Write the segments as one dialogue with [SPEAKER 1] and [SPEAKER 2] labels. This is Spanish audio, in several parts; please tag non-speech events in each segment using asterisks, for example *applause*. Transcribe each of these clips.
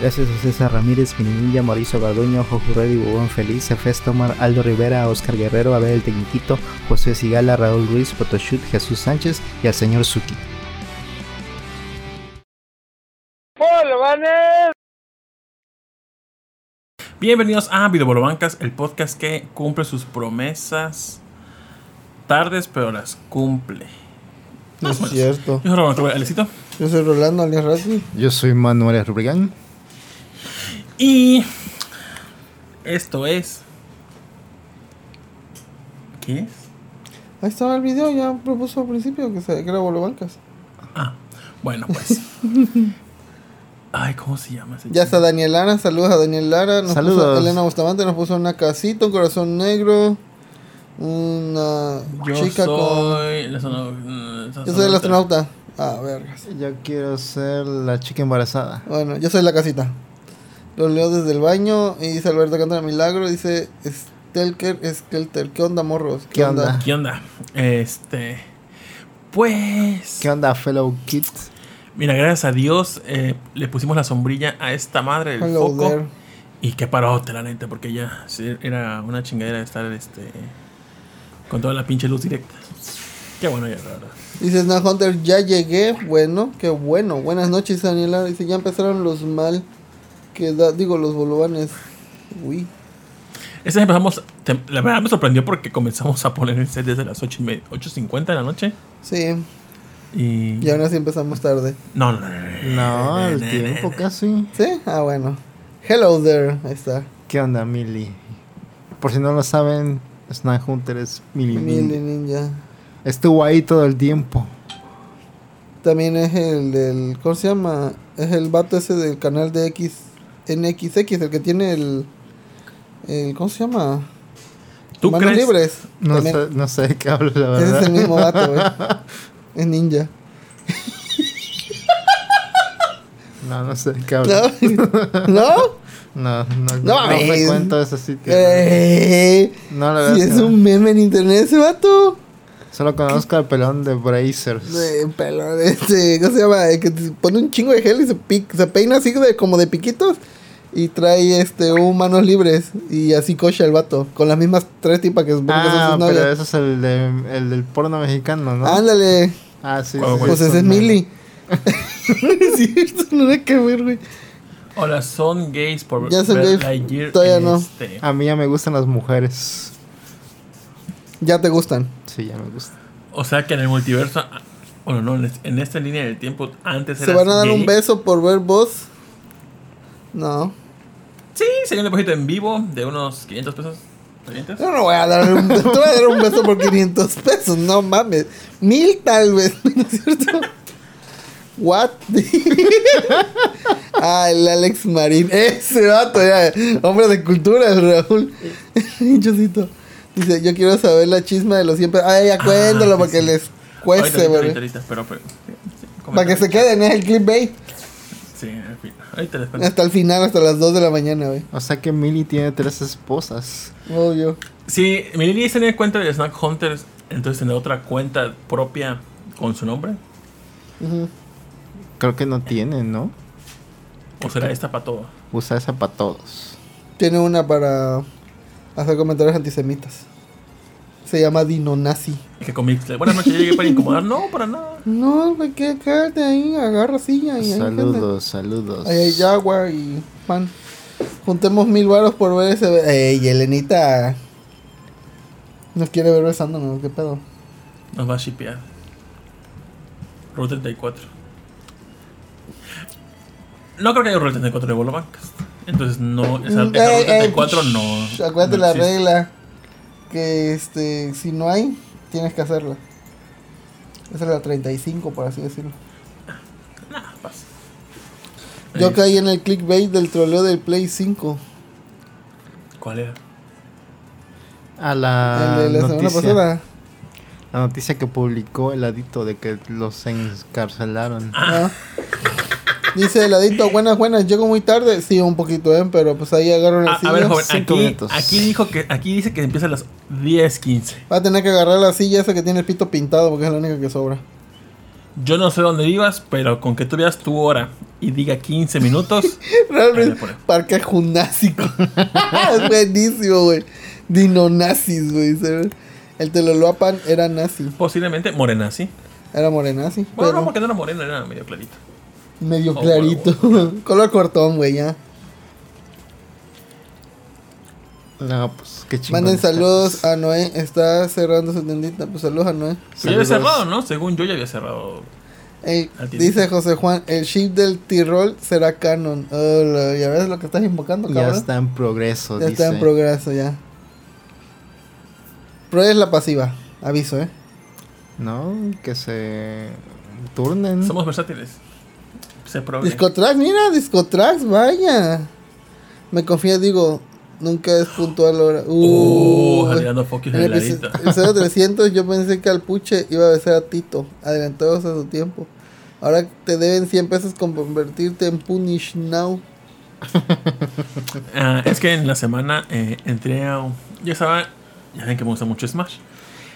[SPEAKER 1] Gracias a César Ramírez, Pinilla, Mauricio Garduño, Jorge Reddy, Bubón Feliz, Efes Tomar, Aldo Rivera, Oscar Guerrero, Abel El Tecniquito, José Sigala, Raúl Ruiz, Photoshoot, Jesús Sánchez y al señor Suki.
[SPEAKER 2] Bienvenidos a Videobolobancas, el podcast que cumple sus promesas tardes, pero las cumple.
[SPEAKER 3] *laughs* No es cierto.
[SPEAKER 2] Yo soy Rolando Alecito.
[SPEAKER 3] Yo soy Rolando alias Rasmi.
[SPEAKER 4] Yo soy Manuel Rubrigán.
[SPEAKER 2] Y esto es. ¿Qué es?
[SPEAKER 3] Ahí estaba el video, ya propuso al principio que, se, que era Bolobancas.
[SPEAKER 2] Ah, bueno,
[SPEAKER 3] *laughs*
[SPEAKER 2] pues. Ay, ¿cómo se llama ese
[SPEAKER 3] Ya está Daniel Lara, saludos a Daniel Lara. Nos
[SPEAKER 4] Saludos.
[SPEAKER 3] puso Elena Bustamante, nos puso una casita, un corazón negro, una
[SPEAKER 2] Yo
[SPEAKER 3] chica con.
[SPEAKER 2] soy el
[SPEAKER 3] Yo soy el astronauta. Ah, vergas.
[SPEAKER 4] Yo quiero ser la chica embarazada.
[SPEAKER 3] Bueno, yo soy la casita. Lo leo desde el baño y dice Alberto Cántara Milagro, dice Stelker, Skelter, ¿qué onda morros?
[SPEAKER 4] ¿Qué onda?
[SPEAKER 2] ¿Qué onda? Este. Pues.
[SPEAKER 4] ¿Qué onda, fellow kids?
[SPEAKER 2] Mira, gracias a Dios eh, le pusimos la sombrilla a esta madre del
[SPEAKER 3] Hello
[SPEAKER 2] foco.
[SPEAKER 3] there.
[SPEAKER 2] Y qué parote, la neta, porque ya sí, era una chingadera de estar este, con toda la pinche luz directa. Qué bueno, ya, la verdad.
[SPEAKER 3] Dice Snow Hunter, ya llegué. Bueno, qué bueno. Buenas noches, Daniela. Dice, ya empezaron los mal. Que da, digo, los bolovanes. Uy.
[SPEAKER 2] Este empezamos, te- la verdad me sorprendió porque comenzamos a poner el set desde las 8 y media- 8.50 de la noche.
[SPEAKER 3] Sí,
[SPEAKER 2] Y.
[SPEAKER 3] y aún así empezamos tarde.
[SPEAKER 2] No, no, no, no, no. *laughs*
[SPEAKER 4] No, el tiempo casi.
[SPEAKER 3] ¿Sí? Ah, bueno. Hello there. Ahí está.
[SPEAKER 4] ¿Qué onda, Mili? Por si no lo saben, Snipe Hunter es Mili.
[SPEAKER 3] Mili
[SPEAKER 4] Ninja.
[SPEAKER 3] Ninja.
[SPEAKER 4] Estuvo ahí todo el tiempo.
[SPEAKER 3] También es el del. ¿Cómo se llama? Es el vato ese del canal de X. NXX, el que tiene el. el ¿Cómo se llama?
[SPEAKER 2] ¿Tú
[SPEAKER 3] Manos
[SPEAKER 2] crees?
[SPEAKER 3] libres.
[SPEAKER 4] No
[SPEAKER 3] También-
[SPEAKER 4] sé, no sé de qué hablo, la
[SPEAKER 3] Ese
[SPEAKER 4] verdad.
[SPEAKER 3] es el mismo vato,
[SPEAKER 4] *laughs*
[SPEAKER 3] güey. Es ninja.
[SPEAKER 4] No, no sé de qué hablo.
[SPEAKER 3] ¿No? *laughs* ¿No?
[SPEAKER 4] *laughs* No, no, no,
[SPEAKER 3] No mames.
[SPEAKER 4] frecuento ese sitio.
[SPEAKER 3] Eh,
[SPEAKER 4] No, la verdad.
[SPEAKER 3] si
[SPEAKER 4] es que
[SPEAKER 3] es
[SPEAKER 4] no.
[SPEAKER 3] un meme en internet ese vato.
[SPEAKER 4] Solo conozco al pelón de Brazers.
[SPEAKER 3] De pelo, de *laughs* este, ¿cómo se llama? El que te pone un chingo de gel y se, pic- se peina así de, como de piquitos. Y trae este un manos libres. Y así cocha el vato. Con las mismas tres tipas que supongo que
[SPEAKER 4] Ah,
[SPEAKER 3] son sus
[SPEAKER 4] pero
[SPEAKER 3] novias.
[SPEAKER 4] ese es el, de, el del porno mexicano, ¿no?
[SPEAKER 3] Ándale.
[SPEAKER 4] Ah, sí.
[SPEAKER 2] ¿Cuál,
[SPEAKER 4] sí,
[SPEAKER 2] güey?
[SPEAKER 3] Pues
[SPEAKER 4] sí,
[SPEAKER 3] ese es *laughs*
[SPEAKER 4] sí.
[SPEAKER 3] Mili. es cierto, no hay que ver, güey.
[SPEAKER 2] Hola, son gays por
[SPEAKER 3] Ya son
[SPEAKER 2] ver
[SPEAKER 3] gays.
[SPEAKER 2] Lightyear,
[SPEAKER 3] Todavía no.
[SPEAKER 2] este,
[SPEAKER 4] A mí ya me gustan las mujeres.
[SPEAKER 3] Ya te gustan.
[SPEAKER 4] Sí, ya me gusta.
[SPEAKER 2] O sea que en el multiverso. ah, Bueno, no, en es- en esta línea del tiempo antes
[SPEAKER 3] ¿Se
[SPEAKER 2] eras
[SPEAKER 3] van a dar
[SPEAKER 2] gay.
[SPEAKER 3] un beso por ver vos? No.
[SPEAKER 2] Sí, sería un depósito en vivo de unos 500 pesos. 300.
[SPEAKER 3] Yo no voy a dar un, *laughs* te voy a dar un beso por 500 pesos, no mames. Mil tal vez, *laughs* ¿no es cierto? What? *laughs* ah, el Alex Marín. Ese vato, ya. Hombre de cultura, el Raúl. *laughs* Hinchosito. Dice, yo quiero saber la chisma de los siempre. Ay, acuéndalo
[SPEAKER 2] Ah,
[SPEAKER 3] porque
[SPEAKER 2] sí.
[SPEAKER 3] les
[SPEAKER 2] Ahorita,
[SPEAKER 3] cueste,
[SPEAKER 2] ahorita,
[SPEAKER 3] güey.
[SPEAKER 2] ahorita, ahorita, pero, pero, sí,
[SPEAKER 3] Para que
[SPEAKER 2] comenta.
[SPEAKER 3] se queden, es el clickbait.
[SPEAKER 2] Sí, en fin. Ahorita les cuento.
[SPEAKER 3] Hasta el final, hasta las 2 de la mañana, güey.
[SPEAKER 4] O sea que Millie tiene tres esposas.
[SPEAKER 3] Obvio.
[SPEAKER 2] Si Milili tenía cuenta de Snack Hunters, entonces tendrá otra cuenta propia con su nombre.
[SPEAKER 3] Ujú.
[SPEAKER 4] Creo que no tiene, ¿no?
[SPEAKER 2] ¿O será esta para todo?
[SPEAKER 4] Usa esa para todos.
[SPEAKER 3] Tiene una para hacer comentarios antisemitas. Se llama Dinonazi.
[SPEAKER 2] Y que con Mixler. Buenas noches, llegué para incomodar. No, para nada.
[SPEAKER 3] No, güey, que quédate ahí, agarra silla y ahí
[SPEAKER 4] Saludos, saludos.
[SPEAKER 3] quédate. Ahí hay jaguar y pan. Juntemos mil varos por ver ese. be- Ey, Elenita. Nos quiere ver besándonos, qué pedo.
[SPEAKER 2] Nos va a shipear. Route 34. No creo que haya Route 34 de Bolobancas. Entonces, no. Esa, esa
[SPEAKER 3] Mm,
[SPEAKER 2] Route
[SPEAKER 3] ey, ey,
[SPEAKER 2] 34
[SPEAKER 3] shh,
[SPEAKER 2] no.
[SPEAKER 3] Acuérdate
[SPEAKER 2] no
[SPEAKER 3] la
[SPEAKER 2] existe.
[SPEAKER 3] regla. Que este, si no hay, tienes que hacerla. Esa es la 35, por así decirlo.
[SPEAKER 2] Nah, pues. pasa.
[SPEAKER 3] Yo
[SPEAKER 2] Ahí.
[SPEAKER 3] caí en el clickbait del troleo del Play 5.
[SPEAKER 2] ¿Cuál era?
[SPEAKER 4] A
[SPEAKER 2] Ah,
[SPEAKER 4] la,
[SPEAKER 3] el de la semana
[SPEAKER 4] noticia,
[SPEAKER 3] pasada.
[SPEAKER 4] la noticia que publicó el adito de que los encarcelaron.
[SPEAKER 3] Ah. Dice el adicto, buenas, buenas, llego muy tarde. Sí, un poquito, ¿eh? Pero pues ahí agarro la
[SPEAKER 2] Ah,
[SPEAKER 3] silla.
[SPEAKER 2] a ver, joven,
[SPEAKER 4] cinco
[SPEAKER 2] aquí,
[SPEAKER 4] minutos.
[SPEAKER 2] aquí dijo que aquí dice que empieza a las 10.15.
[SPEAKER 3] Va a tener que agarrar la silla esa que tiene el pito pintado porque es la única que sobra.
[SPEAKER 2] Yo no sé dónde vivas, pero con que tú veas tu hora y diga 15 *laughs* minutos. Ahí le
[SPEAKER 3] Realmente,
[SPEAKER 2] pone.
[SPEAKER 3] parque junásico. *laughs* es buenísimo, güey. Dinonazis, güey. se- El Teloloapan era nazi.
[SPEAKER 2] posiblemente morena, sí.
[SPEAKER 3] Era morenazi.
[SPEAKER 2] Bueno, no,
[SPEAKER 3] pero
[SPEAKER 2] porque no era morena, era medio clarito.
[SPEAKER 3] medio
[SPEAKER 2] Oh,
[SPEAKER 3] clarito. *laughs* Color cortón, güey, ya.
[SPEAKER 4] No, pues qué chingón.
[SPEAKER 3] Manden
[SPEAKER 4] está.
[SPEAKER 3] saludos a Noé. Está cerrando su tiendita. Pues saludos a Noé.
[SPEAKER 2] Pero ya había
[SPEAKER 4] Saludos.
[SPEAKER 2] cerrado, ¿no? Según yo ya había cerrado.
[SPEAKER 3] Ey,
[SPEAKER 2] Al tiendita.
[SPEAKER 3] dice José Juan, el ship del Tirol será canon. Hola, ya ves lo que estás invocando,
[SPEAKER 4] Ya
[SPEAKER 3] cabrón.
[SPEAKER 4] está en progreso,
[SPEAKER 3] Ya
[SPEAKER 4] dice.
[SPEAKER 3] está en progreso, ya. Pero es la pasiva, aviso, eh.
[SPEAKER 4] No, que se turnen.
[SPEAKER 2] Somos versátiles. Se probó.
[SPEAKER 3] Discotrax, mira, Discotrax, vaya. Me confía, digo, nunca es puntual ahora.
[SPEAKER 2] Uh,
[SPEAKER 3] Uh,
[SPEAKER 2] dando focus
[SPEAKER 3] en
[SPEAKER 2] en
[SPEAKER 3] el,
[SPEAKER 2] el ladito.
[SPEAKER 3] episodio- episodio 300 yo pensé que al puche iba a besar a Tito, adelantados a su tiempo. Ahora te deben 100 pesos con convertirte en Punish Now.
[SPEAKER 2] Ah, es que en la semana eh, entré a. un- Ya saben, ya saben que me gusta mucho Smash.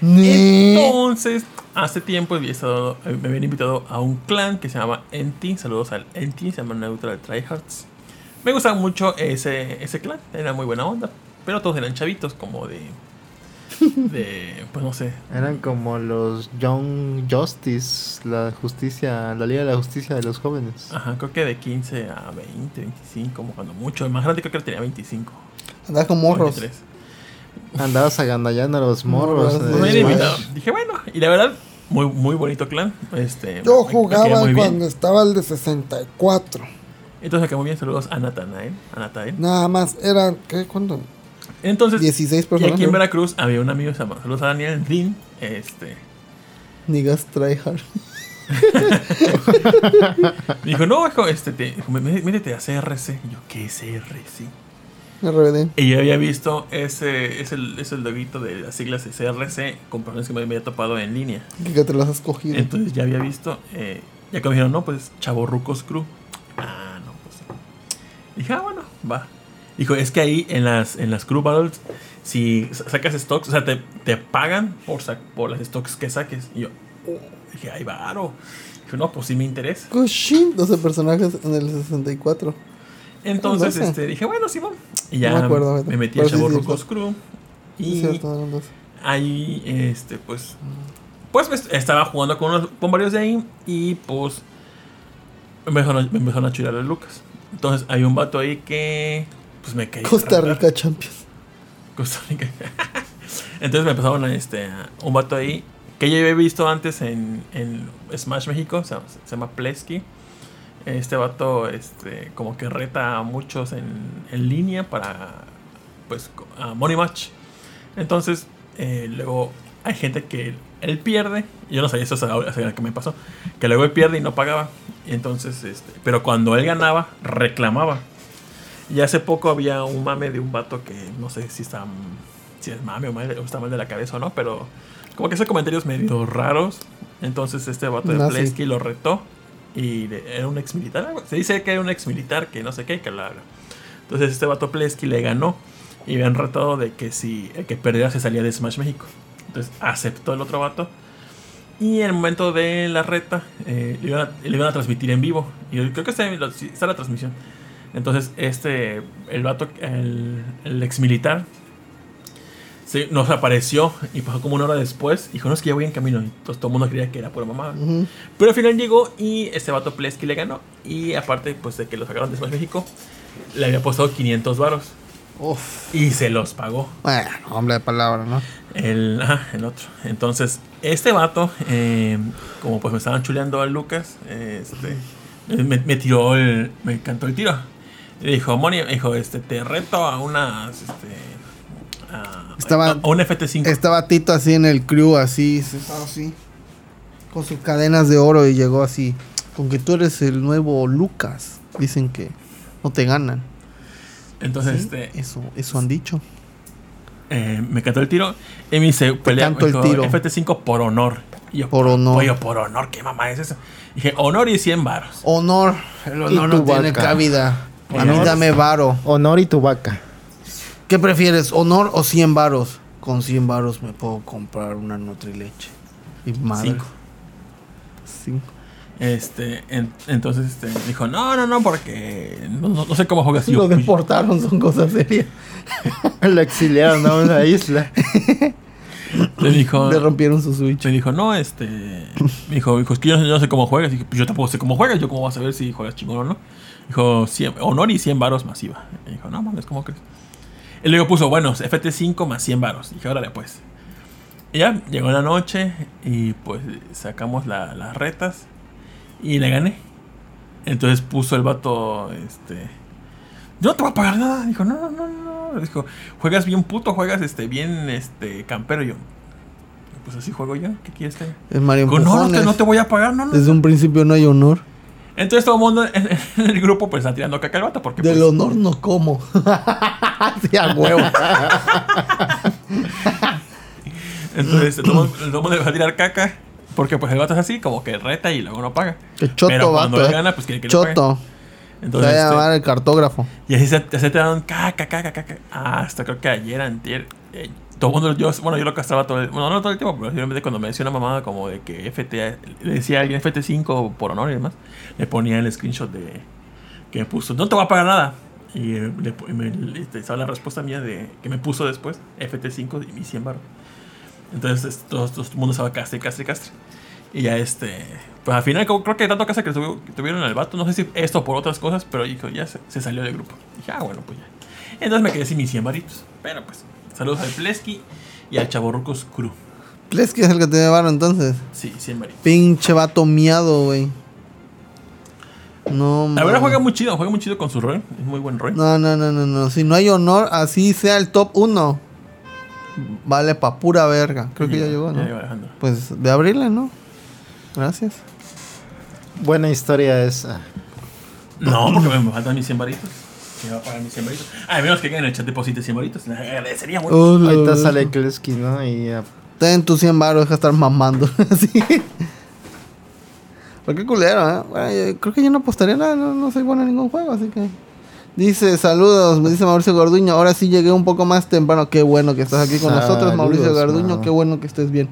[SPEAKER 3] Ne.
[SPEAKER 2] Entonces, hace tiempo había estado- eh, me habían invitado a un clan que se llama Enti. Saludos al Enti, se llama Neutral Tryhards. Me gustaba mucho ese, ese clan, era muy buena onda. Pero todos eran chavitos, como de. de pues no sé.
[SPEAKER 4] Eran como los Young Justice, la justicia, la Liga de la Justicia de los jóvenes.
[SPEAKER 2] Ajá, creo que de 15 a 20, 25, como cuando mucho. El más grande creo que tenía 25.
[SPEAKER 3] Andas con morros.
[SPEAKER 2] 23.
[SPEAKER 4] Andabas agandallando a los morros. eh.
[SPEAKER 3] Morros
[SPEAKER 4] de
[SPEAKER 2] No me habían
[SPEAKER 4] Smash.
[SPEAKER 2] invitado. Dije, bueno, y la verdad, muy, muy bonito clan. Este,
[SPEAKER 3] Yo
[SPEAKER 2] me- me- me caía
[SPEAKER 3] jugaba
[SPEAKER 2] muy bien.
[SPEAKER 3] cuando estaba el de 64.
[SPEAKER 2] Entonces me quedó muy bien. Saludos a Natanael. A Natanael.
[SPEAKER 3] Nada más, eran, ¿qué? ¿Cuándo?
[SPEAKER 2] Entonces,
[SPEAKER 3] 16
[SPEAKER 2] Y
[SPEAKER 3] personas.
[SPEAKER 2] aquí en
[SPEAKER 3] Pues ¿no?
[SPEAKER 2] Veracruz había un amigo, se llama- saludos a Daniel Dean, este,
[SPEAKER 3] Niggas tryhard. *laughs*
[SPEAKER 2] me dijo, no, hijo, este, te, dijo, "Mé- mé- métete a CRC. Y yo, ¿qué es CRC?
[SPEAKER 3] RBD.
[SPEAKER 2] Y yo había visto ese, ese, ese loguito de las siglas de CRC con personas que me había topado en línea.
[SPEAKER 3] Que te las has cogido.
[SPEAKER 2] Entonces ya había visto, eh, ya que me dijeron, no, pues Chavorrucos Crew. Ah, no, pues. Dije, ah, bueno, va. Dijo, es que ahí en las, en las Crew Battles, si sa- sacas stocks, o sea, te, te pagan por, sa- por las stocks que saques. Y yo, oh, dije, ahí va, aro. Dije, no, pues sí me interesa.
[SPEAKER 3] Cushin, 12 personajes en el 64.
[SPEAKER 2] Entonces
[SPEAKER 3] doce.
[SPEAKER 2] este, dije, bueno, sí, vamos. Y ya
[SPEAKER 3] Pues, me acuerdo,
[SPEAKER 2] me
[SPEAKER 3] fíjate.
[SPEAKER 2] metí a
[SPEAKER 3] Pero sí, sí,
[SPEAKER 2] Chavorrucos Crew.
[SPEAKER 3] Es
[SPEAKER 2] Y
[SPEAKER 3] cierto, eran 12.
[SPEAKER 2] ahí, este, pues, pues me est- estaba jugando con, unos, con varios de ahí y pues me empezaron, a- me empezaron a chular a Lucas. Entonces hay un vato ahí que, pues me caí.
[SPEAKER 3] Costa Rica Champions.
[SPEAKER 2] Costa Rica. *laughs* Entonces me empezaron a, este, a- un vato ahí que ya había visto antes en, en Smash México, se, se llama Plesky. Este vato, este, como que reta a muchos en, en línea para, pues, co- a Money Match. Entonces, eh, luego hay gente que él pierde. Yo no sabía eso hasta ahora- hasta que me pasó. Que luego él pierde y no pagaba. Y entonces, este, pero cuando él ganaba, reclamaba. Y hace poco había un mame de un vato que no sé si está si es mame o, mal- o está mal de la cabeza o no, pero como que hace comentarios medio raros. Entonces este vato de
[SPEAKER 3] Nazi.
[SPEAKER 2] Plesky lo retó y le- era un ex militar. Se dice que era un ex militar, que no sé qué, que bla, bla. Entonces este vato Plesky le ganó y habían retado de que si el que perdiera se salía de Smash México. Entonces aceptó el otro vato. Y en el momento de la reta eh, le, iban a, le iban a transmitir en vivo. Y yo creo que está, en la- sí, está la transmisión. Entonces, este, el vato, el, el ex militar, se, nos apareció y pasó como una hora después. Dijo, no, es que ya voy en camino. Entonces todo el mundo creía que era pura mamada.
[SPEAKER 3] Ujú.
[SPEAKER 2] Pero al final llegó y este vato Plesky le ganó. Y aparte, pues de que lo sacaron de Smash México, le había apostado 500 varos.
[SPEAKER 3] Uf.
[SPEAKER 2] Y se los pagó.
[SPEAKER 3] Bueno, hombre de palabra, ¿no?
[SPEAKER 2] El, ah, el otro. Entonces, este vato, eh, como pues me estaban chuleando a Lucas, eh, este, me, me tiró el. Me encantó el tiro. Y dijo, Moni, me dijo, este, te reto a unas. Este, a,
[SPEAKER 3] Estaba-
[SPEAKER 2] a- a un FT5.
[SPEAKER 3] Estaba Tito así en el crew, así, sentado así. Con sus cadenas de oro y llegó así. Con que tú eres el nuevo Lucas. Dicen que no te ganan.
[SPEAKER 2] Entonces,
[SPEAKER 3] Sí,
[SPEAKER 2] este,
[SPEAKER 3] Eso, eso han dicho.
[SPEAKER 2] eh, me encantó el tiro. Y me dice, pelea
[SPEAKER 3] encantó el
[SPEAKER 2] dijo,
[SPEAKER 3] tiro.
[SPEAKER 2] FT5 por honor. Y yo,
[SPEAKER 3] Por honor.
[SPEAKER 2] "Oye, por honor, ¿qué mamá es eso? dije, honor y 100
[SPEAKER 3] Oh.
[SPEAKER 2] varos.
[SPEAKER 3] Honor. El honor
[SPEAKER 4] Y tu
[SPEAKER 3] no tiene
[SPEAKER 4] vaca.
[SPEAKER 3] cabida. A mí
[SPEAKER 2] Honor.
[SPEAKER 3] dame varo.
[SPEAKER 4] Honor y tu *laughs* vaca.
[SPEAKER 3] ¿Qué prefieres, honor o 100 varos? Con 100 varos me puedo comprar una Nutrileche. Y madre.
[SPEAKER 2] Cinco.
[SPEAKER 3] Cinco.
[SPEAKER 2] Este, en- entonces este, dijo, no, no, no, porque no, no- no sé cómo juegas. Y yo,
[SPEAKER 3] Lo deportaron, son cosas serias.
[SPEAKER 4] Lo exiliaron a una isla.
[SPEAKER 2] le dijo,
[SPEAKER 3] Le rompieron su Switch.
[SPEAKER 2] le dijo, no, este, me dijo, dijo, es que yo, no- yo no sé cómo juegas. Y dije, pues yo tampoco sé cómo juegas, yo cómo vas a ver si juegas chingón o no. Dijo, 100, Honor y 100 varos masiva. Y dijo, no mames, ¿cómo crees? Y luego puso, bueno, FT5 más 100 varos. Dije, órale, pues. Y ya, llegó la noche y pues sacamos la- las retas y le gané. Entonces puso el vato, este, yo no te voy a pagar nada. Dijo, no, no, no, no. no. Dijo, juegas bien puto, juegas este, bien este, campero. Y yo, pues así juego yo, ¿qué quieres que haga?"
[SPEAKER 3] Es Mario
[SPEAKER 2] Dijo, no, no te,
[SPEAKER 3] Empujones.
[SPEAKER 2] no te voy a pagar, no, no.
[SPEAKER 3] Desde un principio no hay honor.
[SPEAKER 2] Entonces todo el mundo en, en el grupo pues está tirando caca al vato porque
[SPEAKER 3] Del
[SPEAKER 2] pues,
[SPEAKER 3] honor no como. *laughs* sí, a
[SPEAKER 2] *laughs*
[SPEAKER 3] huevo.
[SPEAKER 2] entonces todo el mundo- todo el mundo le va a tirar caca porque pues el vato es así, como que reta y luego no paga.
[SPEAKER 3] Qué choto,
[SPEAKER 2] Pero cuando
[SPEAKER 3] vato,
[SPEAKER 2] él
[SPEAKER 3] eh.
[SPEAKER 2] gana, pues quiere que le
[SPEAKER 3] Choto.
[SPEAKER 2] pague.
[SPEAKER 3] Se va
[SPEAKER 2] Entonces,
[SPEAKER 3] a
[SPEAKER 2] este,
[SPEAKER 3] llamar el cartógrafo.
[SPEAKER 2] Y así se, se te dan caca, caca, caca. Ah, Hasta creo que ayer, antier. eh, todo el mundo, yo, bueno, yo lo castraba todo el Bueno, no todo el tiempo, pero simplemente cuando me decía una mamada como de que FT, le decía a alguien FT5 por honor y demás, le ponía el screenshot de que me puso, no te voy a pagar nada. Y eh, le, pu- y me, le- este, estaba la respuesta mía de que me puso después, FT5 y mi 100 barro. Entonces es- todo, todo el mundo estaba castre, castre, castre. Y ya este. Pues al final creo creo que tanto casa que tuvi- que tuvieron al vato, no sé si esto por otras cosas, pero dijo, ya se, se salió del grupo. Dije, ah, bueno, pues ya. Entonces me quedé sin mis 100 varitos. Pero pues, saludos al Plesky y al Chaborrucos Crew.
[SPEAKER 3] ¿Crees que es el que te llevaron entonces?
[SPEAKER 2] Sí, 100 varitos.
[SPEAKER 3] Pinche vato miado, güey. No,
[SPEAKER 2] La verdad
[SPEAKER 3] mames.
[SPEAKER 2] juega muy chido, juega muy chido con su rol. Es muy buen rol.
[SPEAKER 3] No, no, no, no, no. Si no hay honor, así sea el top 1. Vale pa' pura verga. Creo que ya llegó,
[SPEAKER 2] Ya
[SPEAKER 3] ¿no?
[SPEAKER 2] llegó Alejandro.
[SPEAKER 3] Pues de abrirle, ¿no? Gracias.
[SPEAKER 4] Buena historia esa.
[SPEAKER 2] No, porque me faltan mis 100 varitos. ¿Quién va a pagar mis 100 varitos? Ah, a menos que en el chat deposite 100 varitos. Les agradecería mucho.
[SPEAKER 3] Oh.
[SPEAKER 4] Ahorita sale Kleski, ¿no? Y ah,
[SPEAKER 3] Ten tus 100 baros, deja de estar mamando. *laughs* Así. Pero qué culero, ¿eh? Bueno, yo creo que yo no apostaría nada, no, no soy bueno en ningún juego, así que. Dice, saludos, me dice Mauricio Garduño. Ahora sí llegué un poco más temprano. Qué bueno que estás aquí con nosotros,
[SPEAKER 4] Saludos, ah.
[SPEAKER 3] Mauricio Garduño.
[SPEAKER 4] ma.
[SPEAKER 3] Qué bueno que estés bien.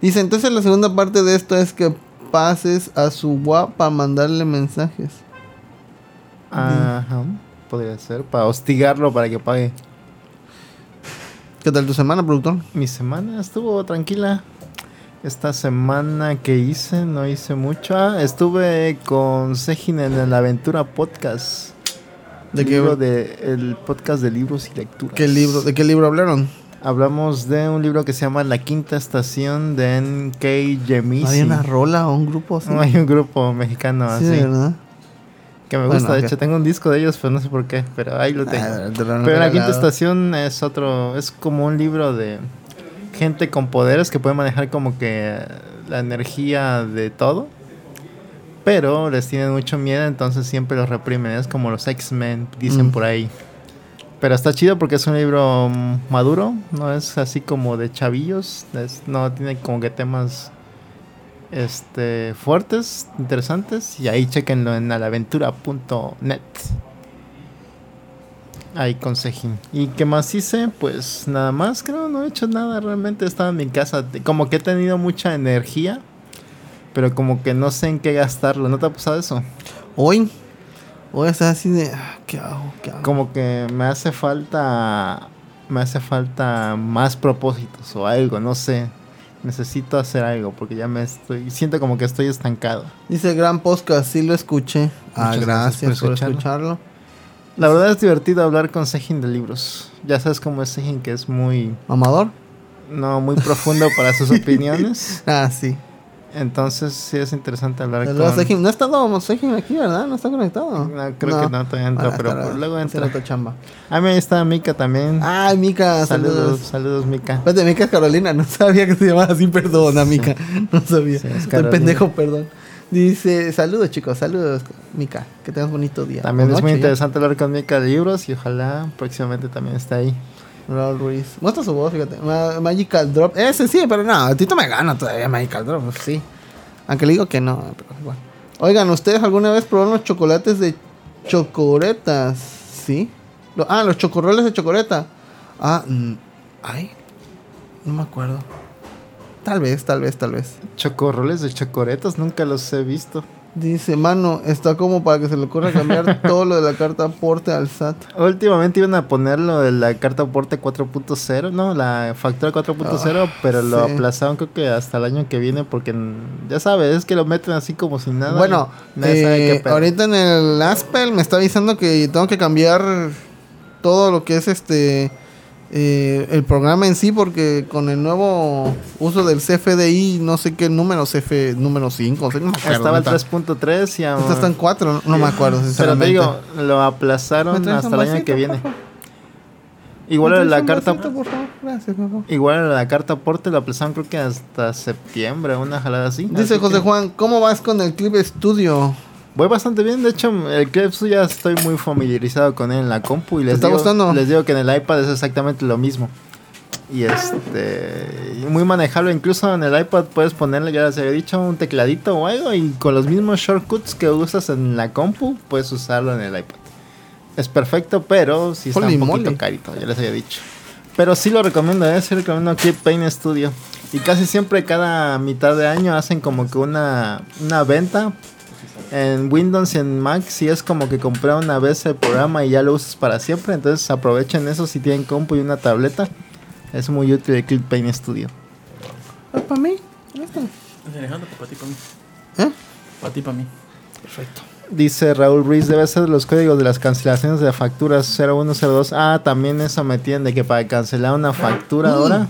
[SPEAKER 3] Dice, entonces la segunda parte de esto es que pases a su WhatsApp para mandarle mensajes.
[SPEAKER 4] ajá, podría ser. Para hostigarlo para que pague.
[SPEAKER 3] ¿Qué tal tu semana, productor?
[SPEAKER 4] Mi semana estuvo tranquila. Esta semana que hice, no hice mucho. Ah, estuve con Sejin en la Aventura Podcast.
[SPEAKER 3] ¿De qué,
[SPEAKER 4] libro de el podcast de libros y lecturas.
[SPEAKER 3] qué libro, ¿De qué libro hablaron?
[SPEAKER 4] Hablamos de un libro que se llama La Quinta Estación de N.K. Jemisin.
[SPEAKER 3] ¿No ¿Había una rola o un grupo así?
[SPEAKER 4] No, hay un grupo mexicano
[SPEAKER 3] sí,
[SPEAKER 4] así.
[SPEAKER 3] de verdad.
[SPEAKER 4] Que me
[SPEAKER 3] Bueno,
[SPEAKER 4] gusta, de
[SPEAKER 3] ok.
[SPEAKER 4] hecho, tengo un disco de ellos, pero no sé por qué, pero ahí lo tengo.
[SPEAKER 3] Ah, te lo han
[SPEAKER 4] pero la quinta
[SPEAKER 3] regalado.
[SPEAKER 4] estación es otro, es como un libro de gente con poderes que puede manejar como que la energía de todo, pero les tienen mucho miedo, entonces siempre los reprimen, es como los X-Men, dicen
[SPEAKER 3] Mm.
[SPEAKER 4] por ahí. Pero está chido porque es un libro mm, maduro, no es así como de chavillos, es- no tiene como que temas este fuertes, interesantes, y ahí chequenlo en alaventura.net. Ahí consejín. ¿Y qué más hice? Pues nada más, creo, no he hecho nada, realmente estaba en mi casa, Te- como que he tenido mucha energía, pero como que no sé en qué gastarlo, ¿no te ha pasado eso?
[SPEAKER 3] Hoy, hoy está así de, ah, ¿qué hago? ¿Qué hago?
[SPEAKER 4] Como que me hace falta, me hace falta más propósitos o algo, no sé. Necesito hacer algo porque ya me estoy, siento como que estoy estancado.
[SPEAKER 3] Dice gran podcast, sí lo escuché. ah,
[SPEAKER 4] Muchas
[SPEAKER 3] gracias,
[SPEAKER 4] gracias por
[SPEAKER 3] por
[SPEAKER 4] escucharlo.
[SPEAKER 3] escucharlo.
[SPEAKER 4] La verdad es divertido hablar con Sejin de libros. Ya sabes cómo es Sejin, que es muy,
[SPEAKER 3] ¿Amador?
[SPEAKER 4] no, muy profundo para *laughs* sus opiniones.
[SPEAKER 3] Ah, sí.
[SPEAKER 4] Entonces sí es interesante hablar
[SPEAKER 3] Saludos a
[SPEAKER 4] con...
[SPEAKER 3] Sejim. No está todo Sejim aquí, ¿verdad? No está conectado. Ah,
[SPEAKER 4] No, Ah, creo que no, todavía entra,
[SPEAKER 3] Bueno,
[SPEAKER 4] pero
[SPEAKER 3] estará
[SPEAKER 4] luego entra.
[SPEAKER 3] haciendo otra
[SPEAKER 4] *laughs*
[SPEAKER 3] chamba.
[SPEAKER 4] Ah, mira, ahí está Mika también.
[SPEAKER 3] Ay, Mica,
[SPEAKER 4] Ah, saludos, saludos,
[SPEAKER 3] saludos.
[SPEAKER 4] Mika.
[SPEAKER 3] Espérate, Mica es Carolina, no sabía que se llamaba así, perdona, Mica. No sabía.
[SPEAKER 4] Sí, es
[SPEAKER 3] Estoy
[SPEAKER 4] Carolina.
[SPEAKER 3] pendejo, perdón. Dice, saludos chicos, saludos, Mica. Que tengas bonito día.
[SPEAKER 4] También
[SPEAKER 3] O
[SPEAKER 4] es
[SPEAKER 3] noche,
[SPEAKER 4] muy
[SPEAKER 3] ya.
[SPEAKER 4] interesante hablar con Mika de libros y ojalá próximamente también esté ahí.
[SPEAKER 3] Raúl Ruiz. Muestra su voz, fíjate. Ma- Magical Drop. Ese sí, pero no, a ti me gana todavía Magical Drop, pues sí. Aunque le digo que no, pero igual. Oigan, ¿ustedes alguna vez probaron los chocolates de chocoretas? ¿Sí? Lo- ah, los chocorroles de chocoreta. Ah, mm, ay. No me acuerdo. Tal vez, tal vez, tal vez.
[SPEAKER 4] Chocorroles de chocoretas, nunca los he visto.
[SPEAKER 3] Dice, mano, está como para que se le ocurra cambiar todo lo de la carta aporte al SAT.
[SPEAKER 4] Últimamente iban a poner lo de la carta aporte 4.0, no, la factura 4.0,
[SPEAKER 3] Ah,
[SPEAKER 4] pero lo
[SPEAKER 3] sí.
[SPEAKER 4] aplazaron creo que hasta el año que viene porque n- ya sabes, es que lo meten así como si nada.
[SPEAKER 3] bueno,
[SPEAKER 4] y nadie sabe
[SPEAKER 3] eh,
[SPEAKER 4] qué pedo.
[SPEAKER 3] ahorita en el Aspel me está avisando que tengo que cambiar todo lo que es este eh, el programa en sí porque con el nuevo uso del CFDI no sé qué número CF número 5 no sé, no me acuerdo,
[SPEAKER 4] estaba el
[SPEAKER 3] neta.
[SPEAKER 4] 3.3 y
[SPEAKER 3] Ahorita
[SPEAKER 4] ahora...
[SPEAKER 3] están 4, no, no me acuerdo
[SPEAKER 4] Pero te
[SPEAKER 3] sinceramente.
[SPEAKER 4] digo, lo
[SPEAKER 3] ¿Me
[SPEAKER 4] aplazaron
[SPEAKER 3] traes
[SPEAKER 4] hasta
[SPEAKER 3] un
[SPEAKER 4] el año que
[SPEAKER 3] vasito,
[SPEAKER 4] viene.
[SPEAKER 3] por favor?
[SPEAKER 4] Igual
[SPEAKER 3] ¿Me
[SPEAKER 4] lo de
[SPEAKER 3] traes
[SPEAKER 4] la
[SPEAKER 3] un
[SPEAKER 4] carta...
[SPEAKER 3] vasito, por favor? Gracias, por favor.
[SPEAKER 4] Igual la carta aporte la aplazaron creo que hasta septiembre, una jalada así.
[SPEAKER 3] Dice
[SPEAKER 4] así
[SPEAKER 3] José
[SPEAKER 4] que-
[SPEAKER 3] Juan, ¿cómo vas con el Clip Studio?
[SPEAKER 4] Voy bastante bien, de hecho, el Krebs ya estoy muy familiarizado con él en la compu y les,
[SPEAKER 3] está
[SPEAKER 4] digo,
[SPEAKER 3] gustando?
[SPEAKER 4] les digo que en el iPad es exactamente lo mismo. Y este, y muy manejable, incluso en el iPad puedes ponerle, ya les había dicho, un tecladito o algo y con los mismos shortcuts que usas en la compu puedes usarlo en el iPad. Es perfecto, pero sí está
[SPEAKER 3] Holy
[SPEAKER 4] un poquito
[SPEAKER 3] moly.
[SPEAKER 4] carito, ya les había dicho. Pero sí lo recomiendo, ¿eh? sí recomiendo Keep Paint Studio. Y casi siempre cada mitad de año hacen como que una, una venta en Windows y en Mac si es como que compré una vez el programa y ya lo usas para siempre. Entonces aprovechen eso si tienen compu y una tableta. Es muy útil el Clip Paint Studio.
[SPEAKER 3] ¿Es para Pues, mí? ¿Ya está?
[SPEAKER 2] Alejandro, pues, para ti, para mí.
[SPEAKER 3] ¿Eh?
[SPEAKER 2] Para ti, para mí.
[SPEAKER 4] Dice Raúl Ruiz, debe ser los códigos de las cancelaciones de facturas 0102. Ah, también eso metían de que para cancelar una factura ahora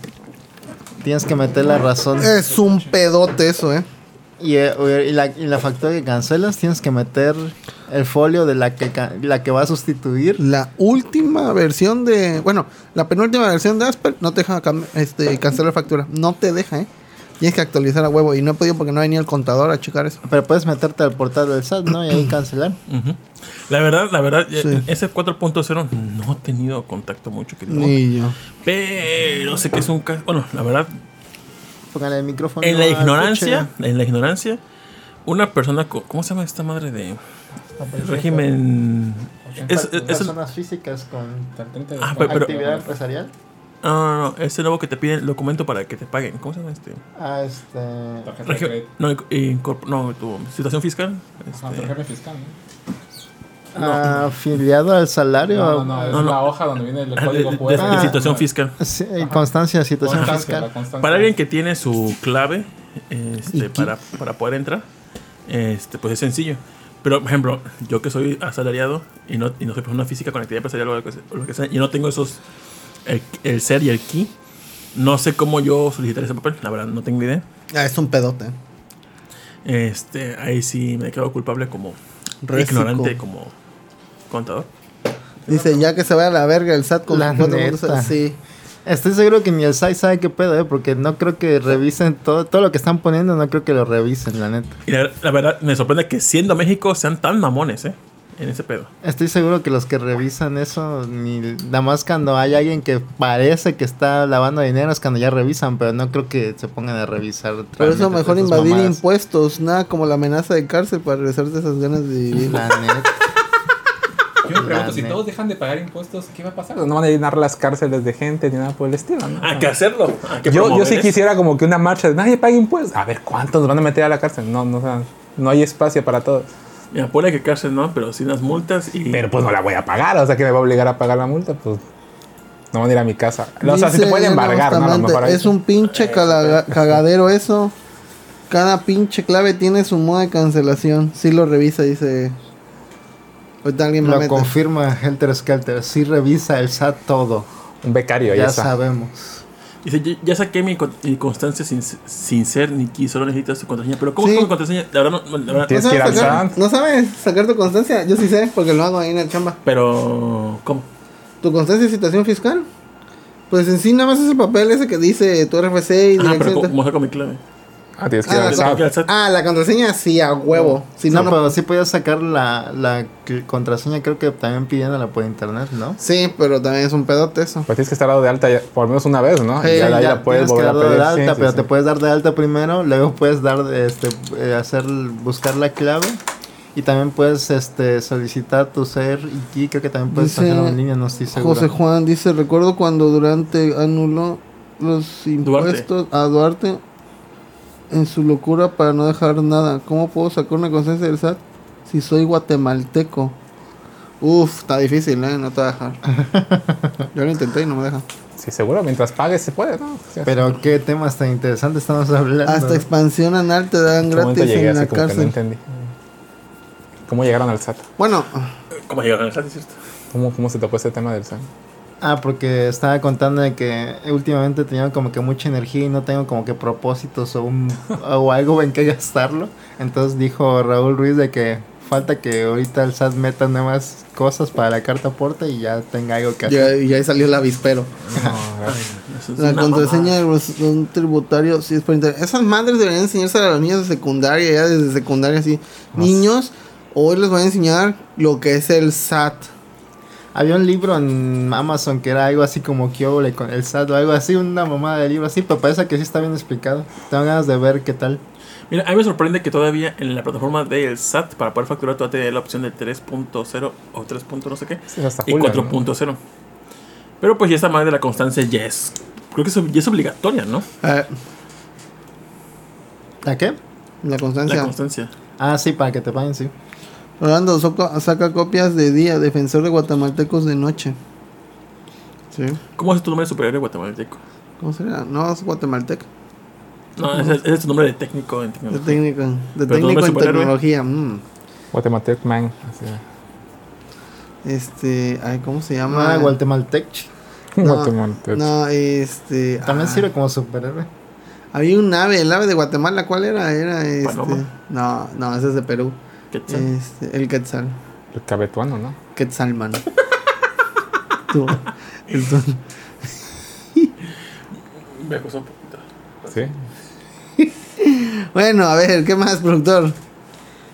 [SPEAKER 4] tienes que meter la razón.
[SPEAKER 3] Es un pedote eso, ¿eh?
[SPEAKER 4] Y, eh, y la, y la factura que cancelas tienes que meter el folio de la que, ca- la que va a sustituir.
[SPEAKER 3] La última versión de. Bueno, la penúltima versión de Asper no te deja cam- este, cancelar factura. No te deja, ¿eh? Tienes que actualizar a huevo. Y no he podido porque no ha venido el contador a checar eso.
[SPEAKER 4] Pero puedes meterte al portal del SAT, ¿no? Y ahí cancelar.
[SPEAKER 2] Ujú. La verdad, la verdad,
[SPEAKER 3] Sí.
[SPEAKER 2] eh, ese 4.0 no he tenido contacto mucho, que digamos.
[SPEAKER 3] Ni yo.
[SPEAKER 2] pero sé que es un caso. Bueno, la verdad,
[SPEAKER 4] Póngale el micrófono.
[SPEAKER 2] en la
[SPEAKER 4] al
[SPEAKER 3] ah,
[SPEAKER 2] ignorancia,
[SPEAKER 4] coche.
[SPEAKER 2] en la ignorancia, una persona, co- ¿cómo se llama esta madre de el régimen? Es, es- es el-
[SPEAKER 4] personas físicas con
[SPEAKER 2] Ah, pe- pero-
[SPEAKER 4] actividad empresarial.
[SPEAKER 2] no, no, no, es el nuevo que te piden el documento para que te paguen. ¿Cómo se llama este?
[SPEAKER 4] Ah, este.
[SPEAKER 5] Tarjeta de
[SPEAKER 2] Régimen-
[SPEAKER 5] crédito.
[SPEAKER 2] no, inc- incorpor- no, tu situación fiscal.
[SPEAKER 5] Ah,
[SPEAKER 2] este,
[SPEAKER 5] tarjeta fiscal, ¿no?
[SPEAKER 4] ah, afiliado al salario.
[SPEAKER 5] No, no, no, es
[SPEAKER 2] no, no.
[SPEAKER 5] la hoja donde viene el
[SPEAKER 2] ah, *laughs* de- de-
[SPEAKER 5] código
[SPEAKER 2] de-
[SPEAKER 5] QR.
[SPEAKER 2] de
[SPEAKER 3] Ah,
[SPEAKER 2] situación fiscal.
[SPEAKER 4] Sí, constancia de situación
[SPEAKER 5] Constancia,
[SPEAKER 4] fiscal.
[SPEAKER 5] la constancia.
[SPEAKER 2] Para alguien que tiene su clave este, para, para poder entrar, este, pues es sencillo. Pero, por ejemplo, yo que soy asalariado y no, y no soy persona física con actividad empresarial o lo que sea, o lo que sea, y no tengo esos, el, el ser y el key, no sé cómo yo solicitar ese papel, la verdad, no tengo idea.
[SPEAKER 3] Ah, es un pedote.
[SPEAKER 2] Este, ahí sí me quedo culpable como
[SPEAKER 3] Récico.
[SPEAKER 2] ignorante, como contador.
[SPEAKER 3] Dice, ya que se vaya a la verga el SAT con
[SPEAKER 4] La
[SPEAKER 3] sus cuatro
[SPEAKER 4] neta.
[SPEAKER 3] puntos- Sí.
[SPEAKER 4] Estoy seguro que ni el SAI sabe qué pedo, ¿eh? Porque no creo que revisen todo, todo lo que están poniendo, no creo que lo revisen, la neta.
[SPEAKER 2] Y la, la verdad, me sorprende que siendo México sean tan mamones, ¿eh? En ese pedo.
[SPEAKER 4] Estoy seguro que los que revisan eso, ni nada más cuando hay alguien que parece que está lavando dinero es cuando ya revisan, pero no creo que se pongan a revisar.
[SPEAKER 3] Por eso
[SPEAKER 4] realmente
[SPEAKER 3] mejor
[SPEAKER 4] esas
[SPEAKER 3] invadir
[SPEAKER 4] mamadas.
[SPEAKER 3] impuestos. Nada como la amenaza de cárcel para regresarte esas ganas de vivir.
[SPEAKER 4] La neta.
[SPEAKER 5] Yo me pregunto, si
[SPEAKER 4] Dame.
[SPEAKER 5] todos dejan de pagar impuestos, ¿qué va a pasar? No van a llenar las cárceles de gente ni nada por el estilo, ¿no?
[SPEAKER 2] Hay que hacerlo. hay Ah, que
[SPEAKER 5] Yo, yo
[SPEAKER 2] promover
[SPEAKER 5] sí
[SPEAKER 2] eso.
[SPEAKER 5] quisiera como que una marcha de nadie pague impuestos. A ver, ¿cuántos van a meter a la cárcel? No, no, o sea, no hay espacio para todos.
[SPEAKER 2] Me apura que cárcel no, pero sin las multas y.
[SPEAKER 5] Pero pues no la voy a pagar, o sea, que me va a obligar a pagar la multa, pues no van a ir a mi casa. O sea, si te
[SPEAKER 3] Dice
[SPEAKER 5] pueden
[SPEAKER 3] Elena
[SPEAKER 5] embargar, ¿no? A lo
[SPEAKER 3] Bustamante,
[SPEAKER 5] mejor ahí
[SPEAKER 3] es
[SPEAKER 5] sí.
[SPEAKER 3] un pinche calaga- cagadero eso. Cada pinche clave tiene su modo de cancelación. Si lo revisa, dice. Ahorita alguien me
[SPEAKER 4] Lo
[SPEAKER 3] mete.
[SPEAKER 4] confirma Helter Skelter, sí revisa el SAT todo,
[SPEAKER 5] un becario, ya,
[SPEAKER 4] ya
[SPEAKER 5] está.
[SPEAKER 4] sabemos.
[SPEAKER 2] Dice, "Ya- ya saqué mi, con- mi constancia sin, sin ser ni qui, solo necesito su contraseña. Pero ¿cómo
[SPEAKER 3] Sí.
[SPEAKER 2] es con mi contraseña? La verdad, no, la verdad-
[SPEAKER 5] Tienes-
[SPEAKER 3] ¿No
[SPEAKER 5] que ir
[SPEAKER 3] sabes
[SPEAKER 5] al
[SPEAKER 3] sacar-
[SPEAKER 5] SAT.
[SPEAKER 3] ¿No sabes sacar tu constancia? Yo sí sé, porque lo hago ahí en el chamba.
[SPEAKER 2] Pero, ¿cómo?
[SPEAKER 3] ¿Tu constancia de situación fiscal? Pues en sí, nada más ese papel ese que dice tu RFC y
[SPEAKER 2] Ah, pero
[SPEAKER 3] dirección.
[SPEAKER 2] ¿cómo, cómo saco mi clave?
[SPEAKER 5] Ah, tienes que
[SPEAKER 3] Ah,
[SPEAKER 5] ir al
[SPEAKER 3] la
[SPEAKER 2] Tengo que ir
[SPEAKER 5] SAT.
[SPEAKER 2] al SAT.
[SPEAKER 3] Ah, la contraseña sí, a huevo. Si no, no.
[SPEAKER 4] no, pero sí podías sacar la, la cl- contraseña, creo que también pidiéndola por internet, ¿no?
[SPEAKER 3] Sí, pero también es un pedote eso.
[SPEAKER 5] Pues tienes que estar dado de alta ya- por lo menos una vez, ¿no?
[SPEAKER 4] Sí,
[SPEAKER 5] y ya de ahí
[SPEAKER 4] ya
[SPEAKER 5] la puedes
[SPEAKER 4] tienes que
[SPEAKER 5] volver a
[SPEAKER 4] dar de
[SPEAKER 5] pedir. Sí,
[SPEAKER 4] alta,
[SPEAKER 5] sí,
[SPEAKER 4] pero
[SPEAKER 5] sí.
[SPEAKER 4] te puedes dar de alta primero, luego puedes dar de, este eh, hacer buscar la clave y también puedes este solicitar tu ser y creo que también puedes
[SPEAKER 3] Dice
[SPEAKER 4] hacerlo en línea, no estoy seguro.
[SPEAKER 3] José Juan dice, recuerdo cuando Durante anuló los impuestos a Duarte. en su locura para no dejar nada. ¿Cómo puedo sacar una conciencia del SAT si soy guatemalteco? Uf, está difícil, ¿eh? No te va a
[SPEAKER 5] *laughs*
[SPEAKER 3] dejar. Yo lo intenté y no me deja.
[SPEAKER 5] Sí, seguro, mientras pagues se puede, ¿no? O sea,
[SPEAKER 4] Pero qué temas tan interesantes estamos hablando.
[SPEAKER 3] Hasta expansión anal te
[SPEAKER 5] ¿en
[SPEAKER 3] dan
[SPEAKER 5] qué Este momento
[SPEAKER 3] gratis
[SPEAKER 5] llegué
[SPEAKER 3] en
[SPEAKER 5] así
[SPEAKER 3] la
[SPEAKER 5] como que no
[SPEAKER 3] cárcel.
[SPEAKER 5] entendí. ¿Cómo llegaron al SAT?
[SPEAKER 3] Bueno,
[SPEAKER 2] ¿Cómo llegaron al SAT, es cierto?
[SPEAKER 5] ¿Cómo, ¿Cómo se tocó ese tema del SAT?
[SPEAKER 4] Ah, porque estaba contando de que últimamente tenía como que mucha energía y no tengo como que propósitos o,
[SPEAKER 3] *laughs*
[SPEAKER 4] un, o algo en que gastarlo. Entonces dijo Raúl Ruiz de que falta que ahorita el SAT meta nuevas cosas para la carta aporte y ya tenga algo que hacer.
[SPEAKER 3] ya, y ahí salió el avispero.
[SPEAKER 4] *laughs*
[SPEAKER 5] No, gracias.
[SPEAKER 2] Eso es
[SPEAKER 3] La
[SPEAKER 2] una
[SPEAKER 3] contraseña
[SPEAKER 2] mamada.
[SPEAKER 3] de los- de un tributario, sí, es por internet. Esas madres deberían enseñarse a los niños de secundaria, ya desde secundaria, así. Niños, hoy les voy a enseñar lo que es el SAT.
[SPEAKER 4] Había un libro en Amazon que era algo así como que hable con el SAT o algo así, una mamada de libro así, pero parece que sí está bien explicado. Tengo ganas de ver qué tal.
[SPEAKER 2] Mira, a mí me sorprende que todavía en la plataforma del SAT para poder facturar todavía te da la opción de 3.0 o 3. no sé qué
[SPEAKER 5] Sí, hasta
[SPEAKER 2] y
[SPEAKER 5] julio, ¿no?
[SPEAKER 2] 4.0. Pero pues ya esta madre de la constancia ya es. Creo que eso ya es obligatoria, ¿no?
[SPEAKER 3] Eh,
[SPEAKER 4] ¿A qué?
[SPEAKER 3] la constancia.
[SPEAKER 2] La constancia.
[SPEAKER 4] Ah, sí, para que te paguen, sí.
[SPEAKER 3] Rolando, soca- saca copias de día, defensor de guatemaltecos de noche. Sí.
[SPEAKER 2] ¿Cómo es tu nombre de superhéroe guatemalteco?
[SPEAKER 3] ¿Cómo será? No, es guatemalteco.
[SPEAKER 2] No, ese, ese es tu nombre de técnico en
[SPEAKER 3] De
[SPEAKER 2] tecnología.
[SPEAKER 3] técnico, de
[SPEAKER 2] Pero todo
[SPEAKER 3] técnico
[SPEAKER 2] es
[SPEAKER 3] en
[SPEAKER 2] superhéroe.
[SPEAKER 3] tecnología. mm.
[SPEAKER 5] Guatemaltec Man. así. *laughs*
[SPEAKER 3] Este, ay, ¿cómo se llama?
[SPEAKER 4] Ah, Guatemaltech.
[SPEAKER 3] No,
[SPEAKER 5] Guatemaltec.
[SPEAKER 3] No, este.
[SPEAKER 4] También
[SPEAKER 3] ah,
[SPEAKER 4] sirve como superhéroe.
[SPEAKER 3] Había un ave, el ave de Guatemala, ¿cuál era? Era este.
[SPEAKER 2] Paloma.
[SPEAKER 3] No, no, ese es de Perú.
[SPEAKER 2] Quetzal.
[SPEAKER 3] Este, el Quetzal.
[SPEAKER 5] El cabetuano, ¿no?
[SPEAKER 3] Quetzalman. *laughs* Tú, el tú.
[SPEAKER 2] Mm, Me acusó un poquito.
[SPEAKER 5] Sí.
[SPEAKER 3] Bueno, a ver, ¿qué más, productor?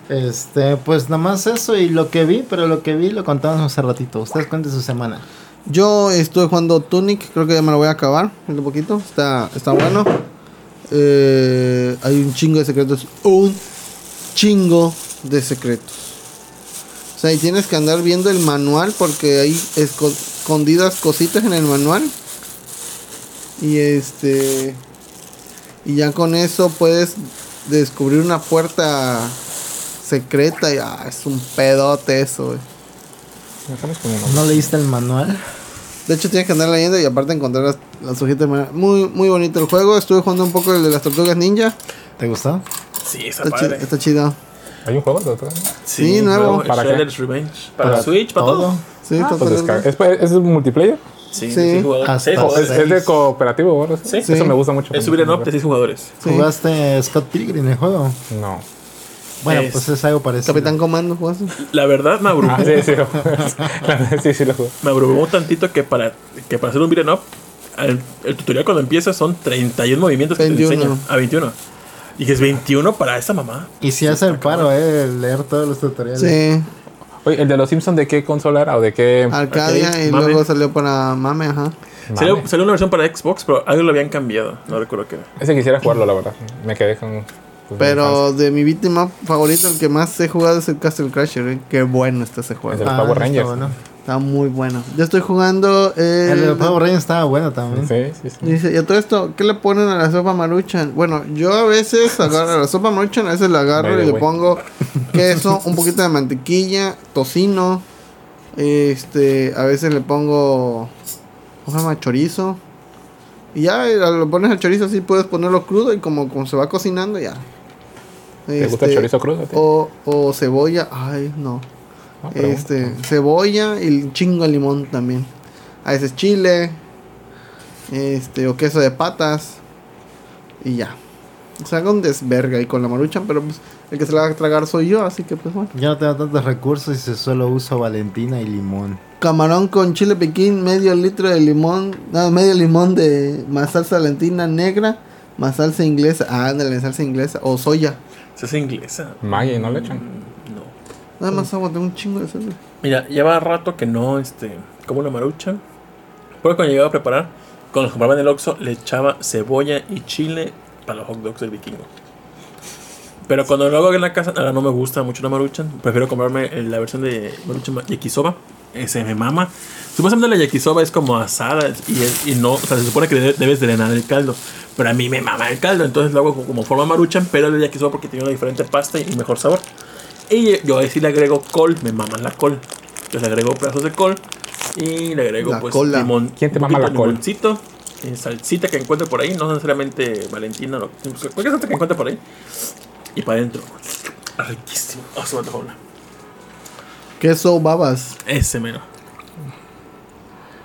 [SPEAKER 4] Este, pues nada más eso y lo que vi, pero lo que vi lo contamos hace ratito. Ustedes cuenten su semana.
[SPEAKER 3] Yo estuve jugando Tunic, creo que ya me lo voy a acabar un poquito. Está, está bueno. Eh, hay un chingo de secretos. Un chingo de secretos. O sea, y tienes que andar viendo el manual porque hay esco- escondidas cositas en el manual. Y este. Y ya con eso puedes descubrir una puerta secreta. Y, ah, es un pedote eso, güey.
[SPEAKER 5] Ya estamos con el
[SPEAKER 4] ¿No leíste el manual?
[SPEAKER 3] De hecho, tienes que andar leyendo y aparte encontrar las, las hojitas de manera. Muy, muy bonito el juego. Estuve jugando un poco el de las tortugas ninja.
[SPEAKER 4] ¿Te gustó?
[SPEAKER 2] Sí, está,
[SPEAKER 3] Está, chi-
[SPEAKER 2] padre.
[SPEAKER 3] está chido.
[SPEAKER 5] ¿Hay un juego de otro?
[SPEAKER 3] sí, nuevo.
[SPEAKER 2] ¿Para
[SPEAKER 5] ¿Para qué?
[SPEAKER 2] Shredder's Revenge. Para, Switch, para todo.
[SPEAKER 3] Sí, está
[SPEAKER 5] Pues
[SPEAKER 3] padre.
[SPEAKER 5] descarga. ¿Es, ¿Es un multiplayer?
[SPEAKER 2] Sí,
[SPEAKER 3] Sí.
[SPEAKER 2] de seis jugadores.
[SPEAKER 4] Hasta
[SPEAKER 2] Seis
[SPEAKER 5] ¿Es,
[SPEAKER 2] jugadores.
[SPEAKER 5] es de cooperativo o algo así?
[SPEAKER 2] Sí.
[SPEAKER 5] Eso me gusta mucho.
[SPEAKER 2] Es subir en up de seis jugadores.
[SPEAKER 3] Sí.
[SPEAKER 4] ¿Jugaste Scott Pilgrim el juego?
[SPEAKER 5] No.
[SPEAKER 4] Bueno,
[SPEAKER 2] Es-
[SPEAKER 4] pues es algo parecido.
[SPEAKER 3] Capitán Comando, jugaste.
[SPEAKER 2] La verdad, me abrumó,
[SPEAKER 5] Ah, sí, sí, lo jugué. *laughs* La verdad, sí, sí, lo jugué.
[SPEAKER 2] me abrumó tantito que para, que para hacer un beat'em up, el, el tutorial cuando empieza son 31 movimientos que te
[SPEAKER 3] 21.
[SPEAKER 2] enseñan. A 21. Y que es 21 para esa mamá.
[SPEAKER 4] Y si hace el paro, eh, leer todos los tutoriales.
[SPEAKER 3] Sí,
[SPEAKER 5] Oye, ¿el de los Simpsons de qué consola era o de qué?
[SPEAKER 3] Arcadia
[SPEAKER 2] Ok,
[SPEAKER 3] y
[SPEAKER 2] mame.
[SPEAKER 3] luego salió para Mame, ajá.
[SPEAKER 2] Salió,
[SPEAKER 5] Mame.
[SPEAKER 2] salió una versión para Xbox, pero algo lo habían cambiado. No recuerdo qué era.
[SPEAKER 5] Ese quisiera jugarlo, la verdad. Me quedé con. pues,
[SPEAKER 3] Pero de mi beat'em up favorito, el que más he jugado es el Castle Crasher. eh. Qué bueno está ese
[SPEAKER 5] El
[SPEAKER 3] juego.
[SPEAKER 5] de los
[SPEAKER 4] Ah,
[SPEAKER 5] Power
[SPEAKER 4] está
[SPEAKER 5] Rangers.
[SPEAKER 4] bueno.
[SPEAKER 3] Está muy bueno. Yo estoy jugando. eh,
[SPEAKER 4] El de Power Rangers estaba bueno también.
[SPEAKER 5] Sí, sí, sí.
[SPEAKER 3] Dice, ¿y a todo esto qué le ponen a la sopa maruchan? Bueno, yo a veces agarro a la sopa maruchan, a veces la agarro
[SPEAKER 5] By the
[SPEAKER 3] y le
[SPEAKER 5] way.
[SPEAKER 3] pongo queso, un poquito de mantequilla, tocino, este, a veces le pongo, ¿cómo se llama? Chorizo. Y ya eh, lo pones al chorizo así, puedes ponerlo crudo y como, como se va cocinando ya.
[SPEAKER 5] ¿Te gusta el
[SPEAKER 3] Este,
[SPEAKER 5] chorizo crudo? a ti?
[SPEAKER 3] O, o cebolla, ay, no.
[SPEAKER 5] No, pero-
[SPEAKER 3] Este, cebolla y el chingo de limón también. A veces chile. Este, o queso de patas. Y ya. O sea, haga un desverga y con la maruchan, pero pues el que se la va a tragar soy yo, así que pues bueno.
[SPEAKER 4] Yo no tengo tantos recursos y se solo uso Valentina y limón.
[SPEAKER 3] Camarón con chile piquín, medio litro de limón, no, medio limón de más salsa valentina negra, más salsa inglesa, ah, ándale, salsa inglesa, o soya.
[SPEAKER 2] Se hace inglesa.
[SPEAKER 5] Maggi, ¿no le echan?
[SPEAKER 2] Mm, No.
[SPEAKER 3] Nada más agua, tengo un chingo de salsa.
[SPEAKER 2] Mira, lleva rato que no este, como una marucha. Porque cuando llegaba a preparar, cuando los compraba en el Oxxo, le echaba cebolla y chile para los hot dogs del vikingo. Pero cuando lo hago en la casa, ahora no me gusta mucho la maruchan. Prefiero comprarme eh, la versión de maruchan ma- yakisoba. Eh, se me mama. Supuestamente la yakisoba es como asada y, es- y no, o sea, se supone que de- debes drenar el caldo. Pero a mí me mama el caldo, entonces lo hago co- como forma maruchan, pero el yakisoba porque tiene una diferente pasta y mejor sabor. Y yo ahí sí le agrego col, me maman la col. Entonces le agrego pedazos de col y le agrego
[SPEAKER 3] La
[SPEAKER 2] pues
[SPEAKER 3] cola.
[SPEAKER 2] limón.
[SPEAKER 5] ¿Quién te
[SPEAKER 2] un
[SPEAKER 5] mama
[SPEAKER 2] poquito
[SPEAKER 5] la
[SPEAKER 2] de
[SPEAKER 5] col?
[SPEAKER 2] Limoncito, eh, salsita que encuentre por ahí, no necesariamente Valentina, lo- cualquier salsa que encuentre por ahí. Y para adentro. Riquísimo. Oh, se me antojó una.
[SPEAKER 3] Queso babas.
[SPEAKER 2] Ese mero.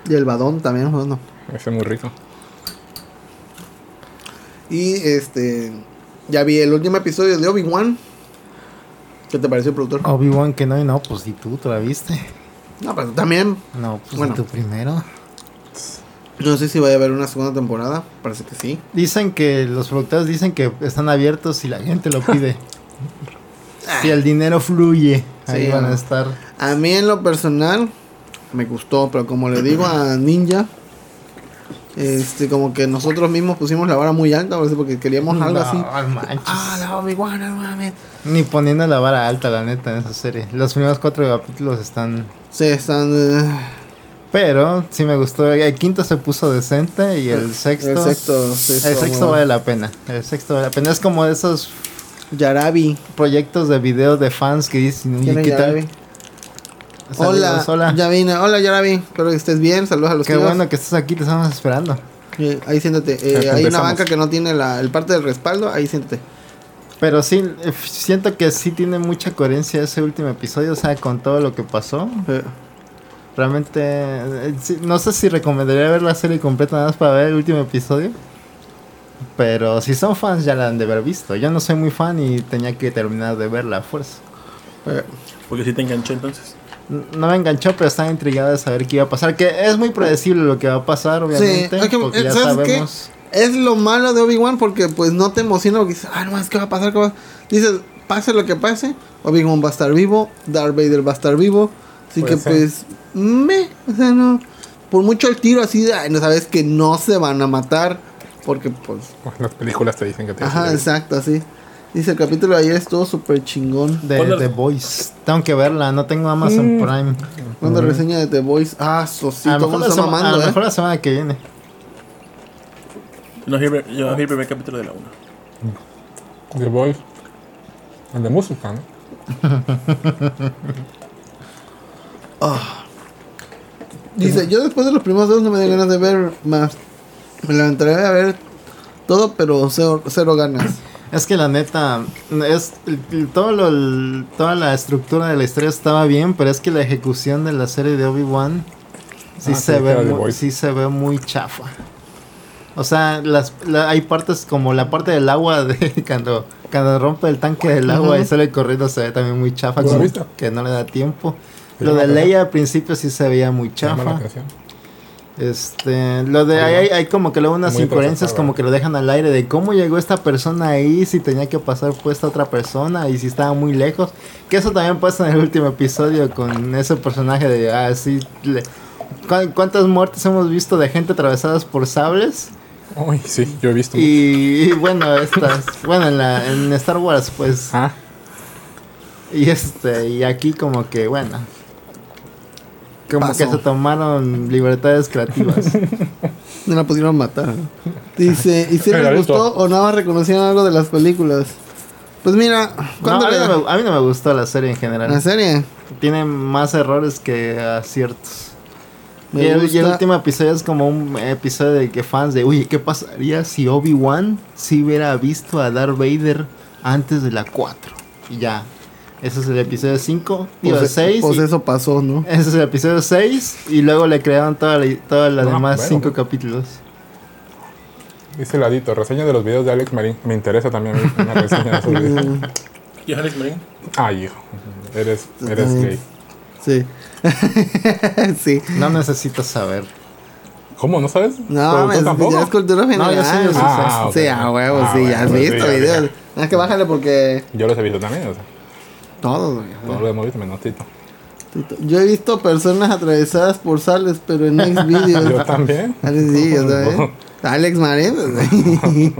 [SPEAKER 3] Y el badón también, bueno.
[SPEAKER 5] Ese es muy rico.
[SPEAKER 3] Y este. Ya vi el último episodio de Obi-Wan. ¿Qué te pareció, productor?
[SPEAKER 4] Obi-Wan que no, y no, pues y tú, tú la viste.
[SPEAKER 3] No, pero también.
[SPEAKER 4] No, pues
[SPEAKER 3] Bueno.
[SPEAKER 4] y tú primero.
[SPEAKER 3] No sé si vaya a haber una segunda temporada. Parece que sí.
[SPEAKER 4] Dicen que los productores dicen que están abiertos si la gente lo
[SPEAKER 3] *laughs*
[SPEAKER 4] pide. si el dinero fluye, ahí
[SPEAKER 3] Sí,
[SPEAKER 4] van a
[SPEAKER 3] ¿no?
[SPEAKER 4] estar.
[SPEAKER 3] A mí en lo personal me gustó, pero como le digo a Ninja, este, como que nosotros mismos pusimos la vara muy alta, parece, porque queríamos algo
[SPEAKER 4] No,
[SPEAKER 3] así.
[SPEAKER 4] manches.
[SPEAKER 3] Ah, la Obi-Wan, no mames.
[SPEAKER 4] Ni poniendo la vara alta, la neta, en esa serie. Los primeros cuatro capítulos están.
[SPEAKER 3] Sí, están. eh,
[SPEAKER 4] Pero sí me gustó. El quinto se puso decente y el sexto.
[SPEAKER 3] El sexto, sí,
[SPEAKER 4] el
[SPEAKER 3] estuvo
[SPEAKER 4] sexto
[SPEAKER 3] muy
[SPEAKER 4] vale la pena. El sexto vale la pena. Es como de esos
[SPEAKER 3] Yarabi.
[SPEAKER 4] proyectos de video de fans que dicen. "Oye,
[SPEAKER 3] ¿Quién es
[SPEAKER 4] ¿qué tal?
[SPEAKER 3] Yarabi?
[SPEAKER 4] Saludos,
[SPEAKER 3] Hola,
[SPEAKER 4] hola.
[SPEAKER 3] ya vine. Hola, Yarabi. Espero que estés bien. Saludos a los
[SPEAKER 4] Qué
[SPEAKER 3] tíos.
[SPEAKER 4] bueno que estás aquí, te estamos esperando.
[SPEAKER 3] Eh, ahí siéntate. Eh,
[SPEAKER 5] Empezamos.
[SPEAKER 3] hay una banca que no tiene la, el parte del respaldo. Ahí siéntate.
[SPEAKER 4] Pero sí, eh, siento que sí tiene mucha coherencia ese último episodio, o sea, con todo lo que pasó.
[SPEAKER 3] Eh,
[SPEAKER 4] Realmente, eh, sí, no sé si recomendaría ver la serie completa nada más para ver el último episodio. Pero si son fans ya la han de haber visto. Yo no soy muy fan y tenía que terminar de verla a fuerza.
[SPEAKER 3] eh,
[SPEAKER 2] Porque si te enganchó entonces.
[SPEAKER 4] N- No me enganchó, pero estaba intrigada de saber qué iba a pasar. Que es muy predecible lo que va a pasar, obviamente.
[SPEAKER 3] es que,
[SPEAKER 4] porque
[SPEAKER 3] eh,
[SPEAKER 4] ya
[SPEAKER 3] ¿sabes qué?
[SPEAKER 4] sabemos.
[SPEAKER 3] Es lo malo de Obi-Wan porque pues no te emociona porque dices, ah, no, es que va a pasar, ¿Qué va a-?" Dices, pase lo que pase, Obi-Wan va a estar vivo, Darth Vader va a estar vivo. Así
[SPEAKER 5] Puede
[SPEAKER 3] que
[SPEAKER 5] ser.
[SPEAKER 3] pues, me, o sea, no. Por mucho el tiro así, ay, no sabes que no se van a matar porque pues,
[SPEAKER 5] Pues Las películas te dicen que te
[SPEAKER 3] ajá,
[SPEAKER 5] dicen.
[SPEAKER 3] exacto, así. Dice, el capítulo de ayer estuvo súper chingón.
[SPEAKER 4] De
[SPEAKER 2] Ponla-
[SPEAKER 4] The Voice. Tengo que verla, no tengo
[SPEAKER 3] Mm.
[SPEAKER 4] Amazon Prime.
[SPEAKER 3] Cuando reseña de The Voice, ah,
[SPEAKER 4] a
[SPEAKER 3] Sosito,
[SPEAKER 4] lo mejor,
[SPEAKER 3] ¿cómo
[SPEAKER 4] la,
[SPEAKER 3] está
[SPEAKER 4] sema- a
[SPEAKER 3] mamando,
[SPEAKER 4] lo
[SPEAKER 3] eh?
[SPEAKER 4] mejor la semana que viene.
[SPEAKER 2] No, yo vi yo vi el primer capítulo de la 1.
[SPEAKER 5] The Voice. El de música, ¿no?
[SPEAKER 3] Dice, yo después de los primeros dos no me di ganas de ver más. Me levantaré a ver todo, pero cero, cero ganas.
[SPEAKER 4] Es que la neta, es, el- el- todo lo- el- toda la estructura de la historia estaba bien, pero es que la ejecución de la serie de Obi-Wan sí,
[SPEAKER 5] Ah,
[SPEAKER 4] se
[SPEAKER 5] sí,
[SPEAKER 4] ve
[SPEAKER 5] era de
[SPEAKER 4] mu-
[SPEAKER 5] Voice.
[SPEAKER 4] sí se ve muy chafa. O sea, las, la- hay partes como la parte del agua, de *laughs* cuando, cuando rompe el tanque del agua y sale corriendo, se ve también muy chafa,
[SPEAKER 5] ¿Lo has
[SPEAKER 4] como
[SPEAKER 5] visto?
[SPEAKER 4] que no le da tiempo.
[SPEAKER 5] Te
[SPEAKER 4] Lo
[SPEAKER 5] llama
[SPEAKER 4] de
[SPEAKER 5] la
[SPEAKER 4] Leia al principio sí se veía muy
[SPEAKER 5] Llama la
[SPEAKER 4] chafa.
[SPEAKER 5] atención.
[SPEAKER 4] Este, lo de ahí hay, hay como que luego unas
[SPEAKER 5] Muy
[SPEAKER 4] incoherencias
[SPEAKER 5] procesado.
[SPEAKER 4] como que lo dejan al aire de cómo llegó esta persona ahí, si tenía que pasar puesta otra persona y si estaba muy lejos. Que eso también pasa en el último episodio con ese personaje de ah, sí, le- ¿cu- cuántas muertes hemos visto de gente atravesadas por sables
[SPEAKER 5] Uy, sí, yo he visto. mucho.
[SPEAKER 4] y, y bueno, estas, *laughs* bueno, en la en Star Wars pues
[SPEAKER 5] Ah,
[SPEAKER 4] y este y aquí como que bueno, como que
[SPEAKER 3] Pasó.
[SPEAKER 4] se tomaron libertades creativas.
[SPEAKER 3] No la pudieron matar. Dice, ¿y si les
[SPEAKER 5] Pero
[SPEAKER 3] gustó
[SPEAKER 5] listo.
[SPEAKER 3] o nada más reconocían algo de las películas? Pues mira,
[SPEAKER 4] No,
[SPEAKER 3] ¿cuándo
[SPEAKER 4] a, mí
[SPEAKER 3] le
[SPEAKER 4] no me, a mí no me gustó la serie en
[SPEAKER 3] la
[SPEAKER 4] general.
[SPEAKER 3] serie?
[SPEAKER 4] Tiene más errores que aciertos.
[SPEAKER 3] Me
[SPEAKER 4] y, el, y el
[SPEAKER 3] gusta.
[SPEAKER 4] último episodio es como un episodio de que fans de, uy, ¿qué pasaría si Obi-Wan si hubiera visto a Darth Vader antes de la 4? Y ya. Ese es el episodio 5, digo,
[SPEAKER 3] Pues,
[SPEAKER 4] 6.
[SPEAKER 3] pues
[SPEAKER 4] y-
[SPEAKER 3] eso pasó, ¿no?
[SPEAKER 4] Ese es el episodio 6 y luego le crearon todas las toda la
[SPEAKER 5] No,
[SPEAKER 4] demás
[SPEAKER 5] bueno.
[SPEAKER 4] 5 capítulos.
[SPEAKER 5] dice el adito, reseña de los videos de Alex Marín. Me interesa también una reseña de
[SPEAKER 3] *laughs*
[SPEAKER 5] esos videos.
[SPEAKER 3] Mm,
[SPEAKER 2] ¿Y Alex Marín?
[SPEAKER 5] Ay, hijo. Eres, eres gay.
[SPEAKER 3] sí. *laughs* sí.
[SPEAKER 4] No necesitas saber.
[SPEAKER 5] ¿Cómo? ¿No sabes?
[SPEAKER 3] No,
[SPEAKER 5] ¿Tú
[SPEAKER 3] mames, ya es
[SPEAKER 5] tampoco?
[SPEAKER 3] cultura
[SPEAKER 4] yo
[SPEAKER 3] general.
[SPEAKER 4] sí, yo sí
[SPEAKER 5] Ah, sé.
[SPEAKER 3] Sí, a huevo,
[SPEAKER 5] Ah,
[SPEAKER 3] sí,
[SPEAKER 5] bueno,
[SPEAKER 3] ya has
[SPEAKER 5] pues sí,
[SPEAKER 3] visto
[SPEAKER 5] ya, ya.
[SPEAKER 3] videos. Es que bájale porque
[SPEAKER 5] Yo los he visto también, o sea.
[SPEAKER 3] todo, güey.
[SPEAKER 5] Todo lo hemos visto menos Tito.
[SPEAKER 3] Yo he visto personas atravesadas por sales, pero en Next
[SPEAKER 5] *laughs* Yo
[SPEAKER 3] Video.
[SPEAKER 5] también.
[SPEAKER 3] Alex, *laughs* sí,
[SPEAKER 5] *laughs*
[SPEAKER 3] yo también.
[SPEAKER 5] No.
[SPEAKER 3] Alex
[SPEAKER 5] *laughs*
[SPEAKER 3] Marín. güey.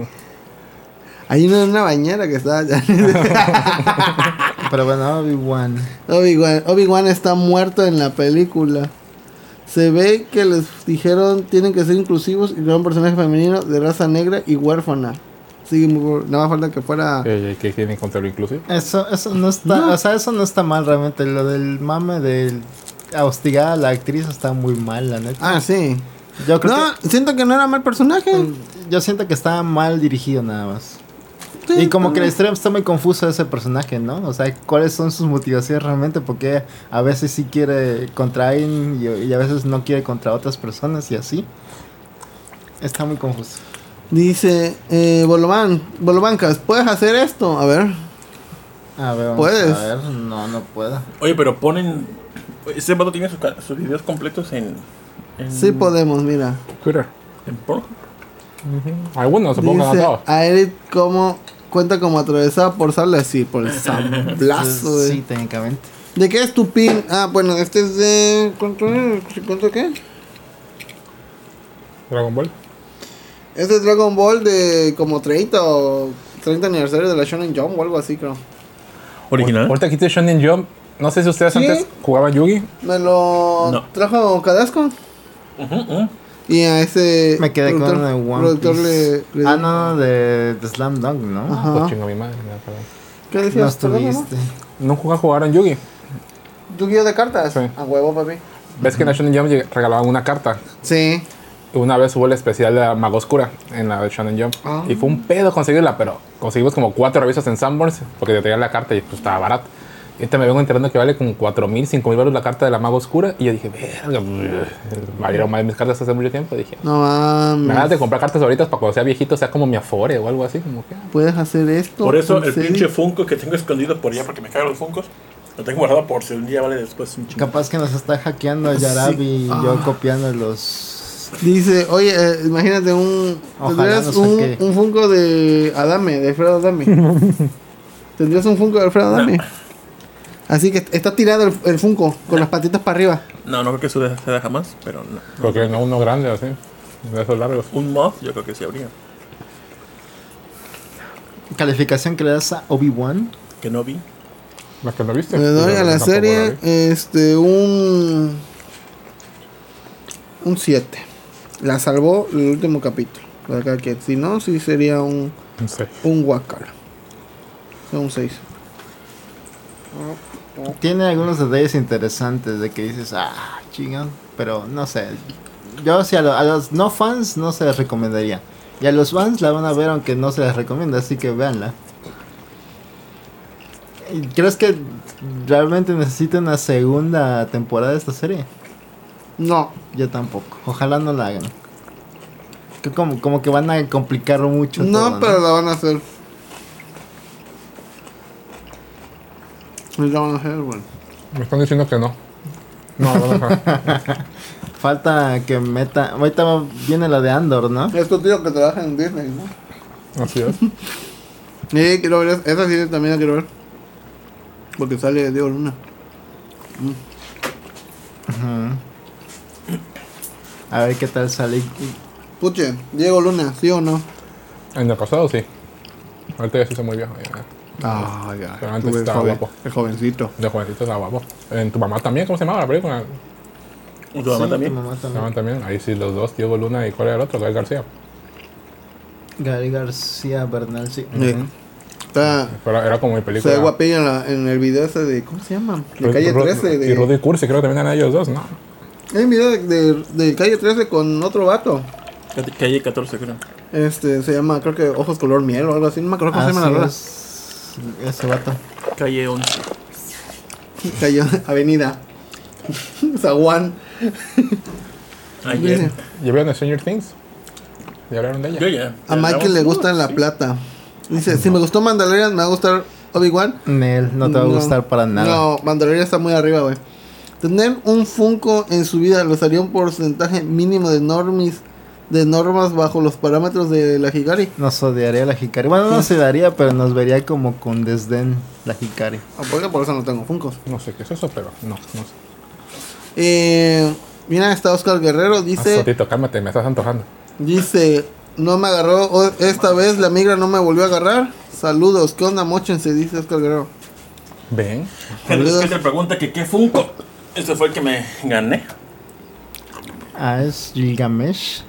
[SPEAKER 3] Hay una en una bañera que está. *laughs*
[SPEAKER 4] Pero bueno, Obi-Wan.
[SPEAKER 3] Obi-Wan Obi-Wan está muerto en la película. Se ve que les dijeron tienen que ser inclusivos y crear un personaje femenino de raza negra y huérfana. Sí, muy- nada más falta que fuera.
[SPEAKER 5] Eh, ¿Qué tienen contra lo inclusive?
[SPEAKER 4] Eso, eso no está,
[SPEAKER 3] No.
[SPEAKER 4] o sea, eso no está mal realmente. Lo del mame de hostigar a la actriz está muy mal, la neta.
[SPEAKER 3] Ah, sí.
[SPEAKER 4] Yo creo
[SPEAKER 3] No, siento que no era mal personaje.
[SPEAKER 4] que, yo siento que está mal dirigido nada más.
[SPEAKER 3] Sí,
[SPEAKER 4] y como que la
[SPEAKER 3] también.
[SPEAKER 4] historia está muy confusa de ese personaje, ¿no? O sea, ¿cuáles son sus motivaciones realmente? Porque a veces sí quiere contra alguien y, y a veces no quiere contra otras personas y así. Está muy confuso.
[SPEAKER 3] Dice, eh, Bolovan, Bolobancas, ¿puedes hacer esto? A ver.
[SPEAKER 4] A ver, vamos
[SPEAKER 3] Puedes.
[SPEAKER 4] a ver. No, no puedo.
[SPEAKER 2] Oye, pero ponen. Ese vato tiene sus, ca- sus videos completos en. en
[SPEAKER 3] Sí podemos, mira.
[SPEAKER 5] Twitter.
[SPEAKER 2] En Pornhub.
[SPEAKER 5] Algunos, supongo que no
[SPEAKER 3] Dice
[SPEAKER 5] todos.
[SPEAKER 3] a Eric como cuenta como atravesada por sable así, por el sablazo.
[SPEAKER 4] Sí,
[SPEAKER 3] de
[SPEAKER 4] técnicamente.
[SPEAKER 3] ¿De qué es tu pin? Ah, bueno, este es de... ¿Cuánto es? ¿Cuánto qué?
[SPEAKER 5] Dragon Ball.
[SPEAKER 3] Este es Dragon Ball de como 30 o 30 aniversario de la Shonen Jump o algo así, creo.
[SPEAKER 2] Original.
[SPEAKER 5] Ahorita aquí te Shonen Jump. No sé si ustedes
[SPEAKER 3] Sí.
[SPEAKER 5] antes jugaban Yugi.
[SPEAKER 3] Me lo
[SPEAKER 2] No.
[SPEAKER 3] trajo Cadasco
[SPEAKER 2] Ujú, ujú.
[SPEAKER 3] y a ese...
[SPEAKER 4] Me quedé
[SPEAKER 3] productor-
[SPEAKER 4] con el One
[SPEAKER 3] productor
[SPEAKER 4] Piece.
[SPEAKER 3] le- Ah, le-
[SPEAKER 4] Ah, no, de, de Slam Dunk, ¿no?
[SPEAKER 3] Ajá.
[SPEAKER 5] Pues chingo mi madre. no, perdón.
[SPEAKER 3] ¿Qué
[SPEAKER 4] No
[SPEAKER 3] decías? Perdón, mamá.
[SPEAKER 4] estuviste.
[SPEAKER 5] Nunca jugaron Yugi.
[SPEAKER 3] ¿Tu guía de cartas?
[SPEAKER 5] Sí.
[SPEAKER 3] A huevo, papi.
[SPEAKER 5] Ves que en la Shonen Jump lleg- regalaban una carta.
[SPEAKER 3] Sí.
[SPEAKER 5] Una vez hubo el especial de la Mago Oscura en la de Shonen Jump.
[SPEAKER 3] Ah.
[SPEAKER 5] Y fue un pedo conseguirla, pero conseguimos como cuatro revistas en Sanborns porque te traían la carta y pues estaba barata. Y ahorita me vengo enterando que vale como 4 mil, 5 mil la carta de la Mago Oscura. Y yo dije, verga, pues, valieron más mis cartas hace mucho tiempo. dije,
[SPEAKER 3] No
[SPEAKER 5] me
[SPEAKER 3] mames.
[SPEAKER 5] ganas de comprar cartas ahorita para cuando sea viejito, sea como mi Afore o algo así. Como que, ah.
[SPEAKER 3] Puedes hacer esto.
[SPEAKER 2] Por eso
[SPEAKER 3] en
[SPEAKER 2] el
[SPEAKER 3] serio.
[SPEAKER 2] pinche Funko que tengo escondido por allá, porque me cago en los Funkos, lo tengo guardado por si un día vale después un chingo.
[SPEAKER 4] Capaz que nos está hackeando Yarabi y yo
[SPEAKER 3] Ah.
[SPEAKER 4] copiando los.
[SPEAKER 3] Dice, oye, eh, imagínate un.
[SPEAKER 4] Ojalá
[SPEAKER 3] tendrías
[SPEAKER 4] nos
[SPEAKER 3] un,
[SPEAKER 4] saque.
[SPEAKER 3] un Funko de Adame, de Alfredo Adame. tendrías un Funko de Alfredo Adame. Así que está tirado el, el Funko con las patitas para arriba.
[SPEAKER 2] No, no creo que eso se da jamás, pero no.
[SPEAKER 5] porque no uno grande así, de esos largos.
[SPEAKER 2] Un mod yo creo que sí habría.
[SPEAKER 4] Calificación que le das a Obi-Wan.
[SPEAKER 2] Que no vi.
[SPEAKER 5] Las que no viste.
[SPEAKER 3] Le doy
[SPEAKER 5] Yo
[SPEAKER 3] a la
[SPEAKER 5] tampoco la
[SPEAKER 3] serie
[SPEAKER 5] vi.
[SPEAKER 3] este un. Un 7. La salvó el último capítulo. la de cada quien. Si no, sí sería un.
[SPEAKER 5] No sé.
[SPEAKER 3] Un guacal. Un 6.
[SPEAKER 4] Tiene algunos detalles interesantes de que dices, ah, chingón. Pero no sé. Yo sí, a, lo- a los no fans no se les recomendaría. Y a los fans la van a ver aunque no se les recomienda, así que véanla. ¿Y ¿Crees que realmente necesita una segunda temporada de esta serie?
[SPEAKER 3] No.
[SPEAKER 4] Yo tampoco. Ojalá no la hagan. Que como, como que van a complicarlo mucho. todo,
[SPEAKER 3] No, pero la van a hacer. La van a hacer, güey.
[SPEAKER 5] Me están diciendo que no. No,
[SPEAKER 3] *laughs*
[SPEAKER 5] no, no.
[SPEAKER 4] Falta que meta. Ahorita va- viene la de Andor, ¿no?
[SPEAKER 3] Estos tíos que trabajan en Disney, ¿no?
[SPEAKER 5] Así es.
[SPEAKER 3] Sí, quiero ver. esa- Esa sí también la quiero ver. Porque sale Diego Luna.
[SPEAKER 4] A ver qué tal sale.
[SPEAKER 3] Puche, Diego Luna, ¿sí o no?
[SPEAKER 5] En el pasado sí. Ahorita ya se hizo muy viejo. ya, ya.
[SPEAKER 3] Ah, ya.
[SPEAKER 5] Pero antes estaba guapo.
[SPEAKER 3] El jovencito.
[SPEAKER 5] De jovencito estaba guapo. En tu mamá también, ¿cómo se llamaba la película?
[SPEAKER 2] ¿Y tu mamá
[SPEAKER 4] Sí, tu
[SPEAKER 2] también?
[SPEAKER 4] mamá
[SPEAKER 5] Tu
[SPEAKER 4] también.
[SPEAKER 5] mamá también. Ahí sí, los dos, Diego Luna y ¿cuál era el otro? Gael García.
[SPEAKER 4] Gael García Bernal, sí.
[SPEAKER 3] Sí. Está.
[SPEAKER 5] Pero era como mi
[SPEAKER 3] Se
[SPEAKER 5] película.
[SPEAKER 3] ve guapillo en, la- en el video ese de. ¿Cómo se llama? De
[SPEAKER 5] Ru-
[SPEAKER 3] calle
[SPEAKER 5] Ru-
[SPEAKER 3] 13.
[SPEAKER 5] Y
[SPEAKER 3] De,
[SPEAKER 5] Rudy Cursi, creo que también eran ellos dos, ¿no?
[SPEAKER 3] hay un video de, de- de calle 13 con otro vato.
[SPEAKER 2] Cate- Calle 14, creo.
[SPEAKER 3] Este se llama, creo que Ojos color miel o algo así. No me acuerdo cómo se llama la
[SPEAKER 4] Así
[SPEAKER 3] rola.
[SPEAKER 4] es. Ese vato.
[SPEAKER 2] Calle 11.
[SPEAKER 3] Cayó Avenida *laughs* Zaguán.
[SPEAKER 2] Ayer.
[SPEAKER 5] ¿Ya vieron de Stranger Things? ¿Ya hablaron de
[SPEAKER 2] Yo
[SPEAKER 5] ella?
[SPEAKER 2] ya.
[SPEAKER 3] A Michael le gusta la plata. Dice, si me gustó Mandalorian, me va a gustar Obi-Wan.
[SPEAKER 4] Nel, no te va a gustar para nada.
[SPEAKER 3] No, Mandalorian está muy arriba, güey. Tener un Funko en su vida lo haría un porcentaje mínimo de normis, de normas bajo los parámetros de la Higari.
[SPEAKER 4] Nos odiaría la Hikari.
[SPEAKER 3] *laughs*
[SPEAKER 4] Bueno, no se daría, pero nos vería como con desdén la Hikari.
[SPEAKER 3] Aunque Ah, por eso no tengo Funkos.
[SPEAKER 5] No sé qué es eso, pero no, no sé.
[SPEAKER 3] Eh, mira, está Oscar Guerrero,
[SPEAKER 5] Ah,
[SPEAKER 3] dice...
[SPEAKER 5] Sotito, cálmate, me estás antojando.
[SPEAKER 3] Dice, no me agarró, o- esta vez la migra no me volvió a agarrar. Saludos, ¿qué onda? Móchense, dice Oscar Guerrero.
[SPEAKER 5] Ven.
[SPEAKER 2] Gente, es que te pregunta que qué Funko. Este fue el que me gané.
[SPEAKER 4] Ah, es Gilgamesh.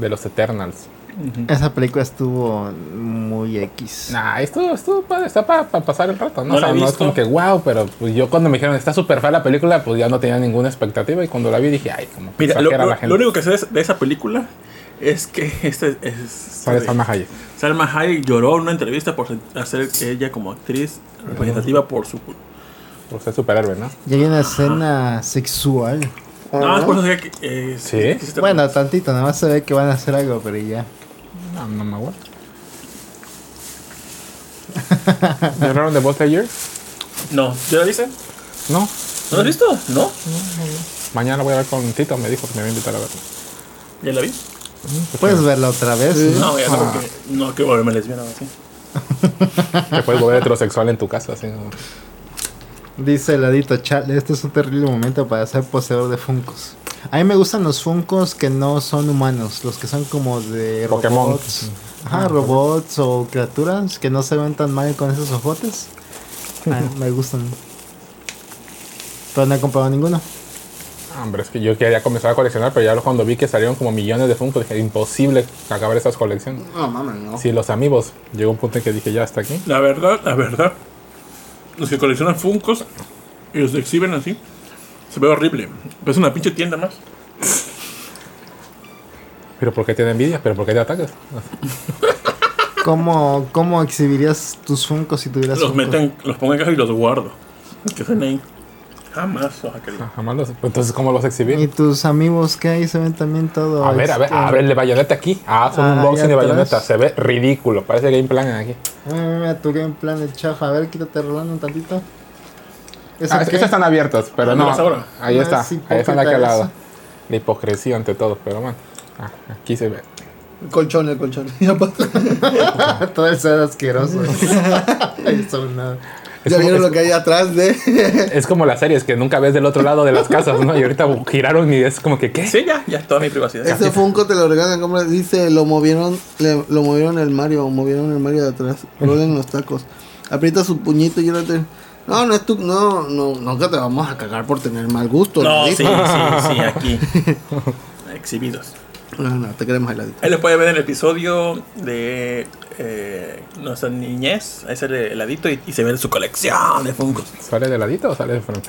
[SPEAKER 5] de los Eternals.
[SPEAKER 4] Esa película estuvo muy X.
[SPEAKER 5] Nah, esto, esto pa- está para pasar el rato, ¿no?
[SPEAKER 2] No
[SPEAKER 5] O sea,
[SPEAKER 2] la he
[SPEAKER 5] no es
[SPEAKER 2] visto.
[SPEAKER 5] como que wow, pero pues, yo cuando me dijeron está súper fea la película, pues ya no tenía ninguna expectativa y cuando la vi dije, ay, como que
[SPEAKER 2] Mira, lo,
[SPEAKER 5] exagera
[SPEAKER 2] lo-
[SPEAKER 5] la gente.
[SPEAKER 2] lo único que sé es- de esa película es que este es.
[SPEAKER 5] Sale Salma Hayek.
[SPEAKER 2] Salma Hayek lloró en una entrevista por hacer ella como actriz representativa por su.
[SPEAKER 5] Por ser superhéroe, ¿no?
[SPEAKER 4] Y hay una escena sexual.
[SPEAKER 2] Nada más por eso que. eh,
[SPEAKER 5] ¿Sí?
[SPEAKER 2] que existe-
[SPEAKER 4] Bueno, tantito, nada más se ve que van a hacer algo, pero ya.
[SPEAKER 5] No, no me acuerdo. ¿Me hablaron de Buzz Lightyear?
[SPEAKER 2] No, ¿ya la viste?
[SPEAKER 5] No.
[SPEAKER 2] ¿No la has visto? No.
[SPEAKER 5] Mañana voy a ver con Tito, me dijo que me iba a invitar a verlo.
[SPEAKER 2] ¿Ya la vi?
[SPEAKER 4] Puedes verla otra vez. ¿no?
[SPEAKER 2] No, ya no, porque no quiero volverme lesbiana o así.
[SPEAKER 5] Te puedes volver heterosexual en tu casa, así. ¿no?
[SPEAKER 4] Dice el ladito, chale, este es un terrible momento para ser poseedor de Funcos. A mí me gustan los Funcos que no son humanos, los que son como de
[SPEAKER 5] Pokémon.
[SPEAKER 4] robots. Ajá, robots o criaturas que no se ven tan mal con esos ojotes. Ah, me gustan. Pero no he comprado ninguno.
[SPEAKER 5] Ah, Hombre, es que yo quería comenzar a coleccionar, pero ya lo- cuando vi que salieron como millones de Funko, dije, imposible acabar esas colecciones.
[SPEAKER 4] No, mames, no.
[SPEAKER 5] Sí, los amigos. Llegó un punto en que dije, ya hasta aquí.
[SPEAKER 2] La verdad, la verdad. Los que coleccionan Funkos y los exhiben así, se ve horrible. Es una pinche tienda más.
[SPEAKER 5] Pero ¿por qué te da envidia? ¿Pero por qué te atacas?
[SPEAKER 4] ¿Cómo, cómo exhibirías tus Funcos si tuvieras
[SPEAKER 2] Los
[SPEAKER 4] Funkos?
[SPEAKER 2] meten, los pongo en caja y los guardo. Que estén ahí. Jamás. ojalá que
[SPEAKER 5] Ah,
[SPEAKER 2] lo-
[SPEAKER 5] Jamás los... Entonces, ¿cómo los
[SPEAKER 4] ¿Y
[SPEAKER 5] exhibí?
[SPEAKER 4] tus amigos que hay se ven también todo?
[SPEAKER 5] A ver, a ver,
[SPEAKER 4] este,
[SPEAKER 5] ábrele bayoneta aquí. Ah, son
[SPEAKER 4] Ah,
[SPEAKER 5] un unboxing
[SPEAKER 4] ahí
[SPEAKER 5] de
[SPEAKER 4] atrás.
[SPEAKER 5] bayoneta. Se ve ridículo. Parece Game Plan aquí.
[SPEAKER 4] Mira, mira, tu game plan de chafa. A ver, quítate Rolando un tantito. ¿Eso
[SPEAKER 5] Ah, es
[SPEAKER 4] *laughs*
[SPEAKER 5] que
[SPEAKER 4] qué?
[SPEAKER 5] esas están abiertas, pero
[SPEAKER 2] Ah,
[SPEAKER 5] no.
[SPEAKER 2] miras ahora.
[SPEAKER 5] Ahí
[SPEAKER 4] No,
[SPEAKER 5] está.
[SPEAKER 4] es
[SPEAKER 5] Ahí está la
[SPEAKER 4] hipócrita
[SPEAKER 5] que al lado.
[SPEAKER 4] eso.
[SPEAKER 5] La hipocresía ante todo, pero bueno. Ah, aquí se ve.
[SPEAKER 3] El colchón, el colchón. *laughs* Ya pasa.
[SPEAKER 4] Todo el ser
[SPEAKER 5] *laughs*
[SPEAKER 4] asqueroso. *laughs* Eso, nada.
[SPEAKER 5] Es
[SPEAKER 3] Ya
[SPEAKER 5] como-
[SPEAKER 3] vieron
[SPEAKER 5] es-
[SPEAKER 3] lo que hay atrás
[SPEAKER 5] *laughs*
[SPEAKER 3] de.
[SPEAKER 5] Es como las series que nunca ves del otro lado de las casas, ¿no? Y ahorita giraron y es como que, ¿qué?
[SPEAKER 2] Sí, ya, ya toda mi privacidad.
[SPEAKER 3] Ese Funko te lo regalan, como dice, lo movieron, le- lo movieron el Mario, movieron el Mario de atrás, rolen los tacos. Aprieta su puñito y llévate. No, no es tu, no, no, nunca te vamos a cagar por tener mal gusto.
[SPEAKER 2] No, sí,
[SPEAKER 3] ladito.
[SPEAKER 2] sí, sí, aquí. Exhibidos.
[SPEAKER 3] No, no, te queremos heladito.
[SPEAKER 2] Ahí lo puede ver en el episodio de eh, nuestra niñez. Ahí sale el ladito y, y se ve su colección de Funkos.
[SPEAKER 5] ¿Sale de ladito o sale de frente?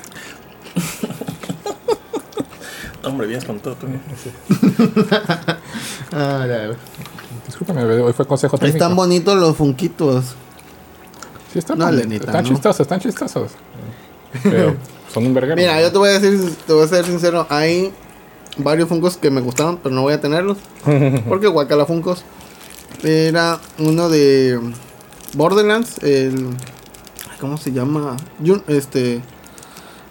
[SPEAKER 2] Hombre, vienes con todo tú.
[SPEAKER 4] Ah, ya, ya.
[SPEAKER 5] Discúlpame, hoy fue consejo técnico.
[SPEAKER 3] Están bonitos los funquitos.
[SPEAKER 5] Sí, están,
[SPEAKER 3] No,
[SPEAKER 5] bonitos,
[SPEAKER 3] Lenita,
[SPEAKER 5] están
[SPEAKER 3] ¿no?
[SPEAKER 5] chistosos, están chistosos. Pero son un verguero.
[SPEAKER 3] Mira,
[SPEAKER 5] *laughs*
[SPEAKER 3] yo te voy a decir, te voy a ser sincero, hay varios funcos que me gustaron, pero no voy a tenerlos. Porque Guacala Funcos era uno de Borderlands, el. ay, ¿Cómo se llama? Yun- Este.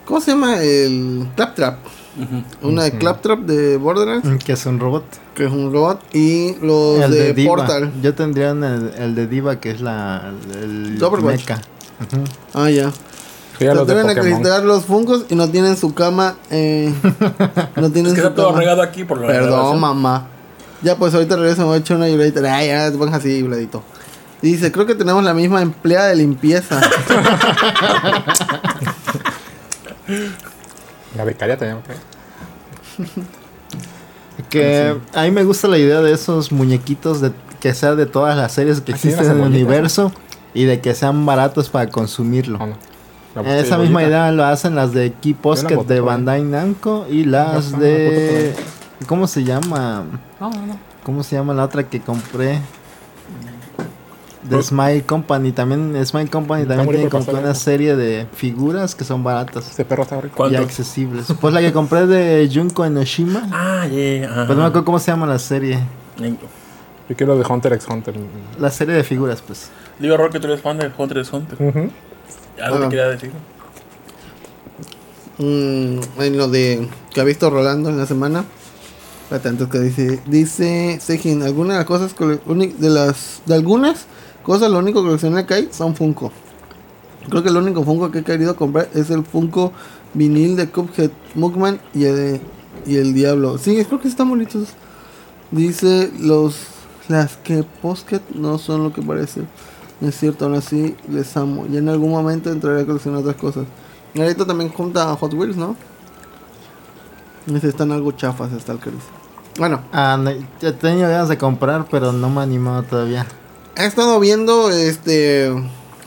[SPEAKER 3] ¿Cómo se llama? El Claptrap. Una de Claptrap de Borderlands,
[SPEAKER 4] Mm, Que es un robot.
[SPEAKER 3] que es un robot. Y los
[SPEAKER 4] el
[SPEAKER 3] de,
[SPEAKER 4] de, Diva.
[SPEAKER 3] Portal.
[SPEAKER 4] Yo tendría un- el, el de Diva, que es la. El
[SPEAKER 3] Overwatch.
[SPEAKER 4] mecha.
[SPEAKER 3] Ah, ya.
[SPEAKER 5] Mira
[SPEAKER 3] Nos
[SPEAKER 5] los de
[SPEAKER 3] deben
[SPEAKER 5] Pokémon.
[SPEAKER 3] acreditar los funcos y no tienen su cama. Eh, no tienen
[SPEAKER 2] Es que
[SPEAKER 3] su
[SPEAKER 2] está todo
[SPEAKER 3] cama.
[SPEAKER 2] regado aquí por lo
[SPEAKER 3] Perdón, mamá. Ya, pues ahorita regreso, me voy a echar una yuladita. Ay, ya, te pones así, yuladito. Y dice, creo que tenemos la misma empleada de limpieza.
[SPEAKER 5] La becaria tenía que
[SPEAKER 4] Que a mí me gusta la idea de esos muñequitos de, que sea de todas las series que
[SPEAKER 5] Ah, sí,
[SPEAKER 4] existen
[SPEAKER 5] las
[SPEAKER 4] en el
[SPEAKER 5] cebollitas.
[SPEAKER 4] universo y de que sean baratos para consumirlo.
[SPEAKER 5] No, no. La
[SPEAKER 4] Esa
[SPEAKER 5] cebollita.
[SPEAKER 4] misma idea lo hacen las de Key
[SPEAKER 5] Yo la
[SPEAKER 4] Pocket
[SPEAKER 5] boté
[SPEAKER 4] de
[SPEAKER 5] por ahí.
[SPEAKER 4] Bandai Namco y
[SPEAKER 5] Ajá,
[SPEAKER 4] las
[SPEAKER 5] la
[SPEAKER 4] de.
[SPEAKER 5] boté
[SPEAKER 4] ¿Cómo se llama?
[SPEAKER 5] No, no, no.
[SPEAKER 4] ¿Cómo se llama la otra que compré? De Smile Company. También Smile Company
[SPEAKER 5] Está
[SPEAKER 4] también
[SPEAKER 5] muy
[SPEAKER 4] tiene
[SPEAKER 5] rico
[SPEAKER 4] como que
[SPEAKER 5] pasar
[SPEAKER 4] una
[SPEAKER 5] eso.
[SPEAKER 4] serie de figuras que son baratas
[SPEAKER 5] Este perro está rico.
[SPEAKER 4] y
[SPEAKER 2] ¿Cuánto?
[SPEAKER 4] accesibles. Pues la que compré de Junko Enoshima.
[SPEAKER 2] Ah, ya, ya,
[SPEAKER 4] Pero Pues no me
[SPEAKER 2] ajá.
[SPEAKER 4] acuerdo cómo se llama la serie.
[SPEAKER 5] Yo quiero de Hunter x Hunter.
[SPEAKER 4] La serie de figuras, pues.
[SPEAKER 2] Digo, Rol, que tú eres fan de Hunter x Hunter.
[SPEAKER 5] Ujú.
[SPEAKER 2] Algo
[SPEAKER 3] Ah.
[SPEAKER 2] que quería decir.
[SPEAKER 3] Mm, en lo de que ha visto Rolando en la semana. Espérate, antes que dice. Dice Sejin, algunas de las cosas cole- uni- de las. De algunas cosas lo único que colecciona que hay son Funko. Creo que el único Funko que he querido comprar es el Funko vinil de Cuphead Mugman y el, y el Diablo. Sí, creo que están bonitos. Dice los las que Posket no son lo que parece. No es cierto, aún así les amo. Y en algún momento entraré a coleccionar otras cosas. Y ahorita también junta a Hot Wheels, ¿no? Dice, están algo chafas, está el que dice. Bueno,
[SPEAKER 4] Ah, no, he tenido ganas de comprar, pero no me he animado todavía.
[SPEAKER 3] he estado viendo este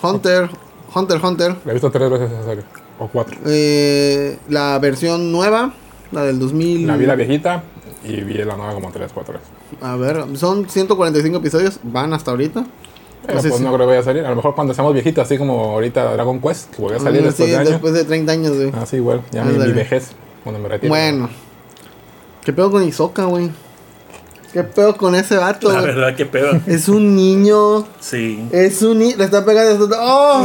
[SPEAKER 3] Hunter, Hunter, Hunter,
[SPEAKER 5] La he visto tres veces esa serie. O cuatro.
[SPEAKER 3] eh, la versión nueva, la del 2000.
[SPEAKER 5] La vi la viejita y vi la nueva como tres, cuatro veces.
[SPEAKER 3] A ver, son 145 episodios, van hasta ahorita.
[SPEAKER 5] Pero
[SPEAKER 3] No sé
[SPEAKER 5] pues
[SPEAKER 3] si-
[SPEAKER 5] no creo que vaya a salir. A lo mejor cuando seamos viejitos, así como ahorita Dragon Quest, que volvió a salir
[SPEAKER 3] Sí,
[SPEAKER 5] después de años.
[SPEAKER 3] después de 30 años, güey.
[SPEAKER 5] Ah, sí, igual. Ya mi,
[SPEAKER 3] Ándale.
[SPEAKER 5] mi vejez. Cuando me retiro.
[SPEAKER 3] Bueno. ¿Qué pedo con Isoka, güey? ¿Qué pedo con ese vato,
[SPEAKER 2] La
[SPEAKER 3] güey?
[SPEAKER 2] verdad, qué pedo.
[SPEAKER 3] Es un niño.
[SPEAKER 2] Sí.
[SPEAKER 3] Es un niño. Le está pegando. está- ¡Oh!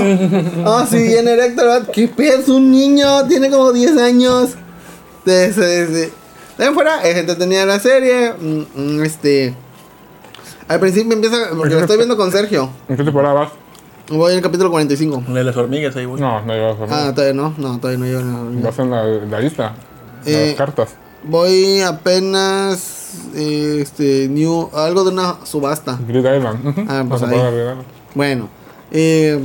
[SPEAKER 3] ¡Oh, sí, bien erecto el vato! ¿Qué pedo? Es un niño. Tiene como 10 años. De, de, de- de ahí fuera, es entretenida la serie. mm, mm, Este. Al principio empieza. Porque lo estoy viendo con Sergio.
[SPEAKER 5] ¿En qué temporada vas?
[SPEAKER 3] Voy en el capítulo 45.
[SPEAKER 2] Una de las hormigas ahí, güey.
[SPEAKER 5] No, no llevas a
[SPEAKER 3] Ah, todavía no. No, todavía no llevo nada.
[SPEAKER 5] Vas en la, la lista.
[SPEAKER 3] Eh,
[SPEAKER 5] las cartas.
[SPEAKER 3] Voy apenas. eh, Este. New. Algo de una subasta.
[SPEAKER 5] Grid Island. ujú.
[SPEAKER 3] Ah, pues
[SPEAKER 5] La
[SPEAKER 3] ahí.
[SPEAKER 5] temporada de Grid Island.
[SPEAKER 3] Bueno. Eh,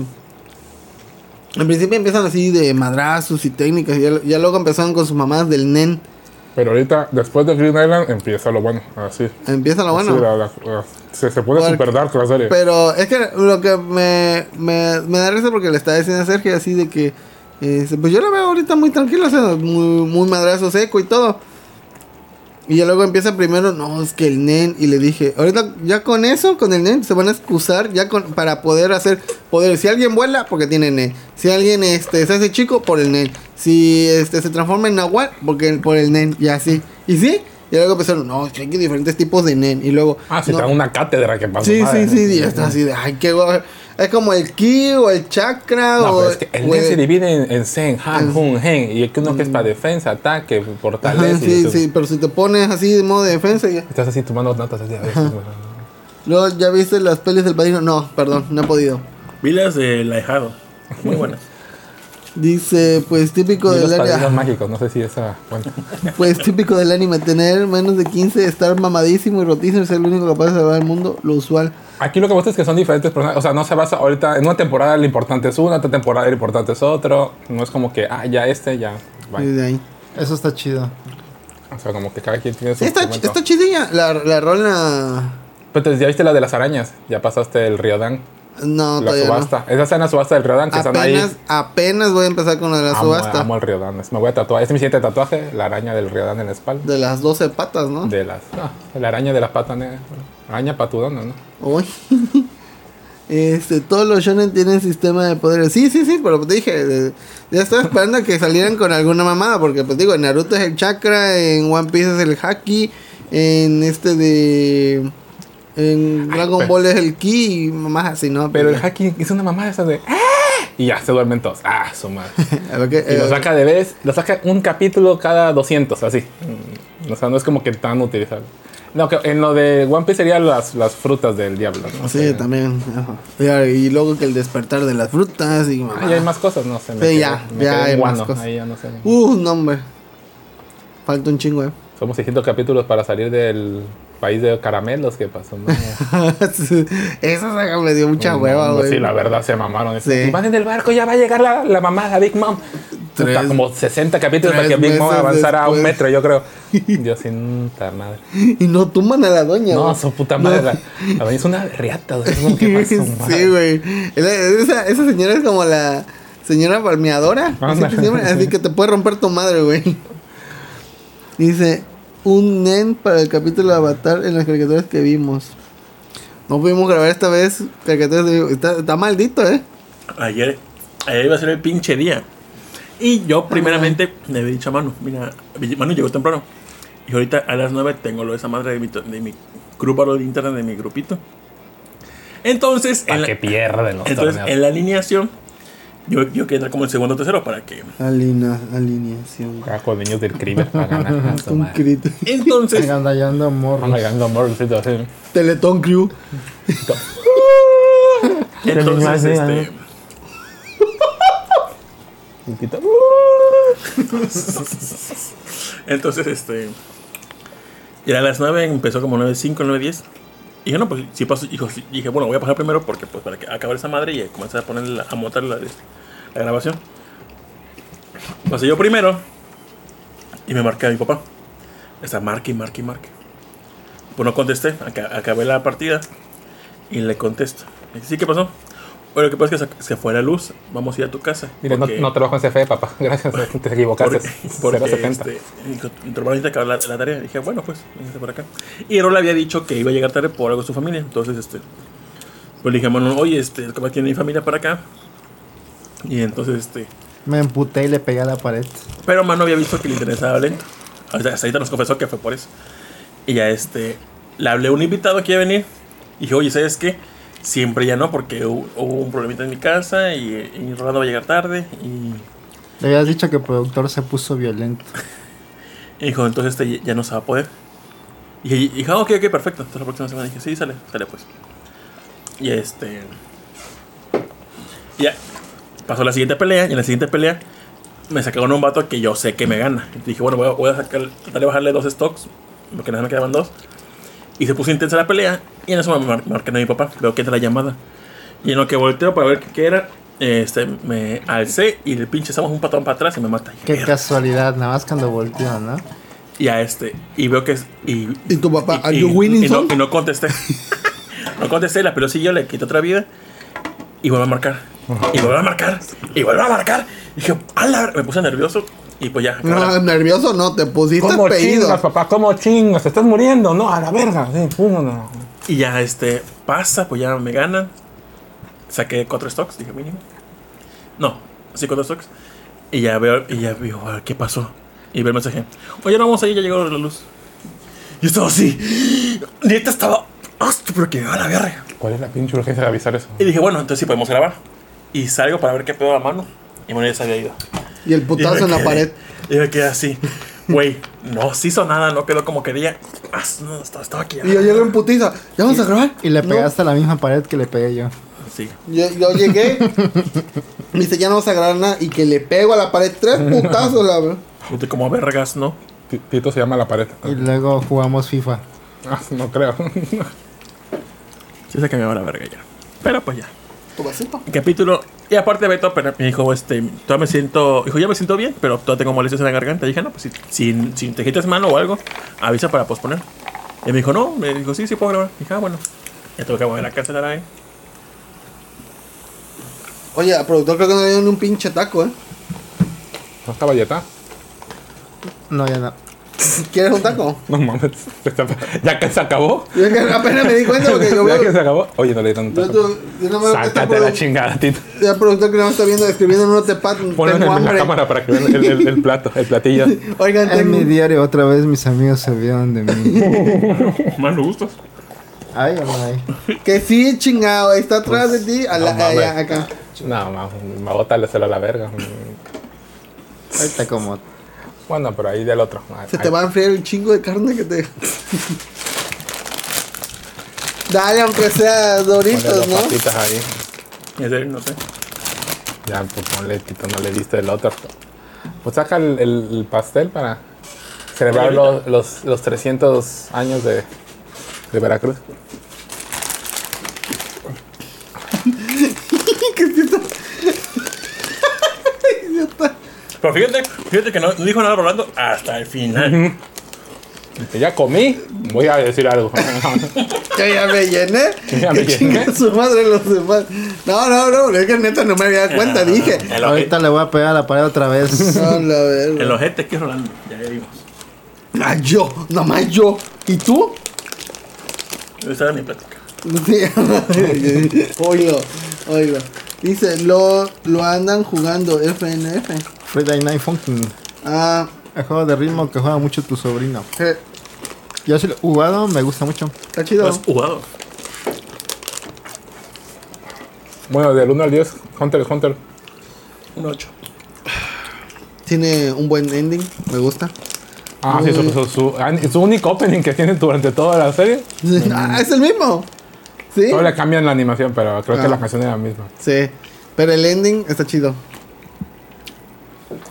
[SPEAKER 3] en principio empiezan así de madrazos y técnicas. y ya, ya luego empezaron con sus mamás del nen.
[SPEAKER 5] Pero ahorita, después de Green Island, empieza lo bueno. Así.
[SPEAKER 3] Empieza lo bueno.
[SPEAKER 5] Sí, la- la- la- se, se pone
[SPEAKER 3] Porque-
[SPEAKER 5] super dark la serie.
[SPEAKER 3] Pero es que lo que me, me, me da risa porque le está diciendo a Sergio así de que. eh, pues yo la veo ahorita muy tranquila, o sea, muy, muy madrazo seco y todo. Y ya luego empieza primero, no, es que el nen, y le dije, ahorita ya con eso, con el nen, se van a excusar ya con, para poder hacer, poder, si alguien vuela, porque tiene nen, si alguien este, se hace chico, por el nen, si este, se transforma en nahual, porque, por el nen, y así, y sí, y luego empezaron, no, es que hay diferentes tipos de nen, y luego,
[SPEAKER 5] ah, si
[SPEAKER 3] no,
[SPEAKER 5] te dan una cátedra que pasa.
[SPEAKER 3] Sí,
[SPEAKER 5] madre.
[SPEAKER 3] sí, sí, y está así de, ay, qué guay. Es como el ki o el chakra
[SPEAKER 5] No,
[SPEAKER 3] o.
[SPEAKER 5] pero es que el
[SPEAKER 3] o
[SPEAKER 5] Nen
[SPEAKER 3] el-
[SPEAKER 5] se divide en, en Zen, Han, Hun, Hen. Y el que uno que es para defensa, ataque,
[SPEAKER 3] Ah. Mm. Ajá,
[SPEAKER 5] fortaleza. y
[SPEAKER 3] sí,
[SPEAKER 5] tú-
[SPEAKER 3] sí, pero si te pones así de modo de defensa, ya.
[SPEAKER 5] Estás así tomando notas. Así, a ver,
[SPEAKER 3] Luego, ¿ya viste las pelis del padrino? No, perdón, no he podido.
[SPEAKER 2] Vi las del ahijado. Muy buenas.
[SPEAKER 3] Dice, pues típico
[SPEAKER 5] y los
[SPEAKER 3] del
[SPEAKER 5] padrinos
[SPEAKER 3] anime.
[SPEAKER 5] mágicos, no sé si esa cuenta.
[SPEAKER 3] Pues típico del anime, tener menos de 15, estar mamadísimo y rotísimo y ser el único capaz de salvar el mundo, lo usual.
[SPEAKER 5] Aquí lo que pasa es que son diferentes personajes. O sea, no se basa ahorita en una temporada lo importante es una, otra temporada lo importante es otro. No es como que, ah, ya este, ya.
[SPEAKER 3] Y
[SPEAKER 5] Bye.
[SPEAKER 3] de ahí.
[SPEAKER 4] Eso está chido.
[SPEAKER 5] O sea, como que cada quien tiene su.
[SPEAKER 3] Sí, está,
[SPEAKER 5] momento.
[SPEAKER 3] está chidilla. La, la rola.
[SPEAKER 5] Pero entonces, ya viste la de las arañas. Ya pasaste el Riodán.
[SPEAKER 3] No,
[SPEAKER 5] la
[SPEAKER 3] todavía no.
[SPEAKER 5] subasta. Esa es la subasta del Riodán que están ahí.
[SPEAKER 3] Apenas, apenas voy a empezar con la de la
[SPEAKER 5] amo,
[SPEAKER 3] subasta.
[SPEAKER 5] amo el Riodán. Me voy a tatuar. Este es mi siguiente tatuaje, la araña del Riodán en la espalda.
[SPEAKER 3] De las 12 patas, ¿no?
[SPEAKER 5] De las. ah, la araña de la pata negra. Araña patudona, ¿no?
[SPEAKER 3] Uy. *laughs* Este, todos los shonen tienen sistema de poderes. Sí, sí, sí, pero te dije, de- ya estaba esperando a que salieran con alguna mamada, porque pues digo, en Naruto es el chakra, en One Piece es el haki, en este de... En Dragon
[SPEAKER 5] pe-
[SPEAKER 3] Ball es el ki y mamás así, ¿no?
[SPEAKER 5] Pues,
[SPEAKER 3] Pues,
[SPEAKER 5] Pero el hacking hizo una mamada esa de. "Ah", Y ya, se duermen todos. Ah, su madre.
[SPEAKER 3] *laughs* A ver qué-
[SPEAKER 5] Y lo
[SPEAKER 3] eh,
[SPEAKER 5] saca de vez, lo saca un capítulo cada 200, así. Mm, O sea, no es como que tan utilizable. No, que en lo de One Piece serían las, las frutas del diablo. ¿no?
[SPEAKER 3] Sí,
[SPEAKER 5] Eh,
[SPEAKER 3] también. ajá. Ya, Y, luego que el despertar de las frutas y mamá.
[SPEAKER 5] Ahí Ah, hay más cosas, no sé. me
[SPEAKER 3] Sí,
[SPEAKER 5] quedé-
[SPEAKER 3] ya,
[SPEAKER 5] me
[SPEAKER 3] ya
[SPEAKER 5] quedé en
[SPEAKER 3] hay más
[SPEAKER 5] guano,
[SPEAKER 3] cosas.
[SPEAKER 5] Ahí ya no sé.
[SPEAKER 3] Uh, no, hombre. Falta un chingo, eh. *laughs*
[SPEAKER 5] Somos 600 capítulos para salir del país de caramelos que
[SPEAKER 3] *laughs*
[SPEAKER 5] pasó. ¿no?
[SPEAKER 3] Esa saga me dio mucha hueva,
[SPEAKER 5] No,
[SPEAKER 3] güey.
[SPEAKER 5] Sí, la verdad se mamaron.
[SPEAKER 3] Sí.
[SPEAKER 5] Y van en el barco, ya va a llegar la, la mamá, la Big Mom.
[SPEAKER 3] Tres-
[SPEAKER 5] Puta, como 60 capítulos para que
[SPEAKER 3] tres
[SPEAKER 5] Big Mom
[SPEAKER 3] meses
[SPEAKER 5] avanzara a un
[SPEAKER 3] después.
[SPEAKER 5] metro,
[SPEAKER 3] *laughs*
[SPEAKER 5] yo creo. Yo sin puta madre.
[SPEAKER 3] Y no tuman a la doña.
[SPEAKER 5] No,
[SPEAKER 3] güey.
[SPEAKER 5] su puta madre. La, la doña es una riata. güey, es como que va a su madre.
[SPEAKER 3] *laughs* sí, güey. Esa, esa- esa señora es como la señora palmeadora. Así que,
[SPEAKER 5] Ándale.
[SPEAKER 3] siempre- así que te puede romper tu madre, güey. Dice, un nen para el capítulo de Avatar en las caricaturas que vimos. No pudimos grabar esta vez caricaturas de... Está, está maldito, ¿eh?
[SPEAKER 2] Ayer, ayer iba a ser el pinche día. Y yo, primeramente, le había dicho a Manu: Mira, Manu llegó temprano. Y ahorita a las 9 tengo lo de esa madre de mi, to- de mi grupo de internet, de mi grupito. Entonces, en
[SPEAKER 5] Para
[SPEAKER 2] la,
[SPEAKER 5] que pierden los
[SPEAKER 2] entonces,
[SPEAKER 5] torneos.
[SPEAKER 2] en la alineación, yo, yo quería entrar como el segundo o tercero para que.
[SPEAKER 3] Alina, alineación.
[SPEAKER 5] Acá Con niños
[SPEAKER 3] *laughs*
[SPEAKER 5] del crimen para ganar. a Ah, su
[SPEAKER 3] Un
[SPEAKER 5] madre.
[SPEAKER 3] crit.
[SPEAKER 2] Entonces,
[SPEAKER 4] Venga, anda, ya ando morro.
[SPEAKER 5] Van ganando amorcito, así.
[SPEAKER 3] Teletón Crew.
[SPEAKER 2] Entonces,
[SPEAKER 5] Pero mi
[SPEAKER 2] *laughs* este.
[SPEAKER 5] Un pito.
[SPEAKER 2] *laughs* Entonces, este. Y a las 9 empezó como 9.05, 9.10. Y dije, no, pues si paso. Dijo, sí. dije, bueno, voy a pasar primero porque, pues, para que acabar esa madre y comenzar a poner la- a montar la, la grabación. Pasé yo primero y me marqué a mi papá. Está marque y marque y marque. Pues no contesté, aca- acabé la partida y le contesto. Le dije, Sí, ¿qué pasó? Bueno, lo que pasa es que se, se fue la luz. Vamos a ir a tu casa.
[SPEAKER 5] Mira, no,
[SPEAKER 2] porque-
[SPEAKER 5] no trabajo en CFE, papá. *laughs* Gracias, te equivocaste. *laughs*
[SPEAKER 2] porque, porque,
[SPEAKER 5] 070.
[SPEAKER 2] este, dijo, tu hermano necesita acabar la, la tarea. Y dije, bueno, pues, véngase por acá. Y Errol le había dicho que iba a llegar tarde por algo de su familia. Entonces, este, pues le dije, bueno, oye, este, el compa tiene mi familia para acá. Y entonces, este,
[SPEAKER 4] Me emputé y le pegué a la pared.
[SPEAKER 2] pero Mano había visto que le interesaba lento. O sea, hasta ahorita nos confesó que fue por eso. Y ya este, le hablé a un invitado que iba a venir. Y dije, oye, ¿sabes qué? Siempre ya no, porque hu- hubo un problemita en mi casa y, y Rolando va a llegar tarde. Y,
[SPEAKER 4] Le habías dicho que el productor se puso violento.
[SPEAKER 2] y dijo, entonces este ya- ya no se va a poder. Y dije, y dije, ah, ok, ok, perfecto. Entonces la próxima semana dije, sí, sale, sale pues. Y este. Ya. Pasó la siguiente pelea. Y en la siguiente pelea me sacaron un vato que yo sé que me gana. Y dije, bueno, voy a, voy a sacar, tratar de bajarle dos stocks. Porque nada más me quedaban dos. Y se puso intensa la pelea. Y en eso me mar- marqué a mi papá. Veo que entra la llamada. Y en lo que volteo para ver qué- qué era, este, me alcé y le pinche estamos un patón para atrás y me mata. Y dije,
[SPEAKER 4] Qué
[SPEAKER 2] "Mierda".
[SPEAKER 4] casualidad, nada más cuando volteó, ¿no?
[SPEAKER 2] Y a este, y veo que es. Y,
[SPEAKER 3] ¿Y tu papá,
[SPEAKER 2] y-
[SPEAKER 3] "Are
[SPEAKER 2] y-
[SPEAKER 3] you winning,
[SPEAKER 2] y no,
[SPEAKER 3] son?"
[SPEAKER 2] y no contesté. *laughs* no contesté, la pelota siguió, le quité otra vida. Y vuelvo a marcar. Y vuelvo a marcar. Y vuelvo a marcar. Y dije, ala, me puse nervioso. Y pues ya. acabó la-
[SPEAKER 3] No, nervioso no, te pusiste
[SPEAKER 5] ¿Cómo
[SPEAKER 3] pedido.
[SPEAKER 5] chingas, papá? ¿Cómo chingas? ¿Estás muriendo? No, a la verga. Sí, pum, no.
[SPEAKER 2] Y ya este pasa, pues ya me ganan. Saqué cuatro stocks, dije mínimo. No, sí, cuatro stocks. Y ya veo, y ya digo, "Ah, ¿qué pasó? Y veo el mensaje. Oye, no vamos a ir, ya llegó la luz. Y estaba así. *gasps* Neta estaba. ¡Hostia, pero que me va la verga!
[SPEAKER 5] ¿Cuál es la pinche urgencia de avisar eso?
[SPEAKER 2] Y dije, bueno, entonces sí podemos grabar. Y salgo para ver qué pedo la mano. Y bueno, ya se había ido.
[SPEAKER 3] Y el
[SPEAKER 2] Y me
[SPEAKER 3] putazo en la
[SPEAKER 2] quedé-
[SPEAKER 3] pared.
[SPEAKER 2] Y me quedé así. Güey, no se hizo nada, no quedó como quería. Ah, no, estaba, estaba aquí.
[SPEAKER 3] Y yo llego en putiza. ¿Ya vamos a grabar?
[SPEAKER 4] Y le
[SPEAKER 3] No.
[SPEAKER 4] pegaste a la misma pared que le pegué yo.
[SPEAKER 2] ah, Sí.
[SPEAKER 3] Yo, yo llegué. me dice, ya no vamos a grabar nada. Y que le pego a la pared tres putazos, la verdad.
[SPEAKER 2] Y tú como vergas, ¿no?
[SPEAKER 5] Ti- Tito se llama la pared.
[SPEAKER 4] Y luego jugamos FIFA.
[SPEAKER 5] Ah, no creo. *laughs*
[SPEAKER 2] Sí se cambiaba la verga ya. Pero pues ya.
[SPEAKER 3] Tu vasito.
[SPEAKER 2] El capítulo. Y aparte Beto pero me dijo, este, todavía me siento. Dijo, ya me siento bien, pero todavía tengo molestias en la garganta. Y dije, no, pues si, si, si te quitas mano o algo, avisa para posponer. Y me dijo, no, me dijo, sí, sí puedo grabar. dije, ah, bueno. Ya tengo que volver a cancelar ahí.
[SPEAKER 3] Oye, al productor creo que no le dieron un pinche taco, ¿eh?
[SPEAKER 5] ¿No está Valleta?
[SPEAKER 4] No, ya no.
[SPEAKER 3] ¿Quieres un taco?
[SPEAKER 5] No mames. *laughs* ¿Ya que se acabó?
[SPEAKER 3] Yo es que apenas me di cuenta porque yo
[SPEAKER 5] *laughs* ¿Ya que
[SPEAKER 3] veo.
[SPEAKER 5] se acabó? Oye, no le di tanto.
[SPEAKER 3] Yo, tu- yo no me
[SPEAKER 5] Sácate la chingada, Tito.
[SPEAKER 3] Ya el productor que no me está viendo, escribiendo en un notepad.
[SPEAKER 5] Ponlo en
[SPEAKER 3] tengo
[SPEAKER 5] la
[SPEAKER 3] hambre.
[SPEAKER 5] cámara para que vean el, el- el plato,
[SPEAKER 3] *laughs*
[SPEAKER 5] el platillo.
[SPEAKER 3] Oigan,
[SPEAKER 4] En mi
[SPEAKER 3] tengo.
[SPEAKER 4] diario otra vez mis amigos se vieron
[SPEAKER 3] *laughs*
[SPEAKER 4] de mí.
[SPEAKER 2] Más me gustas.
[SPEAKER 4] Ay, o no ay.
[SPEAKER 3] Que sí, chingado. Ahí está atrás de ti. A la-
[SPEAKER 5] Pues, no mames.
[SPEAKER 3] allá, acá.
[SPEAKER 5] No, mames, magótaleselo a la verga.
[SPEAKER 4] Ahorita como.
[SPEAKER 5] Bueno, pero ahí del otro. Ay,
[SPEAKER 3] Se te
[SPEAKER 5] ay.
[SPEAKER 3] va a enfriar el chingo de carne que te. *laughs* Dale, aunque sea
[SPEAKER 5] Ponle
[SPEAKER 3] Doritos,
[SPEAKER 5] dos
[SPEAKER 3] ¿no?
[SPEAKER 5] papitas ahí.
[SPEAKER 2] Y en serio, no sé.
[SPEAKER 5] Ya, pues ponle, Tito, no le diste el otro. Pues saca el, el- el pastel para celebrar
[SPEAKER 2] Oye,
[SPEAKER 5] los, los, los 300 años de, de Veracruz.
[SPEAKER 2] Pero fíjate, fíjate que no, no dijo nada Rolando hasta el final.
[SPEAKER 5] Que ya comí, voy a decir
[SPEAKER 3] *laughs*
[SPEAKER 5] algo.
[SPEAKER 3] Que ya me llené.
[SPEAKER 5] *laughs* Que ya me
[SPEAKER 3] Que chinga
[SPEAKER 5] llené.
[SPEAKER 3] su madre los demás. No, no, no. Es que neta no me había dado cuenta. Dije.
[SPEAKER 2] El,
[SPEAKER 4] Ahorita
[SPEAKER 2] ojete-
[SPEAKER 4] le voy a pegar a la pared otra vez. *laughs*
[SPEAKER 3] No, la verga.
[SPEAKER 2] el ojete que es Rolando. Ya le vimos.
[SPEAKER 3] Ah, yo. Nomás yo. ¿Y tú?
[SPEAKER 2] Yo estaba en mi plática.
[SPEAKER 3] Sí. *laughs* oilo, oilo. Dice, lo, lo andan jugando FNF.
[SPEAKER 4] Friday Night Funkin'.
[SPEAKER 3] Ah,
[SPEAKER 4] El juego de ritmo que juega mucho tu sobrino.
[SPEAKER 3] eh,
[SPEAKER 4] Yo sí lo he jugado, me gusta mucho.
[SPEAKER 3] está chido.
[SPEAKER 2] Pues jugado.
[SPEAKER 5] bueno, del 1 al 10, Hunter es Hunter.
[SPEAKER 2] Un 8.
[SPEAKER 3] Tiene un buen ending, me gusta.
[SPEAKER 5] Ah, sí, su, su, su- ah, su único opening que tiene durante toda la serie.
[SPEAKER 3] Ah, es el mismo. Sí.
[SPEAKER 5] Solo le cambian la animación, pero creo
[SPEAKER 3] Ah.
[SPEAKER 5] que la canción es la misma.
[SPEAKER 3] Sí. Pero el ending está chido.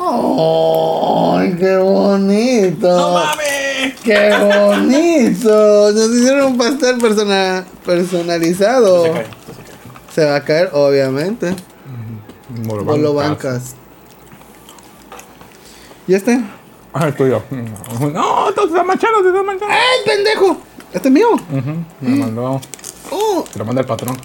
[SPEAKER 3] ¡Ay, qué bonito!
[SPEAKER 2] ¡No mames!
[SPEAKER 3] ¡Qué bonito! Nos hicieron un pastel persona- personalizado.
[SPEAKER 2] Se cae, se cae.
[SPEAKER 3] Se va a caer, obviamente.
[SPEAKER 5] Molo
[SPEAKER 3] Bolo bancas. ¿Y este?
[SPEAKER 5] Ah, el tuyo. *laughs* No, todos están manchados, están manchados.
[SPEAKER 3] ¡Ay, pendejo! ¡Este es mío!
[SPEAKER 5] Ujú, Me mandó.
[SPEAKER 3] ¡Oh!
[SPEAKER 5] Te lo manda el patrón.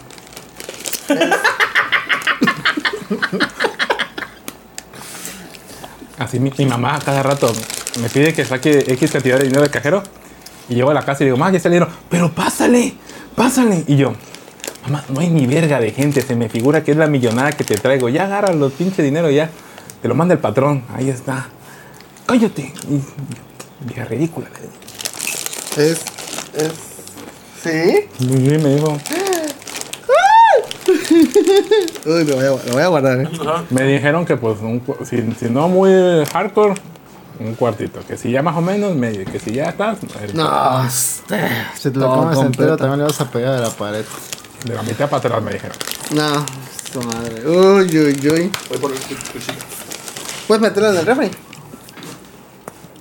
[SPEAKER 5] Así mi, mi mamá cada rato me pide que saque X cantidad de dinero del cajero. Y llego a la casa y digo, mamá, ya está el dinero. Pero pásale, pásale. Y yo, mamá, no hay ni verga de gente. Se me figura que es la millonada que te traigo. Ya agarra los pinche dinero ya. Te lo manda el patrón. Ahí está. Cállate. Y, vieja ridícula. le digo.
[SPEAKER 3] Es. Es. ¿Sí?
[SPEAKER 5] Sí, me dijo.
[SPEAKER 3] Uy, lo voy a, lo voy a
[SPEAKER 2] *laughs*
[SPEAKER 3] guardar, eh.
[SPEAKER 5] Me dijeron que pues un cu- si, si no muy hardcore, un cuartito. Que si ya más o menos, medio. Que si ya estás, el-
[SPEAKER 3] No.
[SPEAKER 4] Si te lo
[SPEAKER 3] Todo
[SPEAKER 4] comes entero,
[SPEAKER 3] completo.
[SPEAKER 4] también le vas a pegar a la pared.
[SPEAKER 5] de la mitad para atrás me dijeron.
[SPEAKER 3] No. Su madre. Uy, uy, uy.
[SPEAKER 2] Voy por el cuchillo.
[SPEAKER 3] Puedes meterla en el refri.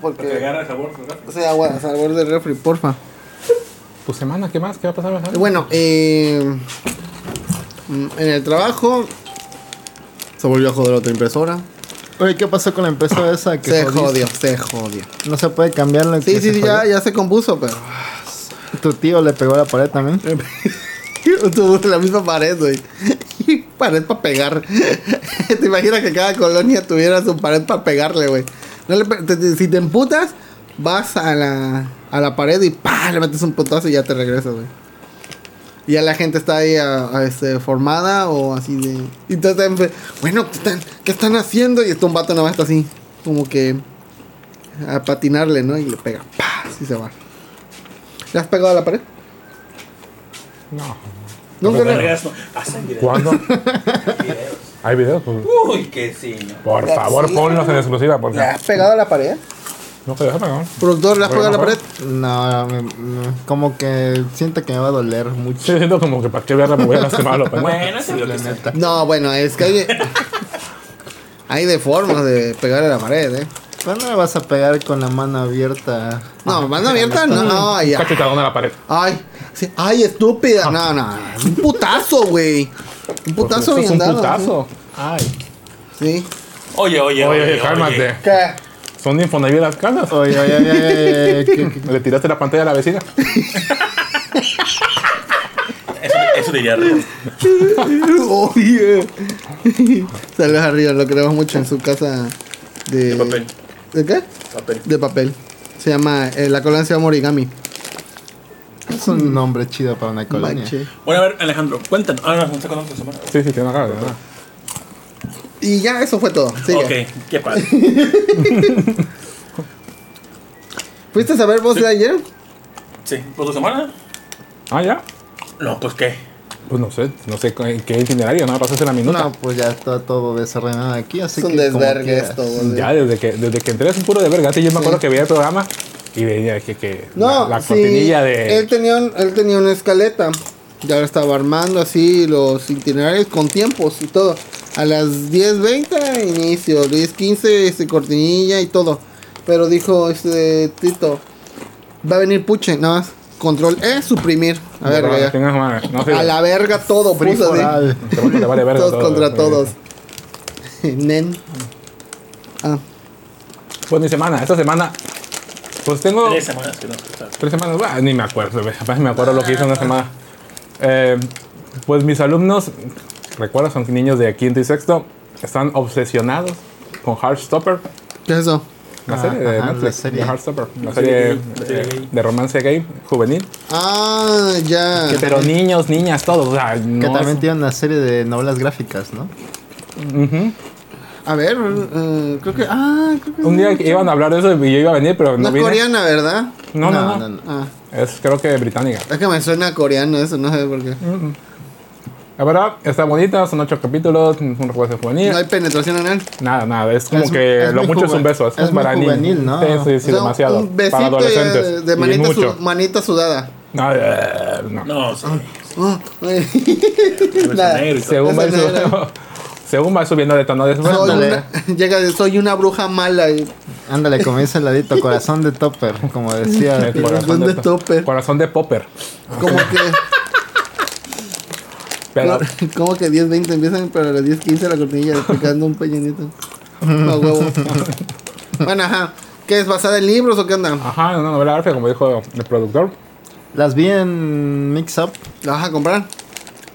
[SPEAKER 3] Porque.
[SPEAKER 2] agarra el sabor, ¿verdad?
[SPEAKER 3] O sea, agua, sabor del refri, porfa.
[SPEAKER 5] ¿Tu Pues, semana qué más? ¿Qué va a pasar? la semana?
[SPEAKER 3] Bueno, eh, mm, en el trabajo se volvió a joder otra impresora.
[SPEAKER 4] Oye, ¿qué pasó con la empresa esa que
[SPEAKER 3] Se
[SPEAKER 4] jodiste?
[SPEAKER 3] jodió, se jodió.
[SPEAKER 4] No se puede cambiar la
[SPEAKER 3] Sí, sí, sí, ya, ya se compuso, pero.
[SPEAKER 4] Tu tío le pegó a la pared también.
[SPEAKER 3] Eh. *laughs* Tuvo la misma pared, güey. *laughs* pared para pegar. *laughs* te imaginas que cada colonia tuviera su pared para pegarle, güey. No le pe- te- te- si te emputas, vas a la, a la pared y ¡pah! le metes un putazo y ya te regresas, güey. Y ya la gente está ahí a- a, este, formada o así de. Y tú te- bueno, ¿qué están, qué están haciendo? Y está un vato nada más está así, como que a patinarle, ¿no? Y le pega, ¡pah! Así se va. ¿Le has pegado a la pared?
[SPEAKER 5] No.
[SPEAKER 3] Nunca le-
[SPEAKER 2] Vergas, no. Hacen videos.
[SPEAKER 5] ¿Cuándo? ¿Hay videos? Pues,
[SPEAKER 6] Uy, que sí, ¿no?
[SPEAKER 5] por
[SPEAKER 3] Ya
[SPEAKER 5] favor,
[SPEAKER 3] sí.
[SPEAKER 5] ponlos en exclusiva porque
[SPEAKER 3] ¿Le has pegado a la pared?
[SPEAKER 5] no se deja pegar.
[SPEAKER 3] Productor, ¿le has
[SPEAKER 5] Bueno,
[SPEAKER 3] pegado a la
[SPEAKER 5] mejor.
[SPEAKER 3] pared?
[SPEAKER 4] No, me- me- como que siento que me va a doler mucho.
[SPEAKER 5] Estoy diciendo como que para qué verla me voy a este pues, lastimar a los pendejos.
[SPEAKER 2] Bueno, ese video que está.
[SPEAKER 3] No, bueno, es que hay de, *laughs* hay de formas de pegar a la pared, ¿eh?
[SPEAKER 4] ¿Cuándo me vas a pegar con la mano abierta?
[SPEAKER 5] Ah,
[SPEAKER 3] No, mano abierta, no, ay, ay,
[SPEAKER 5] Cachetadón a la pared.
[SPEAKER 3] ay, sí, ay,
[SPEAKER 5] Ah.
[SPEAKER 3] estúpida, no, no, es un putazo, güey, un putazo
[SPEAKER 5] Esto
[SPEAKER 3] bien
[SPEAKER 5] es un
[SPEAKER 3] dado,
[SPEAKER 5] putazo. Ay.
[SPEAKER 3] sí,
[SPEAKER 2] Oye, oye,
[SPEAKER 5] Oye, oye, cálmate.
[SPEAKER 3] ¿Qué? *laughs*
[SPEAKER 5] Son de Infonavit las casas.
[SPEAKER 4] Oye, oye, oye, oye,
[SPEAKER 5] *laughs*
[SPEAKER 4] oye, ¿qué- qué-
[SPEAKER 5] Le tiraste la pantalla a la vecina.
[SPEAKER 2] Eso, eso diría Rigo.
[SPEAKER 3] Oh, yeah. *laughs* Saludos arriba, lo queremos mucho en su casa de,
[SPEAKER 2] De papel.
[SPEAKER 3] ¿de qué?
[SPEAKER 2] Papel.
[SPEAKER 3] De papel. Se llama, eh, la colonia se llama Origami.
[SPEAKER 4] Es un nombre chido para una colonia.
[SPEAKER 3] Manche.
[SPEAKER 2] Bueno, a ver, Alejandro, cuéntanos. Ah, no, no sé cuándo tu semana.
[SPEAKER 5] Sí, sí, tiene una cara de verdad.
[SPEAKER 3] Y ya, eso fue todo. Sigue.
[SPEAKER 2] Ok, qué padre.
[SPEAKER 3] ¿Fuiste a saber vos de ayer?
[SPEAKER 2] Sí, ¿por tu semana?
[SPEAKER 5] Ah, ya.
[SPEAKER 2] No, pues qué.
[SPEAKER 5] Pues no sé, no sé en qué itinerario, nada, pasaste la minuta.
[SPEAKER 4] No, pues ya está todo desordenado aquí, así
[SPEAKER 3] es un
[SPEAKER 4] que como
[SPEAKER 3] desvergue
[SPEAKER 4] quieras.
[SPEAKER 3] esto, pues, güey.
[SPEAKER 5] Ya, desde que, desde que entré es un puro de verga. Yo me acuerdo que veía el programa y veía que, que
[SPEAKER 3] No,
[SPEAKER 5] la, la
[SPEAKER 3] sí,
[SPEAKER 5] cortinilla de.
[SPEAKER 3] Él tenía, un- él tenía una escaleta. Ya lo estaba armando así los itinerarios con tiempos y todo. A las 10.20 inicio, 10.15 este, cortinilla y todo. Pero dijo este Tito, va a venir puche, nada más. Control E, suprimir. A
[SPEAKER 5] de-
[SPEAKER 3] verga ya.
[SPEAKER 5] tengas madre. No sé.
[SPEAKER 3] A la verga todo,
[SPEAKER 4] Free
[SPEAKER 3] puso
[SPEAKER 4] for
[SPEAKER 3] así.
[SPEAKER 4] all.
[SPEAKER 5] te vale- te vale verga
[SPEAKER 3] Todos
[SPEAKER 5] todo,
[SPEAKER 3] contra
[SPEAKER 5] sí.
[SPEAKER 3] todos. *laughs* Nen. Ah,
[SPEAKER 5] Pues mi semana, esta semana. Pues tengo.
[SPEAKER 2] Tres
[SPEAKER 5] Tres,
[SPEAKER 2] semanas que no escuchas.
[SPEAKER 5] semanas. Bah, ni me acuerdo, güey. Apenas me acuerdo lo que hice una semana. Eh, pues mis alumnos, recuerdo, son niños de quinto y sexto, están obsesionados con Heartstopper.
[SPEAKER 3] ¿Qué es eso?
[SPEAKER 5] La
[SPEAKER 4] Ah,
[SPEAKER 5] serie de
[SPEAKER 4] ajá,
[SPEAKER 5] Netflix,
[SPEAKER 4] la serie.
[SPEAKER 5] de Heartstopper, la
[SPEAKER 2] La serie
[SPEAKER 5] serie
[SPEAKER 2] gay, la serie
[SPEAKER 5] eh,
[SPEAKER 2] gay.
[SPEAKER 5] de romance gay juvenil. mm,
[SPEAKER 3] Ah, ya.
[SPEAKER 5] Pero niños, niñas, todos. O sea,
[SPEAKER 4] Que
[SPEAKER 5] no
[SPEAKER 4] también
[SPEAKER 5] es-
[SPEAKER 4] tiene una serie de novelas gráficas, ¿no?
[SPEAKER 3] A ver, eh, creo que. Ah, creo que.
[SPEAKER 5] Un día que iban a hablar de eso y yo iba a venir, pero no,
[SPEAKER 3] No es
[SPEAKER 5] vine.
[SPEAKER 3] coreana, ¿verdad?
[SPEAKER 5] No, no, no,
[SPEAKER 3] Ah,
[SPEAKER 5] Es creo que británica.
[SPEAKER 3] es que me suena a coreano eso, no sé por qué.
[SPEAKER 5] Mm. La verdad, está bonita, son ocho capítulos, es un recuerdo juvenil.
[SPEAKER 3] No hay penetración anal.
[SPEAKER 5] Nada, nada, es como
[SPEAKER 4] Es-
[SPEAKER 5] que
[SPEAKER 4] es
[SPEAKER 5] lo
[SPEAKER 4] muy
[SPEAKER 5] mucho es un
[SPEAKER 4] juven-
[SPEAKER 5] beso, es,
[SPEAKER 4] es muy
[SPEAKER 5] para niños.
[SPEAKER 4] juvenil, ¿no?
[SPEAKER 5] Sí, sí, sí,
[SPEAKER 3] O sea,
[SPEAKER 5] demasiado.
[SPEAKER 3] Un besito
[SPEAKER 5] para
[SPEAKER 3] ya
[SPEAKER 5] adolescentes.
[SPEAKER 3] de, de
[SPEAKER 5] y
[SPEAKER 3] manita, su-
[SPEAKER 5] mucho.
[SPEAKER 3] manita sudada.
[SPEAKER 5] No, eh, no.
[SPEAKER 2] No, sí.
[SPEAKER 3] Ah,
[SPEAKER 2] Nada.
[SPEAKER 3] nada.
[SPEAKER 2] Negro y todo.
[SPEAKER 5] Según, va
[SPEAKER 3] Esa no
[SPEAKER 5] subiendo, *laughs* según va subiendo de tono eh, de
[SPEAKER 3] Soy
[SPEAKER 4] Ándale.
[SPEAKER 3] *laughs* una, llega, de, soy una bruja mala. y-
[SPEAKER 4] Ándale, comienza el ladito, corazón de topper, como decía.
[SPEAKER 3] *laughs*
[SPEAKER 5] El corazón
[SPEAKER 3] ¿Dónde
[SPEAKER 5] de,
[SPEAKER 3] topper?
[SPEAKER 5] Corazón de popper.
[SPEAKER 3] Como que,
[SPEAKER 5] Pero,
[SPEAKER 3] *laughs* como que 10, 20 empiezan, pero a las
[SPEAKER 5] *laughs*
[SPEAKER 3] 10, 15 la cortinilla picando un peñonito. A huevo. Bueno, ajá. ¿Qué es basada en libros o qué onda?
[SPEAKER 5] Ajá, una novela gráfica, como dijo el productor.
[SPEAKER 4] Las vi en Mix Up.
[SPEAKER 3] ¿La vas a comprar?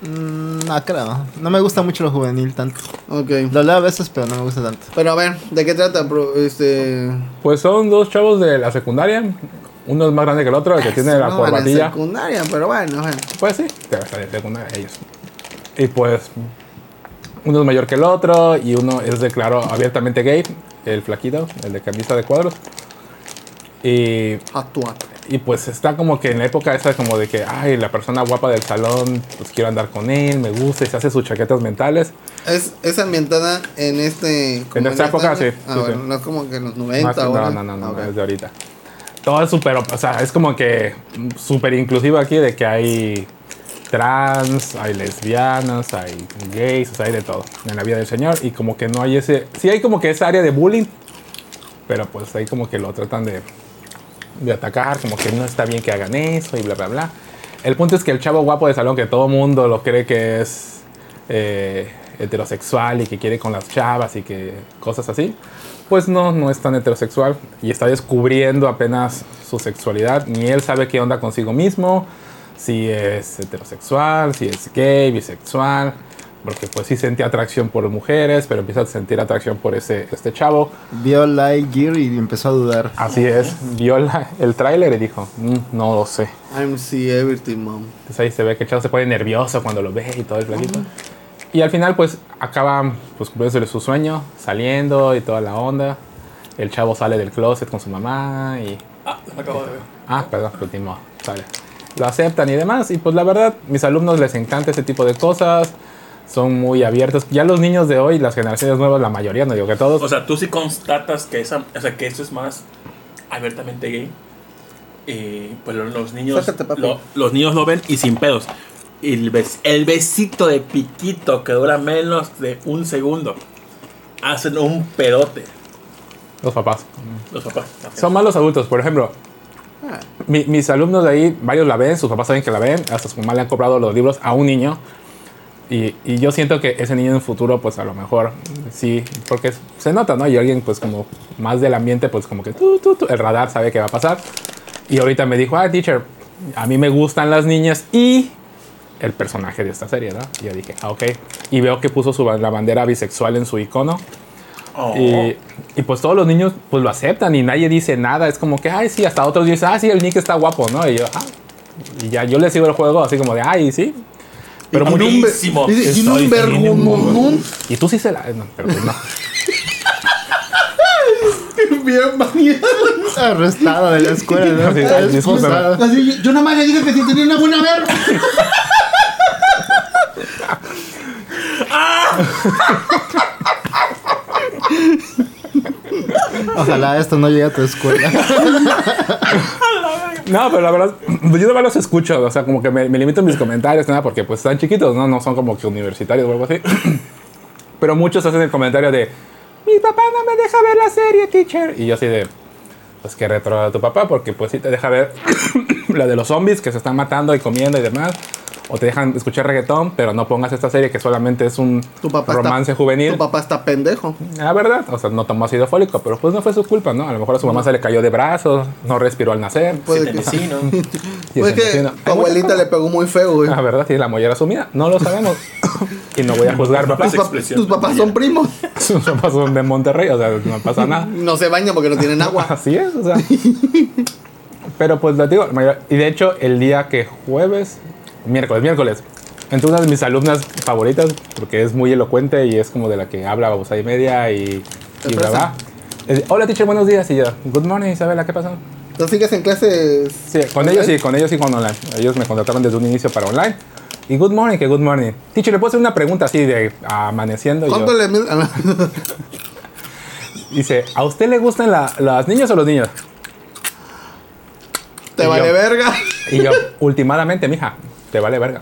[SPEAKER 4] Mm, no, creo. No me gusta mucho lo juvenil tanto.
[SPEAKER 3] Ok.
[SPEAKER 4] Lo leo a veces, pero no me gusta tanto.
[SPEAKER 3] Pero a ver, ¿de qué trata? pro- Este.
[SPEAKER 5] Pues son dos chavos de la secundaria. Uno es más grande que el otro, el que tiene la
[SPEAKER 3] no, en
[SPEAKER 5] corbatilla.
[SPEAKER 3] secundaria, pero bueno, bueno.
[SPEAKER 5] Pues sí, pero está de secundaria ellos. Y pues uno es mayor que el otro y uno es declarado abiertamente gay, el flaquito, el de camisa de cuadros. Y
[SPEAKER 3] Actúa.
[SPEAKER 5] y pues está como que en la época esa como de que, ay, la persona guapa del salón, pues quiero andar con él, me gusta, y se hace sus chaquetas mentales.
[SPEAKER 3] Es, es ambientada en este. como
[SPEAKER 5] En esta época, sí,
[SPEAKER 3] Ah,
[SPEAKER 5] sí,
[SPEAKER 3] bueno,
[SPEAKER 5] sí.
[SPEAKER 3] no es como que en los
[SPEAKER 5] Más-
[SPEAKER 3] 90
[SPEAKER 5] no,
[SPEAKER 3] ahora.
[SPEAKER 5] no, no, no,
[SPEAKER 3] Ah, ok.
[SPEAKER 5] es de ahorita. Todo es súper, o sea, es como que mm, súper inclusivo aquí de que hay trans, hay lesbianas, hay gays, o sea, hay de todo en la vida del señor. Y como que no hay ese, sí hay como que esa área de bullying, pero pues ahí como que lo tratan de, de atacar, como que no está bien que hagan eso y bla, bla, bla. El punto es que el chavo guapo de salón, que todo mundo lo cree que es eh, heterosexual y que quiere con las chavas y que cosas así, pues no, no es tan heterosexual y está descubriendo apenas su sexualidad. Ni él sabe qué onda consigo mismo, si es heterosexual, si es gay, bisexual. Porque pues sí sentía atracción por mujeres, pero empieza a sentir atracción por ese, este chavo.
[SPEAKER 4] Vio Lightyear y empezó a dudar.
[SPEAKER 5] Así es, vio la- el tráiler y dijo, "Mm, no lo sé.
[SPEAKER 3] I'm see everything, mom.
[SPEAKER 5] Entonces ahí se ve que el chavo se pone nervioso cuando lo ve y todo el flaquito. Y al final, pues acaba pues, cumpliendo su sueño, saliendo y toda la onda. El chavo sale del closet con su mamá y.
[SPEAKER 2] Ah, se me acabó de ver.
[SPEAKER 5] Ah, perdón, lo último, sale. Lo aceptan y demás. Y pues la verdad, mis alumnos les encanta ese tipo de cosas. Son muy abiertos. Ya los niños de hoy, las generaciones nuevas, la mayoría, no digo que todos.
[SPEAKER 2] O sea, tú sí constatas que esa, o sea, que esto es más abiertamente gay. Y pues lo- los niños
[SPEAKER 3] Sácate, papi.
[SPEAKER 2] lo- los niños lo ven y sin pedos. Y el, bes- el besito de piquito que dura menos de un segundo. Hacen un pedote
[SPEAKER 5] los papás.
[SPEAKER 2] los papás.
[SPEAKER 5] Son malos adultos, por ejemplo. mi- mis alumnos de ahí, varios la ven, sus papás saben que la ven, hasta su mamá le han comprado los libros a un niño. Y, y yo siento que ese niño en el futuro, pues a lo mejor sí, porque se nota, ¿no? Y alguien, pues como más del ambiente, pues como que tú, tú, tú, el radar sabe qué va a pasar. Y ahorita me dijo, ah, teacher, a mí me gustan las niñas y el personaje de esta serie, ¿no? Y yo dije, ah, ok. Y veo que puso su, ba- la bandera bisexual en su icono.
[SPEAKER 2] Oh.
[SPEAKER 5] Y, y, pues todos los niños pues lo aceptan y nadie dice nada. Es como que, ay, sí, hasta otros dicen, ah, sí, el Nick está guapo, ¿no? Y yo, ah. Y ya yo le sigo el juego así como de, ay, sí. Pero
[SPEAKER 2] Y
[SPEAKER 5] muy
[SPEAKER 2] no-
[SPEAKER 3] Buenísimo.
[SPEAKER 2] Buenísimo.
[SPEAKER 3] Dice, "Y no
[SPEAKER 2] Estoy
[SPEAKER 3] envergo,
[SPEAKER 2] bien,
[SPEAKER 3] mon, mon".
[SPEAKER 5] Y tú sí se la. no, pero pues no.
[SPEAKER 3] *laughs* Bien, manía.
[SPEAKER 4] Arrestado de la escuela,
[SPEAKER 3] *laughs*
[SPEAKER 4] ¿no?
[SPEAKER 5] Sí, sí, discúlpame.
[SPEAKER 4] Expulsado.
[SPEAKER 3] Así, yo- yo nada más le dije que si tenía una buena verga.
[SPEAKER 4] *laughs* Ojalá esto no llegue a tu escuela. *laughs*
[SPEAKER 5] No, pero la verdad, pues, yo de verdad los escucho. O sea, como que me, me limito en mis comentarios, nada, porque pues están chiquitos, ¿no? No son como que universitarios o algo así. *clears throat* Pero muchos hacen el comentario de, mi papá no me deja ver la serie, teacher. Y yo así de, pues que retro a tu papá, porque pues sí te deja ver *clears throat* la de los zombies que se están matando y comiendo y demás. O te dejan escuchar reggaetón, pero no pongas esta serie que solamente es un
[SPEAKER 3] Tu papá está-
[SPEAKER 5] romance juvenil.
[SPEAKER 3] Tu papá está pendejo.
[SPEAKER 5] La verdad, o sea, no tomó ácido fólico, pero pues no fue su culpa, ¿no? A lo mejor a su mamá se le cayó de brazos, no respiró al nacer.
[SPEAKER 3] Puede
[SPEAKER 2] Sí,
[SPEAKER 3] que sí.
[SPEAKER 2] sí, ¿no? *laughs*
[SPEAKER 5] y
[SPEAKER 3] Pues
[SPEAKER 5] se
[SPEAKER 3] que
[SPEAKER 5] entiende.
[SPEAKER 3] tu
[SPEAKER 5] Hay muchas Ah,
[SPEAKER 3] abuelita le pegó muy feo, güey.
[SPEAKER 5] La verdad, tiene la mollera sumida. No lo sabemos. y no voy a juzgar, papá.
[SPEAKER 3] Tus,
[SPEAKER 5] *laughs*
[SPEAKER 3] pap-
[SPEAKER 2] expresión.
[SPEAKER 3] tus papás son primos.
[SPEAKER 5] Sus papás son de Monterrey, o sea, no pasa nada.
[SPEAKER 3] No se bañan porque no tienen agua.
[SPEAKER 5] Así es, o sea. Pero pues lo digo, la mayoría- y de hecho, el día que jueves, miércoles, miércoles, entre una de mis alumnas favoritas, porque es muy elocuente y es como de la que habla babosa y media y, y bla, bla. Es, Hola, teacher, buenos días. Y yo, Good morning, Isabela, ¿qué pasó?
[SPEAKER 3] ¿Tú sigues en clases?
[SPEAKER 5] Sí, con ellos sí, con ellos sí, con online. Ellos me contrataron desde un inicio para online. Y good morning, que good morning. Teacher, ¿le puedo hacer una pregunta así de amaneciendo? Y yo,
[SPEAKER 3] ¿Cuánto le Ah, miden?
[SPEAKER 5] dice, ¿a usted le gustan la- las niñas o los niños?
[SPEAKER 3] *laughs* Te
[SPEAKER 5] Y yo.
[SPEAKER 3] vale verga.
[SPEAKER 5] *laughs* Y
[SPEAKER 6] *laughs*
[SPEAKER 5] yo, ultimadamente, mija, te vale verga.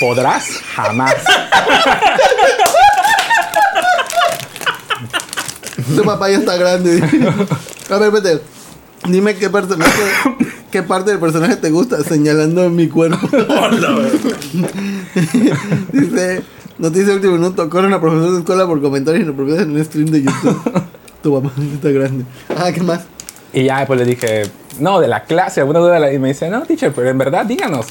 [SPEAKER 5] ¿Podrás? Jamás.
[SPEAKER 3] Tu papá ya está grande. A ver, vete. Dime qué personaje, qué parte del personaje te gusta, señalando en mi cuerpo. *laughs*
[SPEAKER 2] Hola, güey.
[SPEAKER 3] Dice, noticia de último minuto, corren a profesor de escuela por comentarios inapropiados en un stream de YouTube. tu papá ya está grande. Ah, ¿qué más?
[SPEAKER 5] Y ya pues le dije, no, de la clase, alguna duda. de la-" Y me dice, no, teacher, pero en verdad, díganos.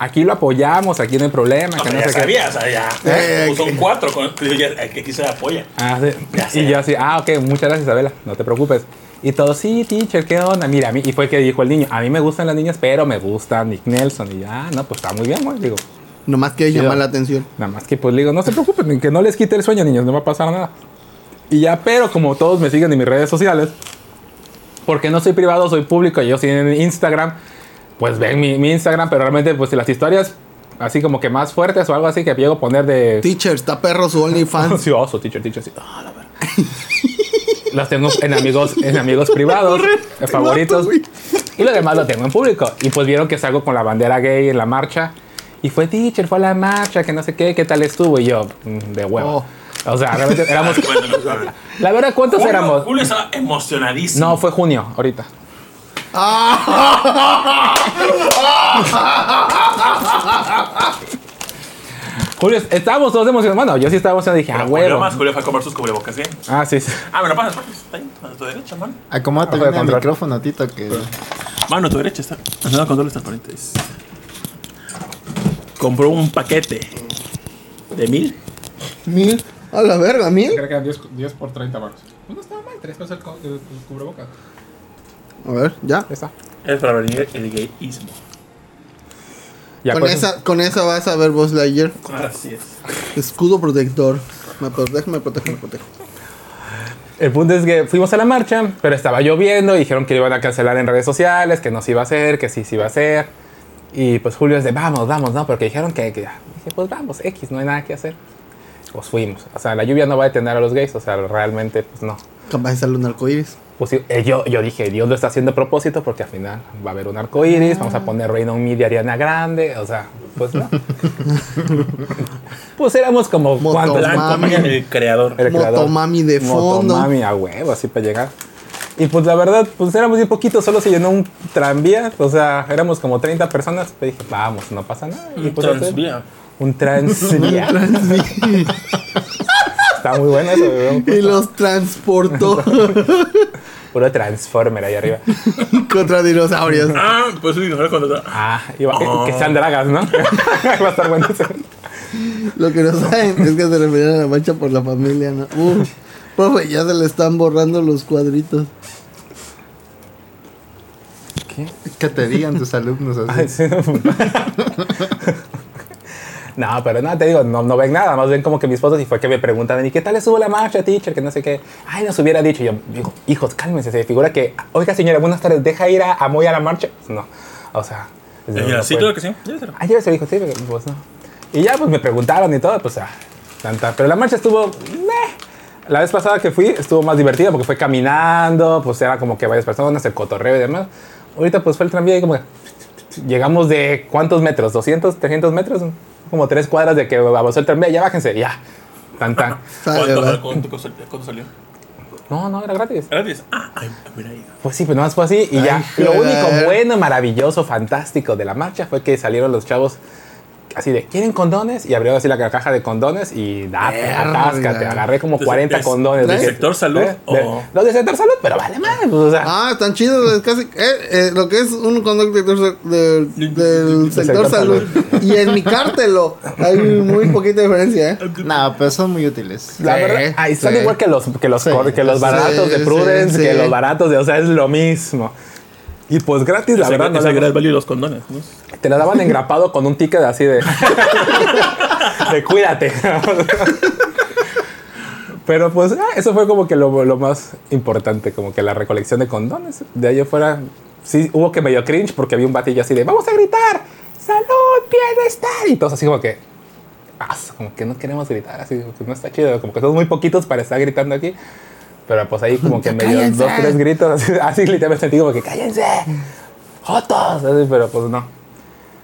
[SPEAKER 5] Aquí lo apoyamos, aquí no hay problema.
[SPEAKER 6] No,
[SPEAKER 5] que no
[SPEAKER 6] ya
[SPEAKER 5] sé qué".
[SPEAKER 6] sabía, o sea,
[SPEAKER 3] Eh,
[SPEAKER 6] ya.
[SPEAKER 2] Pues,
[SPEAKER 6] puso un 4 con le digo, ya, eh, que aquí se apoya.
[SPEAKER 5] Ah, sí.
[SPEAKER 6] Ya sé.
[SPEAKER 5] Y yo así, ah, ok, muchas gracias, Isabela, no te preocupes. Y todo, sí, teacher, ¿qué onda? Mira, a mí, y fue que dijo el niño, a mí me gustan las niñas, pero me gusta Nick Nelson. Y yo, ah, no, pues está muy bien, güey. Digo,
[SPEAKER 3] Nomás quieres
[SPEAKER 5] Chido.
[SPEAKER 3] llamar la atención.
[SPEAKER 5] nada más que pues le digo, no se preocupen, ni que no les quite el sueño, niños, no va a pasar nada. Y ya, pero como todos me siguen en mis redes sociales, porque no soy privado, soy público, yo sí en Instagram, pues ven mi, mi Instagram, pero realmente pues las historias así como que más fuertes o algo así que llego a poner de...
[SPEAKER 3] Teacher, está perro su
[SPEAKER 5] *laughs*
[SPEAKER 3] OnlyFans.
[SPEAKER 5] Ansioso, teacher, teacher. así, ah, la verga. *laughs* Los tengo en amigos, en amigos privados, eh, favoritos. Y lo demás lo tengo en público. Y pues vieron que salgo con la bandera gay en la marcha. Y fue teacher, fue a la marcha, que no sé qué, qué tal estuvo. Y yo, mm, de huevo. O sea, realmente éramos. La verdad, ¿cuántos
[SPEAKER 6] Julio,
[SPEAKER 5] éramos?
[SPEAKER 6] Julio estaba emocionadísimo.
[SPEAKER 5] No, fue junio, ahorita.
[SPEAKER 3] Ah,
[SPEAKER 5] Julio, estábamos todos emocionados. Bueno, yo sí estaba emocionado. Dije, ah,
[SPEAKER 6] Pero Julio
[SPEAKER 5] huevo.
[SPEAKER 6] más, Julio fue a comer sus cubrebocas, ¿eh?
[SPEAKER 5] Ah, sí, sí.
[SPEAKER 6] Ah, bueno, pasa, pasa, está ahí, a tu derecha, mano.
[SPEAKER 4] Acomódate
[SPEAKER 5] Abajo de
[SPEAKER 4] bien el
[SPEAKER 5] control.
[SPEAKER 4] micrófono, Tito, que
[SPEAKER 6] Mano, a tu derecha está. Haciendo controles transparentes. Compró un paquete de mil.
[SPEAKER 3] Mil. A la verga, mil.
[SPEAKER 7] Creo que eran 10, 10 por 30 baros. Pues no estaba mal, 3 pesos el, co- el, el cubrebocas.
[SPEAKER 3] A ver, ya.
[SPEAKER 5] Ya está.
[SPEAKER 6] Es para venir el gayismo.
[SPEAKER 5] Ya
[SPEAKER 3] Con
[SPEAKER 5] pues-
[SPEAKER 3] esa, con esa vas a ver Boss Lightyear.
[SPEAKER 6] Así es.
[SPEAKER 3] Escudo protector. Me protejo, me protejo, me protejo.
[SPEAKER 5] El punto es que fuimos a la marcha, pero estaba lloviendo y dijeron que lo iban a cancelar en redes sociales, que no se iba a hacer, que sí se iba a hacer. Y pues Julio es de vamos, vamos, no, porque dijeron que, que- dije, pues vamos, X, no hay nada que hacer. Pues fuimos. O sea, la lluvia no va a detener a los gays, o sea, realmente, pues no.
[SPEAKER 3] Capaz de salir un arcoíris.
[SPEAKER 5] Pues, sí, eh, yo, yo dije, Dios lo está haciendo a propósito porque al final va a haber un arco iris, vamos a poner Reino Unido de Ariana Grande, o sea, pues no. pues éramos como cuántos,
[SPEAKER 6] La
[SPEAKER 3] Mami.
[SPEAKER 6] compañía del creador.
[SPEAKER 5] el creador.
[SPEAKER 3] Motomami de fondo.
[SPEAKER 5] Motomami a huevo, así para llegar. Y pues la verdad, pues éramos bien poquitos, solo se llenó un tranvía, o sea, éramos como 30 personas, pero dije, vamos, no pasa nada. Y pues,
[SPEAKER 6] Transvía.
[SPEAKER 5] Un
[SPEAKER 3] *laughs*
[SPEAKER 5] tranvía. Está muy bueno eso, güey.
[SPEAKER 3] Y los transportó *laughs*
[SPEAKER 5] Puro transformer ahí arriba.
[SPEAKER 3] contra dinosaurios.
[SPEAKER 6] Ah, pues sí, ahora cuando está.
[SPEAKER 5] Ah, iba-
[SPEAKER 6] Oh.
[SPEAKER 5] que sean dragas, ¿no? *laughs* Va a estar bueno eso.
[SPEAKER 3] Lo que no saben es que se referían a la mancha por la familia, ¿no? Uh, profe, ya se le están borrando los cuadritos.
[SPEAKER 4] que te digan tus alumnos así.
[SPEAKER 5] Ay, sí, no. No, pero nada, te digo, no, no ven nada, más ven como que mis fotos y fue que me preguntaban, ¿y qué tal estuvo la marcha, teacher? Que no sé qué. Ay, nos hubiera dicho. Y yo digo, hijos, cálmense, se figura que, oiga señora, buenas tardes, ¿deja ir a, a Moy a la marcha? No, o sea... no,
[SPEAKER 6] Eh, Mira,
[SPEAKER 5] no
[SPEAKER 6] sí,
[SPEAKER 5] puede.
[SPEAKER 6] claro que sí. Llévatelo.
[SPEAKER 5] Ayer se dijo, sí, pero, pues no. Y ya, pues me preguntaron y todo, pues ah, tanta. Pero la marcha estuvo. meh. La vez pasada que fui estuvo más divertida porque fue caminando, pues era como que varias personas, el cotorreo y demás. Ahorita pues fue el tranvía y como que llegamos de cuántos metros, 200, 300 metros, como tres cuadras de que avanzó el tranvía, ya bájense, ya. Tan, tan.
[SPEAKER 3] Sale,
[SPEAKER 6] ¿Cuánto, ah,
[SPEAKER 3] ¿verdad?
[SPEAKER 6] cuánto, costó- cuánto salió?
[SPEAKER 5] No, no, era gratis.
[SPEAKER 6] Gratis. Ah, ay, hubiera ido.
[SPEAKER 5] Pues sí, pero nomás fue así y ya.
[SPEAKER 3] Ay,
[SPEAKER 5] Lo
[SPEAKER 3] joder.
[SPEAKER 5] único bueno, maravilloso, fantástico de la marcha fue que salieron los chavos así de, ¿quieren condones? Y abrieron así la ca- caja de condones y pues, date,
[SPEAKER 3] Verga.
[SPEAKER 5] atáscate. Agarré como
[SPEAKER 6] ¿De-
[SPEAKER 5] 40
[SPEAKER 6] de-
[SPEAKER 5] condones.
[SPEAKER 6] de
[SPEAKER 5] Dije,
[SPEAKER 6] sector salud
[SPEAKER 5] De-
[SPEAKER 6] o-
[SPEAKER 5] Los de sector salud, pero vale más. o sea,
[SPEAKER 3] Ah, están chidos, es casi. eh, eh, lo que es un conductor del, del sector
[SPEAKER 5] sector
[SPEAKER 3] salud. Y en mi cártelo hay muy poquita diferencia, ¿eh?
[SPEAKER 4] No, pero son muy útiles.
[SPEAKER 5] La
[SPEAKER 3] Sí,
[SPEAKER 5] verdad, ay, son
[SPEAKER 3] sí.
[SPEAKER 5] igual que los, que los,
[SPEAKER 4] Sí,
[SPEAKER 5] cor- que los
[SPEAKER 3] sí,
[SPEAKER 5] baratos de
[SPEAKER 3] sí,
[SPEAKER 5] Prudence, que
[SPEAKER 3] sí.
[SPEAKER 5] los baratos de, o sea, es lo mismo. Y pues gratis, la
[SPEAKER 6] Ese-
[SPEAKER 5] verdad, no
[SPEAKER 6] ese
[SPEAKER 5] le-
[SPEAKER 6] gran value de los condones. ¿no?
[SPEAKER 5] te la daban engrapado con un ticket así de. de cuídate. Pero pues ah, eso fue como que lo, lo más importante, como que la recolección de condones. De ahí afuera, sí hubo que medio cringe porque había un batillo así de: ¡Vamos a gritar! ¡Salud, bienestar! Y todos así como que. "Ah, Como que no queremos gritar, así como que no está chido, como que somos muy poquitos para estar gritando aquí. Pero pues ahí como que medio
[SPEAKER 4] ¡Cállense!
[SPEAKER 5] dos, tres gritos, *laughs* así, así literalmente sentí como que cállense, jotos, así, pero pues no.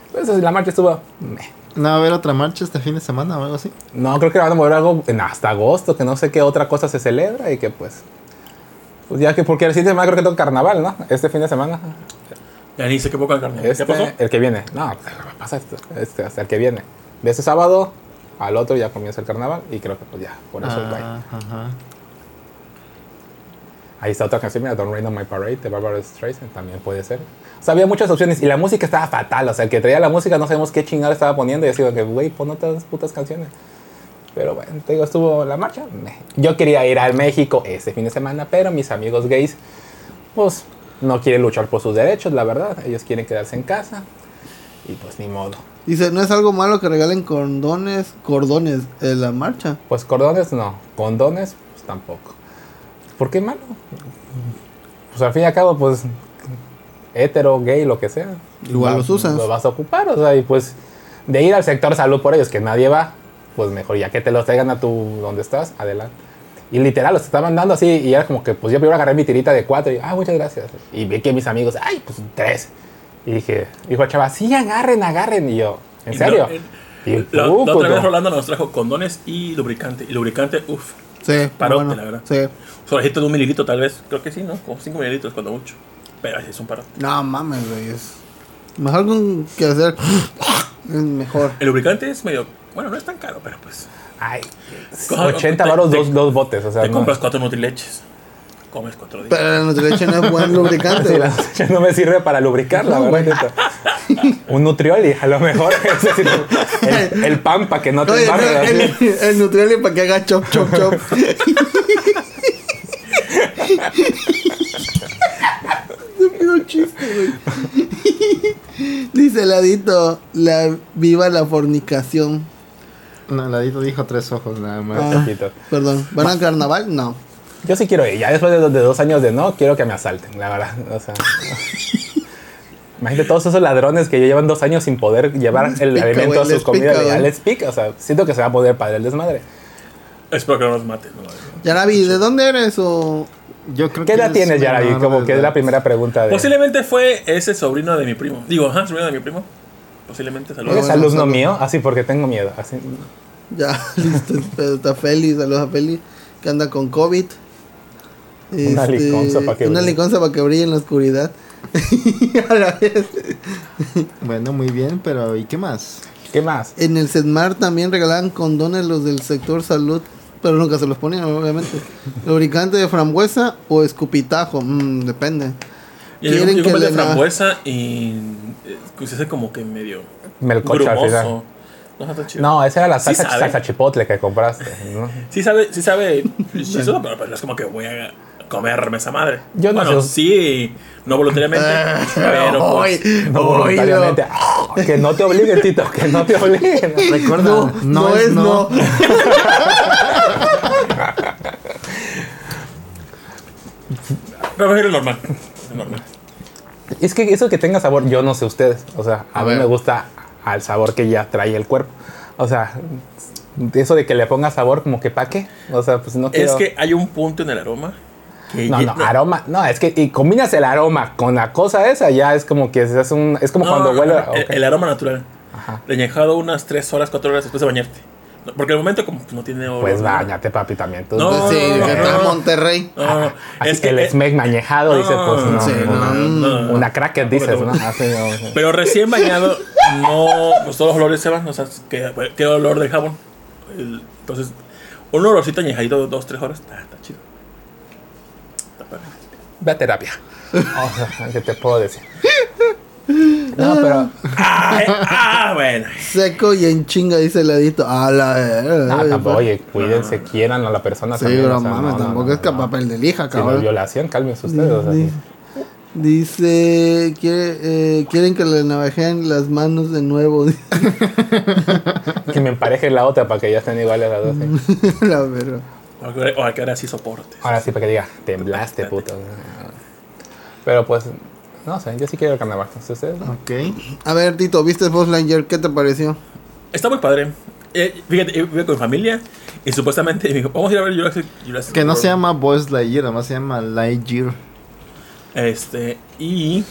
[SPEAKER 5] Entonces Pues, la marcha estuvo. meh.
[SPEAKER 4] ¿No va a haber otra marcha este fin de semana o algo así?
[SPEAKER 5] No, creo que van a mover algo en hasta agosto, que no sé qué otra cosa se celebra y que pues. Pues ya que porque el siguiente semana creo que tengo carnaval, ¿no? Este fin de semana.
[SPEAKER 6] Ya ni sé qué poco de carne.
[SPEAKER 5] Este,
[SPEAKER 6] ¿Qué pasó?
[SPEAKER 5] El que viene. No, pues, pasa esto. Este, hasta el que viene. De este sábado al otro
[SPEAKER 6] Ah.
[SPEAKER 5] ya comienza el carnaval y creo que pues ya, por eso. bye.
[SPEAKER 4] Ah, ajá.
[SPEAKER 5] Ahí está otra canción, mira, Don't Rain on My Parade de Barbara Streisand, también puede ser. O sea, había muchas opciones y la música estaba fatal. O sea, el que traía la música no sabemos qué chingada estaba poniendo y decía que, güey, pon otras putas canciones. Pero bueno, te digo, estuvo la marcha. meh. Yo quería ir al México ese fin de semana, pero mis amigos gays, pues, no quieren luchar por sus derechos, la verdad. Ellos quieren quedarse en casa y pues ni modo.
[SPEAKER 3] Dice, no es algo malo que regalen cordones, cordones en la marcha.
[SPEAKER 5] Pues cordones no, condones pues tampoco. ¿Por qué malo? Pues al fin y al cabo, pues hetero, gay, lo que sea.
[SPEAKER 3] Igual
[SPEAKER 5] Va-
[SPEAKER 3] los usas.
[SPEAKER 5] Lo vas a ocupar, o sea, y pues de ir al sector salud por ellos, que nadie va, pues mejor ya que te los traigan a tu donde estás, adelante. Y literal, los estaban dando así, y era como que, pues yo primero agarré mi tirita de cuatro, y ah, muchas gracias. Y vi que mis amigos, ay, pues tres. Y dije, dijo el chaval, sí, agarren, agarren. Y yo, ¿en
[SPEAKER 2] Y
[SPEAKER 5] serio?
[SPEAKER 2] no, eh,
[SPEAKER 5] y el
[SPEAKER 2] La, la otra vez
[SPEAKER 5] puto.
[SPEAKER 2] Rolando nos trajo condones y lubricante. Y lubricante, uff,
[SPEAKER 3] Sí,
[SPEAKER 2] Parote,
[SPEAKER 3] bueno,
[SPEAKER 2] la verdad.
[SPEAKER 3] Sí.
[SPEAKER 2] solajito de un mililitro tal vez. Creo que sí, ¿no? Como 5 mililitros cuando mucho. Pero sí, es un parote.
[SPEAKER 3] No mames, güey. Es mejor con que hacer. es mejor.
[SPEAKER 2] El lubricante es medio. Bueno, no es tan caro, pero pues.
[SPEAKER 5] Ay,
[SPEAKER 2] Co-
[SPEAKER 5] 80
[SPEAKER 2] te-
[SPEAKER 5] varos,
[SPEAKER 2] te-
[SPEAKER 5] dos, dos botes. O sea,
[SPEAKER 2] Te
[SPEAKER 5] no-
[SPEAKER 2] compras cuatro nutrileches. Comes cuatro días.
[SPEAKER 3] Pero la nutrileche no es buen
[SPEAKER 5] *laughs* Sí,
[SPEAKER 3] *laughs* lubricante.
[SPEAKER 5] la
[SPEAKER 3] güey.
[SPEAKER 5] noche no me sirve para lubricar, la
[SPEAKER 3] No,
[SPEAKER 5] verdad. neta. *laughs* Un nutrioli, a lo mejor. *laughs* es decir, el, el pan para que no te
[SPEAKER 3] Oye, no,
[SPEAKER 5] embarres.
[SPEAKER 3] el,
[SPEAKER 5] así.
[SPEAKER 3] el Nutrioli para que haga chop, chop, *laughs* chop. Estúpido chiste, güey. Dice Ladito, la viva la fornicación.
[SPEAKER 4] No, Ladito dijo tres ojos nada más.
[SPEAKER 3] Ah,
[SPEAKER 5] Poquito.
[SPEAKER 3] perdón, ¿van al carnaval? No.
[SPEAKER 5] Yo sí quiero ir. Ya después de, de dos años de no, quiero que me asalten, la verdad.
[SPEAKER 3] *laughs*
[SPEAKER 5] O sea. Imagínate todos esos ladrones que ya llevan dos años sin poder llevar el
[SPEAKER 3] pica,
[SPEAKER 5] alimento
[SPEAKER 3] güey,
[SPEAKER 5] a
[SPEAKER 3] les
[SPEAKER 5] sus comidas
[SPEAKER 3] pica, güey.
[SPEAKER 5] legales. Pica, o sea, siento que se va a poder padre el desmadre.
[SPEAKER 2] Espero que no nos maten. ¿no?
[SPEAKER 3] Yarabi, ¿de dónde eres? O...
[SPEAKER 4] Yo creo
[SPEAKER 5] ¿Qué edad
[SPEAKER 4] es
[SPEAKER 5] tienes, Yarabi?
[SPEAKER 4] menor
[SPEAKER 5] Como
[SPEAKER 4] de
[SPEAKER 5] que es
[SPEAKER 4] edad.
[SPEAKER 5] la primera pregunta. De,
[SPEAKER 2] Posiblemente fue ese sobrino de mi primo. Digo, ajá, sobrino de mi primo. Posiblemente saludos.
[SPEAKER 5] ¿Eres alumno mío? Así porque tengo miedo. Así,
[SPEAKER 3] Ya, *laughs* listo. Está Feli, saludos a Feli, que anda con COVID. Este,
[SPEAKER 5] Una liconza pa' que
[SPEAKER 3] Una
[SPEAKER 5] brille.
[SPEAKER 3] liconza para que brille en la oscuridad. *laughs* A la vez.
[SPEAKER 4] Bueno, muy bien, pero ¿y qué más?
[SPEAKER 5] ¿Qué más?
[SPEAKER 3] En el Sedmar también regalaban condones los del sector salud, pero nunca se los ponían, obviamente. Lubricante de frambuesa o escupitajo, mm, depende.
[SPEAKER 2] Y yo,
[SPEAKER 3] Quieren
[SPEAKER 2] yo
[SPEAKER 3] que
[SPEAKER 2] compré
[SPEAKER 3] le
[SPEAKER 2] de
[SPEAKER 3] da-
[SPEAKER 2] frambuesa y. eh, pues, ese como que medio.
[SPEAKER 5] Melcocha al final.
[SPEAKER 2] Grumoso. No está chido.
[SPEAKER 5] No, esa era la
[SPEAKER 2] Sí
[SPEAKER 5] salsa,
[SPEAKER 2] sabe.
[SPEAKER 5] salsa chipotle que compraste. ¿no?
[SPEAKER 2] Sí sabe, sí sabe chistoso, pero, pero es como que voy a comerme esa madre.
[SPEAKER 5] Yo no
[SPEAKER 2] bueno,
[SPEAKER 5] sé.
[SPEAKER 2] sí, no voluntariamente, pero pues,
[SPEAKER 3] Ay,
[SPEAKER 5] No
[SPEAKER 3] ay,
[SPEAKER 5] voluntariamente.
[SPEAKER 3] no.
[SPEAKER 5] ¡Ah! que no te obliguen, Tito, que no te obliguen.
[SPEAKER 3] *laughs*
[SPEAKER 4] Recuerda,
[SPEAKER 3] No,
[SPEAKER 4] no,
[SPEAKER 3] no es no.
[SPEAKER 2] pero prefiero el normal. el normal.
[SPEAKER 5] Es que eso que tenga sabor, yo no sé ustedes. O sea, a,
[SPEAKER 3] A
[SPEAKER 5] mí
[SPEAKER 3] ver.
[SPEAKER 5] me gusta al sabor que ya trae el cuerpo. O sea, eso de que le ponga sabor, como que pa' qué. O sea, pues no
[SPEAKER 2] Es
[SPEAKER 5] quiero-
[SPEAKER 2] que hay un punto en el aroma que
[SPEAKER 5] No,
[SPEAKER 2] ye-
[SPEAKER 5] no, aroma. No, es que y combinas el aroma con la cosa esa, ya es como que se hace un. Es como
[SPEAKER 2] no,
[SPEAKER 5] cuando
[SPEAKER 2] no,
[SPEAKER 5] huele.
[SPEAKER 2] no, el,
[SPEAKER 5] ok.
[SPEAKER 2] el aroma natural.
[SPEAKER 5] Ajá.
[SPEAKER 2] Reñejado unas 3 horas, 4 horas después de bañarte. No, Porque el momento como no tiene olor.
[SPEAKER 5] Pues
[SPEAKER 2] ¿no?
[SPEAKER 5] bañate, papi, también. Tú,
[SPEAKER 2] No,
[SPEAKER 3] Sí,
[SPEAKER 2] no,
[SPEAKER 3] que
[SPEAKER 2] no,
[SPEAKER 3] está
[SPEAKER 2] no.
[SPEAKER 3] en Monterrey.
[SPEAKER 2] No,
[SPEAKER 5] *laughs*
[SPEAKER 2] no, no.
[SPEAKER 5] es Ah, que el
[SPEAKER 2] eh,
[SPEAKER 5] smeg mañejado, dices, pues no.
[SPEAKER 3] sí,
[SPEAKER 5] no,
[SPEAKER 3] no.
[SPEAKER 5] Una cracker dices, ¿no? Así, no, sí.
[SPEAKER 2] Pero recién bañado, no, pues todos los olores se van, o sea, queda, queda olor del jabón. El- entonces, un olorcito añejadito de dos, tres horas, está, está chido. Está padre.
[SPEAKER 5] Ve a terapia. O sea, ¿Qué te puedo decir? No, pero.
[SPEAKER 2] Ah, eh, ah, bueno.
[SPEAKER 3] Seco y en chinga, dice el ladito. A la
[SPEAKER 5] No, Ah, tampoco, oye, cuídense, quieran a la persona.
[SPEAKER 3] Sí,
[SPEAKER 5] también,
[SPEAKER 3] pero
[SPEAKER 5] o sea,
[SPEAKER 3] mames,
[SPEAKER 5] no, no,
[SPEAKER 3] tampoco
[SPEAKER 5] no,
[SPEAKER 3] es que
[SPEAKER 5] no.
[SPEAKER 3] papel de lija,
[SPEAKER 5] Si no es
[SPEAKER 3] cabrón.
[SPEAKER 5] violación, cálmense ustedes. o sea,
[SPEAKER 3] Sí.
[SPEAKER 5] sí.
[SPEAKER 3] Dice, quiere, eh, quieren que le navajen las manos de nuevo. *laughs*
[SPEAKER 5] que me empareje la otra para que ya estén iguales las dos. ¿eh?
[SPEAKER 3] Mm.
[SPEAKER 5] sí.
[SPEAKER 3] La verdad.
[SPEAKER 2] O que- O que ahora sí soporte.
[SPEAKER 5] Ahora sí, para que diga, temblaste, puto. Pero pues, no sé, yo sí quiero el carnaval. entonces, ustedes no.
[SPEAKER 4] Ok.
[SPEAKER 3] A ver, Tito, ¿viste Boss Lightyear? ¿Qué te pareció?
[SPEAKER 2] Está muy padre. Eh, fíjate, yo vivo con mi familia y supuestamente me dijo, vamos a ir a ver Jurassic, Jurassic
[SPEAKER 4] Que no
[SPEAKER 2] World".
[SPEAKER 4] se llama Boys Lightyear, nomás se llama Lightyear.
[SPEAKER 2] Este, y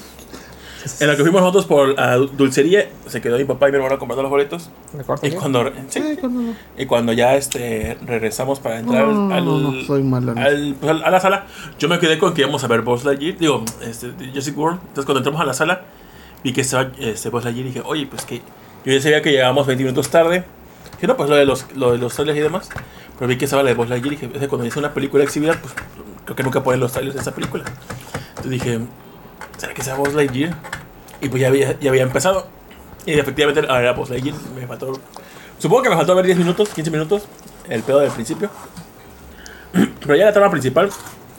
[SPEAKER 2] en lo que fuimos nosotros por la dulcería, se quedó mi papá y mi hermano comprando los boletos.
[SPEAKER 5] ¿Me corto
[SPEAKER 2] Y
[SPEAKER 5] aquí?
[SPEAKER 2] cuando, sí,
[SPEAKER 3] Ay, córtalo.
[SPEAKER 2] y cuando ya este, regresamos para entrar
[SPEAKER 3] No, no, no,
[SPEAKER 2] al,
[SPEAKER 3] no, no, soy malo en
[SPEAKER 2] al- pues, al- a la sala, yo me quedé con que íbamos a ver Buzz Lightyear, digo, este, Jurassic World. Entonces cuando entramos a la sala, vi que estaba este, Buzz Lightyear y dije, oye, pues que yo ya sabía que llegábamos 20 minutos tarde. Dije, no, pues lo de los, lo de los trailers y demás. Pero vi que estaba la de Buzz Lightyear y dije, es que cuando hice una película exhibida, pues creo que nunca ponen los trailers de esa película. Entonces dije, ¿será que sea Buzz Lightyear? Y pues ya había, ya había empezado. Y efectivamente ah, era Buzz Lightyear. Me faltó, supongo que me faltó ver 10 minutos, 15 minutos, el pedo del principio. *clears throat* Pero ya la trama principal,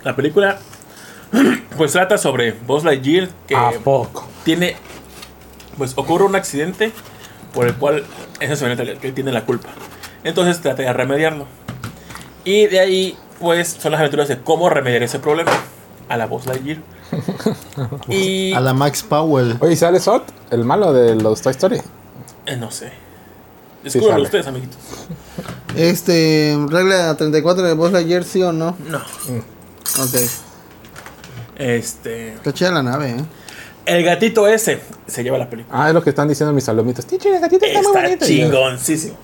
[SPEAKER 2] la película, *clears throat* pues trata sobre Buzz Lightyear que
[SPEAKER 5] ¿A poco?
[SPEAKER 2] tiene, pues ocurre un accidente por el cual ese señor que él tiene la culpa. Entonces trata de remediarlo. Y de ahí, pues, son las aventuras de cómo remediar ese problema a la voz Lightyear. y
[SPEAKER 4] A la Max Powell.
[SPEAKER 5] Oye, ¿y ¿sale Sot? El malo de los Toy Story.
[SPEAKER 2] eh, no sé.
[SPEAKER 5] Sí
[SPEAKER 2] Descúbralo
[SPEAKER 5] sale.
[SPEAKER 2] ustedes, amiguitos.
[SPEAKER 3] Este, regla 34 de Buzz Lightyear, sí o no.
[SPEAKER 2] No.
[SPEAKER 3] Ok.
[SPEAKER 2] Este,
[SPEAKER 3] Está chida la nave, ¿eh?
[SPEAKER 2] el gatito ese se lleva la película.
[SPEAKER 5] Ah, es lo que están diciendo mis saluditos. Tiche, el gatito está, muy
[SPEAKER 2] Está
[SPEAKER 5] bonito.
[SPEAKER 2] chingoncísimo.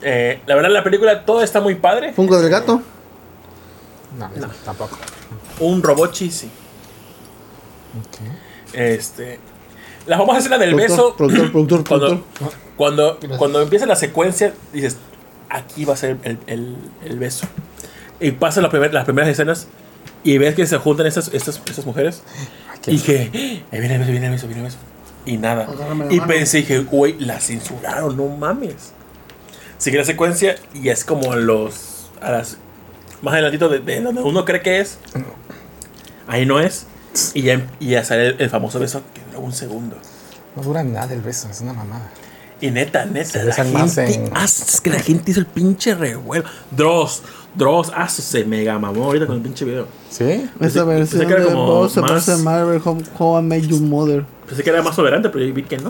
[SPEAKER 2] Eh, la verdad, la película todo está muy padre.
[SPEAKER 3] Funko del gato.
[SPEAKER 5] No, no, tampoco.
[SPEAKER 2] Un robochi, sí. Este. La famosa escena del
[SPEAKER 3] Productor,
[SPEAKER 2] beso.
[SPEAKER 3] productor, productor,
[SPEAKER 2] cuando, cuando, cuando empieza la secuencia, dices, aquí va a ser el, el- el beso. Y pasan la primer- las primeras escenas y ves que se juntan estas, estas, estas mujeres.
[SPEAKER 5] qué
[SPEAKER 2] y dije, "Ah, ahí viene el beso, viene el beso, viene el beso. Y nada.
[SPEAKER 3] Agárrame Pues la
[SPEAKER 2] Y
[SPEAKER 3] mano.
[SPEAKER 2] pensé, dije, güey, la censuraron, no mames. Sigue la secuencia y es como a los. A las, más adelantito de, de donde uno cree que es. Ahí no es. Y ya, y ya sale el, el famoso beso que dura un segundo.
[SPEAKER 5] No dura nada el beso, es una mamada.
[SPEAKER 2] Y neta, neta, la
[SPEAKER 5] besan más
[SPEAKER 2] gente.
[SPEAKER 5] en-
[SPEAKER 2] ah, es que la gente hizo el pinche revuelo. Dross, Dross, ah, se mega mamó ahorita con el pinche video.
[SPEAKER 5] ¿Sí?
[SPEAKER 2] Pensé-
[SPEAKER 3] Esta
[SPEAKER 2] pensé
[SPEAKER 3] versión
[SPEAKER 2] que era
[SPEAKER 3] de
[SPEAKER 2] como
[SPEAKER 3] Buzz se
[SPEAKER 2] más-
[SPEAKER 3] parece a Marvel How, How I Made Your Mother.
[SPEAKER 2] Pensé que era más soberante, pero yo vi que no.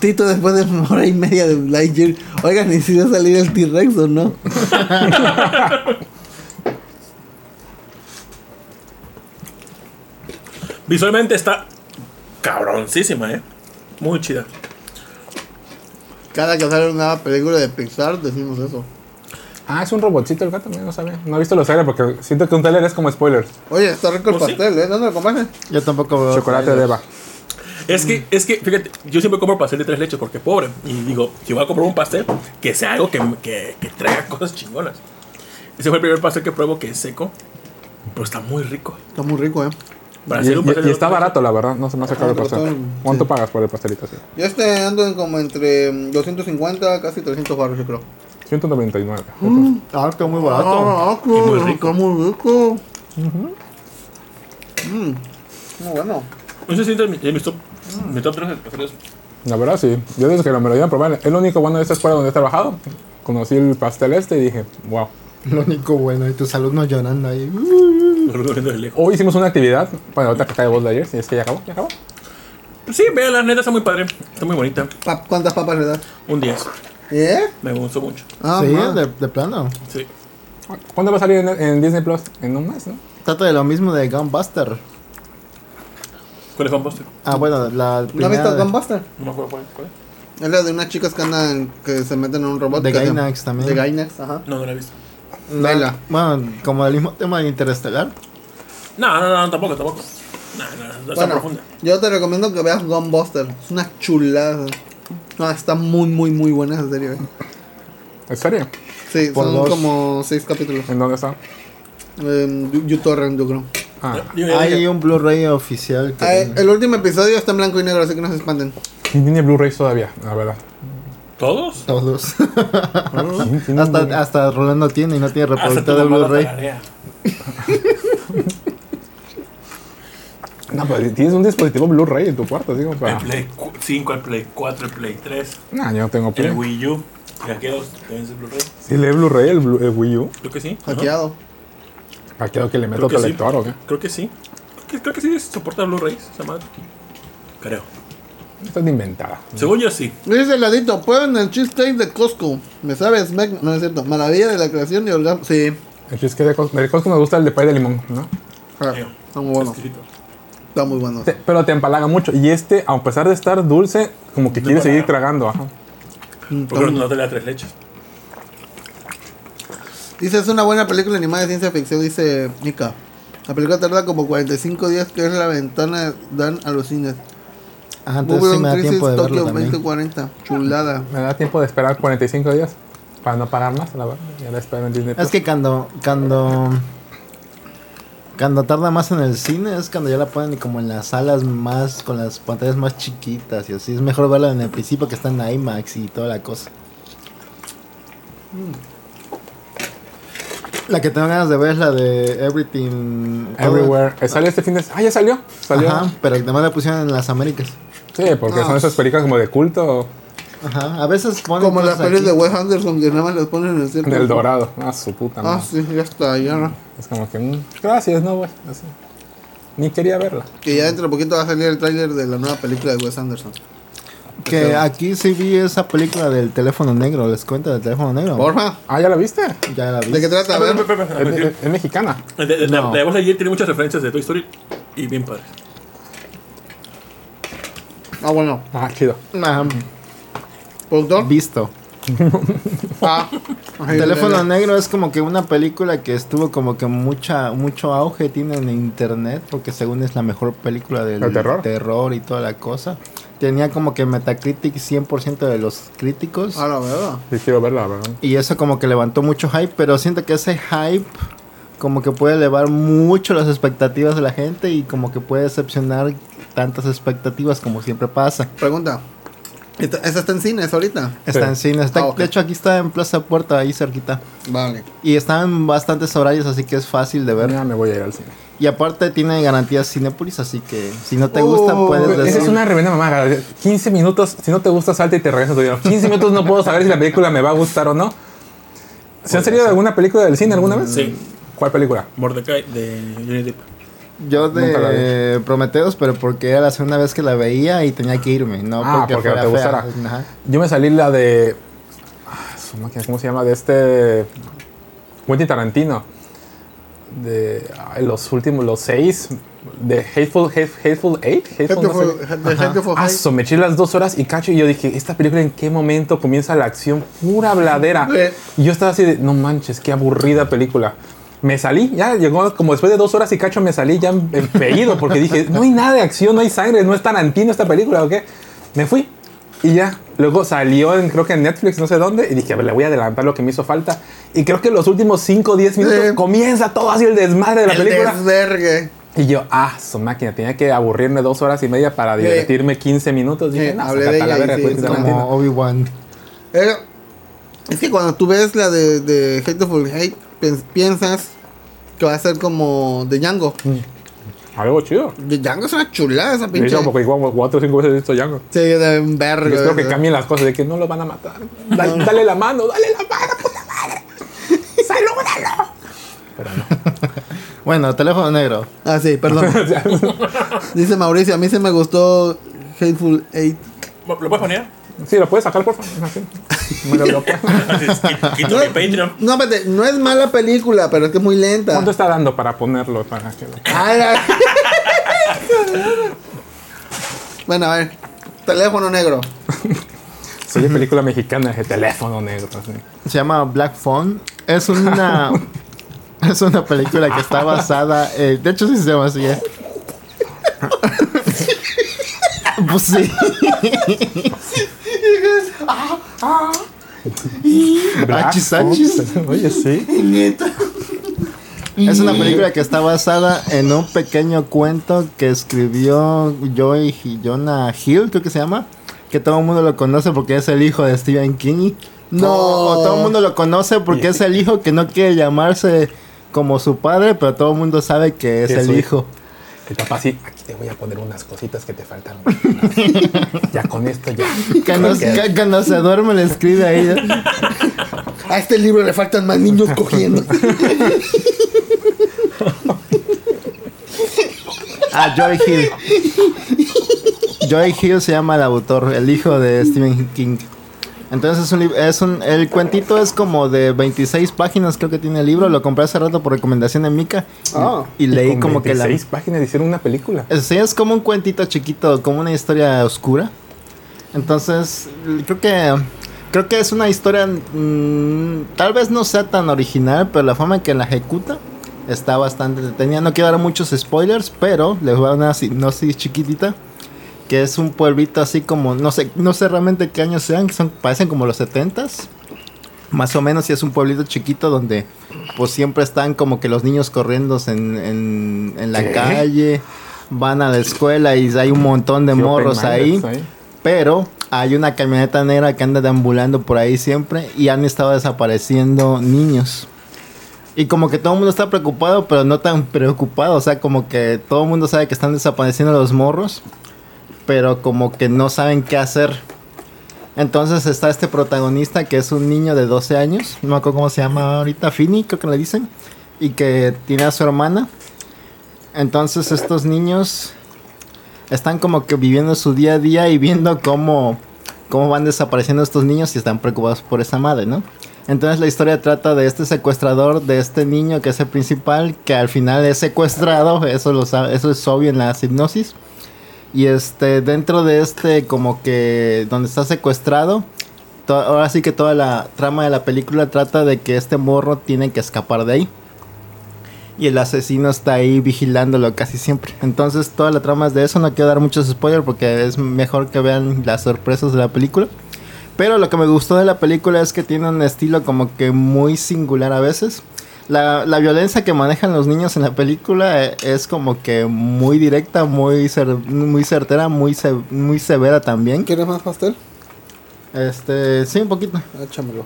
[SPEAKER 3] Tito, después de una hora y media de Lightyear, oigan, ¿y si va a salir el T-Rex o no?
[SPEAKER 2] Visualmente está cabroncísima, eh. Muy chida.
[SPEAKER 3] Cada que sale una película de Pixar, decimos eso.
[SPEAKER 5] Ah, es un robotcito el gato, mira, no sabía. No he visto los trailers porque siento que un trailer es como spoilers.
[SPEAKER 3] Oye, está rico el
[SPEAKER 2] Pues sí.
[SPEAKER 3] pastel, ¿eh? ¿Dónde lo compraste?
[SPEAKER 4] Yo tampoco veo.
[SPEAKER 5] Chocolate de Eva.
[SPEAKER 2] Es que, es que, fíjate, yo siempre compro pastel de tres leches porque pobre. Y digo, si voy a comprar un pastel, que sea algo que, que, que traiga cosas chingonas. Ese fue el primer pastel que pruebo que es seco, pero está muy rico.
[SPEAKER 3] Está muy rico, ¿eh?
[SPEAKER 2] Para
[SPEAKER 5] Y,
[SPEAKER 2] hacer un
[SPEAKER 5] y-
[SPEAKER 2] pastel
[SPEAKER 5] y
[SPEAKER 2] de
[SPEAKER 5] está
[SPEAKER 2] tres
[SPEAKER 5] barato, la verdad. No se me ha sacado el
[SPEAKER 3] Ah,
[SPEAKER 5] pastel.
[SPEAKER 3] total,
[SPEAKER 5] ¿Cuánto
[SPEAKER 3] sí.
[SPEAKER 5] pagas por el pastelito? Sí.
[SPEAKER 3] Yo este ando en como entre mm, 250, casi 300 barros, yo creo.
[SPEAKER 5] 199.
[SPEAKER 4] Ah, está muy barato.
[SPEAKER 2] Y muy rico.
[SPEAKER 3] ah, está muy rico. Mm, muy bueno.
[SPEAKER 2] leches. Ese sí es de mi- de mis top, mi top tres pasteles. *laughs*
[SPEAKER 5] La verdad, sí. Yo desde que me lo iban a probar, el único bueno de esta escuela donde he trabajado, conocí el pastel este y dije, wow.
[SPEAKER 4] Lo único bueno. Y tus alumnos llorando ahí.
[SPEAKER 2] Lo recomiendo de lejos.
[SPEAKER 5] Hoy hicimos una actividad, bueno, ahorita que cae voz de ayer, y es que ya acabó, ya acabó.
[SPEAKER 2] Pues sí, vean, la neta está muy padre. Está muy bonita.
[SPEAKER 3] Pa- ¿Cuántas papas le das?
[SPEAKER 2] Un 10.
[SPEAKER 3] ¿Eh?
[SPEAKER 2] Me gustó mucho.
[SPEAKER 3] Ah,
[SPEAKER 4] sí,
[SPEAKER 3] ma.
[SPEAKER 4] de, de plano.
[SPEAKER 2] Sí.
[SPEAKER 5] ¿Cuándo va a salir en, en Disney Plus? En un mes, ¿no?
[SPEAKER 4] Trata de lo mismo de Gunbuster.
[SPEAKER 2] ¿Cuál es Fanbuster?
[SPEAKER 4] Ah, bueno, la
[SPEAKER 3] ¿No
[SPEAKER 4] primera
[SPEAKER 3] has visto
[SPEAKER 4] de-
[SPEAKER 3] Gunbuster?
[SPEAKER 2] No me acuerdo cuál, cuál es.
[SPEAKER 3] Es la de unas chicas que andan, que se meten en un robot.
[SPEAKER 4] De
[SPEAKER 3] que se-
[SPEAKER 4] Gainax también.
[SPEAKER 3] De Gainax, ajá.
[SPEAKER 2] No, no la he visto.
[SPEAKER 4] la-
[SPEAKER 3] Vela.
[SPEAKER 4] Bueno, como el mismo tema de Interestelar.
[SPEAKER 2] No, no, no, tampoco, tampoco. No, no, no, no está
[SPEAKER 3] Bueno,
[SPEAKER 2] profunda.
[SPEAKER 3] yo te recomiendo que veas Gunbuster. Es una chulada. No, está muy, muy, muy buena esa serie. ¿eh?
[SPEAKER 5] ¿En serio?
[SPEAKER 3] Sí,
[SPEAKER 4] Por
[SPEAKER 3] son
[SPEAKER 4] dos.
[SPEAKER 3] como seis capítulos.
[SPEAKER 5] ¿En dónde está?
[SPEAKER 3] En Yu- YouTorrent, yo creo.
[SPEAKER 5] Ah.
[SPEAKER 2] Dime, dime.
[SPEAKER 4] Hay un Blu-ray oficial que.
[SPEAKER 3] Ah, eh, el último episodio está en blanco y negro, así que no se espanten.
[SPEAKER 5] ¿Quién tiene Blu-ray todavía? La verdad.
[SPEAKER 2] ¿Todos?
[SPEAKER 4] Todos.
[SPEAKER 2] Ah.
[SPEAKER 5] ¿Quién tiene Blu-ray?
[SPEAKER 4] hasta,
[SPEAKER 5] Ah,
[SPEAKER 4] hasta Rolando tiene y no tiene
[SPEAKER 2] Hasta tu
[SPEAKER 4] reproductor de
[SPEAKER 2] mamá la
[SPEAKER 4] Blu-ray.
[SPEAKER 2] tararea.
[SPEAKER 5] No, pero tienes un dispositivo Blu-ray en tu cuarto, digo, para...
[SPEAKER 2] El Play 5, el Play 4, el Play 3,
[SPEAKER 5] No, yo no tengo
[SPEAKER 2] el
[SPEAKER 5] Play.
[SPEAKER 2] Wii U. ¿Y aquellos también es Blu-ray?
[SPEAKER 5] Si lee Blu-ray el, Blu- el Wii U,
[SPEAKER 2] Creo que sí. ajá.
[SPEAKER 3] Hackeado.
[SPEAKER 5] ¿para qué que le meto
[SPEAKER 2] Creo que
[SPEAKER 5] otro
[SPEAKER 2] sí.
[SPEAKER 5] lector o qué?
[SPEAKER 2] Creo que sí. Creo que, creo que sí soporta Blu-ray, esa madre. Creo.
[SPEAKER 5] Esto es de inventada.
[SPEAKER 2] Según yo sí.
[SPEAKER 3] Dice el ladito, prueben el cheesecake de Costco. Me sabe, smack. No es cierto. Maravilla de la creación y orgasmo. Sí.
[SPEAKER 5] El cheesecake de Costco, de Costco nos gusta el de pay de limón, ¿no?
[SPEAKER 3] Ah,
[SPEAKER 2] Creo.
[SPEAKER 3] Está muy bueno.
[SPEAKER 2] Escrito.
[SPEAKER 3] Está muy bueno.
[SPEAKER 5] Te- pero te empalaga mucho. Y este, a pesar de estar dulce, como que quiere seguir tragando. Ajá.
[SPEAKER 2] Porque no te le da tres leches.
[SPEAKER 3] Dice, es una buena película animada de ciencia ficción, dice Nika. La película tarda como 45 días, que es la ventana dan a los cines.
[SPEAKER 4] Ajá, entonces sí
[SPEAKER 3] Babylon
[SPEAKER 4] me da
[SPEAKER 3] Crisis
[SPEAKER 4] tiempo de verlo
[SPEAKER 3] Tokio
[SPEAKER 4] también.
[SPEAKER 3] 2040. Chulada.
[SPEAKER 5] Me da tiempo de esperar 45 días. Para no pagar más, la verdad. Ya la espero en Disney
[SPEAKER 4] Es que cuando, cuando, cuando tarda más en el cine es cuando ya la ponen como en las salas más, con las pantallas más chiquitas y así. Es mejor verla en el principio que está en IMAX y toda la cosa. Mm. La que tengo ganas de ver es la de Everything. All-
[SPEAKER 5] Everywhere. Eh, ¿Salió este fin de Ah, ya salió. Salió.
[SPEAKER 4] Ajá, pero además la pusieron en las Américas.
[SPEAKER 5] Sí, porque
[SPEAKER 2] Ah.
[SPEAKER 5] son esas películas como de culto
[SPEAKER 4] Ajá, a veces ponen.
[SPEAKER 3] Como las
[SPEAKER 4] cosas
[SPEAKER 3] pelis
[SPEAKER 4] aquí.
[SPEAKER 3] de Wes Anderson que nada más las ponen en el
[SPEAKER 5] *laughs*
[SPEAKER 3] cierto.
[SPEAKER 5] del Dorado. Ah, su puta
[SPEAKER 3] Ah,
[SPEAKER 5] madre.
[SPEAKER 3] sí, ya está, ya no.
[SPEAKER 5] Es como que. mm, gracias, no, güey. Así. Ni quería verla.
[SPEAKER 3] Que ya dentro de poquito va a salir el tráiler de la nueva película de Wes Anderson.
[SPEAKER 4] Que aquí sí vi esa película del teléfono negro. ¿Les cuento del teléfono negro?
[SPEAKER 3] Porfa,
[SPEAKER 5] Ah, ¿ya la viste?
[SPEAKER 4] Ya la vi.
[SPEAKER 3] ¿de qué trata? A
[SPEAKER 6] Espera,
[SPEAKER 3] ver,
[SPEAKER 6] espera,
[SPEAKER 5] Es,
[SPEAKER 6] espera.
[SPEAKER 5] es- es mexicana.
[SPEAKER 6] La de- la-
[SPEAKER 4] No.
[SPEAKER 6] la de Buzz Lightyear tiene muchas referencias de Toy Story y bien padre.
[SPEAKER 3] ah, bueno,
[SPEAKER 5] Ah, chido.
[SPEAKER 4] Ajá,
[SPEAKER 3] productor.
[SPEAKER 4] visto.
[SPEAKER 5] *laughs*
[SPEAKER 3] Ah, ahí
[SPEAKER 4] Teléfono
[SPEAKER 3] viene.
[SPEAKER 4] negro es como que una película que estuvo como que mucha mucho auge tiene en internet porque según es la mejor película del
[SPEAKER 5] ¿El terror?
[SPEAKER 4] terror y toda la cosa. Tenía como que Metacritic 100% de los críticos
[SPEAKER 3] Ah, la verdad.
[SPEAKER 5] Sí, quiero verla, ¿verdad?
[SPEAKER 4] y eso como que levantó mucho hype, pero siento que ese hype como que puede elevar mucho las expectativas de la gente y como que puede decepcionar tantas expectativas como siempre pasa.
[SPEAKER 3] Pregunta. Esta, esta está en cines ahorita.
[SPEAKER 4] Está
[SPEAKER 5] Sí.
[SPEAKER 4] en cine, está,
[SPEAKER 3] Ah, ok.
[SPEAKER 4] de hecho aquí está en Plaza Puerta, ahí cerquita.
[SPEAKER 3] Vale.
[SPEAKER 4] Y están en bastantes horarios, así que es fácil de ver.
[SPEAKER 5] Ya me voy a ir al cine.
[SPEAKER 4] Y aparte tiene garantías Cinepolis, así que si no te gustan puedes
[SPEAKER 5] Oh, Esa
[SPEAKER 4] decir.
[SPEAKER 5] es una revenda mamá. 15 minutos, si no te gusta, salta y te regresa tu dinero. 15 minutos no puedo saber si la película me va a gustar o no. ¿Se han salido de alguna película del cine alguna vez?
[SPEAKER 6] Sí.
[SPEAKER 5] ¿Cuál película?
[SPEAKER 6] Mordecai de Johnny Depp.
[SPEAKER 4] Yo
[SPEAKER 5] Nunca la vi.
[SPEAKER 4] de Prometeos, pero porque era la segunda vez que la veía y tenía que irme, no
[SPEAKER 5] Ah,
[SPEAKER 4] porque,
[SPEAKER 5] porque
[SPEAKER 4] fuera
[SPEAKER 5] te
[SPEAKER 4] fea.
[SPEAKER 5] gustara.
[SPEAKER 4] Ajá.
[SPEAKER 5] Yo me salí la de. ah, su máquina, ¿Cómo se llama? De este. Quentin Tarantino. De ay, los últimos, los seis. De Hateful, Hate- Hateful Eight. Hateful, no sé.
[SPEAKER 3] Hateful- de Hateful
[SPEAKER 5] Ah,
[SPEAKER 3] Hate.
[SPEAKER 5] so, me eché las dos horas y cacho. Y yo dije, ¿esta película en qué momento comienza la acción? Pura bladera.
[SPEAKER 3] Eh.
[SPEAKER 5] Y yo estaba así de, no manches, qué aburrida película. Me salí, ya llegó como después de dos horas y cacho me salí ya impedido porque dije, no hay nada de acción, no hay sangre, no es Tarantino esta película o qué. Me fui y ya. Luego salió en, creo que en Netflix, no sé dónde, y dije, a ver, le voy a adelantar lo que me hizo falta. Y creo que los últimos 5 o 10 minutos
[SPEAKER 3] Sí.
[SPEAKER 5] comienza todo así el desmadre de la
[SPEAKER 3] El
[SPEAKER 5] película.
[SPEAKER 3] desvergue.
[SPEAKER 5] Y yo, ah, su máquina, tenía que aburrirme dos horas y media para
[SPEAKER 3] Sí.
[SPEAKER 5] divertirme 15 minutos. Dije,
[SPEAKER 3] Sí,
[SPEAKER 5] no,
[SPEAKER 3] hablé
[SPEAKER 5] saca
[SPEAKER 3] de
[SPEAKER 5] la
[SPEAKER 3] ella y
[SPEAKER 5] verga,
[SPEAKER 3] sí,
[SPEAKER 5] Quentin
[SPEAKER 3] es
[SPEAKER 5] Tarantino.
[SPEAKER 4] Como Obi-Wan.
[SPEAKER 3] Era- Eh, es que cuando tú ves la de, de Hateful Hate, pens- piensas que va a ser como de Django.
[SPEAKER 5] Mm. Algo chido.
[SPEAKER 3] De Django es una chulada esa
[SPEAKER 5] De
[SPEAKER 3] pinche.
[SPEAKER 5] hecho, porque igual cuatro o cinco veces he visto Django.
[SPEAKER 3] Sí, de un
[SPEAKER 5] Yo
[SPEAKER 3] verga.
[SPEAKER 5] espero que
[SPEAKER 3] ¿verdad?
[SPEAKER 5] cambien las cosas, de que no lo van a matar. Da- dale la mano, dale la mano, puta
[SPEAKER 3] *laughs*
[SPEAKER 5] madre. Salúdalo. Pero no.
[SPEAKER 4] Bueno, teléfono negro.
[SPEAKER 3] Ah, sí,
[SPEAKER 5] *laughs*
[SPEAKER 3] perdón.
[SPEAKER 5] O sea,
[SPEAKER 3] Dice Mauricio, a mí se me gustó Hateful Eight.
[SPEAKER 6] ¿Lo puedes poner?
[SPEAKER 5] sí, lo puedes sacar, por favor. Así. Me lo bloquea.
[SPEAKER 6] Ah,
[SPEAKER 4] *laughs*
[SPEAKER 6] Quito mi Patreon.
[SPEAKER 3] No, espérate, no es mala película, pero es que es muy lenta.
[SPEAKER 5] ¿Cuánto está dando para ponerlo? Para que lo-
[SPEAKER 3] Ah, la- bueno, a ver. Teléfono negro. *laughs*
[SPEAKER 5] Soy de película mexicana de teléfono negro. así.
[SPEAKER 4] *laughs* Se llama Black Phone. Es
[SPEAKER 5] *laughs*
[SPEAKER 4] una es una película que está basada, eh, de hecho sí se llama
[SPEAKER 5] *laughs*
[SPEAKER 4] así. eh. pues sí. Achis, achis.
[SPEAKER 5] Oye, sí.
[SPEAKER 4] Es una película que está basada en un pequeño cuento que escribió Joey Hi- Jonah Hill, creo que se llama. Que todo el mundo lo conoce porque es el hijo de Stephen King.
[SPEAKER 3] No.
[SPEAKER 4] O todo el mundo lo conoce porque es el hijo que no quiere llamarse como su padre, pero todo el mundo sabe que es
[SPEAKER 5] Que es
[SPEAKER 4] el
[SPEAKER 5] su
[SPEAKER 4] hijo.
[SPEAKER 5] El papá sí, aquí te voy a poner unas cositas que te faltaron. *laughs* ya con esto ya.
[SPEAKER 4] Cuando, cu- cuando se duerme le escribe ahí.
[SPEAKER 3] A este libro le faltan más
[SPEAKER 5] *laughs*
[SPEAKER 3] niños cogiendo.
[SPEAKER 4] A Ah, Joy Hill. Joy Hill se llama el autor, el hijo de Stephen King. Entonces es un, lib- es un- el cuentito es como de 26 páginas creo que tiene el libro. Lo compré hace rato por recomendación de Mika. y-
[SPEAKER 3] Ah.
[SPEAKER 4] y, leí como que la...
[SPEAKER 5] seis páginas hicieron una película.
[SPEAKER 4] Sí, es como un cuentito chiquito, como una historia oscura. Entonces, creo que creo que es una historia mm, tal vez no sea tan original, pero la forma en que la ejecuta está bastante detenida. No quiero dar muchos spoilers, pero les voy a dar una sinopsis chiquitita que es un pueblito así como no sé no sé realmente qué años sean, que son parecen como los 70s. Más o menos, y es un pueblito chiquito donde pues siempre están como que los niños corriendo en, en, en la
[SPEAKER 5] ¿Qué?
[SPEAKER 4] calle, van a la escuela y hay un montón de
[SPEAKER 5] Sí,
[SPEAKER 4] morros ahí.
[SPEAKER 5] open-minded, ahí.
[SPEAKER 4] Pero hay una camioneta negra que anda deambulando por ahí siempre y han estado desapareciendo niños. Y como que todo el mundo está preocupado, pero no tan preocupado. O sea, como que todo el mundo sabe que están desapareciendo los morros, pero como que no saben qué hacer. Entonces está este protagonista que es un niño de 12 años, no me acuerdo cómo se llama ahorita, Fini, creo que le dicen, y que tiene a su hermana. Entonces estos niños están como que viviendo su día a día y viendo cómo, cómo van desapareciendo estos niños y están preocupados por esa madre, ¿no? Entonces la historia trata de este secuestrador, de este niño que es el principal, que al final es secuestrado, eso, lo sabe- eso es obvio en la hipnosis. Y este, dentro de este, como que donde está secuestrado, to- ahora sí que toda la trama de la película trata de que este morro tiene que escapar de ahí. Y el asesino está ahí vigilándolo casi siempre. Entonces toda la trama es de eso. No quiero dar muchos spoilers porque es mejor que vean las sorpresas de la película. Pero lo que me gustó de la película es que tiene un estilo como que muy singular a veces. La, la violencia que manejan los niños en la película eh, es como que muy directa, muy, cer- muy certera, muy, se- muy severa también.
[SPEAKER 3] ¿Quieres más pastel?
[SPEAKER 4] Este, sí, un poquito.
[SPEAKER 3] Échamelo.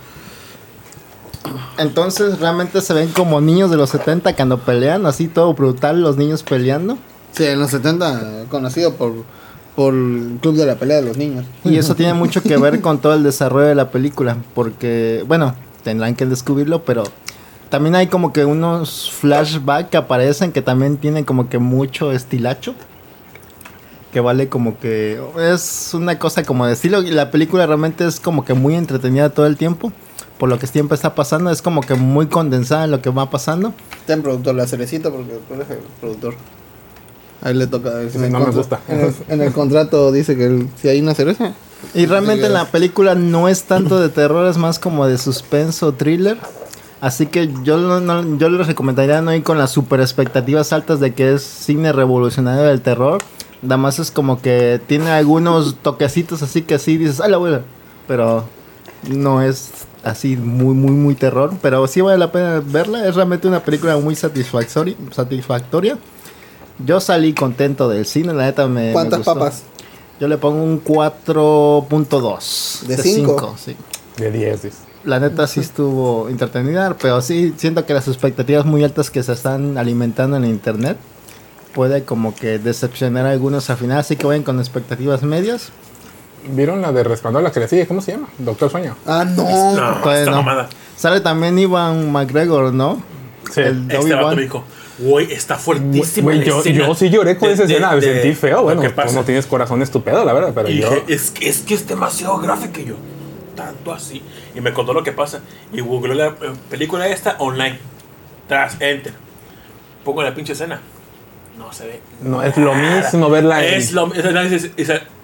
[SPEAKER 4] Entonces realmente se ven como niños de los 70 cuando pelean, así todo brutal, los niños peleando.
[SPEAKER 3] Sí, en los 70, conocido por, por el Club de la Pelea de los Niños.
[SPEAKER 4] Y eso tiene mucho que ver con todo el desarrollo de la película, porque, bueno, tendrán que descubrirlo, pero también hay como que unos flashbacks que aparecen que también tienen como que mucho estilacho, que vale como que es una cosa como de estilo, y la película realmente es como que muy entretenida todo el tiempo, por lo que siempre está pasando, es como que muy condensada en lo que va pasando.
[SPEAKER 3] Ten productor la cerecita porque tú eres el productor. Ahí le toca.
[SPEAKER 5] Sí, no me gusta.
[SPEAKER 3] En el, en el contrato dice que el- si hay una cereza.
[SPEAKER 4] Y realmente la película no es tanto de terror, es más como de suspenso, thriller. Así que yo, no- no- yo les recomendaría no ir con las super expectativas altas de que es cine revolucionario del terror. Nada más es como que tiene algunos toquecitos así que así dices, ¡ay la abuela! Pero no es así muy, muy, muy terror. Pero sí vale la pena verla. Es realmente una película muy satisfactoria. satisfactoria. Yo salí contento del cine, la neta me. me
[SPEAKER 3] ¿Cuántas
[SPEAKER 4] gustó.
[SPEAKER 3] papas?
[SPEAKER 4] Yo le pongo un 4.2.
[SPEAKER 3] ¿De cinco?
[SPEAKER 4] cinco, sí.
[SPEAKER 5] De 10, dice.
[SPEAKER 4] La neta sí estuvo entretenida, pero sí siento que las expectativas muy altas que se están alimentando en el internet puede como que decepcionar a algunos al final, así que vayan con expectativas medias.
[SPEAKER 5] ¿Vieron la de Resplandor, la que le sigue? ¿Cómo se llama? Doctor Sueño.
[SPEAKER 3] Ah, no.
[SPEAKER 6] No,
[SPEAKER 4] todavía
[SPEAKER 6] esta
[SPEAKER 4] no.
[SPEAKER 6] mamada.
[SPEAKER 4] Sale también Ivan McGregor, ¿no?
[SPEAKER 5] Sí.
[SPEAKER 4] El
[SPEAKER 6] Este
[SPEAKER 4] Obi-Wan.
[SPEAKER 6] vato me dijo, güey, está fuertísima
[SPEAKER 5] Güey,
[SPEAKER 6] la
[SPEAKER 5] yo,
[SPEAKER 6] escena
[SPEAKER 5] yo sí lloré con
[SPEAKER 6] de-
[SPEAKER 5] esa
[SPEAKER 6] de-
[SPEAKER 5] escena, me
[SPEAKER 6] de-
[SPEAKER 5] sentí feo.
[SPEAKER 6] lo
[SPEAKER 5] Bueno,
[SPEAKER 6] que
[SPEAKER 5] tú
[SPEAKER 6] pasa.
[SPEAKER 5] no tienes corazón estúpido, la verdad, pero
[SPEAKER 6] Y
[SPEAKER 5] yo.
[SPEAKER 6] dije, es, que- es que es demasiado gráfico. Y yo, tanto así. Y me contó lo que pasa. Y googleó la eh, película esta online. Tras, enter. Pongo la pinche escena. No se ve.
[SPEAKER 5] No es lo
[SPEAKER 6] nada.
[SPEAKER 5] mismo verla en-
[SPEAKER 6] Es lo mismo.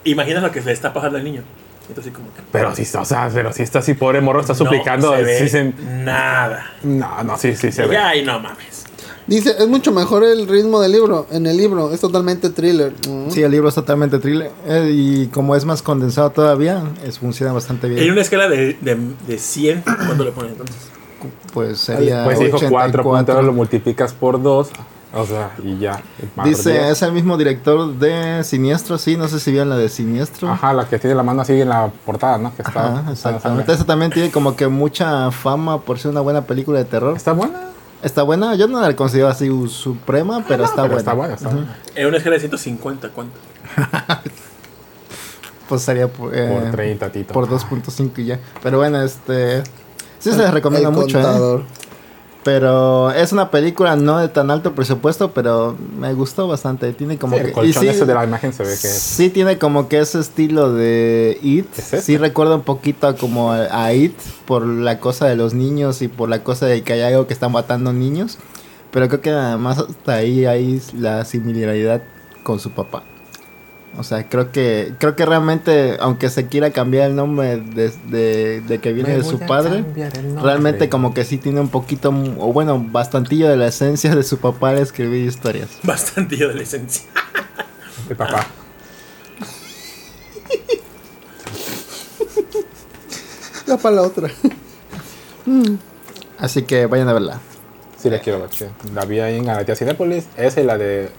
[SPEAKER 6] Imaginas lo que le está pasando al niño. Entonces, como que.
[SPEAKER 5] Pero sí, está- o sea, pero sí está así, pobre morro, está suplicando.
[SPEAKER 6] No se ve
[SPEAKER 5] sí se-
[SPEAKER 6] nada.
[SPEAKER 5] no, no, sí, sí se ve.
[SPEAKER 6] Ya, ay, no mames.
[SPEAKER 3] Dice, es mucho mejor el ritmo del libro. En el libro es totalmente thriller. Mm.
[SPEAKER 4] Sí, el libro es totalmente thriller eh, y como es más condensado todavía, es, funciona bastante bien.
[SPEAKER 6] En una escala de, de, de 100, ¿cuánto le ponen entonces?
[SPEAKER 4] Pues sería
[SPEAKER 5] Pues dijo 4
[SPEAKER 4] 84.
[SPEAKER 5] puntos, lo multiplicas por 2. O sea, y ya. más
[SPEAKER 4] Dice,
[SPEAKER 5] diez.
[SPEAKER 4] es el mismo director de Siniestro, sí, no sé si vieron la de Siniestro.
[SPEAKER 5] Ajá, la que tiene la mano así en la portada, ¿no? Que está,
[SPEAKER 4] Ajá, exactamente. Esa también tiene como que mucha fama por ser una buena película de terror.
[SPEAKER 5] Está buena.
[SPEAKER 4] Está buena, yo no la considero así uh, suprema, pero está
[SPEAKER 5] Pero
[SPEAKER 4] buena.
[SPEAKER 5] Está buena, está buena.
[SPEAKER 6] En una escala de 150, ¿cuánto? *laughs*
[SPEAKER 4] Pues sería por, eh,
[SPEAKER 5] Por 30, Tito.
[SPEAKER 4] por 2.5 y ya. Pero bueno, este... Sí se les recomienda
[SPEAKER 3] El
[SPEAKER 4] mucho, ¿eh?
[SPEAKER 3] contador.
[SPEAKER 4] *laughs* Pero es una película no de tan alto presupuesto, pero me gustó bastante. Tiene como
[SPEAKER 5] Sí, el
[SPEAKER 4] que...
[SPEAKER 5] colchón
[SPEAKER 4] sí-
[SPEAKER 5] ese de la imagen se ve que es.
[SPEAKER 4] Sí tiene como que ese estilo de It.
[SPEAKER 5] ¿Es ese?
[SPEAKER 4] Sí recuerda un poquito a como a a It por la cosa de los niños y por la cosa de que hay algo que está matando niños. Pero creo que nada más hasta ahí hay la similaridad con su papá. O sea, creo que creo que realmente, aunque se quiera cambiar el nombre de, de- de que viene de su padre, realmente como que sí tiene un poquito, o bueno, bastantillo de la esencia de su papá al escribir historias.
[SPEAKER 6] Bastante de la esencia.
[SPEAKER 5] El papá.
[SPEAKER 3] Ya para la otra.
[SPEAKER 4] Así que vayan a verla.
[SPEAKER 5] Sí, la quiero ver. sí. La vi ahí en Galatea Cinépolis. Esa y la de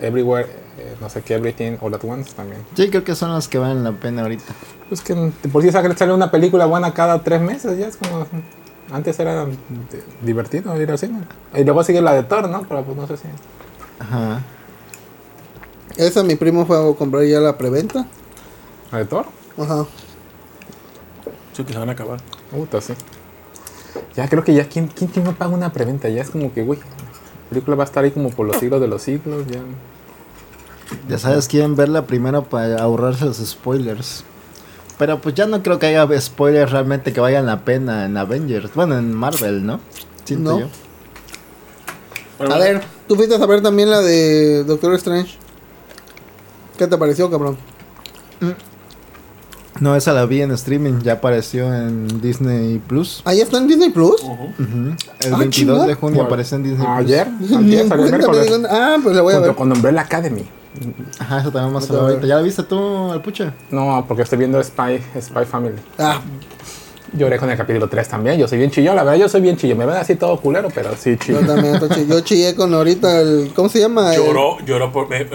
[SPEAKER 5] Everywhere, eh, no sé qué, Everything All At Once también.
[SPEAKER 4] Sí, creo que son las que valen la pena ahorita.
[SPEAKER 5] Pues que por si sale una película buena cada tres meses, ya es como. Antes era de- divertido ir al cine. Y luego sigue la de Thor, ¿no? Pero pues no sé si.
[SPEAKER 4] Ajá.
[SPEAKER 3] *laughs* Esa mi primo fue a comprar ya la preventa.
[SPEAKER 5] ¿La de Thor?
[SPEAKER 3] Ajá.
[SPEAKER 6] Sí, que se van a acabar.
[SPEAKER 5] Puta, sí. Ya creo que ya, ¿quién, quién, quién no paga una preventa? Ya es como que, güey, la película va a estar ahí como por los siglos de los siglos. Ya.
[SPEAKER 4] Ya sabes, quieren verla primero para ahorrarse los spoilers. Pero pues ya no creo que haya spoilers realmente que valgan la pena en Avengers. Bueno, en Marvel, ¿no? Siento
[SPEAKER 3] No.
[SPEAKER 4] yo.
[SPEAKER 6] Bueno,
[SPEAKER 3] a ver, tú fuiste a ver también la de Doctor Strange. ¿Qué te pareció, cabrón?
[SPEAKER 4] No, esa la vi en streaming. Ya apareció en Disney Plus.
[SPEAKER 3] Ahí está en Disney Plus.
[SPEAKER 4] Ujú. El
[SPEAKER 3] Ah,
[SPEAKER 4] 22 de
[SPEAKER 3] chingón.
[SPEAKER 4] junio apareció en Disney Plus.
[SPEAKER 5] Ayer,
[SPEAKER 3] Ni
[SPEAKER 5] antier,
[SPEAKER 3] en
[SPEAKER 5] salió
[SPEAKER 3] *laughs*
[SPEAKER 5] el
[SPEAKER 3] cuenta me
[SPEAKER 5] miércoles.
[SPEAKER 3] di cuenta. Ah, pues la voy a
[SPEAKER 5] Junto
[SPEAKER 3] ver.
[SPEAKER 5] con Umbrella Academy.
[SPEAKER 4] Ajá, eso también más
[SPEAKER 3] Otra vez.
[SPEAKER 4] ahorita. ¿Ya la viste tú, Alpuche?
[SPEAKER 5] No, porque estoy viendo Spy, Spy Family.
[SPEAKER 3] Ah,
[SPEAKER 5] Lloré con el capítulo 3 también. Yo soy bien chillón, la verdad, yo soy bien chillón. Me ven así todo culero, pero sí
[SPEAKER 3] yo
[SPEAKER 5] chillón.
[SPEAKER 3] también, estoy chi- yo chillé con ahorita el. ¿Cómo se llama? El-
[SPEAKER 6] Lloró, lloró por. me-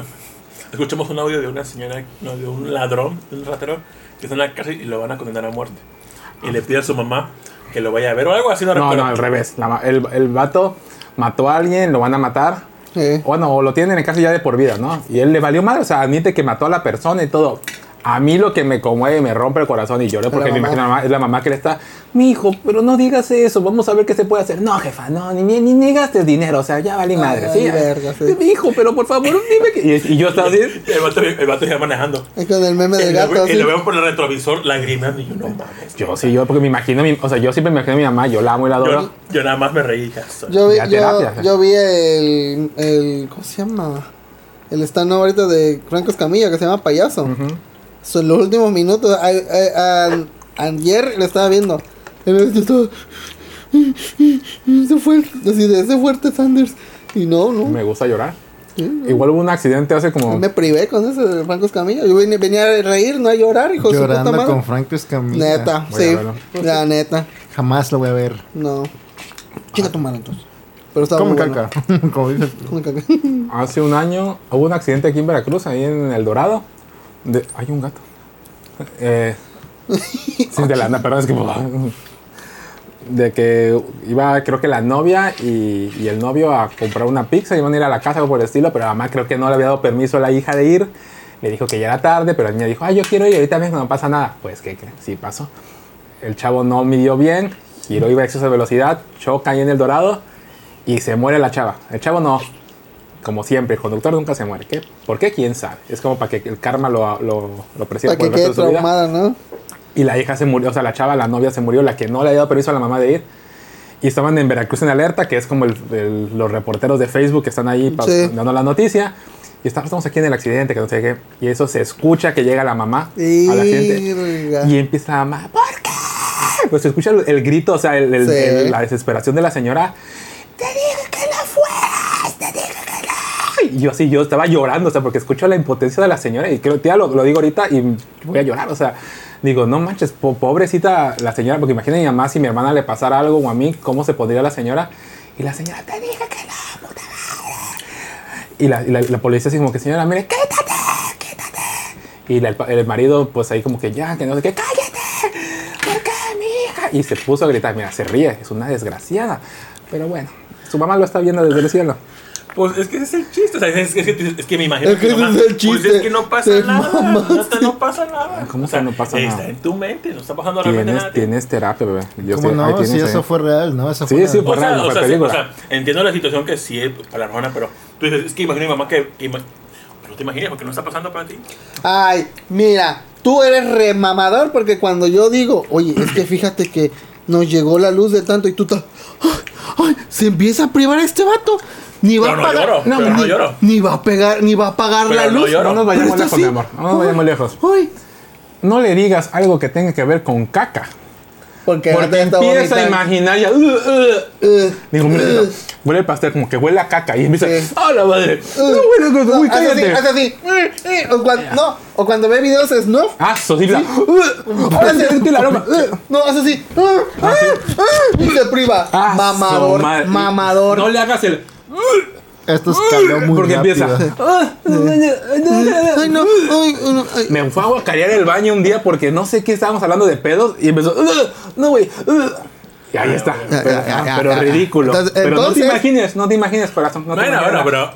[SPEAKER 6] escuchamos un audio de una señora, no, de un ladrón, de un ratero, que está en la cárcel y lo van a condenar a muerte. Y le pide a su mamá que lo vaya a ver o algo así, no,
[SPEAKER 5] No,
[SPEAKER 6] recuerdo.
[SPEAKER 5] no, al revés. La ma- el, el vato mató a alguien, lo van a matar.
[SPEAKER 3] Eh,
[SPEAKER 5] Bueno, o lo tienen en casa ya de por vida, ¿no? Y él le valió mal, o sea, admite que mató a la persona y todo. A mí lo que me conmueve, me rompe el corazón y lloro porque
[SPEAKER 3] la
[SPEAKER 5] me
[SPEAKER 3] mamá.
[SPEAKER 5] imagino a la mamá- es la mamá que le está, mi hijo, pero no digas eso, vamos a ver qué se puede hacer. No, jefa, no, ni, ni, ni- ni gastes dinero, o sea, ya vale madre.
[SPEAKER 3] ay,
[SPEAKER 5] sí,
[SPEAKER 3] verga, sí.
[SPEAKER 5] Mi hijo, pero por favor, dime que... Y, y yo estaba así,
[SPEAKER 6] El vato, el vato iba manejando.
[SPEAKER 3] Es con el meme
[SPEAKER 6] Y
[SPEAKER 3] del
[SPEAKER 6] lo,
[SPEAKER 3] gato.
[SPEAKER 6] veo, y
[SPEAKER 3] así.
[SPEAKER 6] lo veo por el retrovisor lagrimando y yo, no mames.
[SPEAKER 5] Yo sí, yo, porque me imagino, a mi- o sea, yo siempre me imagino a mi mamá, yo la amo y la adoro.
[SPEAKER 6] Yo, yo nada más me reí. ya, so-
[SPEAKER 3] Yo vi,
[SPEAKER 5] Ya
[SPEAKER 3] yo,
[SPEAKER 5] terapia.
[SPEAKER 3] yo vi el, el. ¿Cómo se llama? El stand ahorita de Franco Escamilla que se llama Payaso. So, en los últimos minutos. a- a- a- ayer lo estaba viendo. Y me decía todo, Se fue. Así de ese fuerte Sanders. Y no, no.
[SPEAKER 5] Me gusta llorar.
[SPEAKER 3] sí.
[SPEAKER 5] Igual hubo un accidente hace como...
[SPEAKER 3] Me privé con ese de Franco Escamilla. Yo venía, venía a reír, no a llorar, hijo de su puta
[SPEAKER 4] Llorando
[SPEAKER 3] madre.
[SPEAKER 4] con Frank Pescamilla.
[SPEAKER 3] Neta,
[SPEAKER 5] Voy a
[SPEAKER 3] sí.
[SPEAKER 5] verlo.
[SPEAKER 3] La neta.
[SPEAKER 4] Jamás lo voy a ver.
[SPEAKER 3] No. Chica tu madre entonces. Pero estaba
[SPEAKER 4] Como
[SPEAKER 3] muy bueno.
[SPEAKER 4] caca. *laughs* Como dice.
[SPEAKER 3] Como caca.
[SPEAKER 5] Hace un año hubo un accidente aquí en Veracruz, ahí en El Dorado. De, hay un gato. Eh, sí, de la na- perdón, es que. pues, *laughs* De que iba, creo que la novia y, y el novio a comprar una pizza, iban a ir a la casa o por el estilo, pero la mamá creo que no le había dado permiso a la hija de ir. Le dijo que ya era tarde, pero la niña dijo, ah, yo quiero ir, ahorita vengo, no pasa nada. Pues que sí pasó. El chavo no midió bien, giró iba a exceso de velocidad, choca ahí en el dorado y se muere la chava. El chavo no, como siempre, el conductor nunca se muere. ¿Qué? ¿Por qué? ¿Quién sabe? Es como para que el karma lo, lo, lo persiga
[SPEAKER 3] Para
[SPEAKER 5] por
[SPEAKER 3] que quede
[SPEAKER 5] el resto de su vida.
[SPEAKER 3] traumada, ¿no?
[SPEAKER 5] Y la hija se murió, o sea, la chava, la novia se murió, la que no le había dado permiso a la mamá de ir. Y estaban en Veracruz en alerta, que es como el- el- los reporteros de Facebook que están ahí pa-
[SPEAKER 3] Sí.
[SPEAKER 5] dando la noticia. Y está- estamos aquí en el accidente, que no sé qué. Y eso se escucha que llega la mamá al accidente.
[SPEAKER 3] Irga.
[SPEAKER 5] Y empieza la mamá, ¿por qué? *laughs* Pues se escucha el, el grito, o sea, el- el-
[SPEAKER 3] Sí.
[SPEAKER 5] el- la desesperación de la señora. ¡Te dije que la fueras! ¡Te dije que la! Y yo así, yo estaba llorando, o sea, porque escucho la impotencia de la señora y creo, tía, lo, lo digo ahorita y voy a llorar, o sea, digo, no manches, po- pobrecita la señora, porque imagina a mi mamá si mi hermana le pasara algo o a mí, ¿cómo se pondría la señora? Y la señora, te dije que la puta madre". Y la, y la, la policía así como que, señora, mire, quítate, quítate. Y la- el, pa- el marido, pues ahí como que ya, que no sé qué, cállate, ¿por qué, mi hija? Y se puso a gritar, mira, se ríe, es una desgraciada. Pero bueno, su mamá lo está viendo desde el cielo.
[SPEAKER 6] Pues es que ese es el chiste. O sea, es, es que, es que me imagino
[SPEAKER 3] Es que
[SPEAKER 6] no
[SPEAKER 3] ese
[SPEAKER 6] ma-
[SPEAKER 3] es el
[SPEAKER 6] Pues
[SPEAKER 3] chiste.
[SPEAKER 6] es que no pasa
[SPEAKER 3] Te
[SPEAKER 6] nada.
[SPEAKER 3] mamas.
[SPEAKER 6] no, te- no pasa nada.
[SPEAKER 5] ¿Cómo
[SPEAKER 6] O sea,
[SPEAKER 5] que no pasa nada?
[SPEAKER 6] Está en tu mente, no está pasando realmente
[SPEAKER 5] Tienes,
[SPEAKER 6] nada.
[SPEAKER 5] tienes terapia, bebé. Yo
[SPEAKER 4] ¿Cómo
[SPEAKER 5] sé, ahí
[SPEAKER 4] no?
[SPEAKER 5] tienes,
[SPEAKER 4] Si eso
[SPEAKER 5] ahí.
[SPEAKER 4] fue real, ¿no? Eso
[SPEAKER 5] Sí,
[SPEAKER 4] fue
[SPEAKER 5] sí,
[SPEAKER 4] real.
[SPEAKER 5] fue-
[SPEAKER 6] O sea,
[SPEAKER 5] Borrarlo,
[SPEAKER 6] o,
[SPEAKER 5] la
[SPEAKER 6] sea, sí,
[SPEAKER 5] película.
[SPEAKER 6] o sea, entiendo la situación que sí es palarona, pero tú dices, es que imagino a mi mamá que. que ima- no te imaginas porque no está pasando para ti.
[SPEAKER 3] Ay, mira, tú eres remamador porque cuando yo digo, oye, es que fíjate que nos llegó la luz de tanto y tú estás, ay, ay, se empieza a privar este vato. Ni va
[SPEAKER 6] Pero
[SPEAKER 3] a
[SPEAKER 6] no
[SPEAKER 3] pagar,
[SPEAKER 6] lloro, pero
[SPEAKER 3] ni,
[SPEAKER 6] no lloro.
[SPEAKER 3] ni va a pegar, ni va a pagar
[SPEAKER 6] Pero
[SPEAKER 3] la
[SPEAKER 6] no
[SPEAKER 3] luz.
[SPEAKER 6] lloro.
[SPEAKER 5] No nos
[SPEAKER 3] Pero
[SPEAKER 5] vayamos
[SPEAKER 3] está
[SPEAKER 5] lejos,
[SPEAKER 3] así.
[SPEAKER 5] mi amor. No nos
[SPEAKER 3] Ay,
[SPEAKER 5] vayamos lejos.
[SPEAKER 3] ay,
[SPEAKER 5] No le digas algo que tenga que ver con caca.
[SPEAKER 3] Porque,
[SPEAKER 5] Porque
[SPEAKER 3] ahorita está
[SPEAKER 5] empieza a
[SPEAKER 3] vomitando.
[SPEAKER 5] imaginar ya. "Uh, uh".
[SPEAKER 3] Eh,
[SPEAKER 5] Digo, mira,
[SPEAKER 3] eh,
[SPEAKER 5] huele el pastel como que huele a caca. Y empieza,
[SPEAKER 3] Sí.
[SPEAKER 5] ¡ah, la madre!
[SPEAKER 3] eh.
[SPEAKER 5] ¡No, huele a caca! ¡Uy,
[SPEAKER 3] hace así,
[SPEAKER 5] cállate!
[SPEAKER 3] hace así. Eh, eh, o cuan- No, o cuando ve videos de *laughs* Snuff.
[SPEAKER 5] ¡Ah, Sosita! ¡Ahora se siente el aroma!
[SPEAKER 3] eh, No, hace así. Ah, ah, ah, Y se priva.
[SPEAKER 5] Ah,
[SPEAKER 3] mamador.
[SPEAKER 5] su madre.
[SPEAKER 3] Mamador.
[SPEAKER 5] No le hagas el.
[SPEAKER 4] Esto
[SPEAKER 5] *laughs*
[SPEAKER 4] escaló muy
[SPEAKER 5] Porque
[SPEAKER 4] rápido.
[SPEAKER 5] empieza. "Ah,
[SPEAKER 3] Ay, no. Ay, ay, no, ay.
[SPEAKER 5] Me fue a guacarear el baño un día porque no sé qué estábamos hablando de pedos y empezó. "Ugh, No, güey. ugh". Y ahí está.
[SPEAKER 3] ya,
[SPEAKER 5] Pero,
[SPEAKER 3] ya, ya,
[SPEAKER 5] pero
[SPEAKER 3] ya, ya.
[SPEAKER 5] ridículo.
[SPEAKER 3] Entonces,
[SPEAKER 5] pero no te
[SPEAKER 3] entonces-
[SPEAKER 5] imagines, no te imagines, corazón. No te
[SPEAKER 6] Bueno,
[SPEAKER 5] imagines.
[SPEAKER 6] bueno,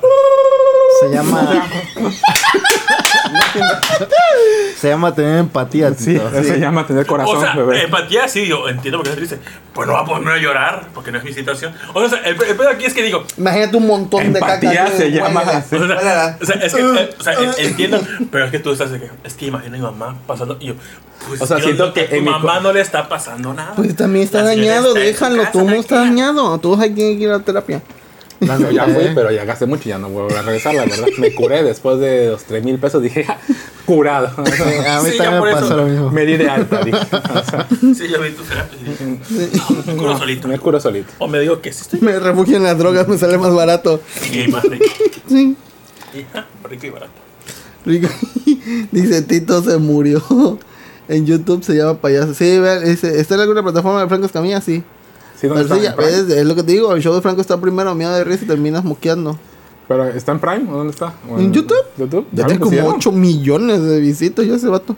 [SPEAKER 6] pero.
[SPEAKER 4] Se llama. se llama tener empatía,
[SPEAKER 5] Sí,
[SPEAKER 4] Tito.
[SPEAKER 5] eso se llama tener corazón,
[SPEAKER 6] o sea,
[SPEAKER 5] bebé.
[SPEAKER 6] empatía sí, yo entiendo por qué se dice. Pues no va a ponerme a llorar porque no es mi situación. O sea, el, el pedo aquí es que digo.
[SPEAKER 3] Imagínate un montón de caca.
[SPEAKER 5] Empatía
[SPEAKER 3] así,
[SPEAKER 5] se
[SPEAKER 3] de
[SPEAKER 5] llama
[SPEAKER 3] huele.
[SPEAKER 5] así.
[SPEAKER 6] O sea,
[SPEAKER 3] Huele.
[SPEAKER 6] o sea, es que, eh, o sea, en- entiendo, pero es que tú estás de que, es que imagino a mi mamá pasando y yo, pues,
[SPEAKER 5] O sea,
[SPEAKER 6] yo-
[SPEAKER 5] siento que
[SPEAKER 6] a tu
[SPEAKER 5] en mi co-
[SPEAKER 6] mamá no le está pasando nada.
[SPEAKER 3] Pues también está
[SPEAKER 6] La señora
[SPEAKER 3] dañado,
[SPEAKER 6] está en su
[SPEAKER 3] déjalo,
[SPEAKER 6] casa,
[SPEAKER 3] tu mundo está
[SPEAKER 6] tranquila.
[SPEAKER 3] dañado, todos hay que ir a terapia.
[SPEAKER 5] No, no, ya
[SPEAKER 4] eh.
[SPEAKER 5] fui, pero ya gasté mucho, ya no vuelvo a regresar, la verdad. Me curé después de los 3 mil pesos, dije, "Ja, curado.
[SPEAKER 4] A mí
[SPEAKER 6] Sí, ya
[SPEAKER 4] también
[SPEAKER 6] por
[SPEAKER 4] me
[SPEAKER 6] eso.
[SPEAKER 4] pasó lo mismo.
[SPEAKER 5] Me di de alta, dije. O sea,
[SPEAKER 6] Sí, yo vi tu terapia y dije, no, me curo solito.
[SPEAKER 5] me curo solito.
[SPEAKER 6] O me digo que sí estoy
[SPEAKER 3] Me refugio en las drogas, me sale más barato.
[SPEAKER 6] y más rico.
[SPEAKER 3] Sí.
[SPEAKER 6] Y, ja, rico y barato.
[SPEAKER 3] Rico. *laughs* Dice Tito se murió. En YouTube se llama payaso. Sí, vean, dice, ¿está en alguna plataforma de Franco Escamilla? Sí.
[SPEAKER 5] Sí, ¿dónde
[SPEAKER 3] Pero sí,
[SPEAKER 5] está
[SPEAKER 3] ya
[SPEAKER 5] en Prime?
[SPEAKER 3] ves, es lo que te digo, el show de Franco está primero, miedo de risa y terminas moqueando.
[SPEAKER 5] ¿Pero está en Prime? ¿O ¿Dónde está? ¿O
[SPEAKER 3] ¿En YouTube?
[SPEAKER 5] ¿YouTube?
[SPEAKER 3] Ya
[SPEAKER 5] lo
[SPEAKER 3] tiene como
[SPEAKER 5] pusieron?
[SPEAKER 3] 8 millones de visitas ya ese vato.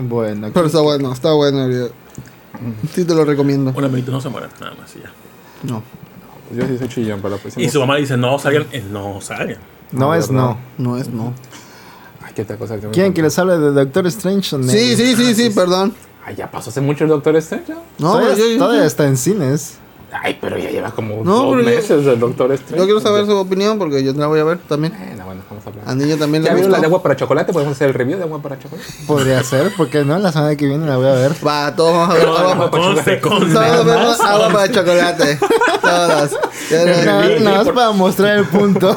[SPEAKER 4] Bueno,
[SPEAKER 3] Pero está bueno, está bueno el video. Sí te lo recomiendo.
[SPEAKER 6] Un amiguito no se muera, nada más y ya.
[SPEAKER 3] No,
[SPEAKER 5] Yo sí soy chillón, pero pues...
[SPEAKER 6] Y su mamá dice, no salgan, eh, no salgan.
[SPEAKER 4] no es no.
[SPEAKER 3] no es no.
[SPEAKER 5] Ay, qué otra cosa. que me
[SPEAKER 4] ¿Quieren que
[SPEAKER 5] encontré.
[SPEAKER 4] les hable de Doctor Strange? o
[SPEAKER 3] Sí,
[SPEAKER 4] no?
[SPEAKER 3] sí, sí, sí, perdón.
[SPEAKER 5] Ay, ya pasó hace mucho el Doctor Strange. ¿no?
[SPEAKER 3] No,
[SPEAKER 4] todavía,
[SPEAKER 3] yo- yo-
[SPEAKER 4] todavía está en cines.
[SPEAKER 5] Ay, pero ya lleva como
[SPEAKER 3] No,
[SPEAKER 5] dos
[SPEAKER 3] pero yo-
[SPEAKER 5] meses el Doctor Strange.
[SPEAKER 3] Yo quiero saber su opinión porque yo la voy a ver también.
[SPEAKER 5] Bueno, bueno, vamos a hablar.
[SPEAKER 3] A Niño también
[SPEAKER 5] ¿Ya
[SPEAKER 3] le
[SPEAKER 5] vieron la de
[SPEAKER 3] gustó.
[SPEAKER 5] agua para chocolate? ¿Podemos hacer el review de agua para chocolate?
[SPEAKER 3] *laughs*
[SPEAKER 4] Podría ser, porque no, la semana que viene la voy a
[SPEAKER 5] *laughs*
[SPEAKER 4] ver.
[SPEAKER 3] Va, todos vamos a ver agua para
[SPEAKER 6] Conste, conste.
[SPEAKER 3] Todos vemos agua para chocolate. Todos. Ya no-
[SPEAKER 4] Nada
[SPEAKER 6] y
[SPEAKER 4] nada más
[SPEAKER 6] por-
[SPEAKER 4] para mostrar el
[SPEAKER 5] *laughs*
[SPEAKER 4] punto.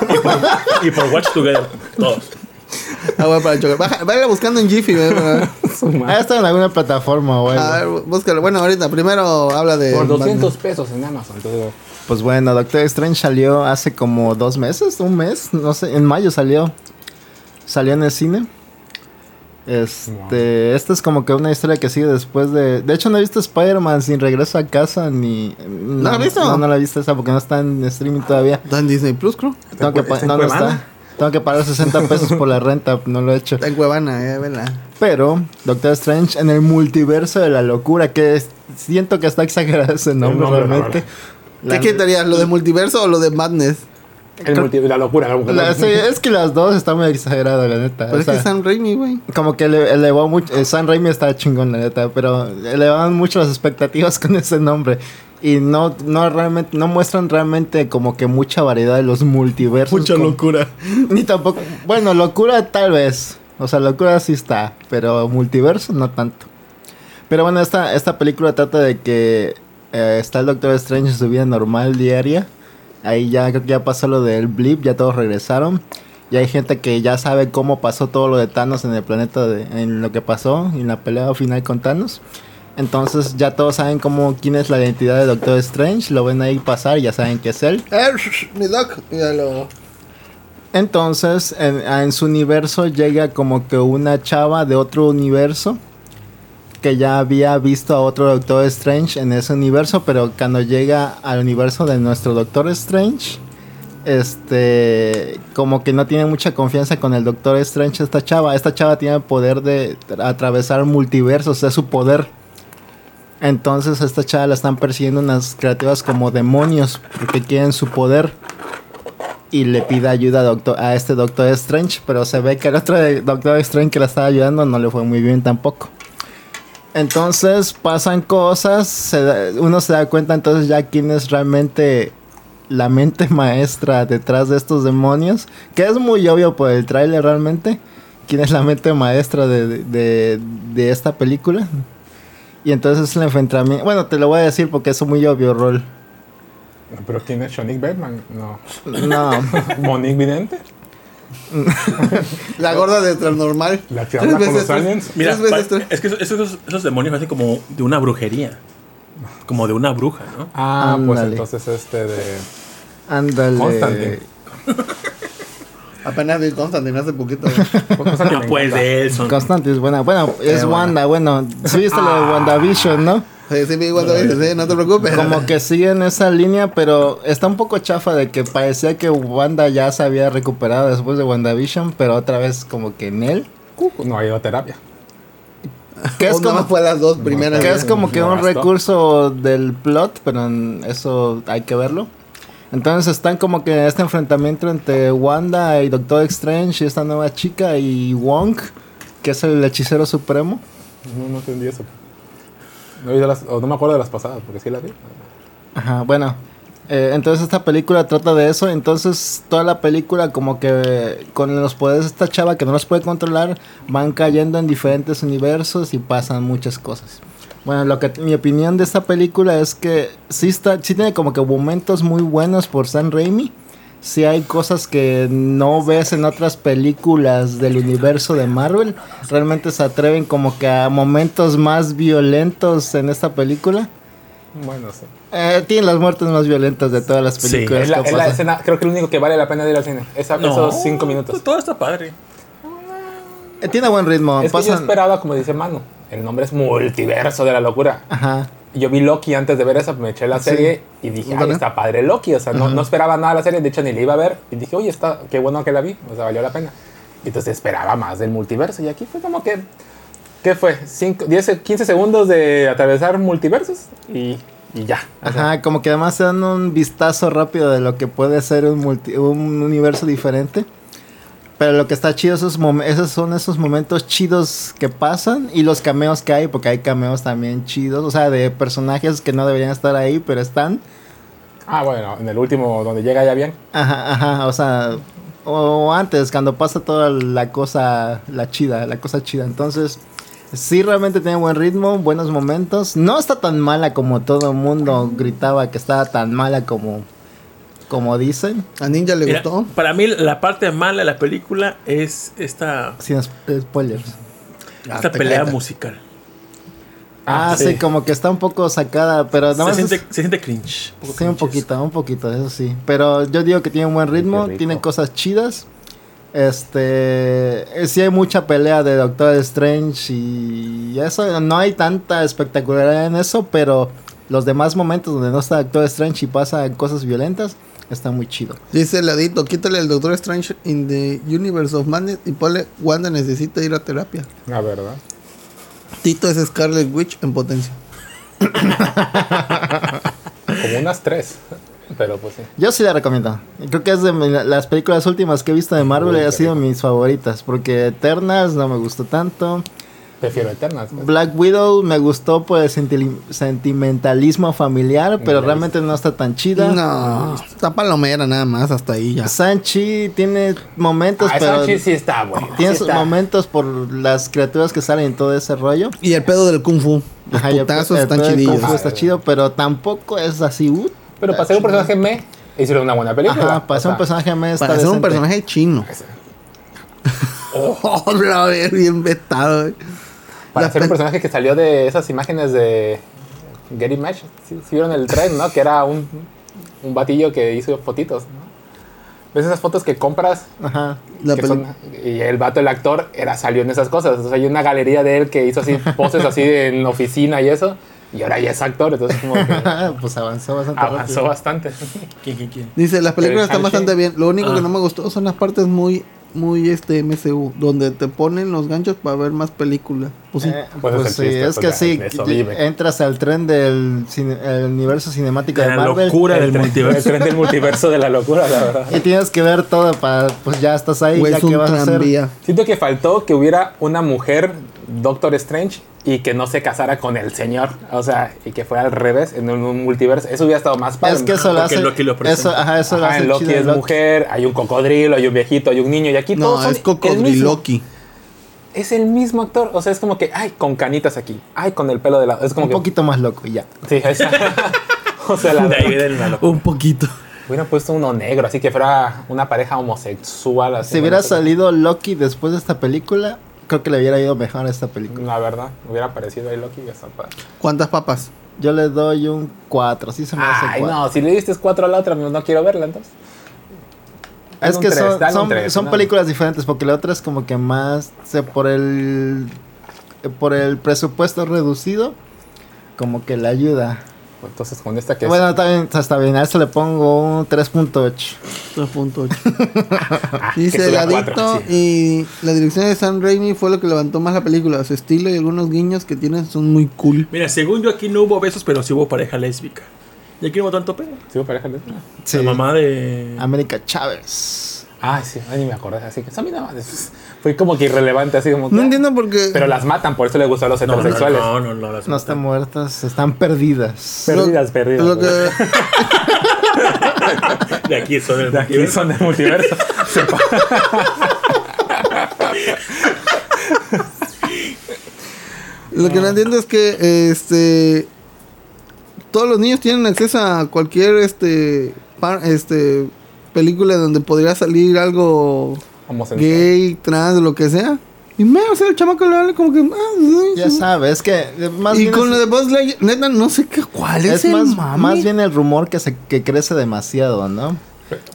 [SPEAKER 6] Y por Watch Together, todos.
[SPEAKER 3] Agua para chocolate. Baja- Vaya buscando en Jiffy. ve, ve.
[SPEAKER 5] Su madre.
[SPEAKER 4] Ah, está en alguna plataforma o
[SPEAKER 3] A ver,
[SPEAKER 4] algo.
[SPEAKER 3] búscalo. Bueno, ahorita primero habla de.
[SPEAKER 5] Por 200 pesos en Amazon. Entonces,
[SPEAKER 4] Pues bueno, Doctor Strange salió hace como dos meses, un mes, no sé, en mayo salió. Salió en el cine. Este, esta es como que una historia que sigue después de. De hecho, no he visto Spider-Man sin regreso a casa ni.
[SPEAKER 3] ¿No la has visto?
[SPEAKER 4] No, no la he visto esa porque no está en streaming todavía.
[SPEAKER 3] Está en Disney Plus, creo.
[SPEAKER 4] Tengo que,
[SPEAKER 5] en
[SPEAKER 4] pa-
[SPEAKER 5] Cue- está en
[SPEAKER 4] no, no
[SPEAKER 5] Cuevana?
[SPEAKER 4] está. Tengo que pagar 60 pesos por la renta, no lo
[SPEAKER 3] *laughs*
[SPEAKER 4] he hecho.
[SPEAKER 3] Está en Cuevana, eh, vela.
[SPEAKER 4] Pero, Doctor Strange en el multiverso de la locura, que es- siento que está exagerado ese nombre,
[SPEAKER 5] nombre, la
[SPEAKER 4] realmente.
[SPEAKER 5] verdad.
[SPEAKER 4] La-
[SPEAKER 3] ¿Qué quitarías? ¿Lo de multiverso o lo de Madness?
[SPEAKER 5] el multi- la locura. La
[SPEAKER 3] *laughs*
[SPEAKER 5] locura.
[SPEAKER 4] la- sí,
[SPEAKER 5] *laughs*
[SPEAKER 4] es que las dos están muy exageradas, la neta.
[SPEAKER 3] Pero
[SPEAKER 4] o
[SPEAKER 3] Pues es que
[SPEAKER 4] sea,
[SPEAKER 3] Sam Raimi, güey.
[SPEAKER 4] Como que ele- elevó mucho. eh, San Raimi está chingón, la neta, pero elevaban mucho las expectativas *laughs* con ese nombre. Y no, no realmente, no muestran realmente como que mucha variedad de los multiversos. como-
[SPEAKER 3] locura.
[SPEAKER 4] *laughs* Ni tampoco. Bueno, locura tal vez. O sea, locura sí está. Pero multiverso no tanto. Pero bueno, esta, esta película trata de que eh, está el Doctor Strange en su vida normal diaria. Ahí ya creo que ya pasó lo del blip, ya todos regresaron. Y hay gente que ya sabe cómo pasó todo lo de Thanos en el planeta, de- en lo que pasó, en la pelea final con Thanos. Entonces ya todos saben cómo quién es la identidad de Doctor Strange, lo ven ahí pasar, ya saben que es él.
[SPEAKER 3] Eh, sh- mi doc. Ya lo.
[SPEAKER 4] Entonces, en, en su universo llega como que una chava de otro universo que ya había visto a otro Doctor Strange en ese universo, pero cuando llega al universo de nuestro Doctor Strange, este, como que no tiene mucha confianza con el Doctor Strange esta chava. Esta chava tiene el poder de tra- atravesar multiversos, es su poder. Entonces a esta chava la están persiguiendo unas creativas como demonios porque quieren su poder y le pide ayuda a, doctor, a este Doctor Strange, pero se ve que el otro de- Doctor Strange que la estaba ayudando no le fue muy bien tampoco. Entonces pasan cosas, se da- uno se da cuenta entonces ya quién es realmente la mente *laughs* maestra detrás de estos demonios, que es muy obvio por el tráiler realmente, quién es la mente maestra de, de- de- de esta película. Y entonces el enfrentamiento, bueno, te lo voy a decir porque es un muy obvio rol.
[SPEAKER 5] Pero ¿quién es Sonic Batman? No.
[SPEAKER 3] Ah.
[SPEAKER 4] No. *laughs*
[SPEAKER 5] *laughs* ¿Monique Vidente?
[SPEAKER 3] La gorda de Transnormal.
[SPEAKER 5] La que habla con los
[SPEAKER 3] tres-
[SPEAKER 5] aliens.
[SPEAKER 6] Mira,
[SPEAKER 3] tres veces
[SPEAKER 6] pa-
[SPEAKER 3] tres.
[SPEAKER 6] es que esos, esos, esos demonios parecen como de una brujería. Como de una bruja, ¿no?
[SPEAKER 5] Ah, pues
[SPEAKER 4] Ándale.
[SPEAKER 5] entonces este de.
[SPEAKER 4] Ándale.
[SPEAKER 5] Constantine.
[SPEAKER 3] Apenas vi Constantine hace poquito.
[SPEAKER 5] cosa que
[SPEAKER 6] No
[SPEAKER 5] me
[SPEAKER 6] pues
[SPEAKER 5] encanta.
[SPEAKER 6] de Elson.
[SPEAKER 4] Constantine es buena. Bueno, es
[SPEAKER 3] Qué
[SPEAKER 4] Wanda, bueno. Sí, viste lo de WandaVision, ¿no?
[SPEAKER 3] Sí, sí, vi cuando dices, sí, no te preocupes.
[SPEAKER 4] Como que sigue en esa línea, pero está un poco chafa de que parecía que Wanda ya se había recuperado después de WandaVision, pero otra vez como que en él.
[SPEAKER 5] No ha ido a terapia.
[SPEAKER 4] Que es
[SPEAKER 3] Una
[SPEAKER 4] como,
[SPEAKER 3] fue las dos primeras.
[SPEAKER 4] que, es como que
[SPEAKER 5] No
[SPEAKER 4] un
[SPEAKER 5] bastó.
[SPEAKER 4] recurso del plot, pero en- eso hay que verlo. Entonces están como que en este enfrentamiento entre Wanda y Doctor Strange, y esta nueva chica, y Wong, que es el hechicero supremo.
[SPEAKER 5] No, no entendí eso. No, he ido a las- o no me acuerdo de las pasadas, porque sí la vi.
[SPEAKER 4] Ajá, bueno. eh, entonces esta película trata de eso. Entonces toda la película como que eh, con los poderes de esta chava que no los puede controlar van cayendo en diferentes universos y pasan muchas cosas. Bueno, lo que mi opinión de esta película es que sí está, sí tiene como que momentos muy buenos por San Raimi. Si hay cosas que no ves en otras películas del universo de Marvel. Realmente se atreven como que a momentos más violentos en esta película.
[SPEAKER 5] Bueno, sí.
[SPEAKER 4] Eh, tiene las muertes más violentas de todas las
[SPEAKER 6] Sí,
[SPEAKER 4] películas.
[SPEAKER 5] Es la,
[SPEAKER 4] que
[SPEAKER 5] es la
[SPEAKER 4] pasan.
[SPEAKER 5] escena, creo que lo único que vale la pena de ir al cine. Esa, esos cinco minutos.
[SPEAKER 6] Todo está padre.
[SPEAKER 4] Eh, tiene buen ritmo.
[SPEAKER 5] Es que yo
[SPEAKER 4] pasan-
[SPEAKER 5] esperaba, como dice Manu, el nombre es multiverso de la locura.
[SPEAKER 4] Ajá.
[SPEAKER 5] Yo vi Loki antes de ver esa, me eché la serie y dije, ay,
[SPEAKER 4] Ándale.
[SPEAKER 5] está padre Loki. O sea, no, no esperaba nada de la serie, de hecho ni la iba a ver. Y dije, oye, está, qué bueno que la vi, o sea, valió la pena. Y entonces esperaba más del multiverso. Y aquí fue como que, ¿qué fue? Cinco, 10, se- 15 segundos de atravesar multiversos y, y ya. O sea,
[SPEAKER 4] Ajá, como que además se dan un vistazo rápido de lo que puede ser un, multi- un universo diferente. Pero lo que está chido, esos, mom- esos son esos momentos chidos que pasan y los cameos que hay, porque hay cameos también chidos, o sea, de personajes que no deberían estar ahí, pero están.
[SPEAKER 5] Ah, bueno, en el último, donde llega ya bien.
[SPEAKER 4] Ajá, ajá, o sea, o antes, cuando pasa toda la cosa, la chida, la cosa chida. Entonces, sí, realmente tiene buen ritmo, buenos momentos. No está tan mala como todo el mundo gritaba que estaba tan mala como, como dicen.
[SPEAKER 3] A Ninja le
[SPEAKER 6] Mira,
[SPEAKER 3] gustó.
[SPEAKER 6] para mí la parte mala de la película es esta,
[SPEAKER 4] Sin sp- spoilers.
[SPEAKER 6] esta
[SPEAKER 3] te
[SPEAKER 6] pelea
[SPEAKER 3] callas.
[SPEAKER 6] musical.
[SPEAKER 4] Ah, sí. como que está un poco sacada, pero nada
[SPEAKER 6] Se
[SPEAKER 4] más.
[SPEAKER 6] siente,
[SPEAKER 4] es-
[SPEAKER 6] se siente cringe.
[SPEAKER 4] sí, un poquito, un poquito, eso sí. Pero yo digo que tiene un buen ritmo, tiene cosas chidas. Este, eh, sí hay mucha pelea de Doctor Strange y eso, no hay tanta espectacularidad en eso, pero los demás momentos donde no está Doctor Strange y pasa cosas violentas, está muy chido.
[SPEAKER 3] Dice el ladito, quítale el Doctor Strange in the Universe of Madness y ponle Wanda necesita ir a terapia.
[SPEAKER 5] La verdad.
[SPEAKER 3] Tito es Scarlet Witch en potencia.
[SPEAKER 5] Como unas tres. *laughs* Pero pues sí.
[SPEAKER 4] Yo sí la recomiendo. Creo que es de mi- las películas últimas que he visto de Marvel,
[SPEAKER 5] Uy, qué
[SPEAKER 4] ha sido mis favoritas, porque Eternas no me gustó tanto.
[SPEAKER 5] Prefiero Eternas. pues.
[SPEAKER 4] Black Widow me gustó por el sentili- sentimentalismo familiar, pero
[SPEAKER 5] Ya
[SPEAKER 4] realmente no está tan chida.
[SPEAKER 3] No, está palomera nada más, hasta ahí ya.
[SPEAKER 4] Sanchi tiene momentos,
[SPEAKER 5] Ah,
[SPEAKER 4] pero
[SPEAKER 5] esa sí- sí está, güey.
[SPEAKER 4] tiene
[SPEAKER 5] Sí
[SPEAKER 4] sus
[SPEAKER 5] está.
[SPEAKER 4] momentos por las criaturas que salen y todo ese rollo.
[SPEAKER 3] Y el pedo del Kung Fu. Los
[SPEAKER 4] Ajá, y el-
[SPEAKER 3] putazos
[SPEAKER 4] el
[SPEAKER 3] están
[SPEAKER 4] pedo de Kung
[SPEAKER 3] chidillos.
[SPEAKER 4] Fu está chido, pero tampoco es así. uh,
[SPEAKER 5] Pero para ser un personaje me, hicieron una buena película.
[SPEAKER 4] ajá, para
[SPEAKER 5] O
[SPEAKER 4] ser un
[SPEAKER 5] sea,
[SPEAKER 4] personaje me está
[SPEAKER 3] Para ser un
[SPEAKER 4] decente.
[SPEAKER 3] personaje chino. *laughs* Oh, la ver, bien vetado. güey.
[SPEAKER 5] Para
[SPEAKER 3] La
[SPEAKER 5] ser un
[SPEAKER 3] pe-
[SPEAKER 5] personaje que salió de esas imágenes de Getty Match. Si vieron el tren, ¿no? Que era un, un batillo que hizo fotitos, ¿no? ¿Ves esas fotos que compras?
[SPEAKER 4] Ajá.
[SPEAKER 3] La
[SPEAKER 5] Que
[SPEAKER 3] peli-
[SPEAKER 5] son- y el vato, el actor, era salió en esas cosas. O sea, hay una galería de él que hizo
[SPEAKER 3] *laughs*
[SPEAKER 5] así poses así en oficina y eso. Y ahora ya es actor, entonces como
[SPEAKER 3] *laughs*
[SPEAKER 5] que
[SPEAKER 4] *laughs* pues avanzó bastante
[SPEAKER 5] avanzó
[SPEAKER 4] rápido.
[SPEAKER 5] bastante.
[SPEAKER 6] ¿Quién, quién, quién?
[SPEAKER 3] Dice, las películas están
[SPEAKER 5] Pero el
[SPEAKER 3] bastante bien. Lo único
[SPEAKER 6] Ah.
[SPEAKER 3] que no me gustó son las partes muy, muy este MCU, donde te ponen los ganchos para ver más películas. Pues sí.
[SPEAKER 4] Eh,
[SPEAKER 5] Pues
[SPEAKER 4] pues
[SPEAKER 5] es el
[SPEAKER 4] sí,
[SPEAKER 5] chiste,
[SPEAKER 4] es
[SPEAKER 5] pues
[SPEAKER 4] que
[SPEAKER 5] ya,
[SPEAKER 4] sí,
[SPEAKER 5] de eso
[SPEAKER 4] que
[SPEAKER 5] vive.
[SPEAKER 4] entras al tren del cine- el universo cinemático de,
[SPEAKER 6] La
[SPEAKER 4] Marvel.
[SPEAKER 6] locura
[SPEAKER 5] El
[SPEAKER 6] del
[SPEAKER 5] tren- El *laughs*
[SPEAKER 6] multiverso.
[SPEAKER 5] tren del multiverso de la locura, la verdad.
[SPEAKER 4] Y tienes que ver todo para, pues ya estás ahí,
[SPEAKER 3] Güey,
[SPEAKER 4] ya
[SPEAKER 3] es un
[SPEAKER 4] que vas a hacer.
[SPEAKER 3] tranvía.
[SPEAKER 5] Siento que faltó que hubiera una mujer Doctor Strange y que no se casara con el señor. O sea, y que fuera al revés en un, un multiverso. Eso hubiera estado más padre.
[SPEAKER 4] Es que eso lo
[SPEAKER 6] Porque
[SPEAKER 4] hace.
[SPEAKER 6] Loki lo
[SPEAKER 4] eso,
[SPEAKER 6] presenta.
[SPEAKER 4] ajá, eso lo
[SPEAKER 5] Ajá,
[SPEAKER 4] hace
[SPEAKER 5] en Loki
[SPEAKER 4] chido
[SPEAKER 5] es
[SPEAKER 4] en Loki.
[SPEAKER 5] mujer, hay un cocodrilo, hay un viejito, hay un niño. Y aquí
[SPEAKER 3] No,
[SPEAKER 5] todos son
[SPEAKER 3] es
[SPEAKER 5] el mismo.
[SPEAKER 3] Cocodriloqui.
[SPEAKER 5] Es el mismo actor. O sea, es como que, ay, con canitas aquí. Ay, con el pelo de lado. Es como
[SPEAKER 4] Un
[SPEAKER 5] que.
[SPEAKER 4] poquito más loco, y ya.
[SPEAKER 5] Sí, es- *laughs* o sea, la
[SPEAKER 6] De ahí
[SPEAKER 5] verdad.
[SPEAKER 6] viene la locura.
[SPEAKER 3] Un poquito.
[SPEAKER 5] Hubiera puesto uno negro, así que fuera una pareja homosexual. Así,
[SPEAKER 4] Si hubiera
[SPEAKER 5] no sé,
[SPEAKER 4] salido Loki después de esta película, creo que le hubiera ido mejor a esta película.
[SPEAKER 5] La verdad, hubiera aparecido ahí Loki y ya está padre.
[SPEAKER 3] ¿Cuántas papas?
[SPEAKER 4] Yo le doy un 4, sí se me hace
[SPEAKER 5] Ay,
[SPEAKER 4] 4.
[SPEAKER 5] no, si le diste cuatro a la otra, pues no quiero verla entonces.
[SPEAKER 4] Es
[SPEAKER 5] un
[SPEAKER 4] que
[SPEAKER 5] tres,
[SPEAKER 4] son,
[SPEAKER 5] dale un
[SPEAKER 4] son-
[SPEAKER 5] tres,
[SPEAKER 4] son
[SPEAKER 5] no.
[SPEAKER 4] películas diferentes, porque la otra es como que más se- por el por el presupuesto reducido, como que le ayuda.
[SPEAKER 5] Entonces con esta que es-
[SPEAKER 4] Bueno, está bien, está bien, a esto le pongo un 3.8.
[SPEAKER 3] 3.8.
[SPEAKER 5] ah, *laughs* que
[SPEAKER 3] Dice
[SPEAKER 5] es
[SPEAKER 3] el
[SPEAKER 5] la
[SPEAKER 3] adicto
[SPEAKER 5] cuatro, sí.
[SPEAKER 3] y la dirección de Sam Raimi fue lo que levantó más la película. Su estilo y algunos guiños que tiene son muy cool.
[SPEAKER 6] Mira, según yo aquí no hubo besos, pero sí hubo pareja lésbica. Y aquí no hubo tanto pedo.
[SPEAKER 5] Sí, pareja de-
[SPEAKER 4] Sí. Ah,
[SPEAKER 6] La mamá de.
[SPEAKER 4] América Chávez.
[SPEAKER 5] Ah, sí, ay, ni me acordé. Así que, a mí nada más. Fue como que irrelevante, así como que. ah,
[SPEAKER 3] No entiendo por qué.
[SPEAKER 5] Pero las matan, por eso le gustan los
[SPEAKER 6] no, no, no,
[SPEAKER 5] heterosexuales.
[SPEAKER 6] no, no, no, las
[SPEAKER 4] No están muertas, están perdidas.
[SPEAKER 5] Perdidas, perdidas. *laughs*
[SPEAKER 3] lo que-
[SPEAKER 6] *laughs* De aquí son el
[SPEAKER 5] De aquí son del multiverso. *laughs* Se pa-
[SPEAKER 3] Lo
[SPEAKER 4] Ah.
[SPEAKER 3] que no entiendo es que este todos los niños tienen acceso a cualquier este pa- este película donde podría salir algo
[SPEAKER 5] Homosexual.
[SPEAKER 3] gay, trans, lo que sea. Y me o sea, el chamaco le vale como que ah, sí,
[SPEAKER 4] Ya
[SPEAKER 3] sí.
[SPEAKER 4] sabes, es que eh, más
[SPEAKER 3] Y
[SPEAKER 4] bien
[SPEAKER 3] con
[SPEAKER 4] es-
[SPEAKER 3] lo de Buzz Lightyear, neta no sé qué cuál es,
[SPEAKER 4] es
[SPEAKER 3] el
[SPEAKER 4] más,
[SPEAKER 3] mame.
[SPEAKER 4] más bien el rumor que se que crece demasiado, ¿no?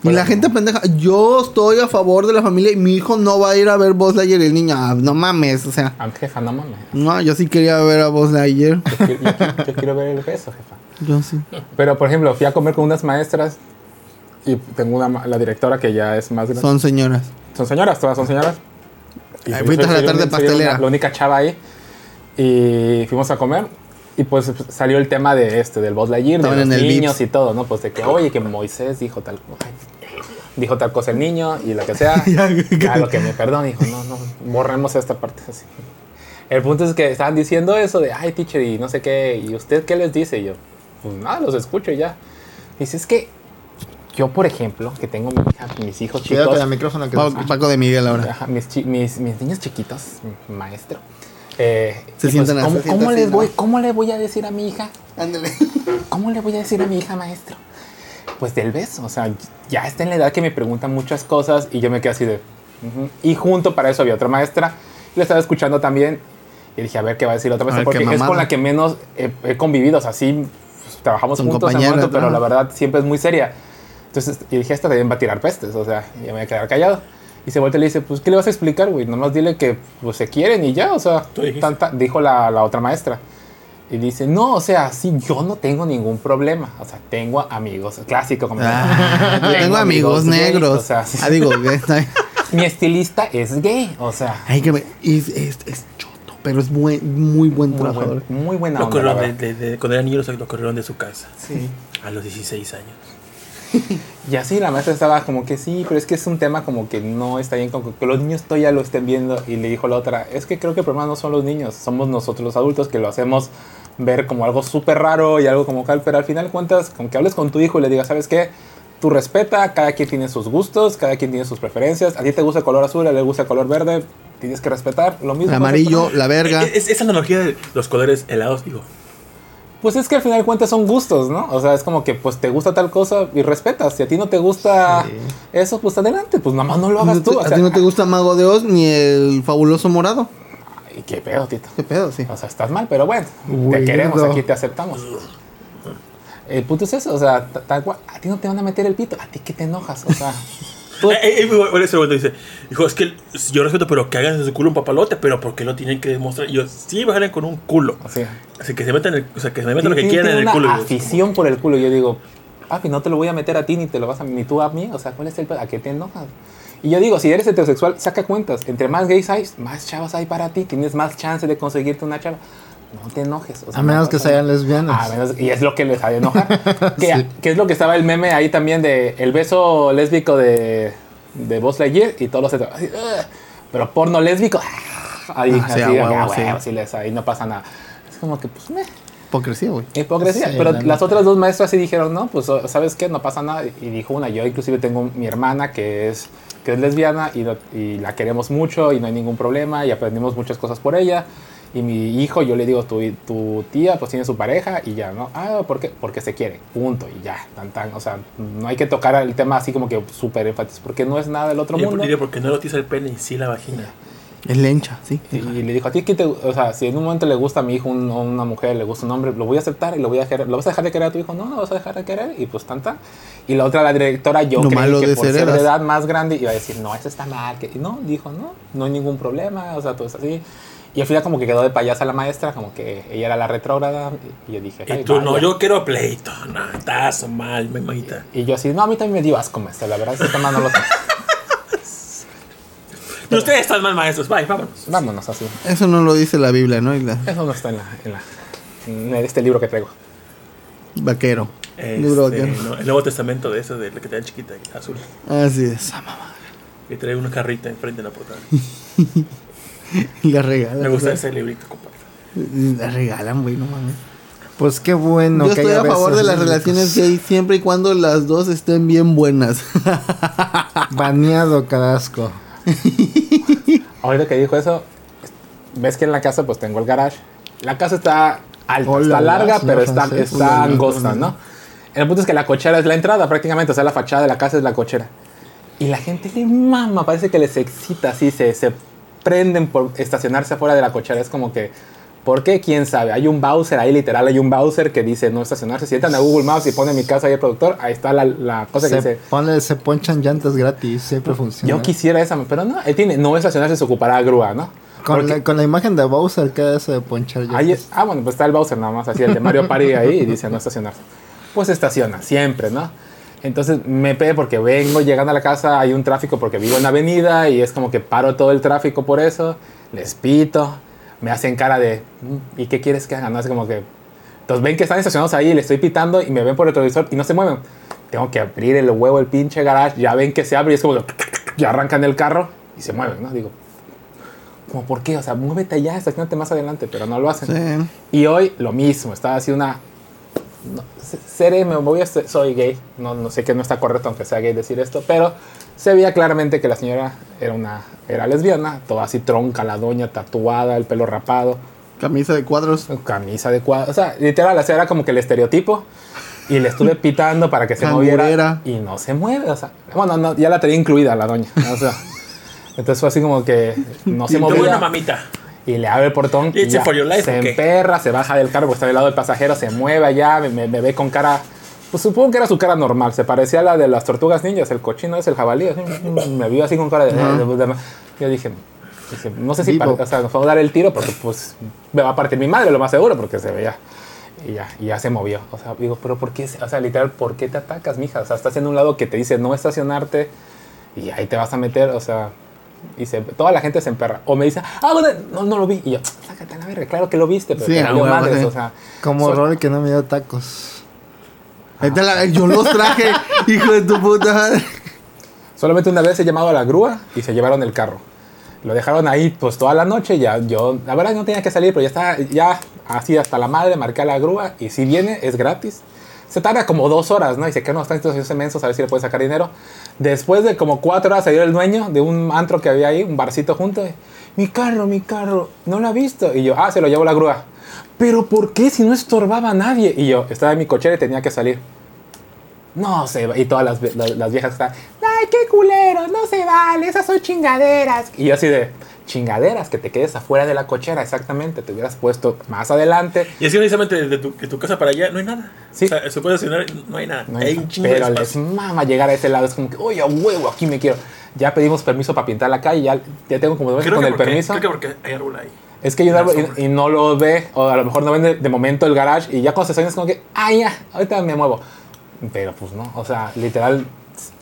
[SPEAKER 3] Y la gente pendeja, yo estoy a favor de la familia y mi hijo no va a ir a ver Buzz Lightyear y el niño, ah, no mames, o sea,
[SPEAKER 5] Aunque, ah, jefa, no mames.
[SPEAKER 3] no, yo sí quería ver a Buzz Lightyear.
[SPEAKER 5] Yo, quiero- yo quiero- yo quiero ver el beso, jefa.
[SPEAKER 3] Yo sí.
[SPEAKER 5] Pero, por ejemplo, fui a comer con unas maestras y tengo una, ma- la directora que ya es más grande. Son,
[SPEAKER 3] Son señoras.
[SPEAKER 5] señoras, todas son señoras. Y
[SPEAKER 3] Ay,
[SPEAKER 5] fui-
[SPEAKER 3] fuiste a la
[SPEAKER 5] fui- fui-
[SPEAKER 3] tarde
[SPEAKER 5] fui
[SPEAKER 3] pastelera.
[SPEAKER 5] La, la única chava ahí. Y fuimos a comer. Y pues salió el tema de este, del Buzz Lightyear, de
[SPEAKER 3] Estaban
[SPEAKER 5] los
[SPEAKER 3] en el
[SPEAKER 5] niños
[SPEAKER 3] Vips.
[SPEAKER 5] y todo, ¿no? Pues de que, oye, que Moisés dijo tal cosa. Dijo tal cosa el niño y lo
[SPEAKER 3] *laughs*
[SPEAKER 5] que sea. ya, lo que me perdón, dijo, no, no, borremos esta parte así. El punto es que estaban diciendo eso de, ay, teacher, y no sé qué, ¿y usted qué les dice? Y yo, pues nada, los escucho y ya. Dice, es que yo, por ejemplo, que tengo mi hija, mis
[SPEAKER 3] Pues,
[SPEAKER 5] hijos
[SPEAKER 4] Cuidado
[SPEAKER 5] chicos,
[SPEAKER 4] con el micrófono que
[SPEAKER 3] Paco, Paco de Miguel ahora.
[SPEAKER 5] ajá, mis, chi- mis, mis niños chiquitos, mi maestro, eh,
[SPEAKER 3] Se
[SPEAKER 5] y
[SPEAKER 3] sientan así,
[SPEAKER 5] ¿cómo,
[SPEAKER 3] se
[SPEAKER 5] cómo
[SPEAKER 3] sientan
[SPEAKER 5] les
[SPEAKER 3] así,
[SPEAKER 5] voy,
[SPEAKER 3] ¿no?
[SPEAKER 5] ¿Cómo le voy a decir a mi hija?
[SPEAKER 3] Ándale.
[SPEAKER 5] ¿Cómo le voy a decir a mi hija, maestro? Pues del beso, o sea, ya está en la edad que me preguntan muchas cosas y yo me quedo así de... "Ujú". Y junto para eso había otra maestra, y la estaba escuchando también, y dije, a ver qué va a decir la otra
[SPEAKER 3] A
[SPEAKER 5] maestra,
[SPEAKER 3] ver qué
[SPEAKER 5] porque es con
[SPEAKER 3] mamada.
[SPEAKER 5] la que menos he, he convivido, o sea, sí, pues, trabajamos
[SPEAKER 3] Son
[SPEAKER 5] juntos, en
[SPEAKER 3] compañeras,
[SPEAKER 5] cuanto, pero
[SPEAKER 3] ¿no?
[SPEAKER 5] la verdad siempre es muy seria. Entonces, y dije, esta también va a tirar pestes, o sea, ya me voy a quedar callado. Y se vuelve y le dice, pues, ¿qué le vas a explicar, güey? Nomás dile que pues, se quieren y ya, o sea,
[SPEAKER 6] Tú dijiste.
[SPEAKER 5] tanta, dijo la, la otra maestra. Y dice, no, o sea, sí, yo no tengo ningún problema. O sea, tengo amigos. Clásico, como.
[SPEAKER 3] Ah, Tengo amigos
[SPEAKER 5] gays,
[SPEAKER 3] negros.
[SPEAKER 5] o sea, sí.
[SPEAKER 3] Ah, digo, que está bien.
[SPEAKER 5] mi estilista es gay. O sea,
[SPEAKER 3] *laughs* Ay, que me- es, es, es choto, pero es buen, muy buen
[SPEAKER 5] muy,
[SPEAKER 3] trabajador.
[SPEAKER 5] buen- muy buena
[SPEAKER 6] Lo
[SPEAKER 5] onda. la
[SPEAKER 6] corrieron de,
[SPEAKER 5] verdad.
[SPEAKER 6] de- de- cuando era niño lo, lo corrieron de su casa. A los 16 años.
[SPEAKER 5] Y así la maestra estaba como que sí, pero es que es un tema como que no está bien, como que los niños todavía lo estén viendo. Y le dijo la otra, es que creo que el problema no son los niños, somos nosotros los adultos que lo hacemos ver como algo súper raro y algo como tal. Pero al final de cuentas, con que hables con tu hijo y le digas, ¿sabes qué? Tú respeta, cada quien tiene sus gustos, cada quien tiene sus preferencias. A ti te gusta el color azul, a él le gusta el color verde, tienes que respetar. Lo mismo.
[SPEAKER 3] El
[SPEAKER 5] pasa
[SPEAKER 3] amarillo,
[SPEAKER 5] con-
[SPEAKER 3] la
[SPEAKER 2] Eh,
[SPEAKER 3] verga.
[SPEAKER 6] Es, esa analogía de los colores helados, digo.
[SPEAKER 5] Pues es que al final de cuentas son gustos, ¿no? O sea, es como que pues te gusta tal cosa y respetas. Si a ti no te gusta eso, pues adelante, pues nada más no lo hagas
[SPEAKER 3] No te-
[SPEAKER 5] tú. O
[SPEAKER 3] a
[SPEAKER 5] sea,
[SPEAKER 3] ti no te gusta Mago de Oz ni el fabuloso morado.
[SPEAKER 5] ay, qué pedo, Tito.
[SPEAKER 3] ¿Qué pedo? Sí.
[SPEAKER 5] O sea, estás mal, pero bueno, te queremos, aquí te aceptamos. El punto es eso, o sea, ta- tal cual, a ti no te van a meter el pito, a ti que te enojas, o sea,
[SPEAKER 2] *laughs*
[SPEAKER 5] tú-
[SPEAKER 6] Eh, eh, eh, bueno, ese momento dice, dijo, es que yo respeto, pero que hagan de su culo un papalote, pero ¿por qué lo tienen que demostrar? Y yo, sí, bajaré con un culo.
[SPEAKER 5] o sea,
[SPEAKER 6] Así que se metan, el- o sea, que se metan lo que
[SPEAKER 5] tiene-
[SPEAKER 6] quieran en
[SPEAKER 5] tiene
[SPEAKER 6] el
[SPEAKER 5] una
[SPEAKER 6] culo. Y yo,
[SPEAKER 5] afición por el culo, y yo digo, papi, no te lo voy a meter a ti ni te lo vas a ni tú a mí, o sea, ¿cuál es el pedo? ¿A qué te enojas? Y yo digo, si eres heterosexual, saca cuentas, entre más gays hay, más chavas hay para ti, tienes más chance de conseguirte una chava. No te enojes. o sea,
[SPEAKER 4] A
[SPEAKER 5] no
[SPEAKER 4] menos que
[SPEAKER 5] pasa
[SPEAKER 4] sean
[SPEAKER 5] nada.
[SPEAKER 4] lesbianas.
[SPEAKER 5] A menos- y es lo que les ha
[SPEAKER 3] *laughs*
[SPEAKER 5] de enojar. que, que es lo que estaba el meme ahí también de el beso lésbico de, de Buzz Lightyear y todos los hetero- así, "Ugh", Pero porno lésbico. *laughs* "Ah", Ahí,
[SPEAKER 3] Ah, sí,
[SPEAKER 5] así,
[SPEAKER 3] a
[SPEAKER 5] de,
[SPEAKER 3] huevo,
[SPEAKER 5] "Ah,
[SPEAKER 3] sí.
[SPEAKER 5] huevo", sí les- ahí no pasa nada. Es como que, pues, meh,
[SPEAKER 3] Hipocresía, güey.
[SPEAKER 5] hipocresía.
[SPEAKER 4] Sí,
[SPEAKER 5] Pero
[SPEAKER 4] la
[SPEAKER 5] las
[SPEAKER 4] neta.
[SPEAKER 5] otras dos maestras sí dijeron, no, pues, o- ¿sabes qué? No pasa nada. Y dijo una, yo inclusive tengo mi hermana que es, que es lesbiana y, lo- y la queremos mucho y no hay ningún problema y aprendimos muchas cosas por ella. Y mi hijo, yo le digo, tu, tu tía pues tiene su pareja y ya, ¿no? Ah, ¿por qué? Porque se quiere, punto, y ya, tan, tan. O sea, no hay que tocar el tema así como que súper énfasis, porque no es nada del otro mundo.
[SPEAKER 6] Diría porque no lo tiza el pene y sí la vagina.
[SPEAKER 1] Es lencha, sí.
[SPEAKER 5] Y, y le dijo, a ti, ¿qué te, o sea, si en un momento le gusta a mi hijo un- una mujer, le gusta un hombre, lo voy a aceptar y lo voy a dejar, lo vas a dejar de querer a tu hijo, no, no lo vas a dejar de querer y pues tanta. Y la otra, la directora, yo
[SPEAKER 1] Lo
[SPEAKER 5] creí
[SPEAKER 1] malo
[SPEAKER 5] que
[SPEAKER 1] de
[SPEAKER 5] por
[SPEAKER 1] ser
[SPEAKER 5] ser de
[SPEAKER 1] eras.
[SPEAKER 5] edad más grande iba a decir, no, eso está mal, que y no, dijo, no, no hay ningún problema, o sea, todo es así. Y al final como que quedó de payasa la maestra, como que ella era la retrógrada y yo dije,
[SPEAKER 6] Y
[SPEAKER 5] "Ay,
[SPEAKER 6] tú no,
[SPEAKER 5] vaya".
[SPEAKER 6] yo quiero pleito. No, estás mal, me imagino.
[SPEAKER 5] Y yo así, no, a mí también me dio asco, maestra, la verdad, ese tema no lo toco".
[SPEAKER 6] Y ustedes están mal, maestros. Bye, vámonos.
[SPEAKER 5] *laughs* Vámonos así.
[SPEAKER 3] Eso no lo dice la Biblia, ¿no? Y la-
[SPEAKER 5] Eso no está en, la, en, la- en este libro que traigo.
[SPEAKER 3] Vaquero. Libro
[SPEAKER 6] Este,
[SPEAKER 3] vaquero.
[SPEAKER 6] no, el Nuevo Testamento de ese, de la que te dan chiquita, azul.
[SPEAKER 3] Así es.
[SPEAKER 6] Y trae una carrita enfrente de la
[SPEAKER 5] *laughs*
[SPEAKER 6] portada.
[SPEAKER 3] Y la regalan.
[SPEAKER 6] Me gusta
[SPEAKER 3] güey.
[SPEAKER 6] ese librito, compadre.
[SPEAKER 3] Y La regalan, güey, no mames.
[SPEAKER 4] Pues qué bueno
[SPEAKER 3] Yo
[SPEAKER 4] que
[SPEAKER 3] estoy
[SPEAKER 4] haya
[SPEAKER 3] a favor de
[SPEAKER 4] besos
[SPEAKER 3] las relaciones gay siempre y cuando las dos estén bien buenas. *laughs*
[SPEAKER 4] Baneado, carasco.
[SPEAKER 5] Ahorita que dijo eso, ves que en la casa pues tengo el garage. La casa está alta,
[SPEAKER 4] Hola,
[SPEAKER 5] está larga,
[SPEAKER 4] señor
[SPEAKER 5] pero está,
[SPEAKER 4] francés.
[SPEAKER 5] está
[SPEAKER 4] Hola,
[SPEAKER 5] angosta, ¿no? El punto es que la cochera es la entrada prácticamente, o sea, la fachada de la casa es la cochera. Y la gente le mama, parece que les excita, así se, se prenden por estacionarse afuera de la cochera. Es como que, ¿por qué? ¿Quién sabe? Hay un Bowser ahí, literal, hay un Bowser que dice no estacionarse. Si entran a Google Maps y ponen mi casa ahí el productor, ahí está la, la cosa que
[SPEAKER 4] Se,
[SPEAKER 5] dice
[SPEAKER 4] pone- se ponchan llantas gratis, siempre funciona.
[SPEAKER 5] yo quisiera esa, pero no, él tiene, no estacionarse, se ocupará grúa, ¿no?
[SPEAKER 4] Con,
[SPEAKER 5] Porque-
[SPEAKER 4] la, con la imagen de Bowser queda eso de ponchar llantas.
[SPEAKER 5] Ahí es- ah, bueno, pues está el Bowser nada más, así el de Mario Party ahí y dice no estacionarse. Pues estaciona, siempre, ¿no? Entonces me pegué porque vengo llegando a la casa, hay un tráfico porque vivo en la avenida y es como que paro todo el tráfico por eso, les pito, me hacen cara de, "Mm, ¿y qué quieres que hagan? No, es como que, entonces ven que están estacionados ahí, le estoy pitando y me ven por el televisor y no se mueven. Tengo que abrir el huevo, el pinche garage, ya ven que se abre y es como que, y arrancan el carro y se mueven, ¿no? Digo, como, ¿por qué? O sea, muévete allá, estacionate más adelante, pero no lo hacen.
[SPEAKER 3] Sí.
[SPEAKER 5] Y hoy lo mismo, estaba así una... No, se- seré, me voy a ser- soy gay. No, no sé que no está correcto aunque sea gay decir esto, pero se veía claramente que la señora era una era lesbiana, toda así tronca, la doña tatuada, el pelo rapado,
[SPEAKER 3] Camisa de cuadros.
[SPEAKER 5] Ah. camisa de cuadro, o sea, literal, así era como que el estereotipo. Y le estuve pitando para que se moviera
[SPEAKER 3] Cangurera.
[SPEAKER 5] y no se mueve, o sea, bueno, no, ya la tenía incluida la doña, o sea, entonces fue así como que no se
[SPEAKER 6] Te voy
[SPEAKER 5] movía
[SPEAKER 6] una mamita.
[SPEAKER 5] y le abre el portón.
[SPEAKER 6] ¿Y it's
[SPEAKER 5] ya.
[SPEAKER 6] for your life,
[SPEAKER 5] se
[SPEAKER 6] ¿o qué?
[SPEAKER 5] emperra, se baja del carro porque está del lado del pasajero, se mueve allá, me, me- me ve con cara. Pues supongo que era su cara normal, se parecía a la de las tortugas ninjas, el cochino es el jabalí. así, mm, me vio así con cara de. Yo dije, dije, no sé si
[SPEAKER 4] Vivo.
[SPEAKER 5] para- o sea, nos vamos a dar el tiro porque pues me va a partir mi madre, lo más seguro, porque se veía. Y ya, y ya se movió. O sea, digo, pero ¿por qué? se- O sea, literal, ¿por qué te atacas, mija? O sea, estás en un lado que te dice no estacionarte y ahí te vas a meter, o sea, y se- toda la gente se emperra. O me dice, ah, bueno, no, no lo vi. Y yo, sácate a la verga, claro que lo viste, pero
[SPEAKER 3] Sí,
[SPEAKER 5] te
[SPEAKER 3] a
[SPEAKER 5] valió
[SPEAKER 3] huevo,
[SPEAKER 5] madres,
[SPEAKER 3] sí.
[SPEAKER 5] o sea.
[SPEAKER 4] Como
[SPEAKER 5] so-
[SPEAKER 4] Rory que no me dio tacos.
[SPEAKER 3] Ahí está la- yo los traje, hijo de tu puta madre.
[SPEAKER 5] Solamente una vez he llamado a la grúa y se llevaron el carro. Lo dejaron ahí pues toda la noche, ya yo, la verdad no tenía que salir, pero ya está, ya así hasta la madre, marqué a la grúa y si viene es gratis. Se tarda como dos horas, ¿no? Y dice que no, está en situación mensos, a ver si le pueden sacar dinero. Después de como cuatro horas salió el dueño de un antro que había ahí, un barcito junto. y, Mi carro, mi carro, no lo ha visto. Y yo, ah, se lo llevó la grúa. Pero ¿por qué si no estorbaba a nadie? Y yo, estaba en mi cochera y tenía que salir. No se va. Y todas las, ve- las, las viejas están, ay, qué culero, no se vale, esas son chingaderas. Y yo así de, chingaderas, que te quedes afuera de la cochera, exactamente, te hubieras puesto más adelante.
[SPEAKER 6] Y así precisamente desde tu, de tu casa para allá no hay nada.
[SPEAKER 5] Sí.
[SPEAKER 6] O sea, se puede estacionar, no hay nada.
[SPEAKER 5] No
[SPEAKER 6] hay
[SPEAKER 5] hay-
[SPEAKER 6] un chingo de
[SPEAKER 5] pero les
[SPEAKER 6] espacio.
[SPEAKER 5] mama llegar a ese lado, es como que, oye, a huevo, aquí me quiero. Ya pedimos permiso para pintar la calle, ya, ya tengo como dos meses
[SPEAKER 6] Creo
[SPEAKER 5] con
[SPEAKER 6] que
[SPEAKER 5] el
[SPEAKER 6] porque-
[SPEAKER 5] permiso.
[SPEAKER 6] Creo que porque hay árbol ahí.
[SPEAKER 5] Es que hay un
[SPEAKER 6] Ah,
[SPEAKER 5] árbol y-
[SPEAKER 6] sobre.
[SPEAKER 5] y, no lo ve, o a lo mejor no ven de, de momento el garage, y ya cuando se suena es como que, ah, ya, ahorita me muevo. Pero pues no, o sea, literal,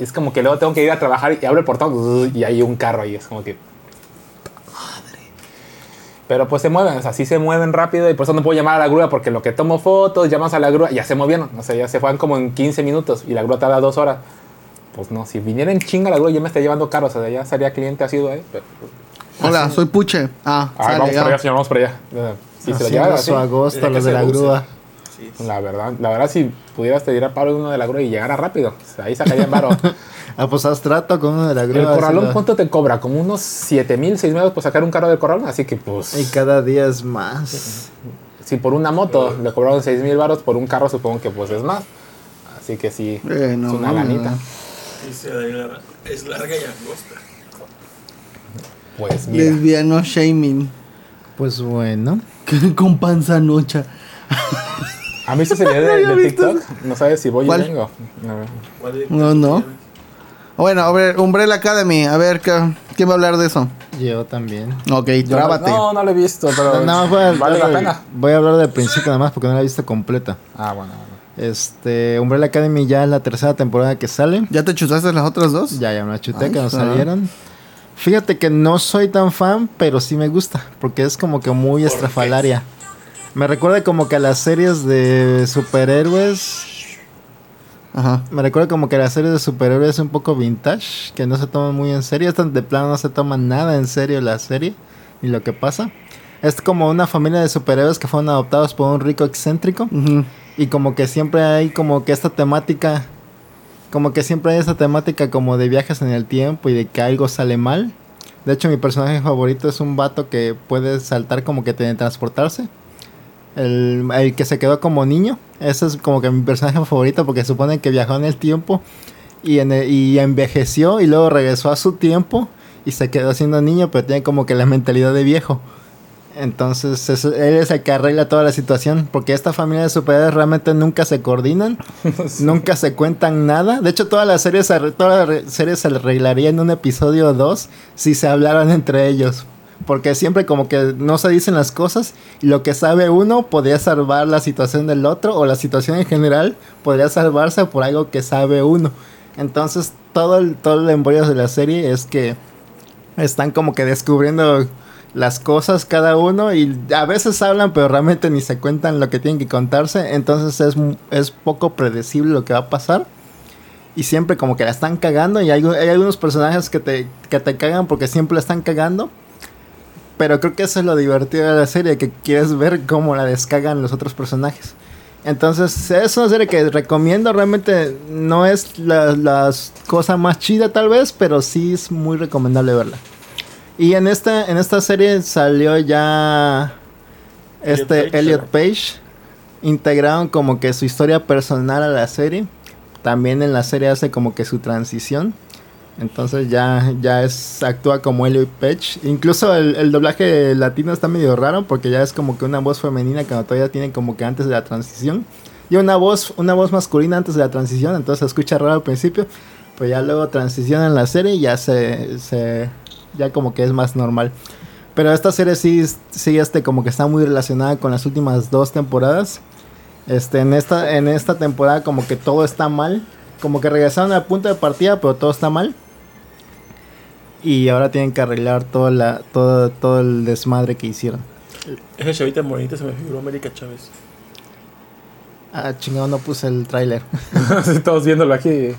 [SPEAKER 5] es como que luego tengo que ir a trabajar y abro el portón y hay un carro ahí, es como que. ¡Madre! Pero pues se mueven, o sea, sí se mueven rápido y por eso no puedo llamar a la grúa porque lo que tomo fotos, llamas a la grúa, ya se movieron, o sea, ya se fueron como en 15 minutos y la grúa tarda dos horas. Pues no, si viniera en chinga la grúa, ya me está llevando carro, o sea, ya sería cliente asiduo ahí. Pero,
[SPEAKER 3] Hola, soy Puche. Ah,
[SPEAKER 5] Ah,
[SPEAKER 3] sale,
[SPEAKER 5] vamos
[SPEAKER 3] ya.
[SPEAKER 5] para allá, señor, vamos para allá. Si se lo
[SPEAKER 4] Haciendo
[SPEAKER 5] llevara así,
[SPEAKER 4] su agosto,
[SPEAKER 6] Tenía
[SPEAKER 4] los
[SPEAKER 6] que
[SPEAKER 4] de la
[SPEAKER 6] ser buce.
[SPEAKER 4] grúa.
[SPEAKER 6] Sí, sí.
[SPEAKER 5] la verdad, la verdad, si pudieras te diera paro de uno de la grúa y llegara rápido, o sea, ahí sacarían varo.
[SPEAKER 4] Apostas Ah, pues, trato con uno de la grúa.
[SPEAKER 5] El corralón,
[SPEAKER 4] así lo-
[SPEAKER 5] ¿cuánto te cobra? Como unos 7 mil, 6 mil por sacar un carro del corralón. Así que, pues,
[SPEAKER 4] Y cada día es más.
[SPEAKER 5] si por una moto le cobraron 6 mil baros, por un carro supongo que pues es más. Así que sí,
[SPEAKER 3] Eh, no
[SPEAKER 5] es una
[SPEAKER 3] mames,
[SPEAKER 5] lanita.
[SPEAKER 3] no.
[SPEAKER 6] Dice Daniela, es larga y angosta.
[SPEAKER 5] Pues mira.
[SPEAKER 3] Lesbiano shaming. *laughs*
[SPEAKER 4] Pues bueno.
[SPEAKER 3] Con panza nocha.
[SPEAKER 5] ¿A mí ese video de, de TikTok? No sabes si voy
[SPEAKER 3] ¿Cuál?
[SPEAKER 5] y vengo. No.
[SPEAKER 6] ¿Cuál es?
[SPEAKER 3] No, no. Bueno, a ver, Umbrella Academy. A ver, ¿qué- ¿quién va a hablar de eso?
[SPEAKER 4] Yo también.
[SPEAKER 3] Ok,
[SPEAKER 5] Yo no-
[SPEAKER 3] trábate.
[SPEAKER 5] No, no lo he visto, pero
[SPEAKER 4] Nada más voy a,
[SPEAKER 5] vale la
[SPEAKER 4] hablar-
[SPEAKER 5] pena.
[SPEAKER 4] voy a hablar del principio nada más porque no la he visto completa.
[SPEAKER 5] Ah, bueno. bueno.
[SPEAKER 4] Este, Umbrella Academy ya es la tercera temporada que sale.
[SPEAKER 3] ¿Ya te chutaste las otras dos?
[SPEAKER 4] Ya, ya me la chuté
[SPEAKER 3] Ay,
[SPEAKER 4] que no
[SPEAKER 3] ajá.
[SPEAKER 4] salieron. Fíjate que no soy tan fan, pero sí me gusta, porque es como que muy estrafalaria. Me recuerda como que a las series de superhéroes.
[SPEAKER 3] Ajá.
[SPEAKER 4] Me recuerda como que a las series de superhéroes un poco vintage, que no se toman muy en serio. Estas de plano no se toman nada en serio la serie y lo que pasa. Es como una familia de superhéroes que fueron adoptados por un rico excéntrico.
[SPEAKER 3] Ujú.
[SPEAKER 4] Y como que siempre hay como que esta temática, como que siempre hay esta temática como de viajes en el tiempo y de que algo sale mal. De hecho, mi personaje favorito es un vato que puede saltar como que teletransportarse. El, el que se quedó como niño. Ese es como que mi personaje favorito porque supone que viajó en el tiempo y, en el- y envejeció y luego regresó a su tiempo y se quedó siendo niño, pero tiene como que la mentalidad de viejo. Entonces, eso- él es el que arregla toda la situación. Porque esta familia de superhéroes realmente nunca se coordinan, nunca se cuentan nada. De hecho, todas las series se arre- toda la re- serie se arreglaría en un episodio o dos si se hablaran entre ellos. Porque siempre como que no se dicen las cosas y lo que sabe uno podría salvar la situación del otro o la situación en general podría salvarse por algo que sabe uno. Entonces todo el, todo el embrollo de la serie es que están como que descubriendo las cosas cada uno y a veces hablan pero realmente ni se cuentan lo que tienen que contarse entonces es, mu- es poco predecible lo que va a pasar y siempre como que la están cagando y hay, hay algunos personajes que te, que te cagan porque siempre la están cagando pero creo que eso es lo divertido de la serie que quieres ver cómo la descagan los otros personajes entonces es una serie que recomiendo realmente no es la, la cosa más chida tal vez pero sí es muy recomendable verla y en esta, en esta serie salió ya este
[SPEAKER 6] Elliot Page,
[SPEAKER 4] Elliot
[SPEAKER 6] ¿no?
[SPEAKER 4] Page. Integraron como que su historia personal a la serie. También en la serie hace como que su transición. Entonces ya, ya es, actúa como Elliot Page. Incluso el, el doblaje latino está medio raro porque ya es como que una voz femenina que todavía tiene como que antes de la transición. Y una voz, una voz masculina antes de la transición, entonces se escucha raro al principio. Pues ya luego transiciona en la serie y ya se, se- ya como que es más normal. Pero esta serie sí, sí este como que está muy relacionada con las últimas dos temporadas. Este, en esta, en esta temporada como que todo está mal. Como que regresaron al punto de partida, pero todo está mal. Y ahora tienen que arreglar toda la, todo, todo el desmadre que hicieron.
[SPEAKER 6] Esa chavita morenita se me figuró América Chávez.
[SPEAKER 4] Ah, chingado, no puse el tráiler. *laughs*
[SPEAKER 5] *laughs* Sí, Todos viéndolo aquí.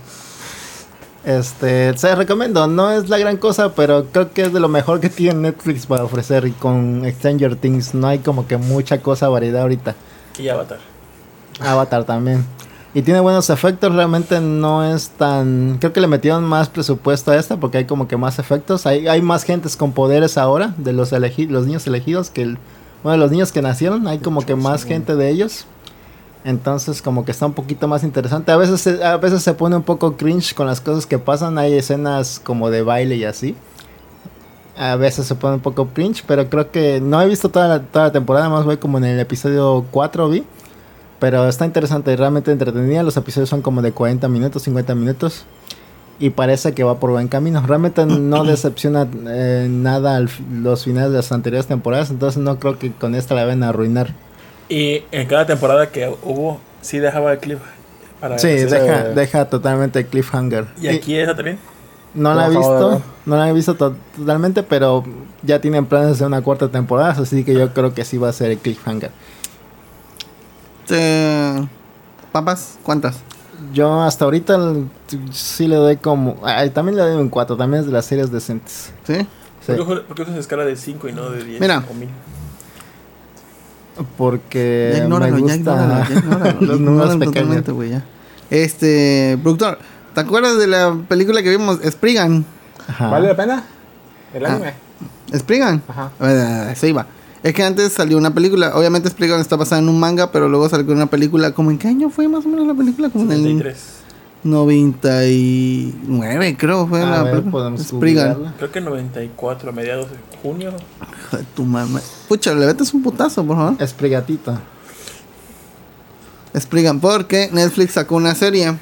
[SPEAKER 4] Este, se recomiendo, no es la gran cosa, pero creo que es de lo mejor que tiene Netflix para ofrecer y con Stranger Things no hay como que mucha cosa variedad ahorita.
[SPEAKER 6] Y Avatar.
[SPEAKER 4] Avatar también. Y tiene buenos efectos, realmente no es tan... Creo que le metieron más presupuesto a esta porque hay como que más efectos. Hay, hay más gentes con poderes ahora de los, elegi- los niños elegidos que... El, bueno, los niños que nacieron, hay como que más gente de ellos. Entonces como que está un poquito más interesante. A veces, se- a veces se pone un poco cringe con las cosas que pasan. Hay escenas como de baile y así. A veces se pone un poco cringe, pero creo que no he visto toda la, toda la temporada, más voy como en el episodio 4 vi. Pero está interesante, realmente entretenida. Los episodios son como de 40 minutos, 50 minutos. Y parece que va por buen camino. Realmente *clears throat* no decepciona eh, nada al fi- los finales de las anteriores temporadas. Entonces no creo que con esta la ven a arruinar.
[SPEAKER 6] Y en cada temporada que hubo, sí dejaba el clip. Para
[SPEAKER 4] Sí,
[SPEAKER 6] hacer-
[SPEAKER 4] deja, deja totalmente cliffhanger.
[SPEAKER 6] Y aquí esa también.
[SPEAKER 4] No la he
[SPEAKER 5] Lo acabo de
[SPEAKER 4] visto,
[SPEAKER 5] ver.
[SPEAKER 4] no la he visto to- totalmente, pero ya tienen planes de una cuarta temporada, así que yo creo que sí va a ser el cliffhanger.
[SPEAKER 3] Este, Papas, ¿cuántas?
[SPEAKER 4] Yo hasta ahorita l- sí le doy como... ay, también le doy un 4, también es de las series decentes.
[SPEAKER 3] ¿Sí?
[SPEAKER 4] Sí,
[SPEAKER 6] ¿Por qué- por qué usas escala de 5 y no de 10?
[SPEAKER 3] Mira.
[SPEAKER 6] O mil?
[SPEAKER 4] porque
[SPEAKER 3] ya ignóralo,
[SPEAKER 4] Eh, me
[SPEAKER 3] ya
[SPEAKER 4] gusta
[SPEAKER 3] ignóralo,
[SPEAKER 4] *laughs*
[SPEAKER 3] ya ignóralo.
[SPEAKER 4] los números
[SPEAKER 3] Ignóralo
[SPEAKER 4] pequeños.
[SPEAKER 3] totalmente, güey, ya. Este, productor, ¿Te acuerdas de la película que vimos? Spriggan.
[SPEAKER 4] Ajá.
[SPEAKER 5] ¿Vale la pena? El
[SPEAKER 3] Ah,
[SPEAKER 5] anime.
[SPEAKER 3] ¿Spriggan?
[SPEAKER 5] Ajá.
[SPEAKER 3] Eh, Eso iba. Es que antes salió una película. Obviamente Spriggan está basada en un manga, pero luego salió una película. ¿Cómo en qué año fue más o menos la película? Como en el
[SPEAKER 2] 73.
[SPEAKER 3] 99, creo. Fue
[SPEAKER 4] A
[SPEAKER 3] la
[SPEAKER 4] ver,
[SPEAKER 3] película.
[SPEAKER 4] podemos
[SPEAKER 3] Spriggan.
[SPEAKER 4] googlearla.
[SPEAKER 2] Creo que 94, a mediados de junio.
[SPEAKER 3] Hijo de tu mamá. Pucha, le metes un putazo, por favor.
[SPEAKER 4] Esprigatita.
[SPEAKER 3] Spriggan, porque Netflix sacó una serie.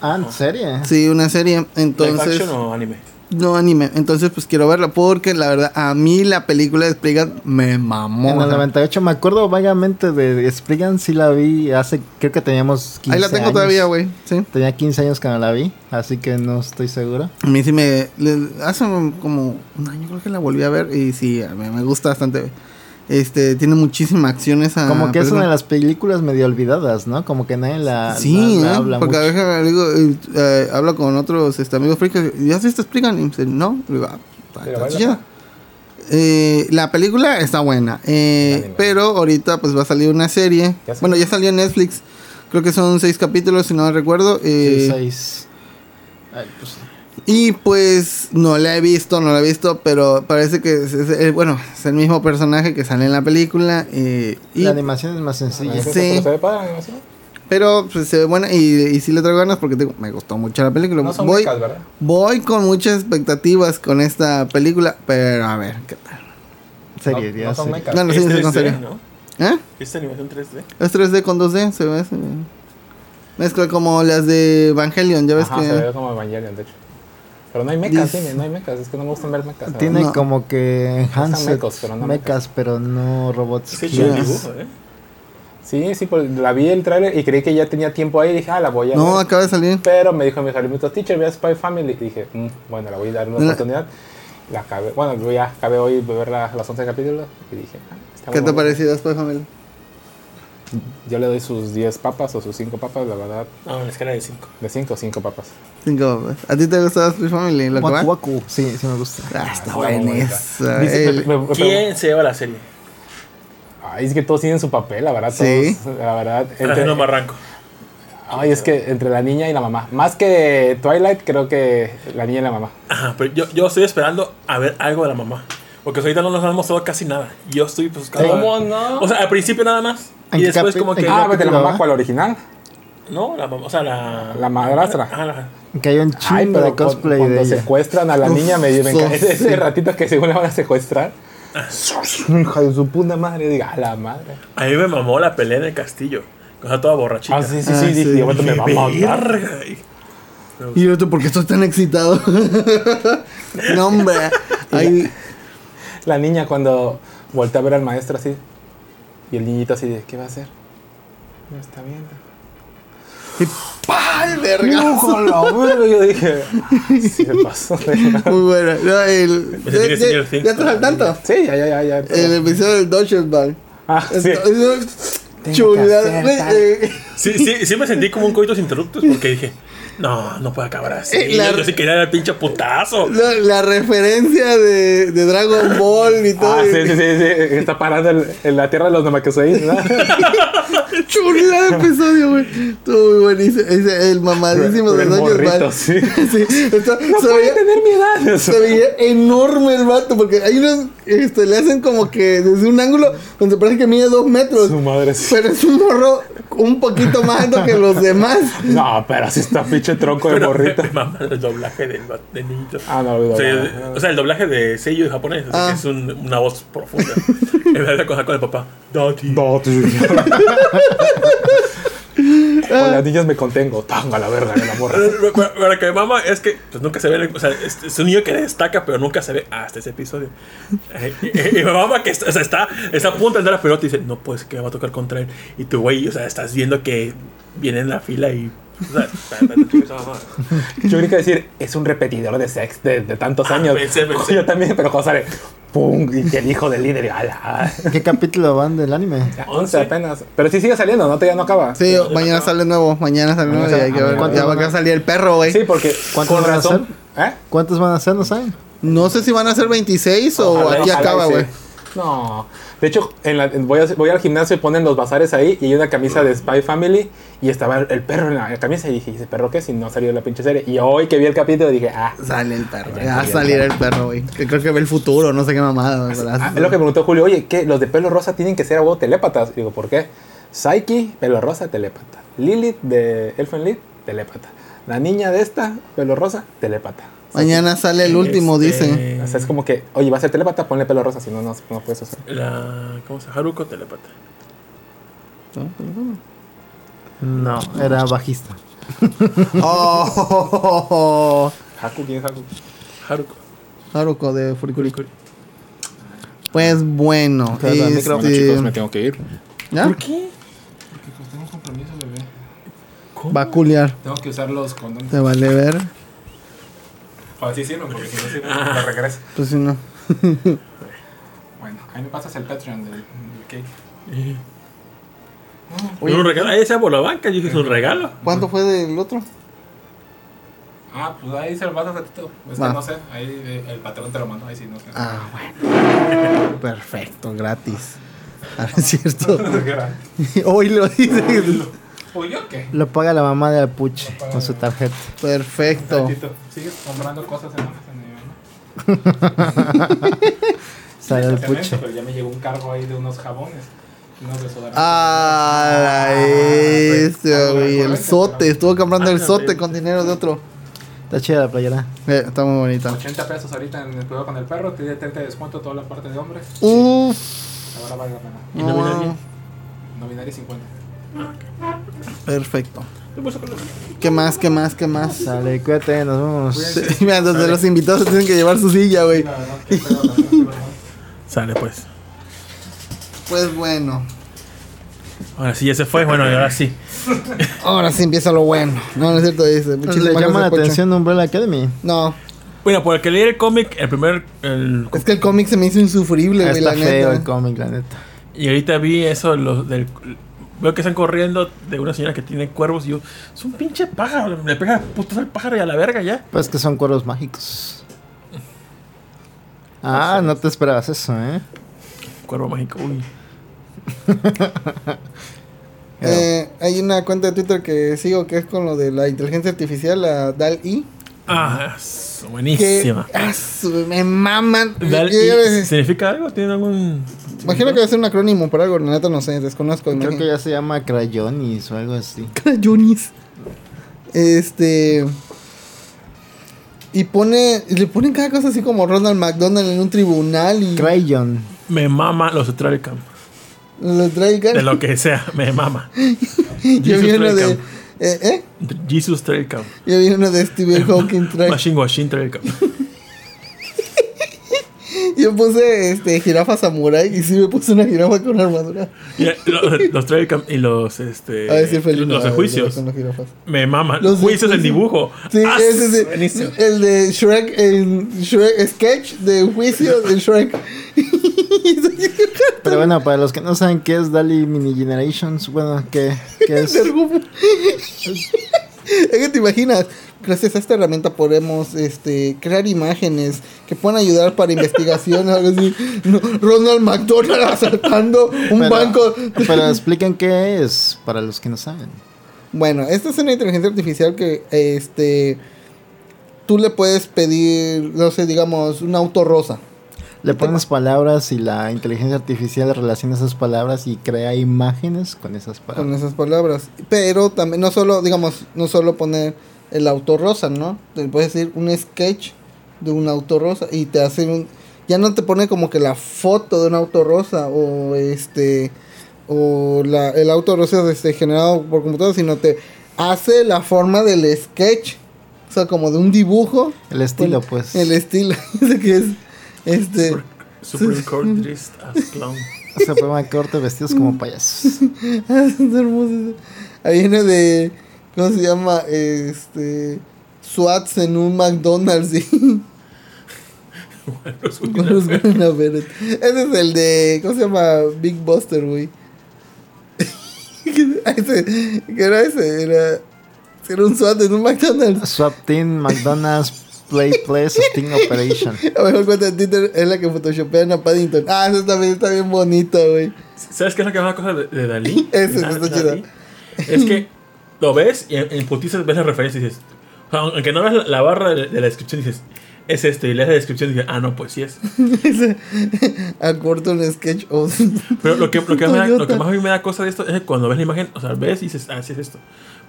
[SPEAKER 4] Ah,
[SPEAKER 5] Oh.
[SPEAKER 4] ¿en serio?
[SPEAKER 3] Sí, una serie.
[SPEAKER 2] ¿Live
[SPEAKER 3] Entonces.
[SPEAKER 2] action o anime?
[SPEAKER 3] No anime, entonces pues quiero verla porque la verdad a mí la película de Spriggan me mamó.
[SPEAKER 4] En
[SPEAKER 3] o
[SPEAKER 4] el
[SPEAKER 3] sea,
[SPEAKER 4] 98 me acuerdo vagamente de Spriggan, sí la vi hace, creo que teníamos 15
[SPEAKER 3] Ahí la tengo
[SPEAKER 4] años.
[SPEAKER 3] todavía, güey. Sí.
[SPEAKER 4] Tenía 15 años cuando la vi, así que no estoy seguro.
[SPEAKER 3] A mí sí me... le- hace como un año creo que la volví a ver y sí, a mí me gusta bastante. Este, tiene muchísima acción esa...
[SPEAKER 4] Como que es una
[SPEAKER 3] película.
[SPEAKER 4] de las películas medio olvidadas, ¿no? Como que nadie la,
[SPEAKER 3] Sí,
[SPEAKER 4] la- la
[SPEAKER 3] ¿eh?
[SPEAKER 4] habla
[SPEAKER 3] porque
[SPEAKER 4] mucho.
[SPEAKER 3] a veces digo, eh, eh, hablo con otros este, amigos frikis, ¿ya has visto Spriggan? Y me dicen, no. Y digo, ah, está-
[SPEAKER 5] Pero
[SPEAKER 3] está
[SPEAKER 5] baila.
[SPEAKER 3] chida. Eh, la película está buena, eh,
[SPEAKER 5] Anime.
[SPEAKER 3] pero ahorita pues va a salir una serie.
[SPEAKER 5] Ya salió.
[SPEAKER 3] bueno, ya salió en Netflix. Creo que son seis capítulos, si no me recuerdo. eh,
[SPEAKER 4] Sí, seis. Ay, pues,
[SPEAKER 3] y pues no la he visto, no la he visto, pero parece que es, es- eh, bueno, es el mismo personaje que sale en la película. eh, y,
[SPEAKER 4] La animación es más sencilla.
[SPEAKER 3] Sí.
[SPEAKER 5] ¿Se ve para la animación?
[SPEAKER 3] pero pues, se ve buena y, y sí le traigo ganas porque te digo, me gustó mucho la película.
[SPEAKER 5] No son
[SPEAKER 3] Voy-
[SPEAKER 5] mecas, ¿verdad?
[SPEAKER 3] Voy con muchas expectativas con esta película, pero a ver, ¿qué tal?
[SPEAKER 4] Serie,
[SPEAKER 5] No-
[SPEAKER 4] ya
[SPEAKER 5] no son
[SPEAKER 4] serie.
[SPEAKER 5] mecas.
[SPEAKER 3] No, no, sí,
[SPEAKER 2] Es
[SPEAKER 3] sí, con
[SPEAKER 2] 3D,
[SPEAKER 5] *laughs*
[SPEAKER 3] serio.
[SPEAKER 2] ¿no?
[SPEAKER 3] ¿Eh?
[SPEAKER 2] Es animación 3D.
[SPEAKER 3] Es 3D con 2D, se ve. se ve. Mezcla como las de Evangelion, ya ves
[SPEAKER 5] Ajá,
[SPEAKER 3] que.
[SPEAKER 5] se ve como Evangelion, de hecho. Pero no hay mecas,
[SPEAKER 3] Dice-
[SPEAKER 5] sí, no hay mecas. Es que no me gustan ver mecas. ¿verdad?
[SPEAKER 4] Tiene
[SPEAKER 3] No.
[SPEAKER 4] como que enhanced
[SPEAKER 5] mecos, pero no
[SPEAKER 4] mecas, pero no robots.
[SPEAKER 2] Es que chido el
[SPEAKER 3] Yes.
[SPEAKER 2] dibujo, ¿eh?
[SPEAKER 5] Sí, sí, pues la vi el tráiler y creí que ya tenía tiempo ahí y dije, ah, la voy a
[SPEAKER 3] No,
[SPEAKER 5] ver.
[SPEAKER 3] acaba de salir.
[SPEAKER 5] Pero me dijo mi jalimito, teacher, ve a Spy Family. Y dije, "Mm, bueno, la voy a dar una
[SPEAKER 3] No.
[SPEAKER 5] oportunidad. La acabé, bueno, yo ya acabé hoy de ver la- las 11 capítulos y dije, ah, está
[SPEAKER 3] ¿Qué te ha
[SPEAKER 5] bueno".
[SPEAKER 3] parecido después, familia?
[SPEAKER 5] Yo le doy sus 10 papas o sus 5 papas, la verdad,
[SPEAKER 2] No, en la escala de 5.
[SPEAKER 5] de 5 o 5 papas.
[SPEAKER 3] Cinco, pues. ¿A ti te gustó Spy Family? ¿Lo que
[SPEAKER 4] Waku
[SPEAKER 3] va?
[SPEAKER 4] Waku. Sí, sí me gusta.
[SPEAKER 3] Ah, está
[SPEAKER 5] Está muy
[SPEAKER 3] buena
[SPEAKER 5] bonita.
[SPEAKER 3] esa.
[SPEAKER 5] Dice-
[SPEAKER 3] el-
[SPEAKER 5] me- me- me-
[SPEAKER 2] ¿Quién se lleva la serie?
[SPEAKER 5] Ay, es que todos tienen su papel, la verdad.
[SPEAKER 3] Sí.
[SPEAKER 5] Todos, la verdad. entre- eh.
[SPEAKER 2] Trajendo Barranco.
[SPEAKER 5] ay, es que entre la niña y la mamá. Más que Twilight, creo que la niña y la mamá.
[SPEAKER 2] Ajá, pero yo, yo estoy esperando a ver algo de la mamá. Porque hasta ahorita no nos han mostrado casi nada. Yo estoy buscando.
[SPEAKER 5] ¿Cómo no?
[SPEAKER 2] O sea, al principio nada más.
[SPEAKER 4] ¿En
[SPEAKER 2] Y
[SPEAKER 4] qué
[SPEAKER 2] después
[SPEAKER 4] capi-
[SPEAKER 2] como que.
[SPEAKER 4] en
[SPEAKER 5] ah,
[SPEAKER 4] capítulo
[SPEAKER 5] vete la
[SPEAKER 4] va?
[SPEAKER 5] mamá, ¿cuál original?
[SPEAKER 2] No, la mamá. O sea, la.
[SPEAKER 5] La madrastra.
[SPEAKER 2] Ajá, la-
[SPEAKER 4] Que hay un
[SPEAKER 5] Ay,
[SPEAKER 4] chingo
[SPEAKER 5] pero
[SPEAKER 4] de
[SPEAKER 5] cu-
[SPEAKER 4] cosplay
[SPEAKER 5] cuando
[SPEAKER 4] de ella.
[SPEAKER 5] secuestran a la
[SPEAKER 3] Uf,
[SPEAKER 5] niña, me, me
[SPEAKER 3] sos-
[SPEAKER 5] encanta. Ese
[SPEAKER 3] sí.
[SPEAKER 5] ratito que según la van a secuestrar. *laughs* Hija de su puta madre, diga, a la madre.
[SPEAKER 2] A mí me mamó la pelea en el castillo. O sea, toda borrachita.
[SPEAKER 5] Ah, sí, sí,
[SPEAKER 3] Ah,
[SPEAKER 5] sí, dije,
[SPEAKER 3] sí.
[SPEAKER 5] yo me va a matar.
[SPEAKER 2] Verga, y-
[SPEAKER 3] Y yo, ¿tú por qué estás tan excitado? *laughs* no, hombre. Ahí,
[SPEAKER 5] La niña cuando voltea a ver al maestro así. Y el niñito así de, ¿qué va a hacer? No está viendo.
[SPEAKER 3] ¡Pal, verga! *laughs*
[SPEAKER 5] Con la verga, yo dije, "Ah, sí se pasó. *laughs* de-
[SPEAKER 3] Muy buena. No, el,
[SPEAKER 2] Me sentí que
[SPEAKER 3] ya-
[SPEAKER 2] señor
[SPEAKER 3] ya-
[SPEAKER 2] Think.
[SPEAKER 3] ¿Ya estás al tanto?
[SPEAKER 5] Sí, ya, ya, ya. ya todo.
[SPEAKER 3] El episodio del Deutsche Bank.
[SPEAKER 5] Ah, sí.
[SPEAKER 3] Esto- eso- Chulada.
[SPEAKER 5] hacer tal.
[SPEAKER 3] Eh,
[SPEAKER 2] Sí, sí, sí me sentí como un coitus interruptus porque dije, no, no puede acabar así.
[SPEAKER 3] Eh, la-
[SPEAKER 2] Yo sí quería dar el pinche putazo.
[SPEAKER 3] La, la referencia de, de Dragon Ball y todo. Eh,
[SPEAKER 5] Ah, sí, sí, sí, sí. Está parando el- en la tierra de los
[SPEAKER 3] *laughs*
[SPEAKER 5] Namakusei, ¿verdad?
[SPEAKER 3] Chulada de episodio, güey. Estuvo muy buenísimo. Ese- el mamadísimo de
[SPEAKER 5] El
[SPEAKER 3] Doña
[SPEAKER 5] morrito,
[SPEAKER 3] Ball.
[SPEAKER 5] sí.
[SPEAKER 3] *laughs* Sí, está- se, veía,
[SPEAKER 5] tener mi edad.
[SPEAKER 3] se veía enorme el vato. Porque hay unos. Este, le hacen como que desde un ángulo donde parece que mide dos metros.
[SPEAKER 5] Su madre sí.
[SPEAKER 3] Pero es un morro un poquito más alto que los demás.
[SPEAKER 5] No, pero si está pinche tronco de
[SPEAKER 2] Pero
[SPEAKER 5] morrito.
[SPEAKER 2] me
[SPEAKER 3] *laughs*
[SPEAKER 2] mama el doblaje del, va- del niñito.
[SPEAKER 5] Ah, no, no,
[SPEAKER 2] o, sea,
[SPEAKER 5] no, no.
[SPEAKER 2] o sea, el doblaje de sello japonés, así
[SPEAKER 3] Ah.
[SPEAKER 2] que es un- una voz
[SPEAKER 5] *laughs*
[SPEAKER 2] profunda. en vez de cosa con el papá. Dati.
[SPEAKER 3] Ah.
[SPEAKER 5] Con las niñas me contengo. Tanga la verga de la morra.
[SPEAKER 2] Para que mamá es que pues, nunca se ve, en el- o sea, es, es un niño que destaca, pero nunca se ve hasta ese episodio. Eh, Y, y- y mi mamá que está, o sea, está, está a punto de andar a pelota y dice, no, pues que va a tocar contra él. Y tú, güey, o sea, estás viendo que viene en la fila y... O sea, *laughs* está- está- está chido esa mamá.
[SPEAKER 5] Yo quería decir, es un repetidor de sex de, de tantos
[SPEAKER 2] Ah,
[SPEAKER 5] años.
[SPEAKER 2] pensé, pensé.
[SPEAKER 5] *laughs* Yo también, pero cuando sale, ¡pum! Y que el hijo del líder,
[SPEAKER 2] *laughs*
[SPEAKER 5] ala.
[SPEAKER 4] ¿Qué capítulo van del anime?
[SPEAKER 5] 11 apenas. Pero sí sigue saliendo, ¿no? Todavía no acaba.
[SPEAKER 3] Sí, mañana sale nuevo. Mañana sale nuevo. Y hay que ver.
[SPEAKER 5] Mañana-
[SPEAKER 3] Ya va a salir el perro, güey.
[SPEAKER 5] Sí, porque
[SPEAKER 4] ¿Cuántos
[SPEAKER 5] con
[SPEAKER 4] van a
[SPEAKER 5] razón. ¿Eh?
[SPEAKER 4] ¿Cuántos van a ser? ¿No saben?
[SPEAKER 3] No sé si van a ser 26 o
[SPEAKER 5] Ojalá,
[SPEAKER 3] Oh, aquí
[SPEAKER 5] ojalá
[SPEAKER 3] acaba,
[SPEAKER 5] y sí.
[SPEAKER 3] güey.
[SPEAKER 5] No. De hecho, en la- en- voy, a- voy al gimnasio y ponen los bazares ahí y hay una camisa de Spy Family y estaba el, el perro en la, en la camisa y dije, ¿y ese perro qué? Si no ha salido de la pinche serie. Y hoy que vi el capítulo dije, ah.
[SPEAKER 3] Sale el perro. Ya va a salir el perro, güey. Que creo que ve el futuro, no sé qué mamada. güey,
[SPEAKER 5] ah,
[SPEAKER 3] ¿verdad?
[SPEAKER 5] es lo que me preguntó Julio, oye, ¿qué? Los de pelo rosa tienen que ser a huevo telépatas. Y digo, ¿por qué? Psyche, pelo rosa, telépata. Lilith de Elfenlied, telépata. La niña de esta, pelo rosa, telépata.
[SPEAKER 3] Mañana sale el último,
[SPEAKER 2] Este,
[SPEAKER 3] dice.
[SPEAKER 5] O sea, es como que, oye, va a ser telépata, ponle pelo rosa, si no, no, no puedes usar.
[SPEAKER 2] La, ¿Cómo se llama? Haruko telepata.
[SPEAKER 4] No, era bajista.
[SPEAKER 3] Oh,
[SPEAKER 5] Haku, ¿quién es Haku?
[SPEAKER 2] Haruko.
[SPEAKER 3] *laughs* Haruko de Furikuri. Pues bueno.
[SPEAKER 4] Claro, el
[SPEAKER 3] este,
[SPEAKER 5] Bueno, chicos, me tengo que ir.
[SPEAKER 3] ¿ya?
[SPEAKER 2] qué?
[SPEAKER 7] Porque pues tengo un compromiso, bebé.
[SPEAKER 2] ¿Cómo?
[SPEAKER 3] Va a culiar.
[SPEAKER 7] Tengo que usar los condones.
[SPEAKER 3] Te vale ver.
[SPEAKER 7] Así sirven, porque si no sirven, lo regreso.
[SPEAKER 3] Pues si no.
[SPEAKER 7] Bueno, ahí me pasas el Patreon del, del cake.
[SPEAKER 2] Un regalo. Ahí se la banca. Yo dije, es un regalo.
[SPEAKER 3] ¿Cuánto fue del otro?
[SPEAKER 7] Ah, pues ahí se lo pasas a Tito. Es
[SPEAKER 3] Va.
[SPEAKER 7] que no sé, ahí eh, el patrón te lo mandó, ahí sí, no sé. *laughs*
[SPEAKER 3] Ah, bueno. Perfecto, gratis. *laughs* Ah, no es cierto. Hoy lo dices.
[SPEAKER 7] ¿O Pues yo qué?
[SPEAKER 4] Lo paga la mamá de Apuche con su tarjeta.
[SPEAKER 3] Perfecto.
[SPEAKER 7] Tito, sigues comprando cosas en Amazon. ¿no?
[SPEAKER 4] Sale
[SPEAKER 7] Ya se me
[SPEAKER 4] el
[SPEAKER 7] hizo,
[SPEAKER 4] Puche.
[SPEAKER 7] Pero ya me llegó un cargo ahí de unos jabones, unos desodorantes.
[SPEAKER 3] Ah, la bestia, güey. El sote. Estuvo comprando
[SPEAKER 7] Ah,
[SPEAKER 3] el sote con dinero de otro.
[SPEAKER 4] Está chida la playera.
[SPEAKER 3] Eh, está muy bonita.
[SPEAKER 7] 80 pesos ahorita en el juego con el perro, tiene 30 de descuento toda la parte de hombres.
[SPEAKER 3] Uf. Mm,
[SPEAKER 7] Ahora vale la pena.
[SPEAKER 2] Y no viene alguien.
[SPEAKER 7] Nominaria 50.
[SPEAKER 3] Perfecto. ¿Qué más? ¿Qué más? ¿Qué más?
[SPEAKER 4] Sale, cuídate, nos
[SPEAKER 3] *laughs*
[SPEAKER 4] vemos.
[SPEAKER 3] Mira, desde los invitados tienen que llevar su silla, güey.
[SPEAKER 7] La verdad, qué pedo, la verdad,
[SPEAKER 2] Sale pues.
[SPEAKER 3] Pues bueno.
[SPEAKER 2] Ahora sí, ya se fue. Bueno, y ahora sí.
[SPEAKER 3] Ahora sí empieza lo bueno. No, no es cierto, dice.
[SPEAKER 4] Le
[SPEAKER 3] Muchísimas
[SPEAKER 4] llama la
[SPEAKER 3] gracias, Pocho.
[SPEAKER 4] atención Umbrella Academy.
[SPEAKER 3] No,
[SPEAKER 2] Bueno, por el que leí el cómic, el primer. el-
[SPEAKER 3] es que el cómic se me hizo insufrible, güey,
[SPEAKER 4] Ah, Está
[SPEAKER 3] la
[SPEAKER 4] feo
[SPEAKER 3] neta.
[SPEAKER 4] el cómic, la neta.
[SPEAKER 2] y ahorita vi eso. Los, del, veo que están corriendo de una señora que tiene cuervos. Y yo, es un pinche pájaro. Le pega putos al pájaro y a la verga ya.
[SPEAKER 4] Pues que son cueros mágicos. Ah, no te esperabas eso, ¿eh?
[SPEAKER 2] Cuervo mágico. Uy.
[SPEAKER 3] Eh, hay una cuenta de Twitter que sigo que es con lo de la inteligencia artificial, la DAL-I.
[SPEAKER 2] Ah, es
[SPEAKER 3] Que
[SPEAKER 2] buenísima.
[SPEAKER 3] ah, su- me maman.
[SPEAKER 2] Dal-
[SPEAKER 3] Yo- yo-
[SPEAKER 2] y- ¿Significa algo? ¿Tiene algún.?
[SPEAKER 3] imagino que va a ser un acrónimo por algo, la neta no sé, desconozco.
[SPEAKER 4] Creo
[SPEAKER 3] imagino.
[SPEAKER 4] que ya se llama Crayonis o algo así.
[SPEAKER 3] *laughs* Crayonis. Este. Y pone. y Le ponen cada cosa así como Ronald McDonald en un tribunal y.
[SPEAKER 4] Crayon.
[SPEAKER 2] Me mama los Tralcam.
[SPEAKER 3] Lo traigan. *laughs*
[SPEAKER 2] De lo que sea, me mama.
[SPEAKER 3] Yo vi
[SPEAKER 2] Jesus
[SPEAKER 3] uno de.
[SPEAKER 2] Trailcam.
[SPEAKER 3] Eh, ¿eh?
[SPEAKER 2] Jesus Trailcam.
[SPEAKER 3] Yo vi uno de Stephen Hawking trae.
[SPEAKER 2] Machine Washing Trailcam.
[SPEAKER 3] Yo puse este, jirafa samurai y sí me puse una jirafa con armadura.
[SPEAKER 2] Y, eh, lo- los, Trailcam y los. Este,
[SPEAKER 3] A ver si Ah, fue el
[SPEAKER 2] los
[SPEAKER 3] no,
[SPEAKER 2] de juicios.
[SPEAKER 3] con las jirafas.
[SPEAKER 2] Me mama.
[SPEAKER 3] Los
[SPEAKER 2] Los
[SPEAKER 3] de
[SPEAKER 2] juicios en
[SPEAKER 3] juicio.
[SPEAKER 2] dibujo.
[SPEAKER 3] Sí,
[SPEAKER 2] Ah,
[SPEAKER 3] ese sí.
[SPEAKER 2] buenísimo.
[SPEAKER 3] El de Shrek, el Shrek sketch de juicio de Shrek.
[SPEAKER 4] Pero bueno, para los que no saben qué es Dali Mini Generations, bueno, ¿qué, qué es?
[SPEAKER 3] De Rufo. Es que te imaginas, gracias a esta herramienta podemos este, crear imágenes que puedan ayudar para investigación. algo así. No, Ronald McDonald asaltando *laughs* un
[SPEAKER 4] Pero-
[SPEAKER 3] banco.
[SPEAKER 4] Pero expliquen qué es, para los que no saben.
[SPEAKER 3] Bueno, esta es una inteligencia artificial que este tú le puedes pedir, no sé, digamos, un auto rosa.
[SPEAKER 4] Le pones palabras y la inteligencia artificial relaciona esas palabras y crea imágenes con esas
[SPEAKER 3] con
[SPEAKER 4] palabras.
[SPEAKER 3] esas palabras. Pero también, no solo, digamos, no solo poner el auto rosa, ¿no? Te puedes decir un sketch de un auto rosa y te hace un. Ya no te pone como que la foto de un auto rosa o este. O la, el auto rosa este, generado por computadora, sino te hace la forma del sketch. O sea, como de un dibujo.
[SPEAKER 4] El estilo, pues.
[SPEAKER 3] El estilo. *laughs* Dice que es. Este. *laughs*
[SPEAKER 2] Supreme Court Dressed as Clown.
[SPEAKER 4] Se forma corte
[SPEAKER 3] *laughs*
[SPEAKER 4] vestidos como payasos.
[SPEAKER 3] Ah, es hermoso. Ahí viene de. ¿Cómo se llama? Este. Swats en un McDonald's. ¿sí? *laughs* Con los Warren Buffett. Ese es el de. ¿Cómo se llama? Big Buster, güey. *laughs* Ese- ¿Qué era ese? Era. Era un SWAT en un McDonald's.
[SPEAKER 4] Swap Team, McDonald's, Play Place Sting Operation.
[SPEAKER 3] La mejor cuenta de Twitter es la que photoshopean a Paddington. Ah, eso también está bien bonito, güey. *laughs*
[SPEAKER 2] ¿Sabes qué es lo que es la cosa de, de Dalí?
[SPEAKER 3] Ese
[SPEAKER 2] Da-
[SPEAKER 3] está
[SPEAKER 2] Dalí. Es que lo ves y en, en putizas ves la referencia y dices, o sea, aunque no ves la, la barra de, de la descripción, dices, es esto. Y lees la descripción y dices, ah, no, pues sí es.
[SPEAKER 3] Ese- *laughs* a Corton Sketch of
[SPEAKER 2] Pero lo que, lo, que más me da- lo que
[SPEAKER 3] Toyota.
[SPEAKER 2] más a mí me da cosa de esto es que cuando ves la imagen, o sea, ves y dices, ah, sí es esto.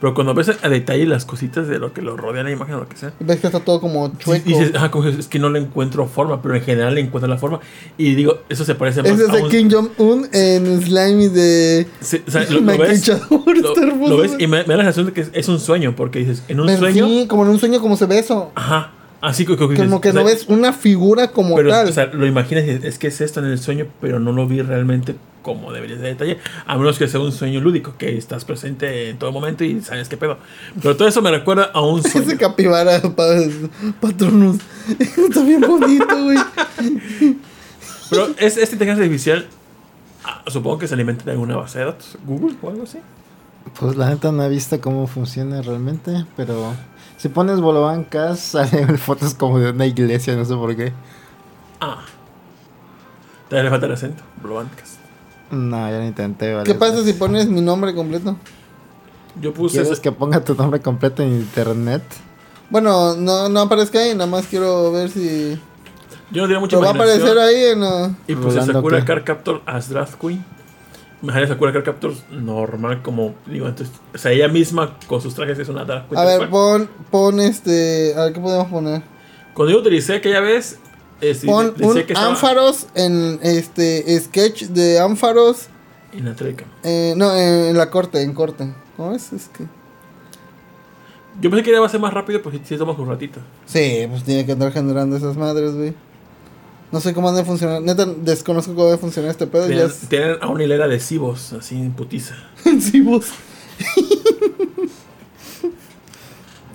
[SPEAKER 2] Pero cuando ves a detalle las cositas de lo que lo rodea la imagen o lo que sea,
[SPEAKER 3] Ves que está todo como
[SPEAKER 2] sí,
[SPEAKER 3] chueco.
[SPEAKER 2] dices, ah, como que es que no le encuentro forma, pero en general le encuentro la forma. Y digo, eso se parece más
[SPEAKER 3] Ese es
[SPEAKER 2] a
[SPEAKER 3] el
[SPEAKER 2] un-
[SPEAKER 3] King Jong-un en Slimy de
[SPEAKER 2] Sí, o sea,
[SPEAKER 3] *laughs*
[SPEAKER 2] lo, lo ves,
[SPEAKER 3] Maquichador,
[SPEAKER 2] lo,
[SPEAKER 3] está hermoso,
[SPEAKER 2] lo ves
[SPEAKER 3] güey.
[SPEAKER 2] y me, me da la sensación de que es, es un sueño, porque dices, en un
[SPEAKER 3] Pero
[SPEAKER 2] sueño,
[SPEAKER 3] Sí, como en un sueño como se ve eso.
[SPEAKER 2] ajá, así que, que-
[SPEAKER 3] Como que
[SPEAKER 2] o sea,
[SPEAKER 3] no ves una figura como
[SPEAKER 2] pero,
[SPEAKER 3] tal.
[SPEAKER 2] o sea, lo imaginas y dices, es que es esto en el sueño, pero no lo vi realmente como debería de detalle, a menos que sea un sueño lúdico, que estás presente en todo momento y sabes qué pedo. Pero todo eso me recuerda a un
[SPEAKER 3] *laughs* *laughs* Ese
[SPEAKER 2] sueño.
[SPEAKER 3] capibara pa- patronus. *laughs* Está bien bonito, güey.
[SPEAKER 2] pero es, esta inteligencia artificial, ah, supongo que se alimenta de alguna base de datos, Google o algo así.
[SPEAKER 4] Pues la neta no he visto cómo funciona realmente, pero si pones Bolovan Cass *laughs* salen fotos como de una iglesia, no sé por qué.
[SPEAKER 2] Ah, todavía le falta el acento, Blovancas.
[SPEAKER 4] No, ya lo intenté, vale.
[SPEAKER 3] ¿Qué pasa si pones mi nombre completo?
[SPEAKER 2] Yo puse.
[SPEAKER 4] ¿Quieres que ponga tu nombre completo en internet?
[SPEAKER 3] Bueno, no, no aparezca ahí, nada más quiero ver si.
[SPEAKER 2] Yo no tenía mucha
[SPEAKER 3] Pero va a
[SPEAKER 2] imaginación.
[SPEAKER 3] aparecer ahí en. la-
[SPEAKER 2] Y puse
[SPEAKER 4] Rolando,
[SPEAKER 2] Sakura
[SPEAKER 4] ¿qué?
[SPEAKER 2] Car Captor as Draft Queen. Me sale Sakura Car Captor normal, como digo, entonces, o sea, ella misma con sus trajes es una Draft Queen.
[SPEAKER 3] A
[SPEAKER 2] tal
[SPEAKER 3] ver,
[SPEAKER 2] cual.
[SPEAKER 3] pon, pon este. A ver, ¿qué podemos poner?
[SPEAKER 2] Cuando yo utilicé aquella vez, eh, sí,
[SPEAKER 3] Pon
[SPEAKER 2] de-
[SPEAKER 3] un
[SPEAKER 2] decía que estaba
[SPEAKER 3] ánfaros en este sketch de ánfaros.
[SPEAKER 2] en la treca.
[SPEAKER 3] eh, no, en, en la corte, en corte. ¿Cómo es? Es que.
[SPEAKER 2] Yo pensé que iba a ser más rápido, pues si tomas un ratito.
[SPEAKER 3] Sí, pues tiene que andar generando esas madres, güey. No sé cómo han de funcionar. Neta, desconozco cómo debe funcionar este pedo. Ya
[SPEAKER 2] Tienen,
[SPEAKER 3] es- *laughs*
[SPEAKER 2] tienen a una hilera de cibos, así en putiza.
[SPEAKER 3] Sí, vos.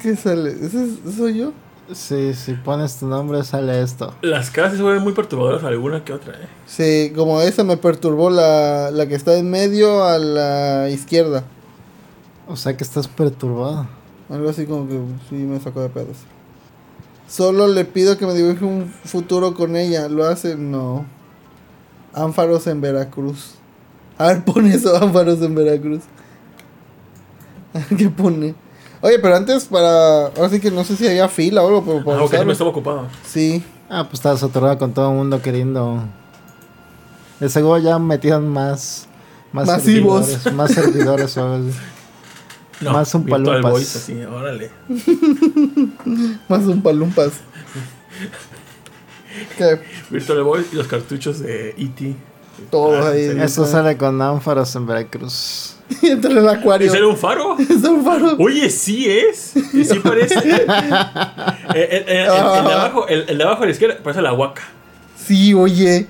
[SPEAKER 3] ¿Qué sale? ¿Ese es- ¿Soy yo?
[SPEAKER 4] Sí, si pones tu nombre sale esto.
[SPEAKER 2] Las caras sí se vuelven muy perturbadoras, alguna que otra, eh.
[SPEAKER 3] Sí, como esa me perturbó la, la que está en medio a la izquierda.
[SPEAKER 4] O sea que estás perturbado.
[SPEAKER 3] Algo así como que sí me sacó de pedos. Solo le pido que me dibuje un futuro con ella. ¿Lo hace? No. Ánfaros en Veracruz. A ver, *laughs* pone eso, Ánfaros en Veracruz. A ver qué pone. Oye, pero antes para... Ahora sí que no sé si había fila o algo, pero para
[SPEAKER 2] Ah, ok,
[SPEAKER 3] usarlo.
[SPEAKER 2] me estaba ocupado.
[SPEAKER 3] Sí.
[SPEAKER 4] Ah, pues estás atorado con todo el mundo queriendo. De seguro ya metieron más. Más
[SPEAKER 3] Masivos. *laughs*
[SPEAKER 4] servidores, más servidores o algo así.
[SPEAKER 2] No,
[SPEAKER 4] Más un
[SPEAKER 2] Virtual
[SPEAKER 4] palumpas.
[SPEAKER 2] Voice, así, órale.
[SPEAKER 3] Más un
[SPEAKER 2] *laughs*
[SPEAKER 3] palumpas. que
[SPEAKER 2] Virtual Voice y los cartuchos de E.T.
[SPEAKER 3] todos
[SPEAKER 2] Ah, ¿en
[SPEAKER 3] ahí.
[SPEAKER 2] serio?
[SPEAKER 4] Eso sale con ánforas en Veracruz.
[SPEAKER 3] *laughs* Entra en el acuario.
[SPEAKER 2] ¿Es era un faro?
[SPEAKER 3] *laughs* Es un faro.
[SPEAKER 2] Oye, sí es. Y Sí parece. el, el- el- el de abajo, el, el de abajo a la izquierda parece la huaca.
[SPEAKER 3] Sí, oye.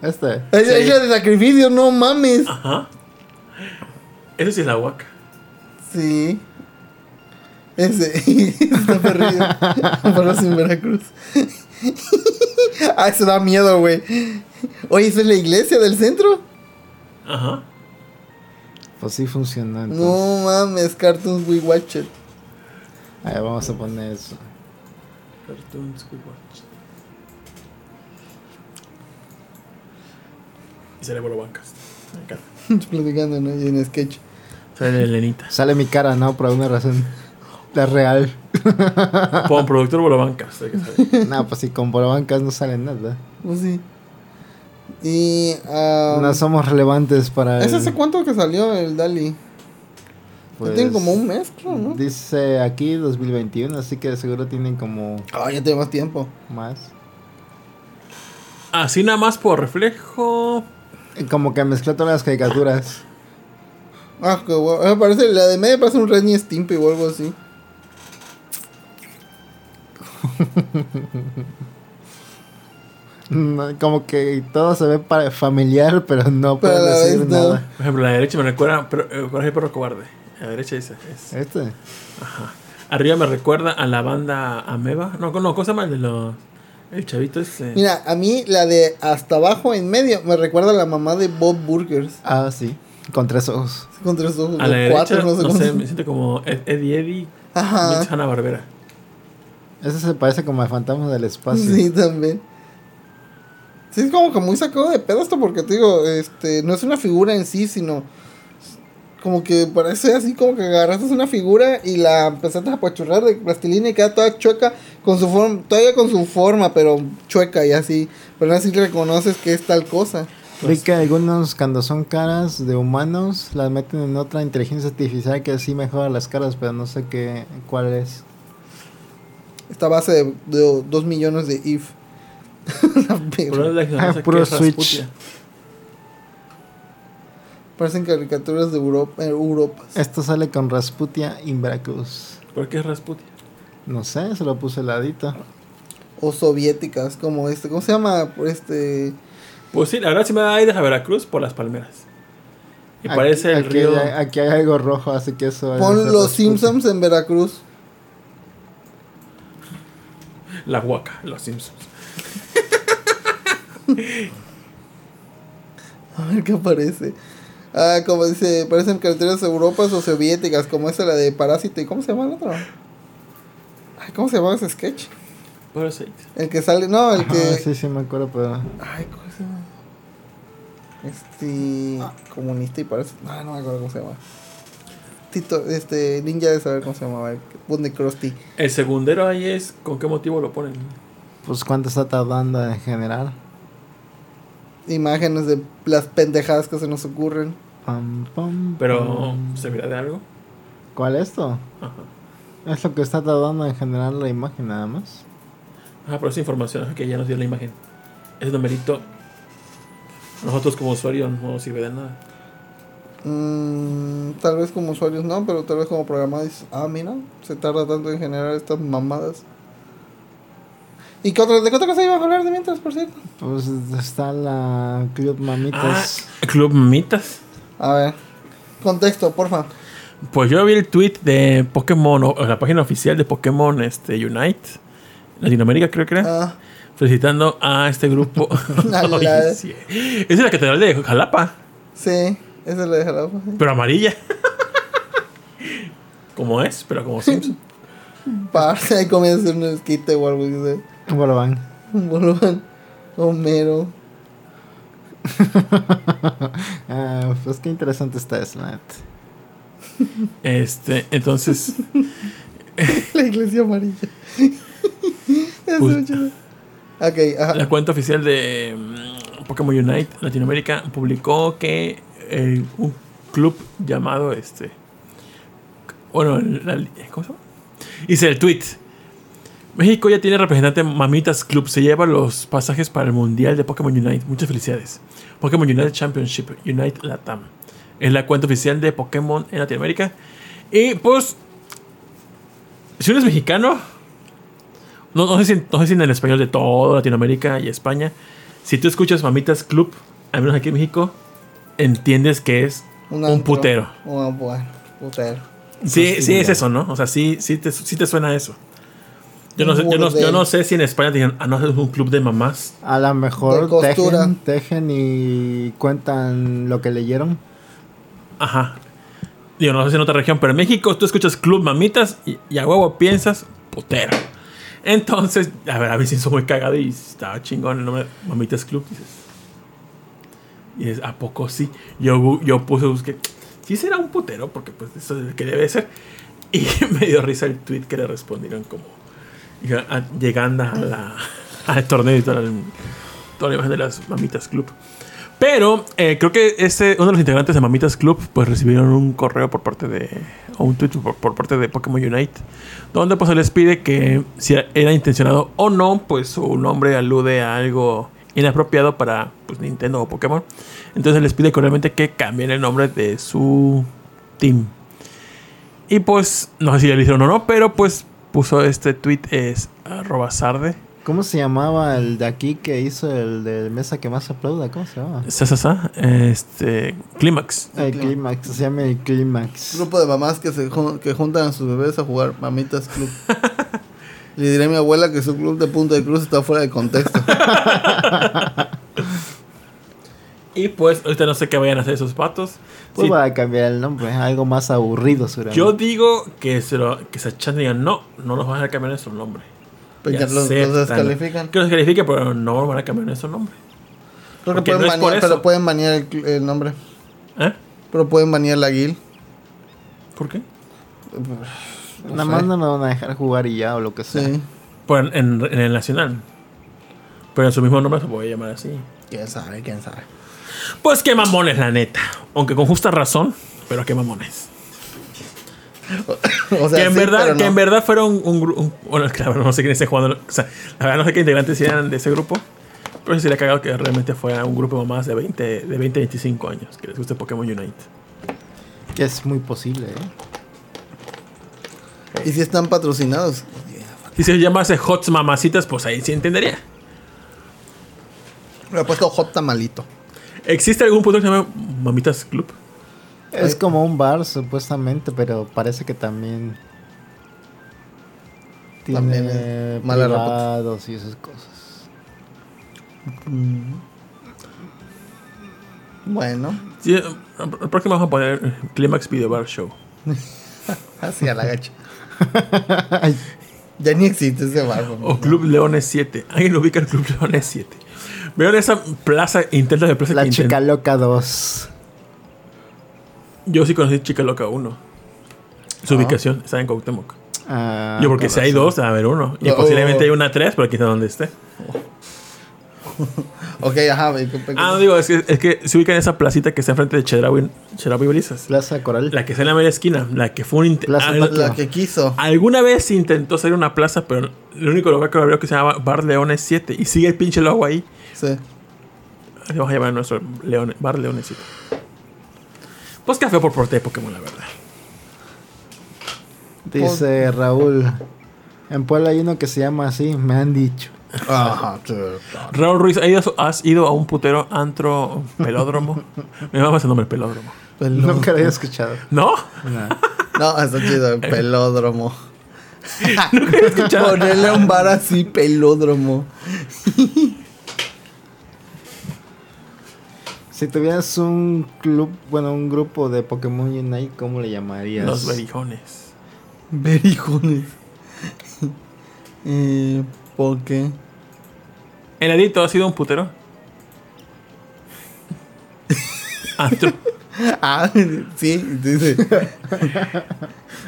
[SPEAKER 4] Este.
[SPEAKER 3] Es es la de sacrificio, no mames.
[SPEAKER 2] Ajá. Eso sí es la huaca.
[SPEAKER 3] Sí. Ese. *laughs* Está
[SPEAKER 4] *laughs*
[SPEAKER 3] perdido. Para sin Veracruz. *laughs* ah, eso da miedo, güey. Oye, ¿esa es la iglesia del centro?
[SPEAKER 2] Ajá.
[SPEAKER 4] Pues sí funcionó. Entonces.
[SPEAKER 3] No mames, Cartoons We Watch It. *laughs*
[SPEAKER 4] Ahí vamos a poner eso.
[SPEAKER 2] Cartoon Squidward. Y cerebro huacas. Me encanta.
[SPEAKER 3] Platicando, ¿no? Y en sketch.
[SPEAKER 2] Sale Lenita.
[SPEAKER 4] Sale mi cara, ¿no? Por alguna razón.
[SPEAKER 3] *laughs*
[SPEAKER 4] La real.
[SPEAKER 2] Pon productor Bolobancas. hay que saber.
[SPEAKER 4] no, pues si con Bolabancas no sale nada.
[SPEAKER 3] Pues sí. Y. ah,
[SPEAKER 4] no somos relevantes para.
[SPEAKER 3] ¿Es
[SPEAKER 4] el-
[SPEAKER 3] hace cuánto que salió el Dali? Ya
[SPEAKER 4] pues,
[SPEAKER 3] tiene como un mes, creo, ¿no?
[SPEAKER 4] Dice aquí 2021, así que seguro tienen como
[SPEAKER 3] Ah, ya tiene más tiempo.
[SPEAKER 4] más.
[SPEAKER 2] Así nada más por reflejo.
[SPEAKER 4] Eh, Como que mezcló todas las caricaturas. *laughs*
[SPEAKER 3] Ah, qué guau. Ah, parece, la de media parece un Renny Stimpy o algo así.
[SPEAKER 4] No, Como que todo se ve pa- familiar, pero no
[SPEAKER 3] Pero a
[SPEAKER 4] puedo
[SPEAKER 3] la vez
[SPEAKER 4] decir
[SPEAKER 3] no.
[SPEAKER 4] nada.
[SPEAKER 2] Por ejemplo, la derecha me recuerda. Pero, eh, Coraje Perro Cobarde. La derecha dice. Es,
[SPEAKER 4] Este.
[SPEAKER 2] Arriba me recuerda a la banda Ameba. No, no, cosa más de los. El chavito es. eh,
[SPEAKER 3] Mira, a mí la de hasta abajo en medio me recuerda a la mamá de Bob Burgers. *laughs*
[SPEAKER 4] Ah, sí. Con tres ojos.
[SPEAKER 3] Con tres ojos,
[SPEAKER 2] a la
[SPEAKER 3] o cuatro,
[SPEAKER 2] *laughs* derecha,
[SPEAKER 3] no sé cómo.
[SPEAKER 2] me siento como Ed- Eddie Eddie.
[SPEAKER 3] Ajá.
[SPEAKER 2] Mitch Hanna Barbera.
[SPEAKER 4] Ese se parece como al fantasma del espacio.
[SPEAKER 3] Sí, también. Sí, es como que muy sacado de pedo esto porque te digo, este, no es una figura en sí, sino como que parece así como que agarraste una figura y la empezaste a apachurrar de plastilina y queda toda chueca con su forma, todavía con su forma, pero chueca y así, pero así reconoces que es tal cosa.
[SPEAKER 4] Vi
[SPEAKER 2] Pues,
[SPEAKER 4] que algunos cuando son caras de humanos las meten en otra inteligencia artificial que sí mejora las caras, pero no sé qué cuál es.
[SPEAKER 3] Esta base de, 2 millones de if. La
[SPEAKER 2] *laughs* Por
[SPEAKER 3] verga.
[SPEAKER 2] eso la ignorancia que
[SPEAKER 4] Ah, puro
[SPEAKER 2] es
[SPEAKER 4] Switch.
[SPEAKER 2] Rasputia.
[SPEAKER 3] Parecen caricaturas de Europa, eh, Europa.
[SPEAKER 4] Esto sale con Rasputia in Veracruz.
[SPEAKER 2] ¿Por qué es Rasputia?
[SPEAKER 4] No sé, se lo puse heladito.
[SPEAKER 3] o soviéticas, como este, ¿cómo se llama? Por Este
[SPEAKER 2] Pues sí, la verdad sí me da aires a Veracruz por las palmeras. Y
[SPEAKER 4] Aquí-
[SPEAKER 2] parece el
[SPEAKER 4] aquí
[SPEAKER 2] río.
[SPEAKER 4] hay- aquí hay algo rojo, así que eso. es
[SPEAKER 3] pon los
[SPEAKER 4] Rasputia. *laughs*
[SPEAKER 3] Simpsons en Veracruz.
[SPEAKER 2] La Huaca, los Simpsons.
[SPEAKER 3] A ver qué aparece. Ah, como dice, parecen carreteras europas o soviéticas, como esa la de Parásito. ¿Y cómo se llama el otro? Ay, ¿cómo se llama ese sketch?
[SPEAKER 2] Parasite.
[SPEAKER 3] El que sale, no,
[SPEAKER 2] *laughs*
[SPEAKER 3] el
[SPEAKER 4] Ajá,
[SPEAKER 3] que.
[SPEAKER 4] Ah, Sí, sí, me acuerdo, pero.
[SPEAKER 3] Ay, ¿cómo se llama? Este. Comunista y parásito. No, no me acuerdo cómo se llama. Tito, este, ninja de saber cómo se llamaba. el que- Bundy Krusty.
[SPEAKER 2] El segundero ahí es con qué motivo lo ponen.
[SPEAKER 4] Pues cuánto está tardando en generar.
[SPEAKER 3] Imágenes de las pendejadas que se nos ocurren.
[SPEAKER 4] Pam, pam,
[SPEAKER 2] Pero
[SPEAKER 4] pam.
[SPEAKER 2] se mira de algo.
[SPEAKER 4] ¿Cuál es esto?
[SPEAKER 2] Ajá.
[SPEAKER 4] Es lo que está tardando en generar la imagen nada más.
[SPEAKER 2] Ah, pero esa información que ya nos dio la imagen. Ese numerito. a Nosotros como usuarios no nos sirve de nada.
[SPEAKER 3] Mm, tal vez como usuarios no, pero tal vez como programadores ah, mira, se tarda tanto en generar estas mamadas. ¿Y qué otra, de qué otra cosa iba a hablar de mientras, por cierto?
[SPEAKER 4] Pues está la Club Mamitas.
[SPEAKER 2] Ah, Club Mamitas.
[SPEAKER 3] A ver, contexto, porfa.
[SPEAKER 2] Pues yo vi el tweet de Pokémon, o la página oficial de Pokémon este, Unite, Latinoamérica creo que era,
[SPEAKER 3] Ah,
[SPEAKER 2] felicitando a este grupo.
[SPEAKER 3] *laughs* A la-
[SPEAKER 2] Oye, sí. Esa es la catedral de Jalapa,
[SPEAKER 3] sí, esa la de Jalapa. sí.
[SPEAKER 2] pero amarilla. *laughs* como es, pero como
[SPEAKER 3] *laughs*
[SPEAKER 2] Simpson.
[SPEAKER 3] Parce, ahí comienza a hacer un esquite o algo, dice.
[SPEAKER 4] Bueno, van.
[SPEAKER 3] *laughs* Boludo, Homero. *laughs*
[SPEAKER 4] Ah, pues qué interesante está eso, la neta.
[SPEAKER 2] Este, entonces,
[SPEAKER 3] La iglesia amarilla. *laughs* Es
[SPEAKER 2] Pues-
[SPEAKER 3] un chido. Ok, ajá.
[SPEAKER 2] la cuenta oficial de mm, Pokémon Unite Latinoamérica publicó que eh, un club llamado este. Bueno, la- ¿cómo se llama? Hice el tweet. México ya tiene representante Mamitas Club. Se lleva los pasajes para el Mundial de Pokémon Unite. Muchas felicidades. Pokémon Unite Championship, Unite Latam. Es la cuenta oficial de Pokémon en Latinoamérica. Y pues, si uno es mexicano, no, no sé, si, no sé si en el español de toda Latinoamérica y España, si tú escuchas Mamitas Club, al menos aquí en México, entiendes que es un
[SPEAKER 3] antro.
[SPEAKER 2] putero.
[SPEAKER 3] Un bueno, putero.
[SPEAKER 2] Sí, sí es eso, ¿no? O sea, sí, sí, te, sí te suena a eso. Yo no, sé, yo, no,
[SPEAKER 3] Burdel.
[SPEAKER 2] yo no sé si en España te digan, ah, no, es un club de mamás.
[SPEAKER 4] A lo
[SPEAKER 3] De
[SPEAKER 4] mejor
[SPEAKER 3] costura.
[SPEAKER 4] tejen, tejen y cuentan lo que leyeron.
[SPEAKER 2] Ajá. Yo no sé si en otra región, pero en México tú escuchas club mamitas y, y a huevo piensas, putero. Entonces, a ver, a mí se hizo muy cagado y estaba chingón el nombre Mamitas Club. Dices. Y dices, ¿a poco sí? Yo, bu- yo puse, busqué, sí será un putero, porque pues eso es lo que debe ser. Y *laughs* me dio risa el tweet que le respondieron como, dijeron, "Ah, llegando a la, *laughs* al torneo y toda la, toda la imagen de las Mamitas Club. Pero eh, creo que este, uno de los integrantes de Mamitas Club pues recibieron un correo por parte de, o un tweet por, por parte de Pokémon Unite, donde pues se les pide que si era intencionado o no, pues su nombre alude a algo inapropiado para pues, Nintendo o Pokémon. Entonces se les pide cordialmente que cambien el nombre de su team. Y pues, no sé si ya lo hicieron o no, pero pues puso este tweet es arroba sarde.
[SPEAKER 4] ¿Cómo se llamaba el de aquí que hizo el de mesa que más aplauda? ¿Cómo se llamaba?
[SPEAKER 2] sa, sa, sa, este, Clímax.
[SPEAKER 4] El clímax, se llama el clímax.
[SPEAKER 3] Grupo de mamás que se jun- que juntan a sus bebés a jugar Mamitas
[SPEAKER 2] *laughs*
[SPEAKER 3] Club. Le diré a mi abuela que su club de Punta de Cruz está fuera
[SPEAKER 2] *laughs*
[SPEAKER 3] de contexto. *laughs*
[SPEAKER 2] Y pues, ahorita no sé qué vayan a hacer esos patos.
[SPEAKER 4] Pues
[SPEAKER 2] Sí,
[SPEAKER 4] para cambiar el nombre, algo más aburrido seguramente.
[SPEAKER 2] yo digo que se, lo, que se achan y digan, no, no nos van a cambiar nuestro nombre.
[SPEAKER 3] Pues ya,
[SPEAKER 2] Ya
[SPEAKER 3] los,
[SPEAKER 2] sé,
[SPEAKER 3] los descalifican.
[SPEAKER 2] Que los califique, pero no van a cambiar ese nombre.
[SPEAKER 3] Creo que
[SPEAKER 2] porque
[SPEAKER 3] pueden
[SPEAKER 2] no es por
[SPEAKER 3] banear,
[SPEAKER 2] eso.
[SPEAKER 3] pero pueden banear el, cl- el nombre.
[SPEAKER 2] ¿Eh?
[SPEAKER 3] Pero pueden banear la guild.
[SPEAKER 2] ¿Por qué?
[SPEAKER 4] Nada más no me van a dejar jugar y ya o lo que sea.
[SPEAKER 3] Sí.
[SPEAKER 2] Por en, en- en el nacional. Pero en su mismo nombre se puede llamar así.
[SPEAKER 3] Quién sabe, quién sabe.
[SPEAKER 2] Pues qué mamones, la neta. Aunque con justa razón, pero qué mamones.
[SPEAKER 3] *laughs* O sea,
[SPEAKER 2] que en
[SPEAKER 3] sí,
[SPEAKER 2] verdad,
[SPEAKER 3] pero
[SPEAKER 2] que
[SPEAKER 3] no.
[SPEAKER 2] en verdad fueron un grupo. Bueno, claro, no sé quién esté jugando. O sea, la verdad no sé qué integrantes eran de ese grupo. Pero sí sería cagado que realmente fuera un grupo de mamás de 20, de 20 25 años. Que les guste Pokémon Unite.
[SPEAKER 4] Que es muy posible, ¿eh?
[SPEAKER 3] Y si están patrocinados.
[SPEAKER 2] Si se llamase Hots Mamacitas, pues ahí sí entendería.
[SPEAKER 3] Le ha puesto J malito.
[SPEAKER 2] ¿Existe algún punto que se llama Mamitas Club?
[SPEAKER 3] Eh,
[SPEAKER 4] Es como un bar supuestamente, pero parece que también tiene
[SPEAKER 3] También es mala reputa-
[SPEAKER 4] privados y esas cosas.
[SPEAKER 3] Bueno,
[SPEAKER 2] Sí, eh, el próximo vamos a poner eh, Climax Video Bar Show.
[SPEAKER 3] así a la gacha. ya ni existe ese barco.
[SPEAKER 2] O Club Leones 7. ¿Alguien ubica el Club Leones 7? Veo esa plaza, intento de plaza
[SPEAKER 4] La
[SPEAKER 2] que intent-
[SPEAKER 4] chica loca 2.
[SPEAKER 2] Yo sí conocí Chica Loca 1.
[SPEAKER 3] Ah.
[SPEAKER 2] Su ubicación está en Cuauhtémoc.
[SPEAKER 4] Ah,
[SPEAKER 2] Yo porque
[SPEAKER 4] con
[SPEAKER 2] si hay
[SPEAKER 4] razón.
[SPEAKER 2] dos, a haber uno. Y
[SPEAKER 3] No.
[SPEAKER 2] posiblemente hay una tres, pero quizá donde esté.
[SPEAKER 3] Ok, ajá. ve, qué-
[SPEAKER 2] Ah, no digo, es que, es que se ubica en esa placita que está enfrente de Chedraui Chedraui Brisas.
[SPEAKER 4] Plaza Coral.
[SPEAKER 2] La que está en la media esquina, la que fue un inte-
[SPEAKER 4] Plaza
[SPEAKER 2] al-
[SPEAKER 4] Patria.
[SPEAKER 3] la que quiso.
[SPEAKER 2] Alguna vez se intentó hacer una plaza, pero el único lugar que abrió que se llamaba Bar Leones 7 y sigue el pinche logo ahí.
[SPEAKER 3] Sí.
[SPEAKER 2] Así vamos a llamar a nuestro Leone- Bar Leones 7. Pues café por porte de Pokémon, la verdad.
[SPEAKER 4] Dice
[SPEAKER 3] Pues-
[SPEAKER 4] Raúl. En Puebla hay uno que se llama así, me han dicho.
[SPEAKER 3] Ajá, sí.
[SPEAKER 2] Raúl Ruiz, ¿has ido, has ido a un putero antro pelódromo? *laughs* Me mamá el nombre pelódromo.
[SPEAKER 3] Peló-
[SPEAKER 4] *laughs* Nunca lo había escuchado.
[SPEAKER 2] ¿No? *laughs*
[SPEAKER 3] No, está chido. Pelódromo.
[SPEAKER 2] escuchado.
[SPEAKER 3] Ponerle un bar así, pelódromo.
[SPEAKER 4] Si tuvieras un club, bueno, un grupo de Pokémon Unite, ¿cómo le llamarías?
[SPEAKER 2] Los berijones.
[SPEAKER 3] Berijones. eh, ¿Por qué?
[SPEAKER 2] ¿El adicto ha sido un *laughs* putero? Antro.
[SPEAKER 3] Ah, sí, dice.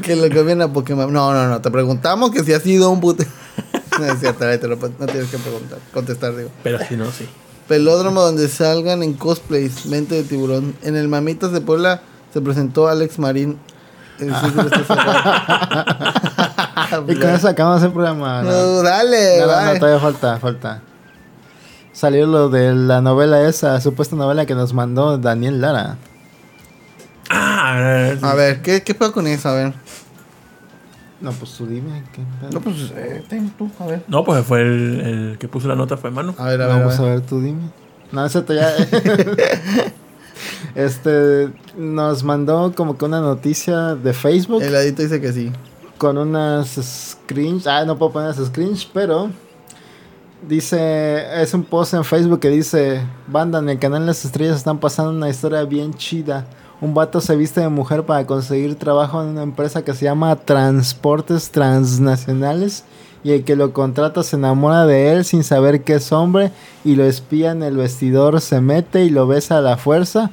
[SPEAKER 3] que lo cambien a Pokémon. No, no, no. Te preguntamos que si ha sido un pute. *laughs* No es cierto, ahí te lo- no tienes que preguntar, contestar, digo.
[SPEAKER 2] Pero si no, sí.
[SPEAKER 3] Pelódromo donde salgan en cosplays, mente de tiburón. En el Mamitas de Puebla se presentó Alex Marín. El círculo está cerrado.
[SPEAKER 4] Ah. *laughs* Y con eso acabamos el programa. ¿no?
[SPEAKER 3] No, dale,
[SPEAKER 4] No, no, no,
[SPEAKER 3] bye.
[SPEAKER 4] todavía falta, falta. Salió lo de la novela esa, supuesta novela que nos mandó Daniel Lara.
[SPEAKER 2] Ah, a ver.
[SPEAKER 3] A ver, ¿qué, ¿qué pasa con eso? A ver.
[SPEAKER 4] No, pues tú dime. ¿qué pedo?
[SPEAKER 3] No, pues, eh, ten tú, a ver.
[SPEAKER 2] No, pues fue el, el que puso la nota, fue Manu.
[SPEAKER 3] A ver, a ver.
[SPEAKER 4] Vamos
[SPEAKER 3] a
[SPEAKER 4] pues, a
[SPEAKER 3] ver.
[SPEAKER 4] ver, tú dime. No, es cierto,
[SPEAKER 3] *laughs*
[SPEAKER 4] ya. *laughs* este, nos mandó como que una noticia de Facebook
[SPEAKER 3] El ladito dice que sí.
[SPEAKER 4] con unas screens. Ah, no puedo poner las screens, pero. Dice, es un post en Facebook que dice, banda, en el canal Las Estrellas están pasando una historia bien chida. Un vato se viste de mujer para conseguir trabajo en una empresa que se llama Transportes Transnacionales y el que lo contrata se enamora de él sin saber que es hombre y lo espía en el vestidor, se mete y lo besa a la fuerza.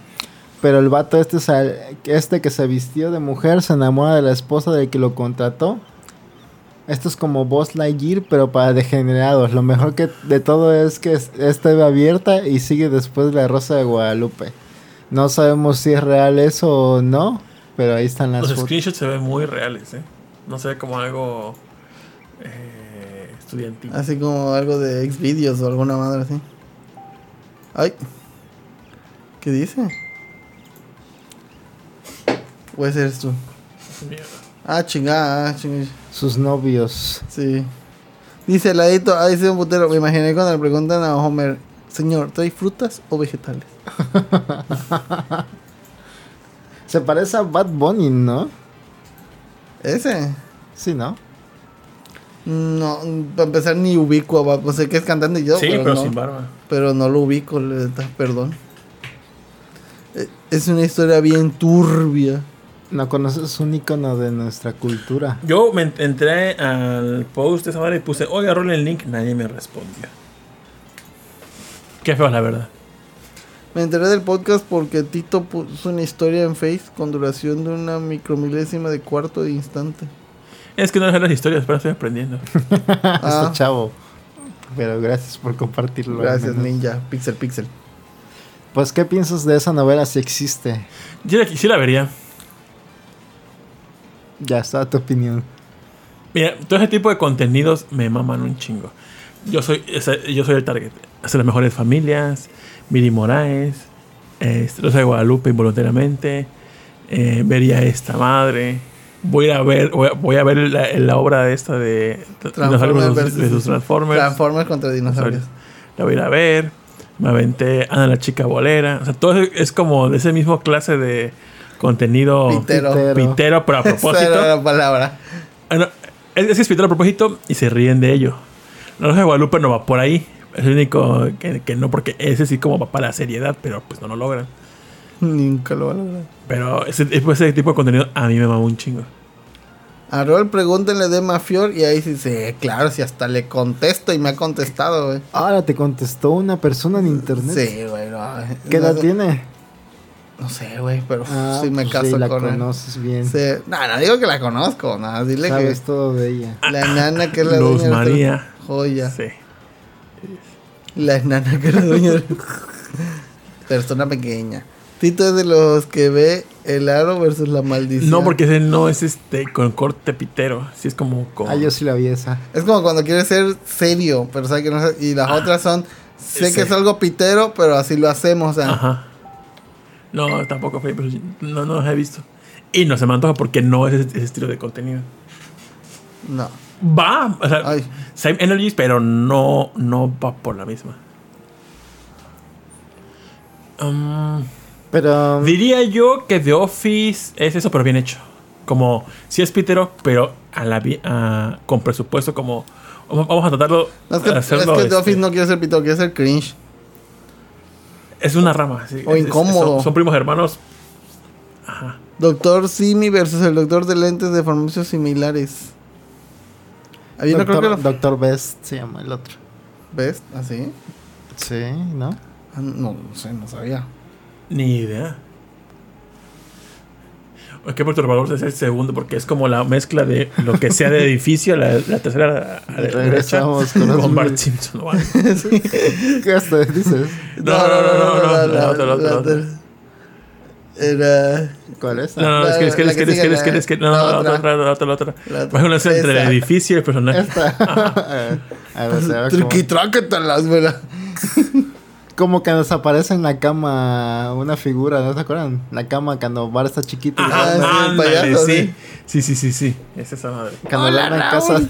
[SPEAKER 4] Pero el vato este, sal- este que se vistió de mujer se enamora de la esposa del que lo contrató. Esto es como Boss Lightyear, pero para degenerados. Lo mejor que de todo es que es- esta va abierta y sigue después la Rosa de Guadalupe. No sabemos si es real eso o no, pero ahí están las
[SPEAKER 2] Los
[SPEAKER 4] fotos.
[SPEAKER 2] screenshots se ven muy reales, ¿eh? No se ve como algo eh, estudiantil.
[SPEAKER 3] Así como algo de Xvideos o alguna madre así. Ay. ¿Qué dice? Puede ser esto.
[SPEAKER 2] Mierda.
[SPEAKER 3] Pues Ah, chingada, ah, chingada.
[SPEAKER 4] Sus novios.
[SPEAKER 3] Sí. Dice el ladito, ah, dice un putero. Me imaginé cuando le preguntan a Homer, señor, ¿trae frutas o vegetales?
[SPEAKER 4] Se parece a Bad Bunny, ¿no?
[SPEAKER 3] Ese.
[SPEAKER 4] Sí, ¿no?
[SPEAKER 3] No, mm, para empezar ni ubico a Bad- O sea, que es cantante yo,
[SPEAKER 2] sí, pero,
[SPEAKER 3] pero, no,
[SPEAKER 2] sin barba.
[SPEAKER 3] pero no lo ubico, E, le- ta- perdón. Eh, Es una historia bien turbia.
[SPEAKER 4] No conoces un icono de nuestra cultura.
[SPEAKER 2] Yo me ent- entré al post de esa madre y puse, oiga, rola el link. Nadie me respondió. Qué feo, la verdad.
[SPEAKER 3] Me enteré del podcast porque Tito puso una historia en Face con duración de una micromilésima de cuarto de instante.
[SPEAKER 2] Es que no dejan las historias, pero estoy aprendiendo.
[SPEAKER 4] Está
[SPEAKER 3] Ah,
[SPEAKER 4] este chavo. Pero gracias por compartirlo. al
[SPEAKER 3] gracias,
[SPEAKER 4] menos.
[SPEAKER 3] ninja. Pixel, pixel.
[SPEAKER 4] Pues, ¿qué piensas de esa novela si existe?
[SPEAKER 2] Yo la- sí la vería.
[SPEAKER 4] Ya está tu opinión.
[SPEAKER 2] Mira, todo ese tipo de contenidos me maman un chingo. Yo soy, esa- yo soy el target. Hasta las mejores familias, Miri Moraes, eh, Rosa de Guadalupe involuntariamente, eh, vería esta madre. Voy a ir a ver, voy a, voy a ver la, la obra de esta de
[SPEAKER 3] Transformers
[SPEAKER 2] Dinosaurios versus,
[SPEAKER 3] versus-
[SPEAKER 2] versus Transformers.
[SPEAKER 3] Transformers contra dinosaurios.
[SPEAKER 2] La voy a ir a ver. Me aventé Ana la chica bolera. O sea, todo es- es como de ese mismo clase de contenido
[SPEAKER 3] Pitero.
[SPEAKER 4] Pitero.
[SPEAKER 2] pitero,
[SPEAKER 3] *laughs*
[SPEAKER 2] pero a
[SPEAKER 3] Esa era
[SPEAKER 2] propósito.
[SPEAKER 3] la palabra.
[SPEAKER 2] Ah, no, Es, es que es pitero a propósito y se ríen de ello. La Rosa de Guadalupe no va por ahí. Es el único que, que no, porque ese sí como va para la seriedad, pero pues no lo logran.
[SPEAKER 3] Nunca lo van a lograr.
[SPEAKER 2] Pero ese, ese tipo de contenido a mí me mama un chingo.
[SPEAKER 3] A Rol pregúntenle de Mafior y ahí dice, claro, si hasta le contesto y me ha contestado, güey.
[SPEAKER 4] Ahora te contestó una persona en internet.
[SPEAKER 3] Sí, güey. no, eh,
[SPEAKER 4] ¿Qué edad
[SPEAKER 3] no,
[SPEAKER 4] tiene?
[SPEAKER 3] No sé, güey, pero
[SPEAKER 4] Ah,
[SPEAKER 3] sí me
[SPEAKER 4] pues
[SPEAKER 3] caso
[SPEAKER 4] la
[SPEAKER 3] con él.
[SPEAKER 4] conoces bien.
[SPEAKER 3] Sí. No, no digo que la conozco, nada, dile
[SPEAKER 4] Sabes todo de ella.
[SPEAKER 3] que la nana que es la
[SPEAKER 2] Luz
[SPEAKER 3] dueña del hotel-
[SPEAKER 2] María.
[SPEAKER 3] joya.
[SPEAKER 2] Sí.
[SPEAKER 3] La nana que es la dueña del- persona pequeña. Tito es de los que ve el aro versus la maldición.
[SPEAKER 2] No, porque ese no es este con corte pitero. Sí es como con...
[SPEAKER 4] Ah, yo sí la vi esa.
[SPEAKER 3] Es como cuando quieres ser serio, pero sabes que no es- Y las otras son, sé
[SPEAKER 2] sí.
[SPEAKER 3] que es algo pitero, pero así lo hacemos, o sea.
[SPEAKER 2] Ajá. No, tampoco fue, pero no, no los he visto. Y no se me antoja porque no es ese, ese estilo de contenido.
[SPEAKER 3] No.
[SPEAKER 2] Va, o sea,
[SPEAKER 3] Ay.
[SPEAKER 2] same energies, pero no, no va por la misma. Um,
[SPEAKER 4] Pero.
[SPEAKER 2] diría yo que The Office es eso, pero bien hecho. Como, si es Pitero, pero a la, vi- a- con presupuesto como... Vamos vamos a tratarlo...
[SPEAKER 3] No, es que, es
[SPEAKER 2] hacerlo,
[SPEAKER 3] que The
[SPEAKER 2] este,
[SPEAKER 3] Office no quiere ser pitero, quiere ser cringe.
[SPEAKER 2] es una rama. sí.
[SPEAKER 3] O
[SPEAKER 2] Es- es-
[SPEAKER 3] incómodo.
[SPEAKER 2] son- son primos hermanos,
[SPEAKER 3] Doctor Simi versus el doctor de lentes de formacios similares. Había no
[SPEAKER 4] Doctor,
[SPEAKER 3] creo que lo...
[SPEAKER 4] Doctor Best se llama el otro.
[SPEAKER 3] ¿Ves? ¿Así?
[SPEAKER 4] Sí, ¿no?
[SPEAKER 3] Ah, no, no sé, no
[SPEAKER 4] *laughs*
[SPEAKER 3] sabía.
[SPEAKER 2] Ni idea. Oye, Qué perturbador es el segundo, porque es como la mezcla de lo que sea de edificio, la, la tercera a la derecha,
[SPEAKER 4] Regresamos con los
[SPEAKER 2] con Bart Simpson. ¿no?
[SPEAKER 3] Sí.
[SPEAKER 4] ¿Qué hasta dices?
[SPEAKER 2] No, no, no, no, no, la otra, la otra, la otra.
[SPEAKER 3] Era...
[SPEAKER 4] ¿Cuál es?
[SPEAKER 2] No, no, es que, es que,
[SPEAKER 3] La
[SPEAKER 2] es que,
[SPEAKER 3] que
[SPEAKER 2] es que,
[SPEAKER 3] sigue,
[SPEAKER 2] es que, es que,
[SPEAKER 3] la-
[SPEAKER 2] no,
[SPEAKER 3] la
[SPEAKER 2] no, la
[SPEAKER 3] otra.
[SPEAKER 2] otra, la otra, la otra.
[SPEAKER 3] La otra.
[SPEAKER 2] Bueno, no es entre el
[SPEAKER 3] Esa.
[SPEAKER 2] edificio y el personaje.
[SPEAKER 4] Esta. *laughs* A ver, se ve como-
[SPEAKER 3] Triquitráquetalas, ¿verdad?
[SPEAKER 4] Como que desaparece en la cama una figura, ¿no se acuerdan? La cama cuando Bar está chiquito. y
[SPEAKER 3] Ah, sí, el
[SPEAKER 2] Ándale,
[SPEAKER 3] payaso,
[SPEAKER 2] sí. sí, sí, sí, sí. Es esa madre.
[SPEAKER 4] cuando
[SPEAKER 3] Hola,
[SPEAKER 4] Lana en casa. *laughs*
[SPEAKER 3] Raúl.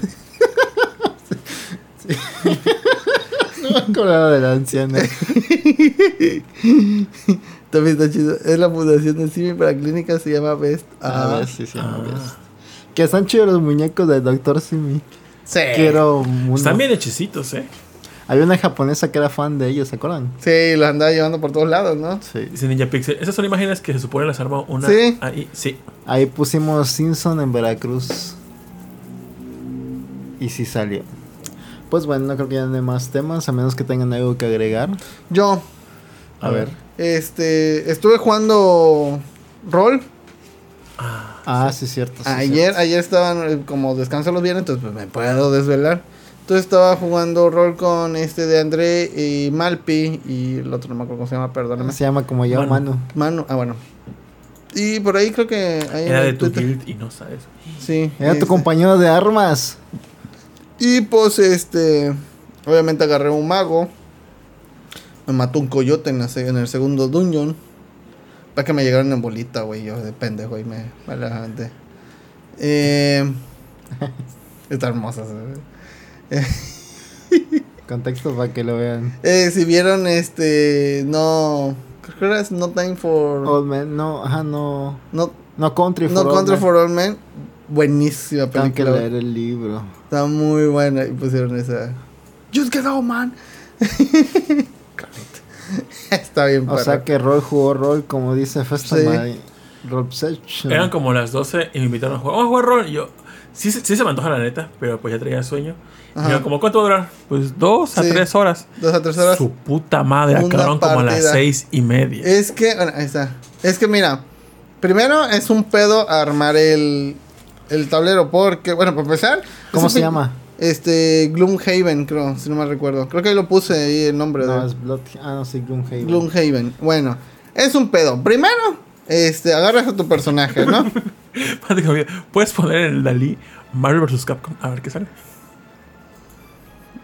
[SPEAKER 4] Sí. *laughs* no me acordaba de la anciana.
[SPEAKER 3] También está chido. Es la fundación de Simi para clínicas, se llama Best.
[SPEAKER 4] A
[SPEAKER 3] Ah,
[SPEAKER 4] ver, sí, sí, no ves. Que están chidos los muñecos de Doctor Simi.
[SPEAKER 3] Sí.
[SPEAKER 4] Quiero uno.
[SPEAKER 2] Están bien hechicitos, ¿eh?
[SPEAKER 4] Había una japonesa que era fan de ellos, ¿se acuerdan?
[SPEAKER 3] Sí, los andaba llevando por todos lados, ¿no?
[SPEAKER 4] Sí.
[SPEAKER 2] Dice Ninja Pixel. Esas son imágenes que se supone las arma una.
[SPEAKER 3] Sí.
[SPEAKER 2] Ahí, sí.
[SPEAKER 4] Ahí pusimos Simpson en Veracruz. Y sí salió. Pues bueno, no creo que ya no hay más temas, a menos que tengan algo que agregar.
[SPEAKER 3] Yo,
[SPEAKER 4] A ver.
[SPEAKER 3] este, estuve jugando rol.
[SPEAKER 4] Ah, sí, cierto. sí,
[SPEAKER 3] Ayer, ayer estaban eh, como descanso los viernes, entonces pues, me puedo desvelar. Entonces estaba jugando rol con este de André y Malpi y el otro no me acuerdo cómo se llama,
[SPEAKER 4] cierto.
[SPEAKER 3] perdóname.
[SPEAKER 4] Se llama como yo,
[SPEAKER 2] Manu.
[SPEAKER 4] Manu.
[SPEAKER 3] Manu, ah bueno. Y por ahí creo que ahí en
[SPEAKER 2] Era de
[SPEAKER 3] el
[SPEAKER 2] tu
[SPEAKER 3] Twitter-
[SPEAKER 2] guild y no sabes.
[SPEAKER 3] Sí.
[SPEAKER 4] Era tu
[SPEAKER 3] este,
[SPEAKER 4] compañero de armas.
[SPEAKER 3] Y pues este. Obviamente agarré un mago. Me mató un coyote en, la se- en el segundo dungeon. Para que me llegaron en bolita, güey. Yo de pendejo y me. me la aventé. Eh,
[SPEAKER 4] *laughs*
[SPEAKER 3] está hermosa. se ve.
[SPEAKER 4] Contexto para que lo vean.
[SPEAKER 3] Eh, si vieron este. No. Creo que era es No Time for.
[SPEAKER 4] Old Man, no, ajá, no.
[SPEAKER 3] no
[SPEAKER 4] No Country Oh, for
[SPEAKER 3] no
[SPEAKER 4] Old
[SPEAKER 3] Control
[SPEAKER 4] Men.
[SPEAKER 3] for All Men. Buenísima
[SPEAKER 4] Tengo que
[SPEAKER 3] película. güey.
[SPEAKER 4] leer el libro.
[SPEAKER 3] Está muy buena. Y pusieron esa. *laughs* Just get out, man. Está bien,
[SPEAKER 4] O
[SPEAKER 3] perra.
[SPEAKER 4] sea que Roy jugó Roy, como dice Festo
[SPEAKER 3] Sí.
[SPEAKER 4] Robsession.
[SPEAKER 2] Eran como las 12 y me invitaron a jugar. Vamos a jugar rol. Y yo, sí, se- sí se me antoja la neta, pero pues ya traía sueño.
[SPEAKER 3] Ajá.
[SPEAKER 2] Y yo, como, ¿cuánto va a durar? Pues dos a
[SPEAKER 3] Sí.
[SPEAKER 2] tres horas.
[SPEAKER 3] Dos a tres horas.
[SPEAKER 2] Su puta madre,
[SPEAKER 3] Una
[SPEAKER 2] acabaron como a las
[SPEAKER 3] partida. Eh.
[SPEAKER 2] seis y media. *laughs*
[SPEAKER 3] Es que, bueno, ahí está. Es que mira, primero es un pedo armar el, el tablero porque, bueno, para empezar. es
[SPEAKER 4] ¿Cómo
[SPEAKER 3] un
[SPEAKER 4] se
[SPEAKER 3] pin-
[SPEAKER 4] llama?
[SPEAKER 3] Este, Gloomhaven, creo, si no me recuerdo. Creo que ahí lo puse ahí el nombre
[SPEAKER 4] No,
[SPEAKER 3] de
[SPEAKER 4] es Blood. Ah, no, sí, Gloomhaven.
[SPEAKER 3] Gloomhaven. Bueno, es un pedo. Primero, este, agarras a tu personaje,
[SPEAKER 4] *laughs*
[SPEAKER 3] ¿no?
[SPEAKER 2] Espérate que me olvide. Puedes poner en el Dalí Marvel vs. Capcom. A ver qué sale.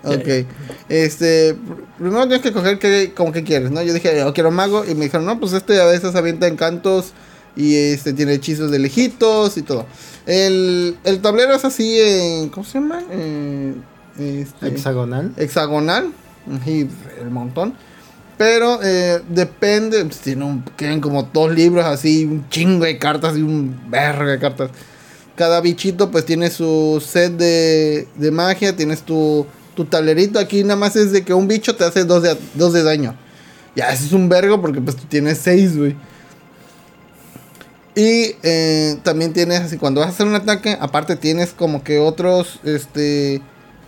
[SPEAKER 3] Ok. Este, pr- primero tienes que coger qué, como que quieres, ¿no? Yo dije, yo quiero mago. Y me dijeron, no, pues este a veces avienta encantos y este tiene hechizos de lejitos y todo. El, el tablero es así en, ¿cómo se llama? Eh, este,
[SPEAKER 4] Hexagonal.
[SPEAKER 3] hexagonal. Y el montón. Pero eh, depende, pues, tiene un- tienen como dos libros así, un chingo de cartas y un verga de cartas. Cada bichito pues tiene su set de, de magia, tienes tu, tu tablerito. Aquí nada más es de que un bicho te hace dos de, dos de daño. Ya, eso es un vergo porque pues tú tienes seis, güey. Y eh, también tienes, así, cuando vas a hacer un ataque, aparte tienes como que otros, este,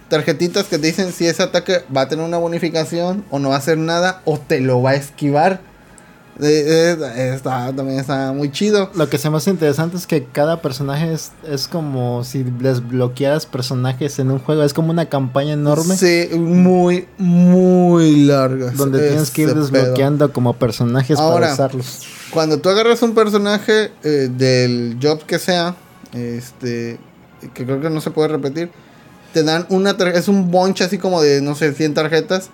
[SPEAKER 3] tarjetitas que te dicen si ese ataque va a tener una bonificación o no va a hacer nada o te lo va a esquivar. Eh, eh, está, también está muy chido.
[SPEAKER 4] Lo que se me hace interesante es que cada personaje es, es como si desbloquearas personajes en un juego. Es como una campaña enorme
[SPEAKER 3] Sí, muy, muy larga.
[SPEAKER 4] donde tienes que ir
[SPEAKER 3] Ese pedo.
[SPEAKER 4] desbloqueando como personajes
[SPEAKER 3] Ahora,
[SPEAKER 4] para usarlos.
[SPEAKER 3] Cuando tú agarras un personaje eh, del job que sea, este, que creo que no se puede repetir, te dan una tarjeta, es un bunch así como de, no sé, 100 tarjetas,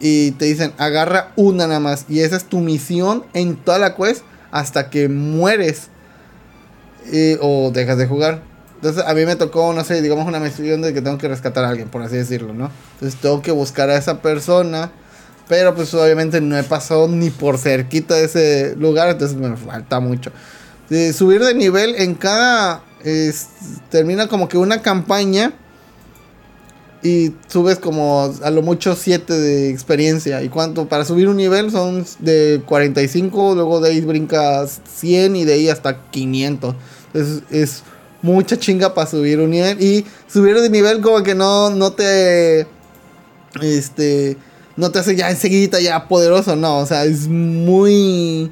[SPEAKER 3] y te dicen, agarra una nada más, y esa es tu misión en toda la quest hasta que mueres eh, o dejas de jugar. Entonces a mí me tocó, no sé, digamos una misión de que tengo que rescatar a alguien, por así decirlo, ¿no? Entonces tengo que buscar a esa persona. Pero pues obviamente no he pasado ni por cerquita de ese lugar, entonces me falta mucho. De subir de nivel en cada... es- termina como que una campaña y subes como a lo mucho 7 de experiencia. ¿Y cuánto? Para subir un nivel son de 45, luego de ahí brincas 100 y de ahí hasta 500. Entonces es mucha chinga para subir un nivel. Y subir de nivel como que no, no te... Este no te hace ya enseguida ya poderoso, no, o sea, es muy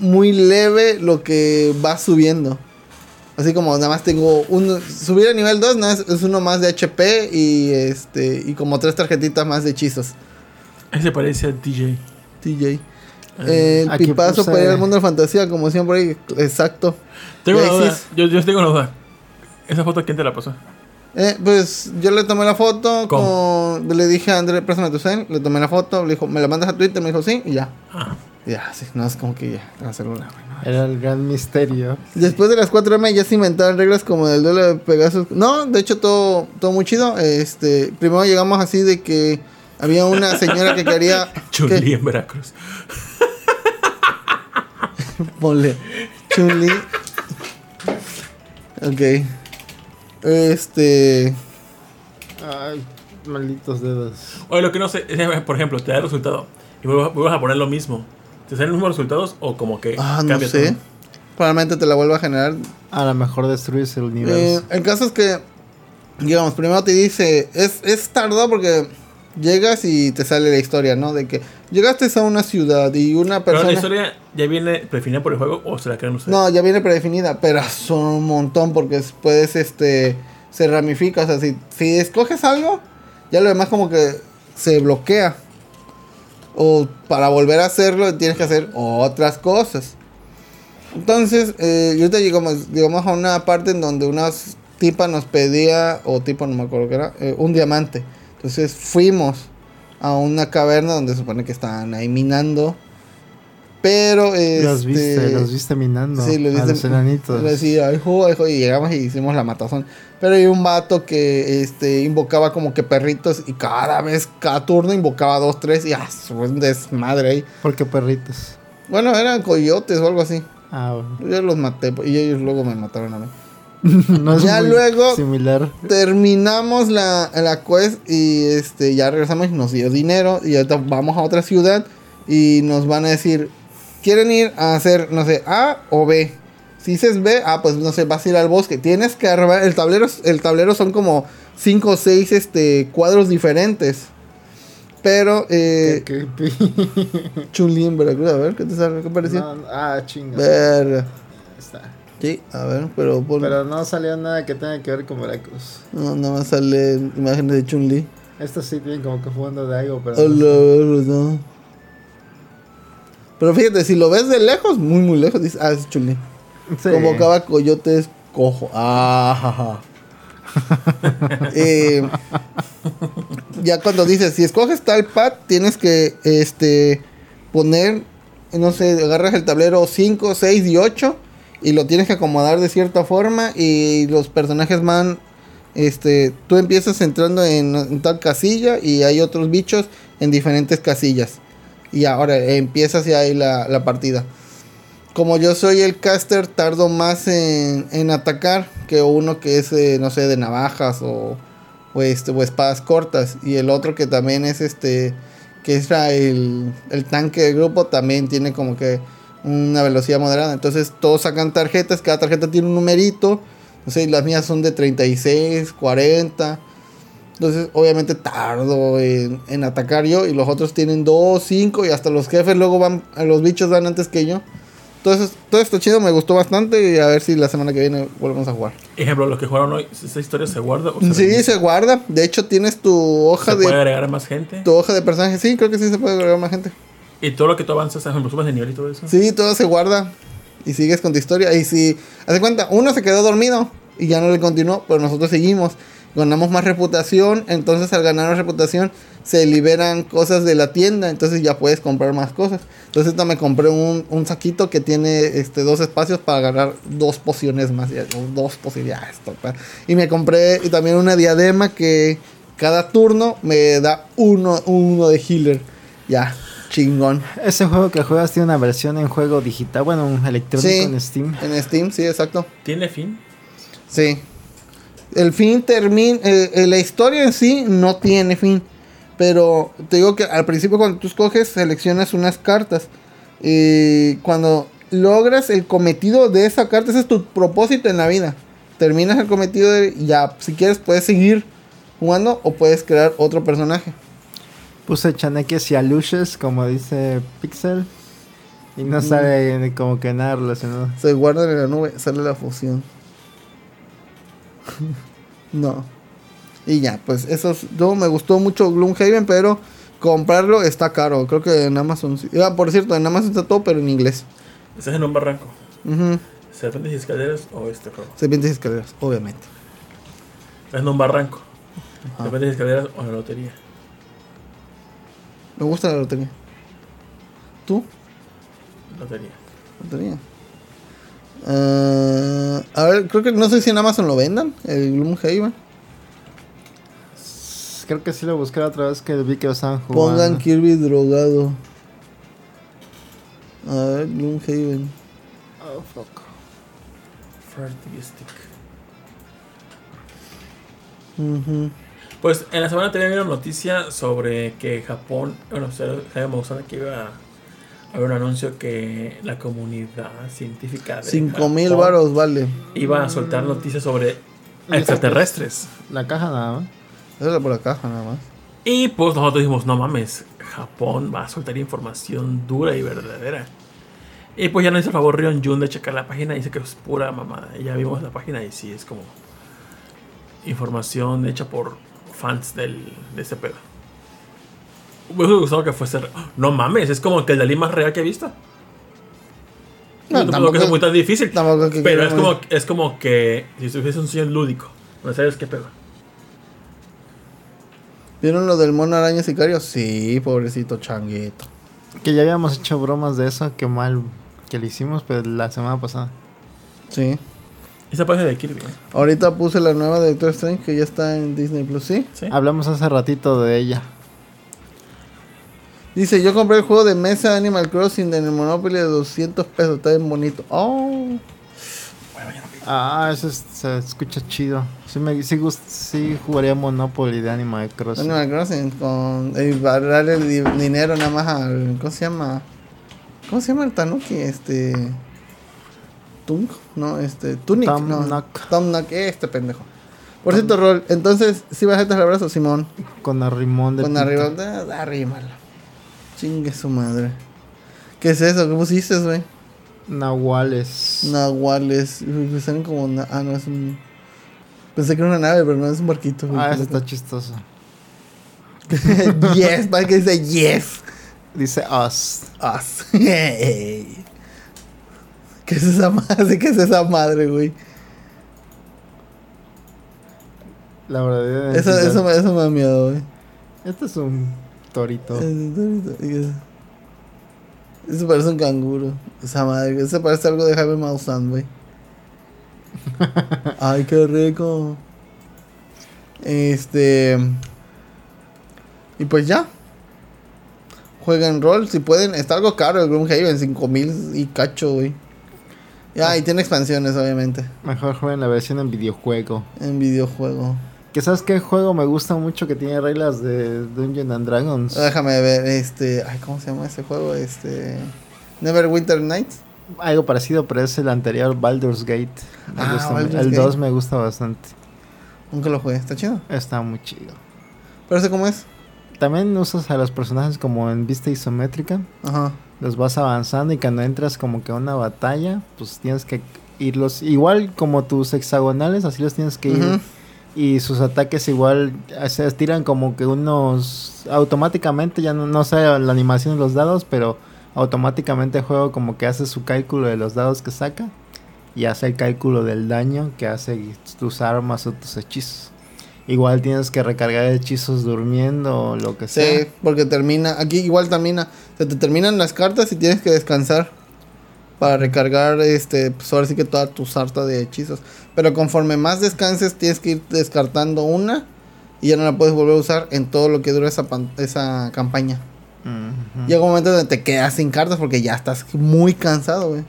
[SPEAKER 3] muy leve lo que va subiendo. Así como nada más tengo un subir a nivel 2, nada más es uno más de HP y este y como tres tarjetitas más de hechizos.
[SPEAKER 2] Ese parece a DJ.
[SPEAKER 3] TJ. El
[SPEAKER 4] aquí
[SPEAKER 3] pipazo
[SPEAKER 4] puse-
[SPEAKER 3] para ir al mundo de fantasía, como siempre, exacto.
[SPEAKER 2] Tengo una duda.
[SPEAKER 3] Isis.
[SPEAKER 2] Yo, yo tengo una duda. ¿Esa foto quién te la pasó?
[SPEAKER 3] Eh, pues yo le tomé la foto,
[SPEAKER 2] ¿Cómo?
[SPEAKER 3] con, le dije a André, préstame tu cel, le tomé la foto, le dijo, ¿me la mandas a Twitter? Me dijo, sí, y ya.
[SPEAKER 2] Ah.
[SPEAKER 3] Ya, sí, no es como que ya, la celular.
[SPEAKER 4] Era el gran misterio.
[SPEAKER 3] Después de las 4M ya se inventaron reglas como el duelo de Pegasus. No, de hecho todo, todo muy chido. Este, primero llegamos así de que había una señora que quería
[SPEAKER 2] Chulí
[SPEAKER 3] que-
[SPEAKER 2] en Veracruz.
[SPEAKER 3] ponle Chuli. Ok. Este,
[SPEAKER 4] Ay, malditos dedos.
[SPEAKER 2] Oye, lo que no sé, es, por ejemplo, te da el resultado y vuelvas vuelvas a poner lo mismo. ¿Te salen los mismos resultados o como que
[SPEAKER 3] ah, no
[SPEAKER 2] cambia
[SPEAKER 3] sé.
[SPEAKER 2] todo?
[SPEAKER 3] Probablemente te la vuelva a generar
[SPEAKER 4] A lo mejor destruyes el
[SPEAKER 3] Eh,
[SPEAKER 4] universo.
[SPEAKER 3] el caso es que, digamos, primero te dice, es, es tardado porque llegas y te sale la historia, ¿no? De que llegaste a una ciudad y una
[SPEAKER 2] Pero
[SPEAKER 3] persona...
[SPEAKER 2] la historia ya viene predefinida por el juego o se la crean ustedes.
[SPEAKER 3] No, ya viene predefinida, pero son un montón porque es- puedes, este, se ramifica, o sea, si, si escoges algo, ya lo demás como que se bloquea. O para volver a hacerlo tienes que hacer otras cosas. Entonces, eh, yo te llegamos, digamos a una parte en donde una tipa nos pedía, o tipo no me acuerdo qué era, eh, un diamante. Entonces fuimos a una caverna donde se supone que estaban ahí minando. Pero...
[SPEAKER 4] los viste,
[SPEAKER 3] este,
[SPEAKER 4] los viste minando.
[SPEAKER 3] Sí, lo
[SPEAKER 4] a
[SPEAKER 3] viste-
[SPEAKER 4] Eh, los enanitos.
[SPEAKER 3] lo decía, "Ay, jo, ay, jo", y llegamos y hicimos la matazón. Pero hay un vato que este, invocaba como que perritos y cada vez, cada turno invocaba dos, tres y ah, su- un desmadre ahí.
[SPEAKER 4] Porque perritos.
[SPEAKER 3] Bueno, eran coyotes o algo así.
[SPEAKER 4] Ah, bueno. *laughs*
[SPEAKER 3] Yo los maté y ellos luego me mataron a mí.
[SPEAKER 4] No es
[SPEAKER 3] Ya
[SPEAKER 4] muy
[SPEAKER 3] luego-
[SPEAKER 4] similar.
[SPEAKER 3] Terminamos la, la quest y este, ya regresamos y nos dio dinero y ahorita vamos a otra ciudad y nos van a decir, quieren ir a hacer, no sé, A o B. Si dices B, ah, pues no sé, vas a ir al bosque. Tienes que armar. El tablero, el tablero son como 5 o 6 este, cuadros diferentes. Pero, eh.
[SPEAKER 4] Qué *laughs* creepy.
[SPEAKER 3] Chun-Li en Veracruz, a ver, ¿qué te sale? ¿Qué parecía?
[SPEAKER 4] No, no, ah, chinga.
[SPEAKER 3] Verga.
[SPEAKER 4] Está.
[SPEAKER 3] Sí, a ver, pero. pon-
[SPEAKER 4] Pero no salió nada que tenga que ver con Veracruz.
[SPEAKER 3] No, nada más salen imágenes de Chun-Li.
[SPEAKER 4] Esto sí tiene como que fondo de algo, pero.
[SPEAKER 3] A la verga, no. Pero fíjate, si lo ves de lejos, muy muy lejos, dices, ah, es Chun-Li.
[SPEAKER 4] Sí.
[SPEAKER 3] Convocaba coyotes cojo. Ah, ja, ja. Eh, ya cuando dices, si escoges tal pad, tienes que este poner, no sé, agarras el tablero 5, 6 y 8 y lo tienes que acomodar de cierta forma y los personajes van, este, tú empiezas entrando en, en tal casilla y hay otros bichos en diferentes casillas. Y ahora empiezas ya ahí la, la partida. Como yo soy el caster, tardo más en, en atacar que uno que es, eh, no sé, de navajas o, o, este, o espadas cortas. Y el otro que también es este, que es la- el, el tanque del grupo, también tiene como que una velocidad moderada. Entonces todos sacan tarjetas, cada tarjeta tiene un numerito. No sé, las mías son de 36, 40. Entonces, obviamente tardo en, en atacar yo. Y los otros tienen 2, 5. Y hasta los jefes luego van. Los bichos van antes que yo. Entonces, todo esto chido me gustó bastante. Y a ver si la semana que viene volvemos a jugar.
[SPEAKER 2] Ejemplo, los que jugaron hoy, ¿esa historia se guarda? O se
[SPEAKER 3] Sí,
[SPEAKER 2] revisa?
[SPEAKER 3] se guarda. De hecho, tienes tu hoja
[SPEAKER 2] ¿Se puede
[SPEAKER 3] de.
[SPEAKER 2] agregar más gente?
[SPEAKER 3] Tu hoja de personaje. Sí, creo que sí se puede agregar más gente.
[SPEAKER 2] Y todo lo que tú avanzas, ejemplo, subes de nivel y todo eso.
[SPEAKER 3] Sí, todo se guarda. Y sigues con tu historia. Y si. Hace cuenta, uno se quedó dormido. Y ya no le continuó. Pero nosotros seguimos. Ganamos más reputación. Entonces, al ganar más reputación, se liberan cosas de la tienda. Entonces, ya puedes comprar más cosas. Entonces, ahorita me compré un, un saquito que tiene este, dos espacios para agarrar dos pociones más. ya, o dos posibilidades. Y me compré y también una diadema que cada turno me da uno, uno de healer. Ya, chingón.
[SPEAKER 4] Ese juego que juegas tiene una versión en juego digital, bueno, un electrónico
[SPEAKER 3] Sí.
[SPEAKER 4] en Steam.
[SPEAKER 3] En Steam, sí, exacto.
[SPEAKER 2] ¿Tiene fin?
[SPEAKER 3] Sí. El fin termina. eh, eh, la historia en sí no tiene fin. Pero te digo que al principio, cuando tú escoges, seleccionas unas cartas. Y cuando logras el cometido de esa carta, ese es tu propósito en la vida. Terminas el cometido de- ya, si quieres, puedes seguir jugando o puedes crear otro personaje.
[SPEAKER 4] Puse chaneques y aluches, como dice Pixel. Y no sale ni como que nada relacionado.
[SPEAKER 3] Se guardan en la nube, sale la fusión. *laughs* no. Y ya, pues eso es- yo me gustó mucho Gloomhaven, pero comprarlo está caro. Creo que en Amazon. sí- Ah, por cierto, en Amazon está todo, pero en inglés.
[SPEAKER 2] Estás en un barranco.
[SPEAKER 3] Ujú.
[SPEAKER 2] ¿Serpientes y escaleras o este juego?
[SPEAKER 3] Serpientes y escaleras, obviamente.
[SPEAKER 2] Estás en un barranco.
[SPEAKER 3] Ajá.
[SPEAKER 2] ¿Serpientes y escaleras o la lotería?
[SPEAKER 3] Me gusta la lotería. ¿Tú?
[SPEAKER 2] Lotería.
[SPEAKER 3] Lotería. Ah, a ver, creo que no sé si en Amazon lo vendan, el Gloomhaven.
[SPEAKER 4] Creo que sí lo busqué la otra vez que vi que lo estaban jugando.
[SPEAKER 3] Pongan Kirby drogado. A ver, Gloomhaven.
[SPEAKER 4] Oh, fuck.
[SPEAKER 2] Farty Stick.
[SPEAKER 3] Ujú.
[SPEAKER 2] Pues en la semana anterior vieron noticia sobre que Japón, bueno, Jaime Maussan aquí iba a haber un anuncio que la comunidad científica de
[SPEAKER 3] 5
[SPEAKER 2] Japón
[SPEAKER 3] mil varos, vale.
[SPEAKER 2] iba a soltar noticias sobre extraterrestres.
[SPEAKER 4] La caja nada más.
[SPEAKER 3] Esa es por la caja nada más.
[SPEAKER 2] Y pues nosotros dijimos, no mames, Japón va a soltar información dura y verdadera. Y pues ya nos hizo el favor Rion Jun de checar la página, dice que es pura mamada. Y ya vimos la página y sí, es como información hecha por fans del, de ese pedo. Me hubiese gustado que fuese... re- No mames, es como que el Dalí más real que he visto.
[SPEAKER 3] No,
[SPEAKER 2] No, tampoco
[SPEAKER 3] tampoco-
[SPEAKER 2] que es muy tan difícil.
[SPEAKER 3] tampoco es que
[SPEAKER 2] pero
[SPEAKER 3] quiera
[SPEAKER 2] es como, es como que si estuviese un sueño lúdico, no sabes qué pedo.
[SPEAKER 3] ¿Vieron lo del mono araña sicario? Sí, pobrecito changuito.
[SPEAKER 4] Que ya habíamos hecho bromas de eso, que mal que le hicimos, pero la semana pasada.
[SPEAKER 3] Sí.
[SPEAKER 2] Esa página de Kirby, ¿eh?
[SPEAKER 3] Ahorita puse la nueva de Doctor Strange que ya está en Disney Plus, sí.
[SPEAKER 2] ¿sí?
[SPEAKER 4] Hablamos hace ratito de ella.
[SPEAKER 3] Dice, yo compré el juego de mesa Animal Crossing de Monopoly de 200 pesos, está bien bonito. Oh,
[SPEAKER 4] Ah, eso es- se escucha chido. Sí, me, sí, gust- sí jugaría Monopoly de Animal
[SPEAKER 3] eh,
[SPEAKER 4] Crossing.
[SPEAKER 3] Animal Crossing con... Y darle dinero nada más al... ¿Cómo se llama? ¿Cómo se llama el Tanuki? Este. Tunk, no, este. Tunic,
[SPEAKER 4] Tom
[SPEAKER 3] no.
[SPEAKER 4] Nook.
[SPEAKER 3] Tom Nook, este pendejo. Por cierto, Rol, entonces, si ¿sí bajaste el abrazo, Simón.
[SPEAKER 4] Con arrimón de.
[SPEAKER 3] Con
[SPEAKER 4] pito.
[SPEAKER 3] arriba, da- da, arrímala. Chingue su madre. ¿Qué es eso? ¿Qué pusiste, güey?
[SPEAKER 4] Nahuales. Ah,
[SPEAKER 3] Nahuales. Uy, me salen como. na- ah, no, es un. Pensé que era una nave, pero no es un barquito. güey.
[SPEAKER 4] Ah, eso está chistoso.
[SPEAKER 3] *laughs* yes, para que dice yes.
[SPEAKER 4] Dice us.
[SPEAKER 3] *laughs* Us. Yay. ¿Qué es esa madre? *laughs* ¿Qué es esa madre, güey?
[SPEAKER 4] La verdadera.
[SPEAKER 3] Eso,
[SPEAKER 4] identidad.
[SPEAKER 3] eso, me- eso me da miedo, güey.
[SPEAKER 4] Este es un torito.
[SPEAKER 3] Eh. Eso parece un canguro. Esa madre, eso parece algo de Jaime Maussan, güey. Ay, qué rico. Este. Y pues ya. Juegan rol, si pueden. Está algo caro el Gloomhaven, 5000 y cacho, güey. Ya, y tiene expansiones, obviamente.
[SPEAKER 4] Mejor jueguen la versión en videojuego.
[SPEAKER 3] En videojuego.
[SPEAKER 4] Que sabes qué juego me gusta mucho que tiene reglas de Dungeons and Dragons.
[SPEAKER 3] Déjame ver, este. Ay, ¿cómo se llama ese juego? Este. Neverwinter Nights.
[SPEAKER 4] Algo parecido, pero es el anterior Baldur's Gate. Me
[SPEAKER 3] Ah,
[SPEAKER 4] gusta mu-
[SPEAKER 3] Baldur's
[SPEAKER 4] el
[SPEAKER 3] Gate.
[SPEAKER 4] 2 me gusta bastante.
[SPEAKER 3] Nunca lo jugué, está chido.
[SPEAKER 4] Está muy chido.
[SPEAKER 3] Pero sé cómo es.
[SPEAKER 4] También usas a los personajes como en vista isométrica.
[SPEAKER 3] Ajá.
[SPEAKER 4] Los vas avanzando y cuando entras como que a una batalla, pues tienes que irlos. Igual como tus hexagonales, así los tienes que ir.
[SPEAKER 3] Ujú.
[SPEAKER 4] Y sus ataques igual eh, se estiran como que unos... Automáticamente, ya no, no sé la animación de los dados, pero automáticamente el juego como que hace su cálculo de los dados que saca. Y hace el cálculo del daño que hace tus armas o tus hechizos. Igual tienes que recargar hechizos durmiendo o lo que
[SPEAKER 3] Sí,
[SPEAKER 4] sea.
[SPEAKER 3] porque termina. Aquí igual termina. Se te terminan las cartas y tienes que descansar. Para recargar, este, pues ahora sí que toda tu sarta de hechizos. Pero conforme más descanses, tienes que ir descartando una. Y ya no la puedes volver a usar en todo lo que dura esa, pan- esa campaña.
[SPEAKER 4] Ujú.
[SPEAKER 3] Llega un momento donde te quedas sin cartas porque ya estás muy cansado, güey.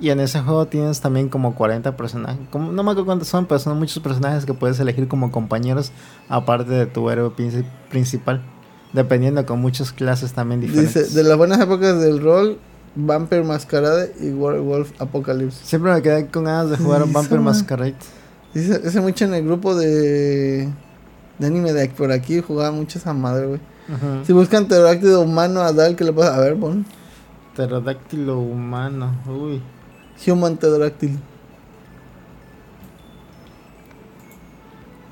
[SPEAKER 4] Y en ese juego tienes también como 40 personajes. Como, no me acuerdo cuántos son, pero son muchos personajes que puedes elegir como compañeros, aparte de tu héroe princi- principal. Dependiendo con muchas clases también
[SPEAKER 3] Dice,
[SPEAKER 4] diferentes.
[SPEAKER 3] de las buenas épocas del rol, Vampire Masquerade y Werewolf Apocalypse.
[SPEAKER 4] Siempre me quedé con ganas de jugar
[SPEAKER 3] Sí,
[SPEAKER 4] Vampire
[SPEAKER 3] sí,
[SPEAKER 4] Masquerade.
[SPEAKER 3] Dice, hace mucho en el grupo de, de anime de por aquí jugaba mucho esa madre, güey.
[SPEAKER 4] Ujú.
[SPEAKER 3] Si buscan pterodáctilo humano a Dal, ¿qué le pasa? A ver, pon.
[SPEAKER 4] Pterodáctilo humano. Uy.
[SPEAKER 3] Human pterodáctilo.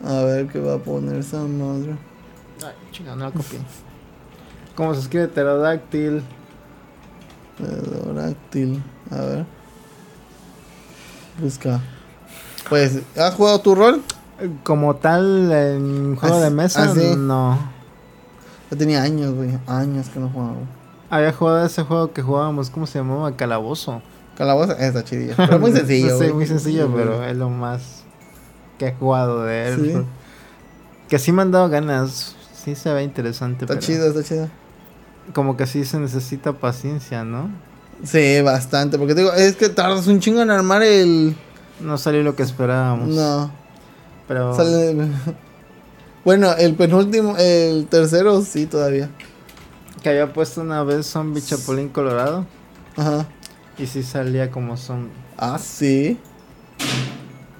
[SPEAKER 3] A ver qué va a poner esa madre.
[SPEAKER 4] Ay, chinga, no la copié. ¿Cómo se escribe pterodáctil?
[SPEAKER 3] Pterodáctilo. A ver. Busca. Pues, ¿has jugado tu rol?
[SPEAKER 4] Eh, Como tal, en juego
[SPEAKER 3] Así-
[SPEAKER 4] de mesa,
[SPEAKER 3] así.
[SPEAKER 4] no.
[SPEAKER 3] Yo tenía años, güey. Años que no jugaba, güey.
[SPEAKER 4] Había jugado ese juego que jugábamos, ¿cómo se llamaba? Calabozo.
[SPEAKER 3] Calaboza, eh, está chidilla. Pero muy sencillo.
[SPEAKER 4] *laughs* Sí,
[SPEAKER 3] güey.
[SPEAKER 4] muy sencillo,
[SPEAKER 3] Sí,
[SPEAKER 4] pero
[SPEAKER 3] güey.
[SPEAKER 4] es lo más que he jugado de él.
[SPEAKER 3] Sí.
[SPEAKER 4] Que sí me han dado ganas. Sí se ve interesante,
[SPEAKER 3] Está
[SPEAKER 4] pero
[SPEAKER 3] chido, está chido.
[SPEAKER 4] como que sí se necesita paciencia, ¿no?
[SPEAKER 3] Sí, bastante. Porque te digo, es que tardas un chingo en armar el.
[SPEAKER 4] No salió lo que esperábamos.
[SPEAKER 3] No.
[SPEAKER 4] Pero
[SPEAKER 3] Sale. *laughs* Bueno, el penúltimo, el tercero, sí, todavía.
[SPEAKER 4] que había puesto una vez Zombie Chapulín Colorado
[SPEAKER 3] Ajá.
[SPEAKER 4] y sí salía como zombie.
[SPEAKER 3] Ah, sí.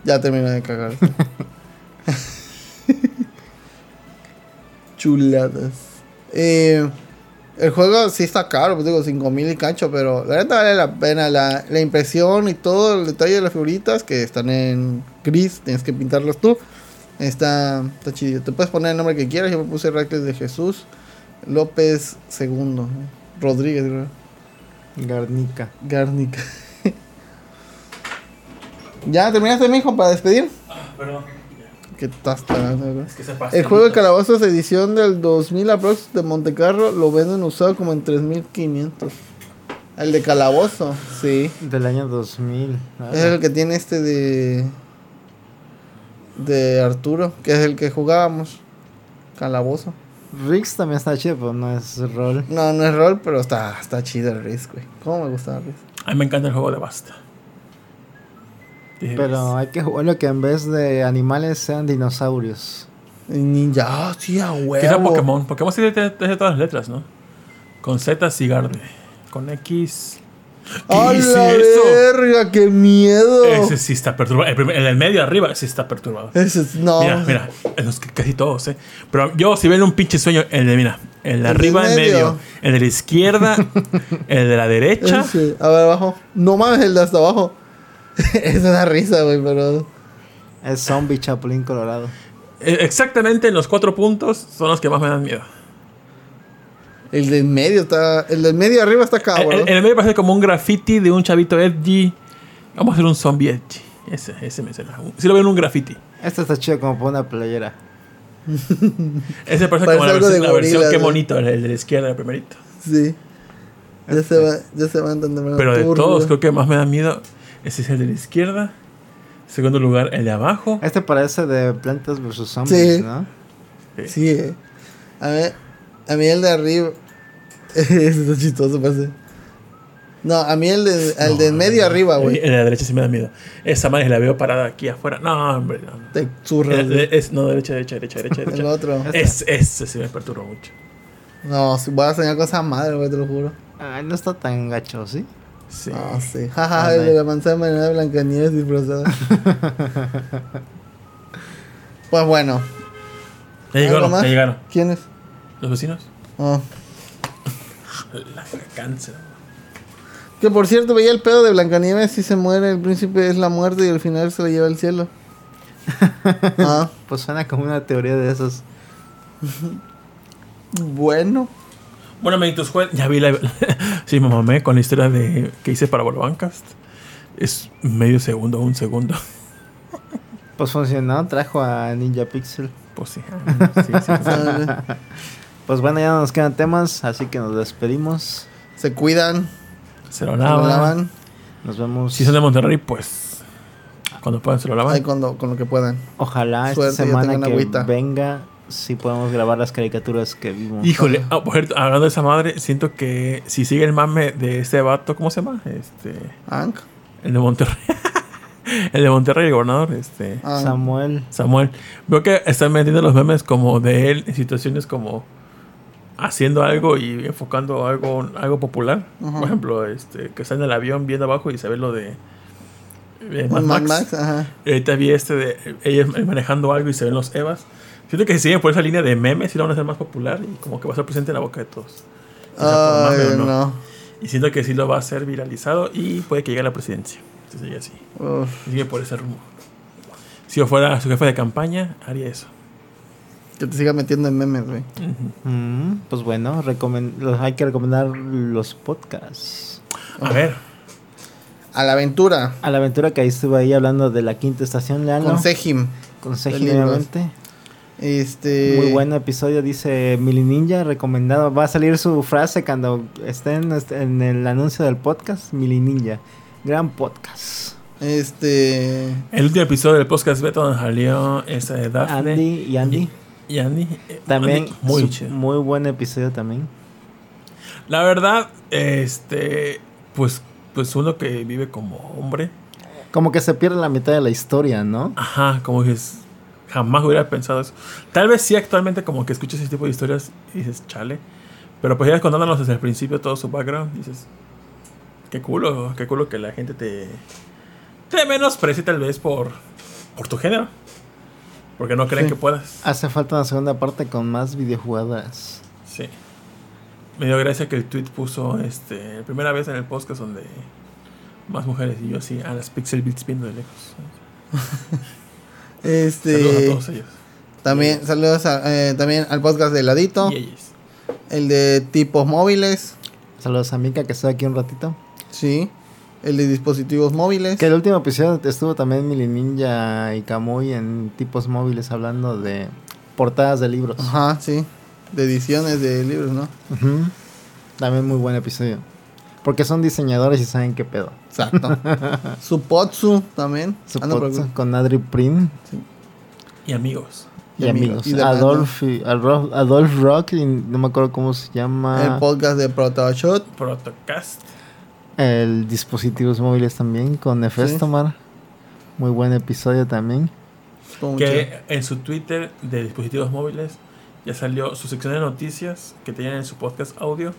[SPEAKER 3] Ya terminé de cagar. Chuladas. Eh, el juego sí está caro, pues digo, 5000 y cacho, pero la neta vale la pena. La, la impresión y todo el detalle de las figuritas que están en gris, tienes que pintarlas tú. Está, está chido. Te puedes poner el nombre que quieras. Yo me puse Heracles de Jesús López II. Rodríguez, creo.
[SPEAKER 4] Garnica.
[SPEAKER 3] Garnica. ¿Ya terminaste, mijo, para despedir?
[SPEAKER 6] Perdón.
[SPEAKER 3] Que estás pagando, güey.
[SPEAKER 6] Es que se pasa.
[SPEAKER 3] El juego de calabozos edición del 2000 aprox de Montecarlo lo venden usado como en 3500. El de calabozo, sí.
[SPEAKER 4] Del año 2000. Ah,
[SPEAKER 3] Es el que tiene este de de Arturo, que es el que jugábamos. Calabozo.
[SPEAKER 4] Rix también está chido, pero no es rol.
[SPEAKER 3] No, no es rol, pero está, está chido el Risk, güey. ¿Cómo me gustaba el Risk?
[SPEAKER 2] A mí me encanta el juego de Basta. Dije,
[SPEAKER 4] Pero hay que jugarlo que en vez de animales sean dinosaurios.
[SPEAKER 3] Y Ninja, ah, sí, a huevo.
[SPEAKER 2] Quizá Pokémon. Pokémon sí te- te hace todas las letras, ¿no? Con Z, Cigarde.
[SPEAKER 8] Con X.
[SPEAKER 3] ¡A
[SPEAKER 2] hice
[SPEAKER 3] la
[SPEAKER 2] eso?
[SPEAKER 3] verga! ¡Qué miedo!
[SPEAKER 2] Ese sí está perturbado. El, primer- el del medio arriba sí está perturbado.
[SPEAKER 3] Ese es- Eh, no.
[SPEAKER 2] Mira, mira, en los que casi todos, ¿eh? Pero yo, si ven un pinche sueño, el de, mira, el de
[SPEAKER 3] del
[SPEAKER 2] arriba, el medio.
[SPEAKER 3] medio.
[SPEAKER 2] el de la
[SPEAKER 3] *laughs*
[SPEAKER 2] izquierda, el de la derecha.
[SPEAKER 3] Ese- a ver, abajo. No mames, el de hasta abajo. *laughs* es una risa, güey, pero.
[SPEAKER 4] Es Zombie Chapulín Colorado.
[SPEAKER 2] Eh, Exactamente en los cuatro puntos son los que más me dan miedo.
[SPEAKER 3] El del medio está. El del medio arriba está acá,
[SPEAKER 2] El-
[SPEAKER 3] güey.
[SPEAKER 2] Eh, el, el medio parece como un graffiti de un chavito edgy. Vamos a hacer un zombie edgy. Ese, ese me suena. Si lo veo en un graffiti.
[SPEAKER 4] Este está chido como por una playera.
[SPEAKER 2] Ese parece,
[SPEAKER 3] Parece
[SPEAKER 2] como la
[SPEAKER 3] algo
[SPEAKER 2] versión,
[SPEAKER 3] de
[SPEAKER 2] la versión
[SPEAKER 3] gorilas,
[SPEAKER 2] qué
[SPEAKER 3] ¿no?
[SPEAKER 2] bonito, el, el de la izquierda, el primerito.
[SPEAKER 3] Sí. Ya se, va, ya se va a entender.
[SPEAKER 2] Este.
[SPEAKER 3] ¿verdad?
[SPEAKER 2] Pero de
[SPEAKER 3] Ah, Turbio.
[SPEAKER 2] todos, creo que más me da miedo. Ese es el de la izquierda. Segundo lugar, el de abajo.
[SPEAKER 4] Este parece de Plantas vs Zombies,
[SPEAKER 3] Sí.
[SPEAKER 4] ¿no?
[SPEAKER 3] Sí, eh. A ver, a mí el de arriba. *laughs* Ese está chistoso, parece. No, a mí el de, al del medio arriba,
[SPEAKER 2] El,
[SPEAKER 3] güey.
[SPEAKER 2] Eh, el de la derecha sí me da miedo. Esa madre la veo parada aquí afuera. No, hombre, no. no.
[SPEAKER 3] Te zurras,
[SPEAKER 2] El-
[SPEAKER 3] güey.
[SPEAKER 2] el- es, no, derecha, derecha, derecha, derecha.
[SPEAKER 3] *laughs* El
[SPEAKER 2] derecha.
[SPEAKER 3] otro.
[SPEAKER 2] Es, ese sí me perturba mucho.
[SPEAKER 3] No, si voy a soñar con esa madre, güey, te lo juro.
[SPEAKER 4] Ah, no está tan gacho, ¿sí?
[SPEAKER 2] Sí.
[SPEAKER 3] Ah, sí. Jaja,
[SPEAKER 4] Ah,
[SPEAKER 3] el de
[SPEAKER 4] sí.
[SPEAKER 3] la manzana envenenada de
[SPEAKER 2] *laughs*
[SPEAKER 3] Blancanieves disfrazada. pues bueno,
[SPEAKER 2] Ya
[SPEAKER 3] ¿algo
[SPEAKER 2] llegaron,
[SPEAKER 3] más?
[SPEAKER 2] ya llegaron.
[SPEAKER 3] ¿quién es?
[SPEAKER 2] Los vecinos.
[SPEAKER 3] Ah.
[SPEAKER 2] La cáncer.
[SPEAKER 3] Que por cierto, veía el pedo de Blancanieves. Si se muere, el príncipe es la muerte y al final se lo lleva
[SPEAKER 2] *laughs*
[SPEAKER 3] al cielo. ah,
[SPEAKER 4] Pues suena como una teoría de esos.
[SPEAKER 3] bueno.
[SPEAKER 2] Bueno, amiguitos, juez, ya vi la. *laughs* sí, me mamé con la historia de que hice para Bolobancast. Es medio segundo, un segundo. *laughs*
[SPEAKER 4] Pues funcionó, trajo a Ninja Pixel.
[SPEAKER 2] Pues sí. sí, sí, sí.
[SPEAKER 3] Ándale.
[SPEAKER 4] Pues bueno, ya no nos quedan temas, así que nos despedimos.
[SPEAKER 3] se cuidan,
[SPEAKER 2] Se lo
[SPEAKER 3] se
[SPEAKER 2] lavan.
[SPEAKER 3] lo lavan.
[SPEAKER 2] Ah,
[SPEAKER 4] Nos vemos.
[SPEAKER 2] Si son de Monterrey, pues. Cuando puedan, se lo
[SPEAKER 3] Ahí
[SPEAKER 2] lavan.
[SPEAKER 3] cuando, con lo que puedan.
[SPEAKER 4] Ojalá
[SPEAKER 3] Suerte,
[SPEAKER 4] esta
[SPEAKER 3] ya
[SPEAKER 4] semana
[SPEAKER 3] tengan
[SPEAKER 4] que
[SPEAKER 3] agüita.
[SPEAKER 4] venga, si podemos grabar las caricaturas que vimos.
[SPEAKER 2] Híjole, ah, por cierto, hablando de esa madre, siento que si sigue el mame de este vato, ¿cómo se llama? Este.
[SPEAKER 3] Ank.
[SPEAKER 2] El de Monterrey. *laughs* el de Monterrey, el gobernador, este.
[SPEAKER 3] Ank.
[SPEAKER 4] Samuel.
[SPEAKER 2] Samuel. Veo que están metiendo los memes como de él en situaciones como haciendo algo y enfocando algo, algo popular.
[SPEAKER 3] Ujú.
[SPEAKER 2] Por ejemplo, este, que está en el avión viendo abajo y se ve lo de, de Mad
[SPEAKER 3] Mad Max.
[SPEAKER 2] Max. eh.
[SPEAKER 3] ajá.
[SPEAKER 2] Y ahorita vi este de eh, ella manejando algo y se ven los Evas. Siento que si siguen por esa línea de memes, sí lo van a hacer más popular y como que va a ser presente en la boca de todos. O sea, por mame
[SPEAKER 3] Ay,
[SPEAKER 2] o no.
[SPEAKER 3] no.
[SPEAKER 2] Y siento que sí lo va a ser viralizado y puede que llegue a la presidencia. Si sigue así.
[SPEAKER 3] Uf,
[SPEAKER 2] Sigue por ese rumbo. Si yo fuera su jefe de campaña, haría eso.
[SPEAKER 3] que te siga metiendo en memes, güey.
[SPEAKER 4] Mm, pues bueno, recomen- los- hay que recomendar los podcasts.
[SPEAKER 2] A ver,
[SPEAKER 3] A la aventura.
[SPEAKER 4] A la aventura que ahí estuve ahí hablando de la quinta estación, leanlo.
[SPEAKER 3] Con Sejim.
[SPEAKER 4] Con Seiji
[SPEAKER 3] de libros.
[SPEAKER 4] nuevamente.
[SPEAKER 3] Este.
[SPEAKER 2] Eh,
[SPEAKER 4] Muy buen episodio, dice Mili Ninja, recomendado. Va a salir su frase cuando estén este, en el anuncio del podcast, Mili Ninja. Gran podcast.
[SPEAKER 3] Este.
[SPEAKER 2] el último episodio del podcast beta donde salió esa de Daphne
[SPEAKER 4] Andy y Andy.
[SPEAKER 2] y Andy. eh,
[SPEAKER 4] También
[SPEAKER 2] Andy, muy
[SPEAKER 4] su-
[SPEAKER 2] chido.
[SPEAKER 4] muy buen episodio también.
[SPEAKER 2] La verdad, este, pues, pues uno que vive como hombre,
[SPEAKER 4] Como que se pierde la mitad de la historia, ¿no?
[SPEAKER 2] ajá, como que es- jamás hubiera pensado eso. Tal vez sí actualmente como que escuchas ese tipo de historias y dices, chale, pero pues ya contándonos desde el principio todo su background, dices, qué culo, qué culo que la gente te, te menosprecie tal vez por, por tu género, porque no creen
[SPEAKER 4] Sí.
[SPEAKER 2] que puedas.
[SPEAKER 4] Hace falta una segunda parte con más videojugadas.
[SPEAKER 2] Sí. Me dio gracia que el tweet puso este primera vez en el podcast donde más mujeres y yo así a las Pixel Beats viendo de lejos. Saludos a
[SPEAKER 3] Este.
[SPEAKER 2] todos eh. ellos.
[SPEAKER 3] También, saludos a, eh, también al podcast de Ladito.
[SPEAKER 2] Y ellas.
[SPEAKER 3] El de tipos móviles.
[SPEAKER 4] Saludos a Mika que estuvo aquí un ratito.
[SPEAKER 3] Sí. El de dispositivos móviles.
[SPEAKER 4] Que el último episodio estuvo también Mili Ninja y Kamui en tipos móviles hablando de portadas de libros.
[SPEAKER 3] Ajá, sí. De ediciones de libros, ¿no?
[SPEAKER 4] Ujú. También muy buen episodio. Porque son diseñadores y saben qué pedo.
[SPEAKER 2] *laughs*
[SPEAKER 3] Exacto. Supotsu también.
[SPEAKER 4] Su
[SPEAKER 3] Ah, no,
[SPEAKER 4] podcast
[SPEAKER 3] pero-
[SPEAKER 4] con Adri Prim
[SPEAKER 2] Y amigos.
[SPEAKER 4] y,
[SPEAKER 3] Y amigos.
[SPEAKER 4] amigos.
[SPEAKER 3] Y de banda.
[SPEAKER 4] Adolf, y- Adolf, Adolf Rock, y no me acuerdo cómo se llama.
[SPEAKER 2] Ah.
[SPEAKER 3] El podcast de Protoshot.
[SPEAKER 2] Protocast.
[SPEAKER 4] El dispositivos móviles también con Efestomar. Muy buen episodio también.
[SPEAKER 3] estuvo muy chido.
[SPEAKER 2] Que en su Twitter de dispositivos móviles ya salió su sección de noticias que tenían en su podcast audio.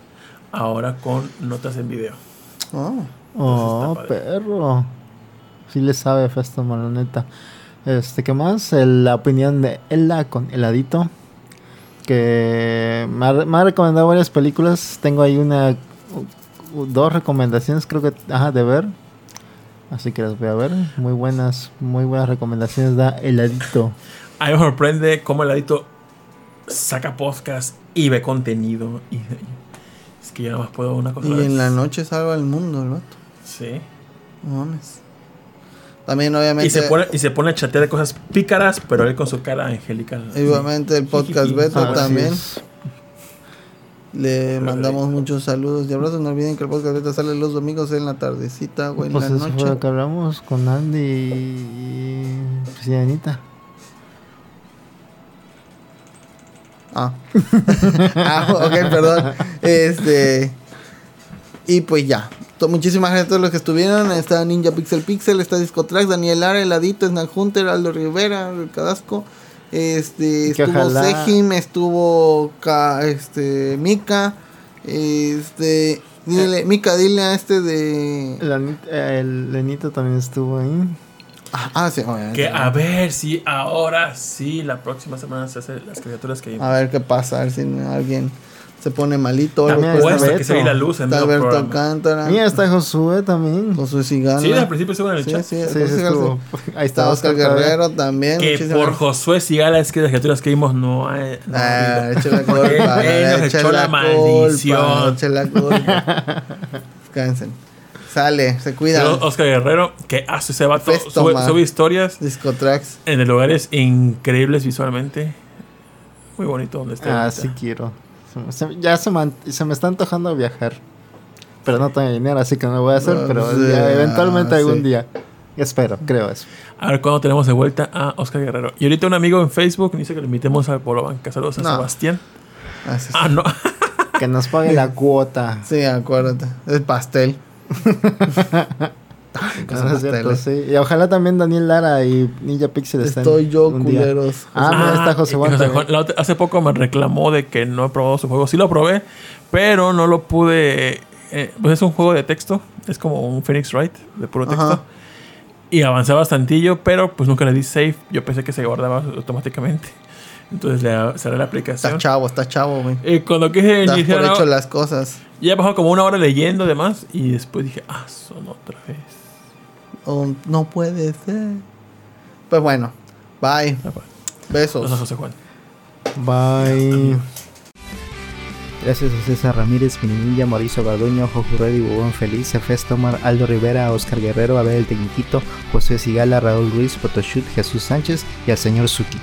[SPEAKER 2] ahora con notas en video.
[SPEAKER 3] Oh.
[SPEAKER 2] Entonces
[SPEAKER 4] Oh,
[SPEAKER 2] está padre.
[SPEAKER 4] perro. Sí le sabe Festomar, la neta. Este, ¿qué más? El- la opinión de Ella con Heladito. Que me ha, me ha recomendado varias películas. Tengo ahí una... u- u- Dos recomendaciones creo que... Ajá, de ver. Así que las voy a ver. Muy buenas, muy buenas recomendaciones da Heladito.
[SPEAKER 2] A mí me sorprende cómo el adicto saca podcast y ve contenido. Y, es que yo nada más puedo una cosa. Pues a
[SPEAKER 3] Y
[SPEAKER 2] la
[SPEAKER 3] en la
[SPEAKER 2] vez.
[SPEAKER 3] noche salva el mundo el vato.
[SPEAKER 2] Sí.
[SPEAKER 3] No mames. También, obviamente.
[SPEAKER 2] Y se, pone, y se pone a chatear de cosas pícaras, pero él con su cara angelical.
[SPEAKER 3] Igualmente
[SPEAKER 2] *laughs*
[SPEAKER 3] el podcast
[SPEAKER 2] Jijiji.
[SPEAKER 3] Beto
[SPEAKER 4] Así
[SPEAKER 3] también.
[SPEAKER 4] es.
[SPEAKER 3] Le mandamos muchos saludos y abrazos. No olviden que el podcast Beto sale los domingos en la tardecita o en
[SPEAKER 4] Pues
[SPEAKER 3] la
[SPEAKER 4] eso fue
[SPEAKER 3] noche.
[SPEAKER 4] lo que hablamos con Andy y... pues, y Anita.
[SPEAKER 3] Ah. *laughs* ah, ok, perdón. Este. Y pues ya. To- Muchísimas gracias a todos los que estuvieron. Está Ninja Pixel Pixel, está Discotrax, Daniel Lara, Heladito, Snack Hunter, Aldo Rivera, el Cadasco. Este,
[SPEAKER 4] Y que
[SPEAKER 3] estuvo
[SPEAKER 4] ojalá-
[SPEAKER 3] Sejim, estuvo Ka- este, Mika. Este, dile, Mika, dile a este de.
[SPEAKER 4] La Anita- eh, el Lenito también estuvo ahí.
[SPEAKER 3] Ah, ah, sí, obviamente.
[SPEAKER 2] Que a ver si ahora sí, la próxima semana se hace las criaturas que
[SPEAKER 3] A ver qué pasa, a ver si alguien se pone malito. o algo,
[SPEAKER 2] También
[SPEAKER 4] pues,
[SPEAKER 2] cuesta
[SPEAKER 4] Beto.
[SPEAKER 2] que se ve la luz en
[SPEAKER 3] Está
[SPEAKER 2] medio
[SPEAKER 3] Alberto
[SPEAKER 2] programa.
[SPEAKER 3] Alcántara.
[SPEAKER 4] Mira, está Josué también.
[SPEAKER 3] Con su cigarro.
[SPEAKER 2] Sí, al principio estuvo en el
[SPEAKER 3] Sí,
[SPEAKER 2] chat.
[SPEAKER 3] sí,
[SPEAKER 4] Sí,
[SPEAKER 3] el
[SPEAKER 4] sí,
[SPEAKER 3] Oscar
[SPEAKER 4] estuvo.
[SPEAKER 3] sí.
[SPEAKER 4] Ahí
[SPEAKER 3] Está Oscar Guerrero también.
[SPEAKER 2] Que
[SPEAKER 3] muchísimas
[SPEAKER 2] por
[SPEAKER 3] gracias.
[SPEAKER 2] Josué Sigala es que las criaturas que vimos no hay. no ha
[SPEAKER 3] Ah,
[SPEAKER 2] habido. *laughs*
[SPEAKER 3] echa la culpa.
[SPEAKER 2] Él nos
[SPEAKER 3] echa
[SPEAKER 2] echó la maldición.
[SPEAKER 3] culpa, Echa la culpa. Descansen. Sale, se
[SPEAKER 2] Pero
[SPEAKER 3] cuidan.
[SPEAKER 2] Oscar Guerrero, que hace ese vato,
[SPEAKER 3] Festo,
[SPEAKER 2] sube,
[SPEAKER 3] man.
[SPEAKER 2] sube historias
[SPEAKER 3] Discotrax.
[SPEAKER 2] en lugares increíbles visualmente. Muy bonito donde está.
[SPEAKER 4] Ah,
[SPEAKER 2] ahorita.
[SPEAKER 4] sí quiero. Se me- se- ya se, man- se me está antojando viajar. Pero no tengo dinero, así que no lo voy a hacer.
[SPEAKER 3] Ah,
[SPEAKER 4] pero
[SPEAKER 3] sí,
[SPEAKER 4] ya, eventualmente
[SPEAKER 3] ah,
[SPEAKER 4] algún
[SPEAKER 3] sí.
[SPEAKER 4] día. Espero, creo eso.
[SPEAKER 2] A ver cuándo tenemos de vuelta a Oscar Guerrero. Y ahorita un amigo en Facebook dice que lo invitemos al Polo Banca. Saludos a
[SPEAKER 3] No.
[SPEAKER 2] Sebastián.
[SPEAKER 3] Ah, sí, sí.
[SPEAKER 2] Ah, no.
[SPEAKER 4] Que nos pague la cuota.
[SPEAKER 3] *laughs* Sí, acuérdate. Es
[SPEAKER 4] *laughs*
[SPEAKER 3] pastel.
[SPEAKER 4] No,
[SPEAKER 3] Cosas
[SPEAKER 4] no es cierto,
[SPEAKER 3] pasteles.
[SPEAKER 4] pues, sí. Y ojalá también Daniel Lara y Ninja Pixel estén.
[SPEAKER 3] Estoy yo,
[SPEAKER 4] un día.
[SPEAKER 3] culeros.
[SPEAKER 4] Ah,
[SPEAKER 2] *laughs*
[SPEAKER 4] mira, está José
[SPEAKER 2] y
[SPEAKER 4] Juan.
[SPEAKER 2] José
[SPEAKER 4] también.
[SPEAKER 2] Juan, la otra- hace poco me reclamó de que no he probado su juego. Sí lo probé, pero no lo pude. eh, pues es un juego de texto. Es como un Phoenix Wright de puro texto.
[SPEAKER 3] Ajá.
[SPEAKER 2] Y avancé bastantillo, pero pues nunca le di save. Yo pensé que se guardaba automáticamente. Entonces le cerré la
[SPEAKER 3] Está
[SPEAKER 2] aplicación.
[SPEAKER 3] chavo, está chavo, güey.
[SPEAKER 2] Y cuando quise
[SPEAKER 3] Estás por
[SPEAKER 2] iniciar,
[SPEAKER 3] hecho
[SPEAKER 2] algo,
[SPEAKER 3] las cosas.
[SPEAKER 2] ya he bajado como una hora leyendo demás. Y después dije, ah, son otra vez.
[SPEAKER 3] Oh, no puede ser. Pues bueno. Bye.
[SPEAKER 2] Ah, bueno.
[SPEAKER 3] Besos.
[SPEAKER 2] Entonces, José Juan.
[SPEAKER 4] Bye.
[SPEAKER 1] Gracias a César Ramírez, Mininja, Mauricio Garduño, Jojo Reddy, Bobón Feliz, Festomar, Aldo Rivera, Oscar Guerrero, Abel El Tecniquito, José Sigala, Raúl Ruiz, Photoshoot, Jesús Sánchez y al señor Suki.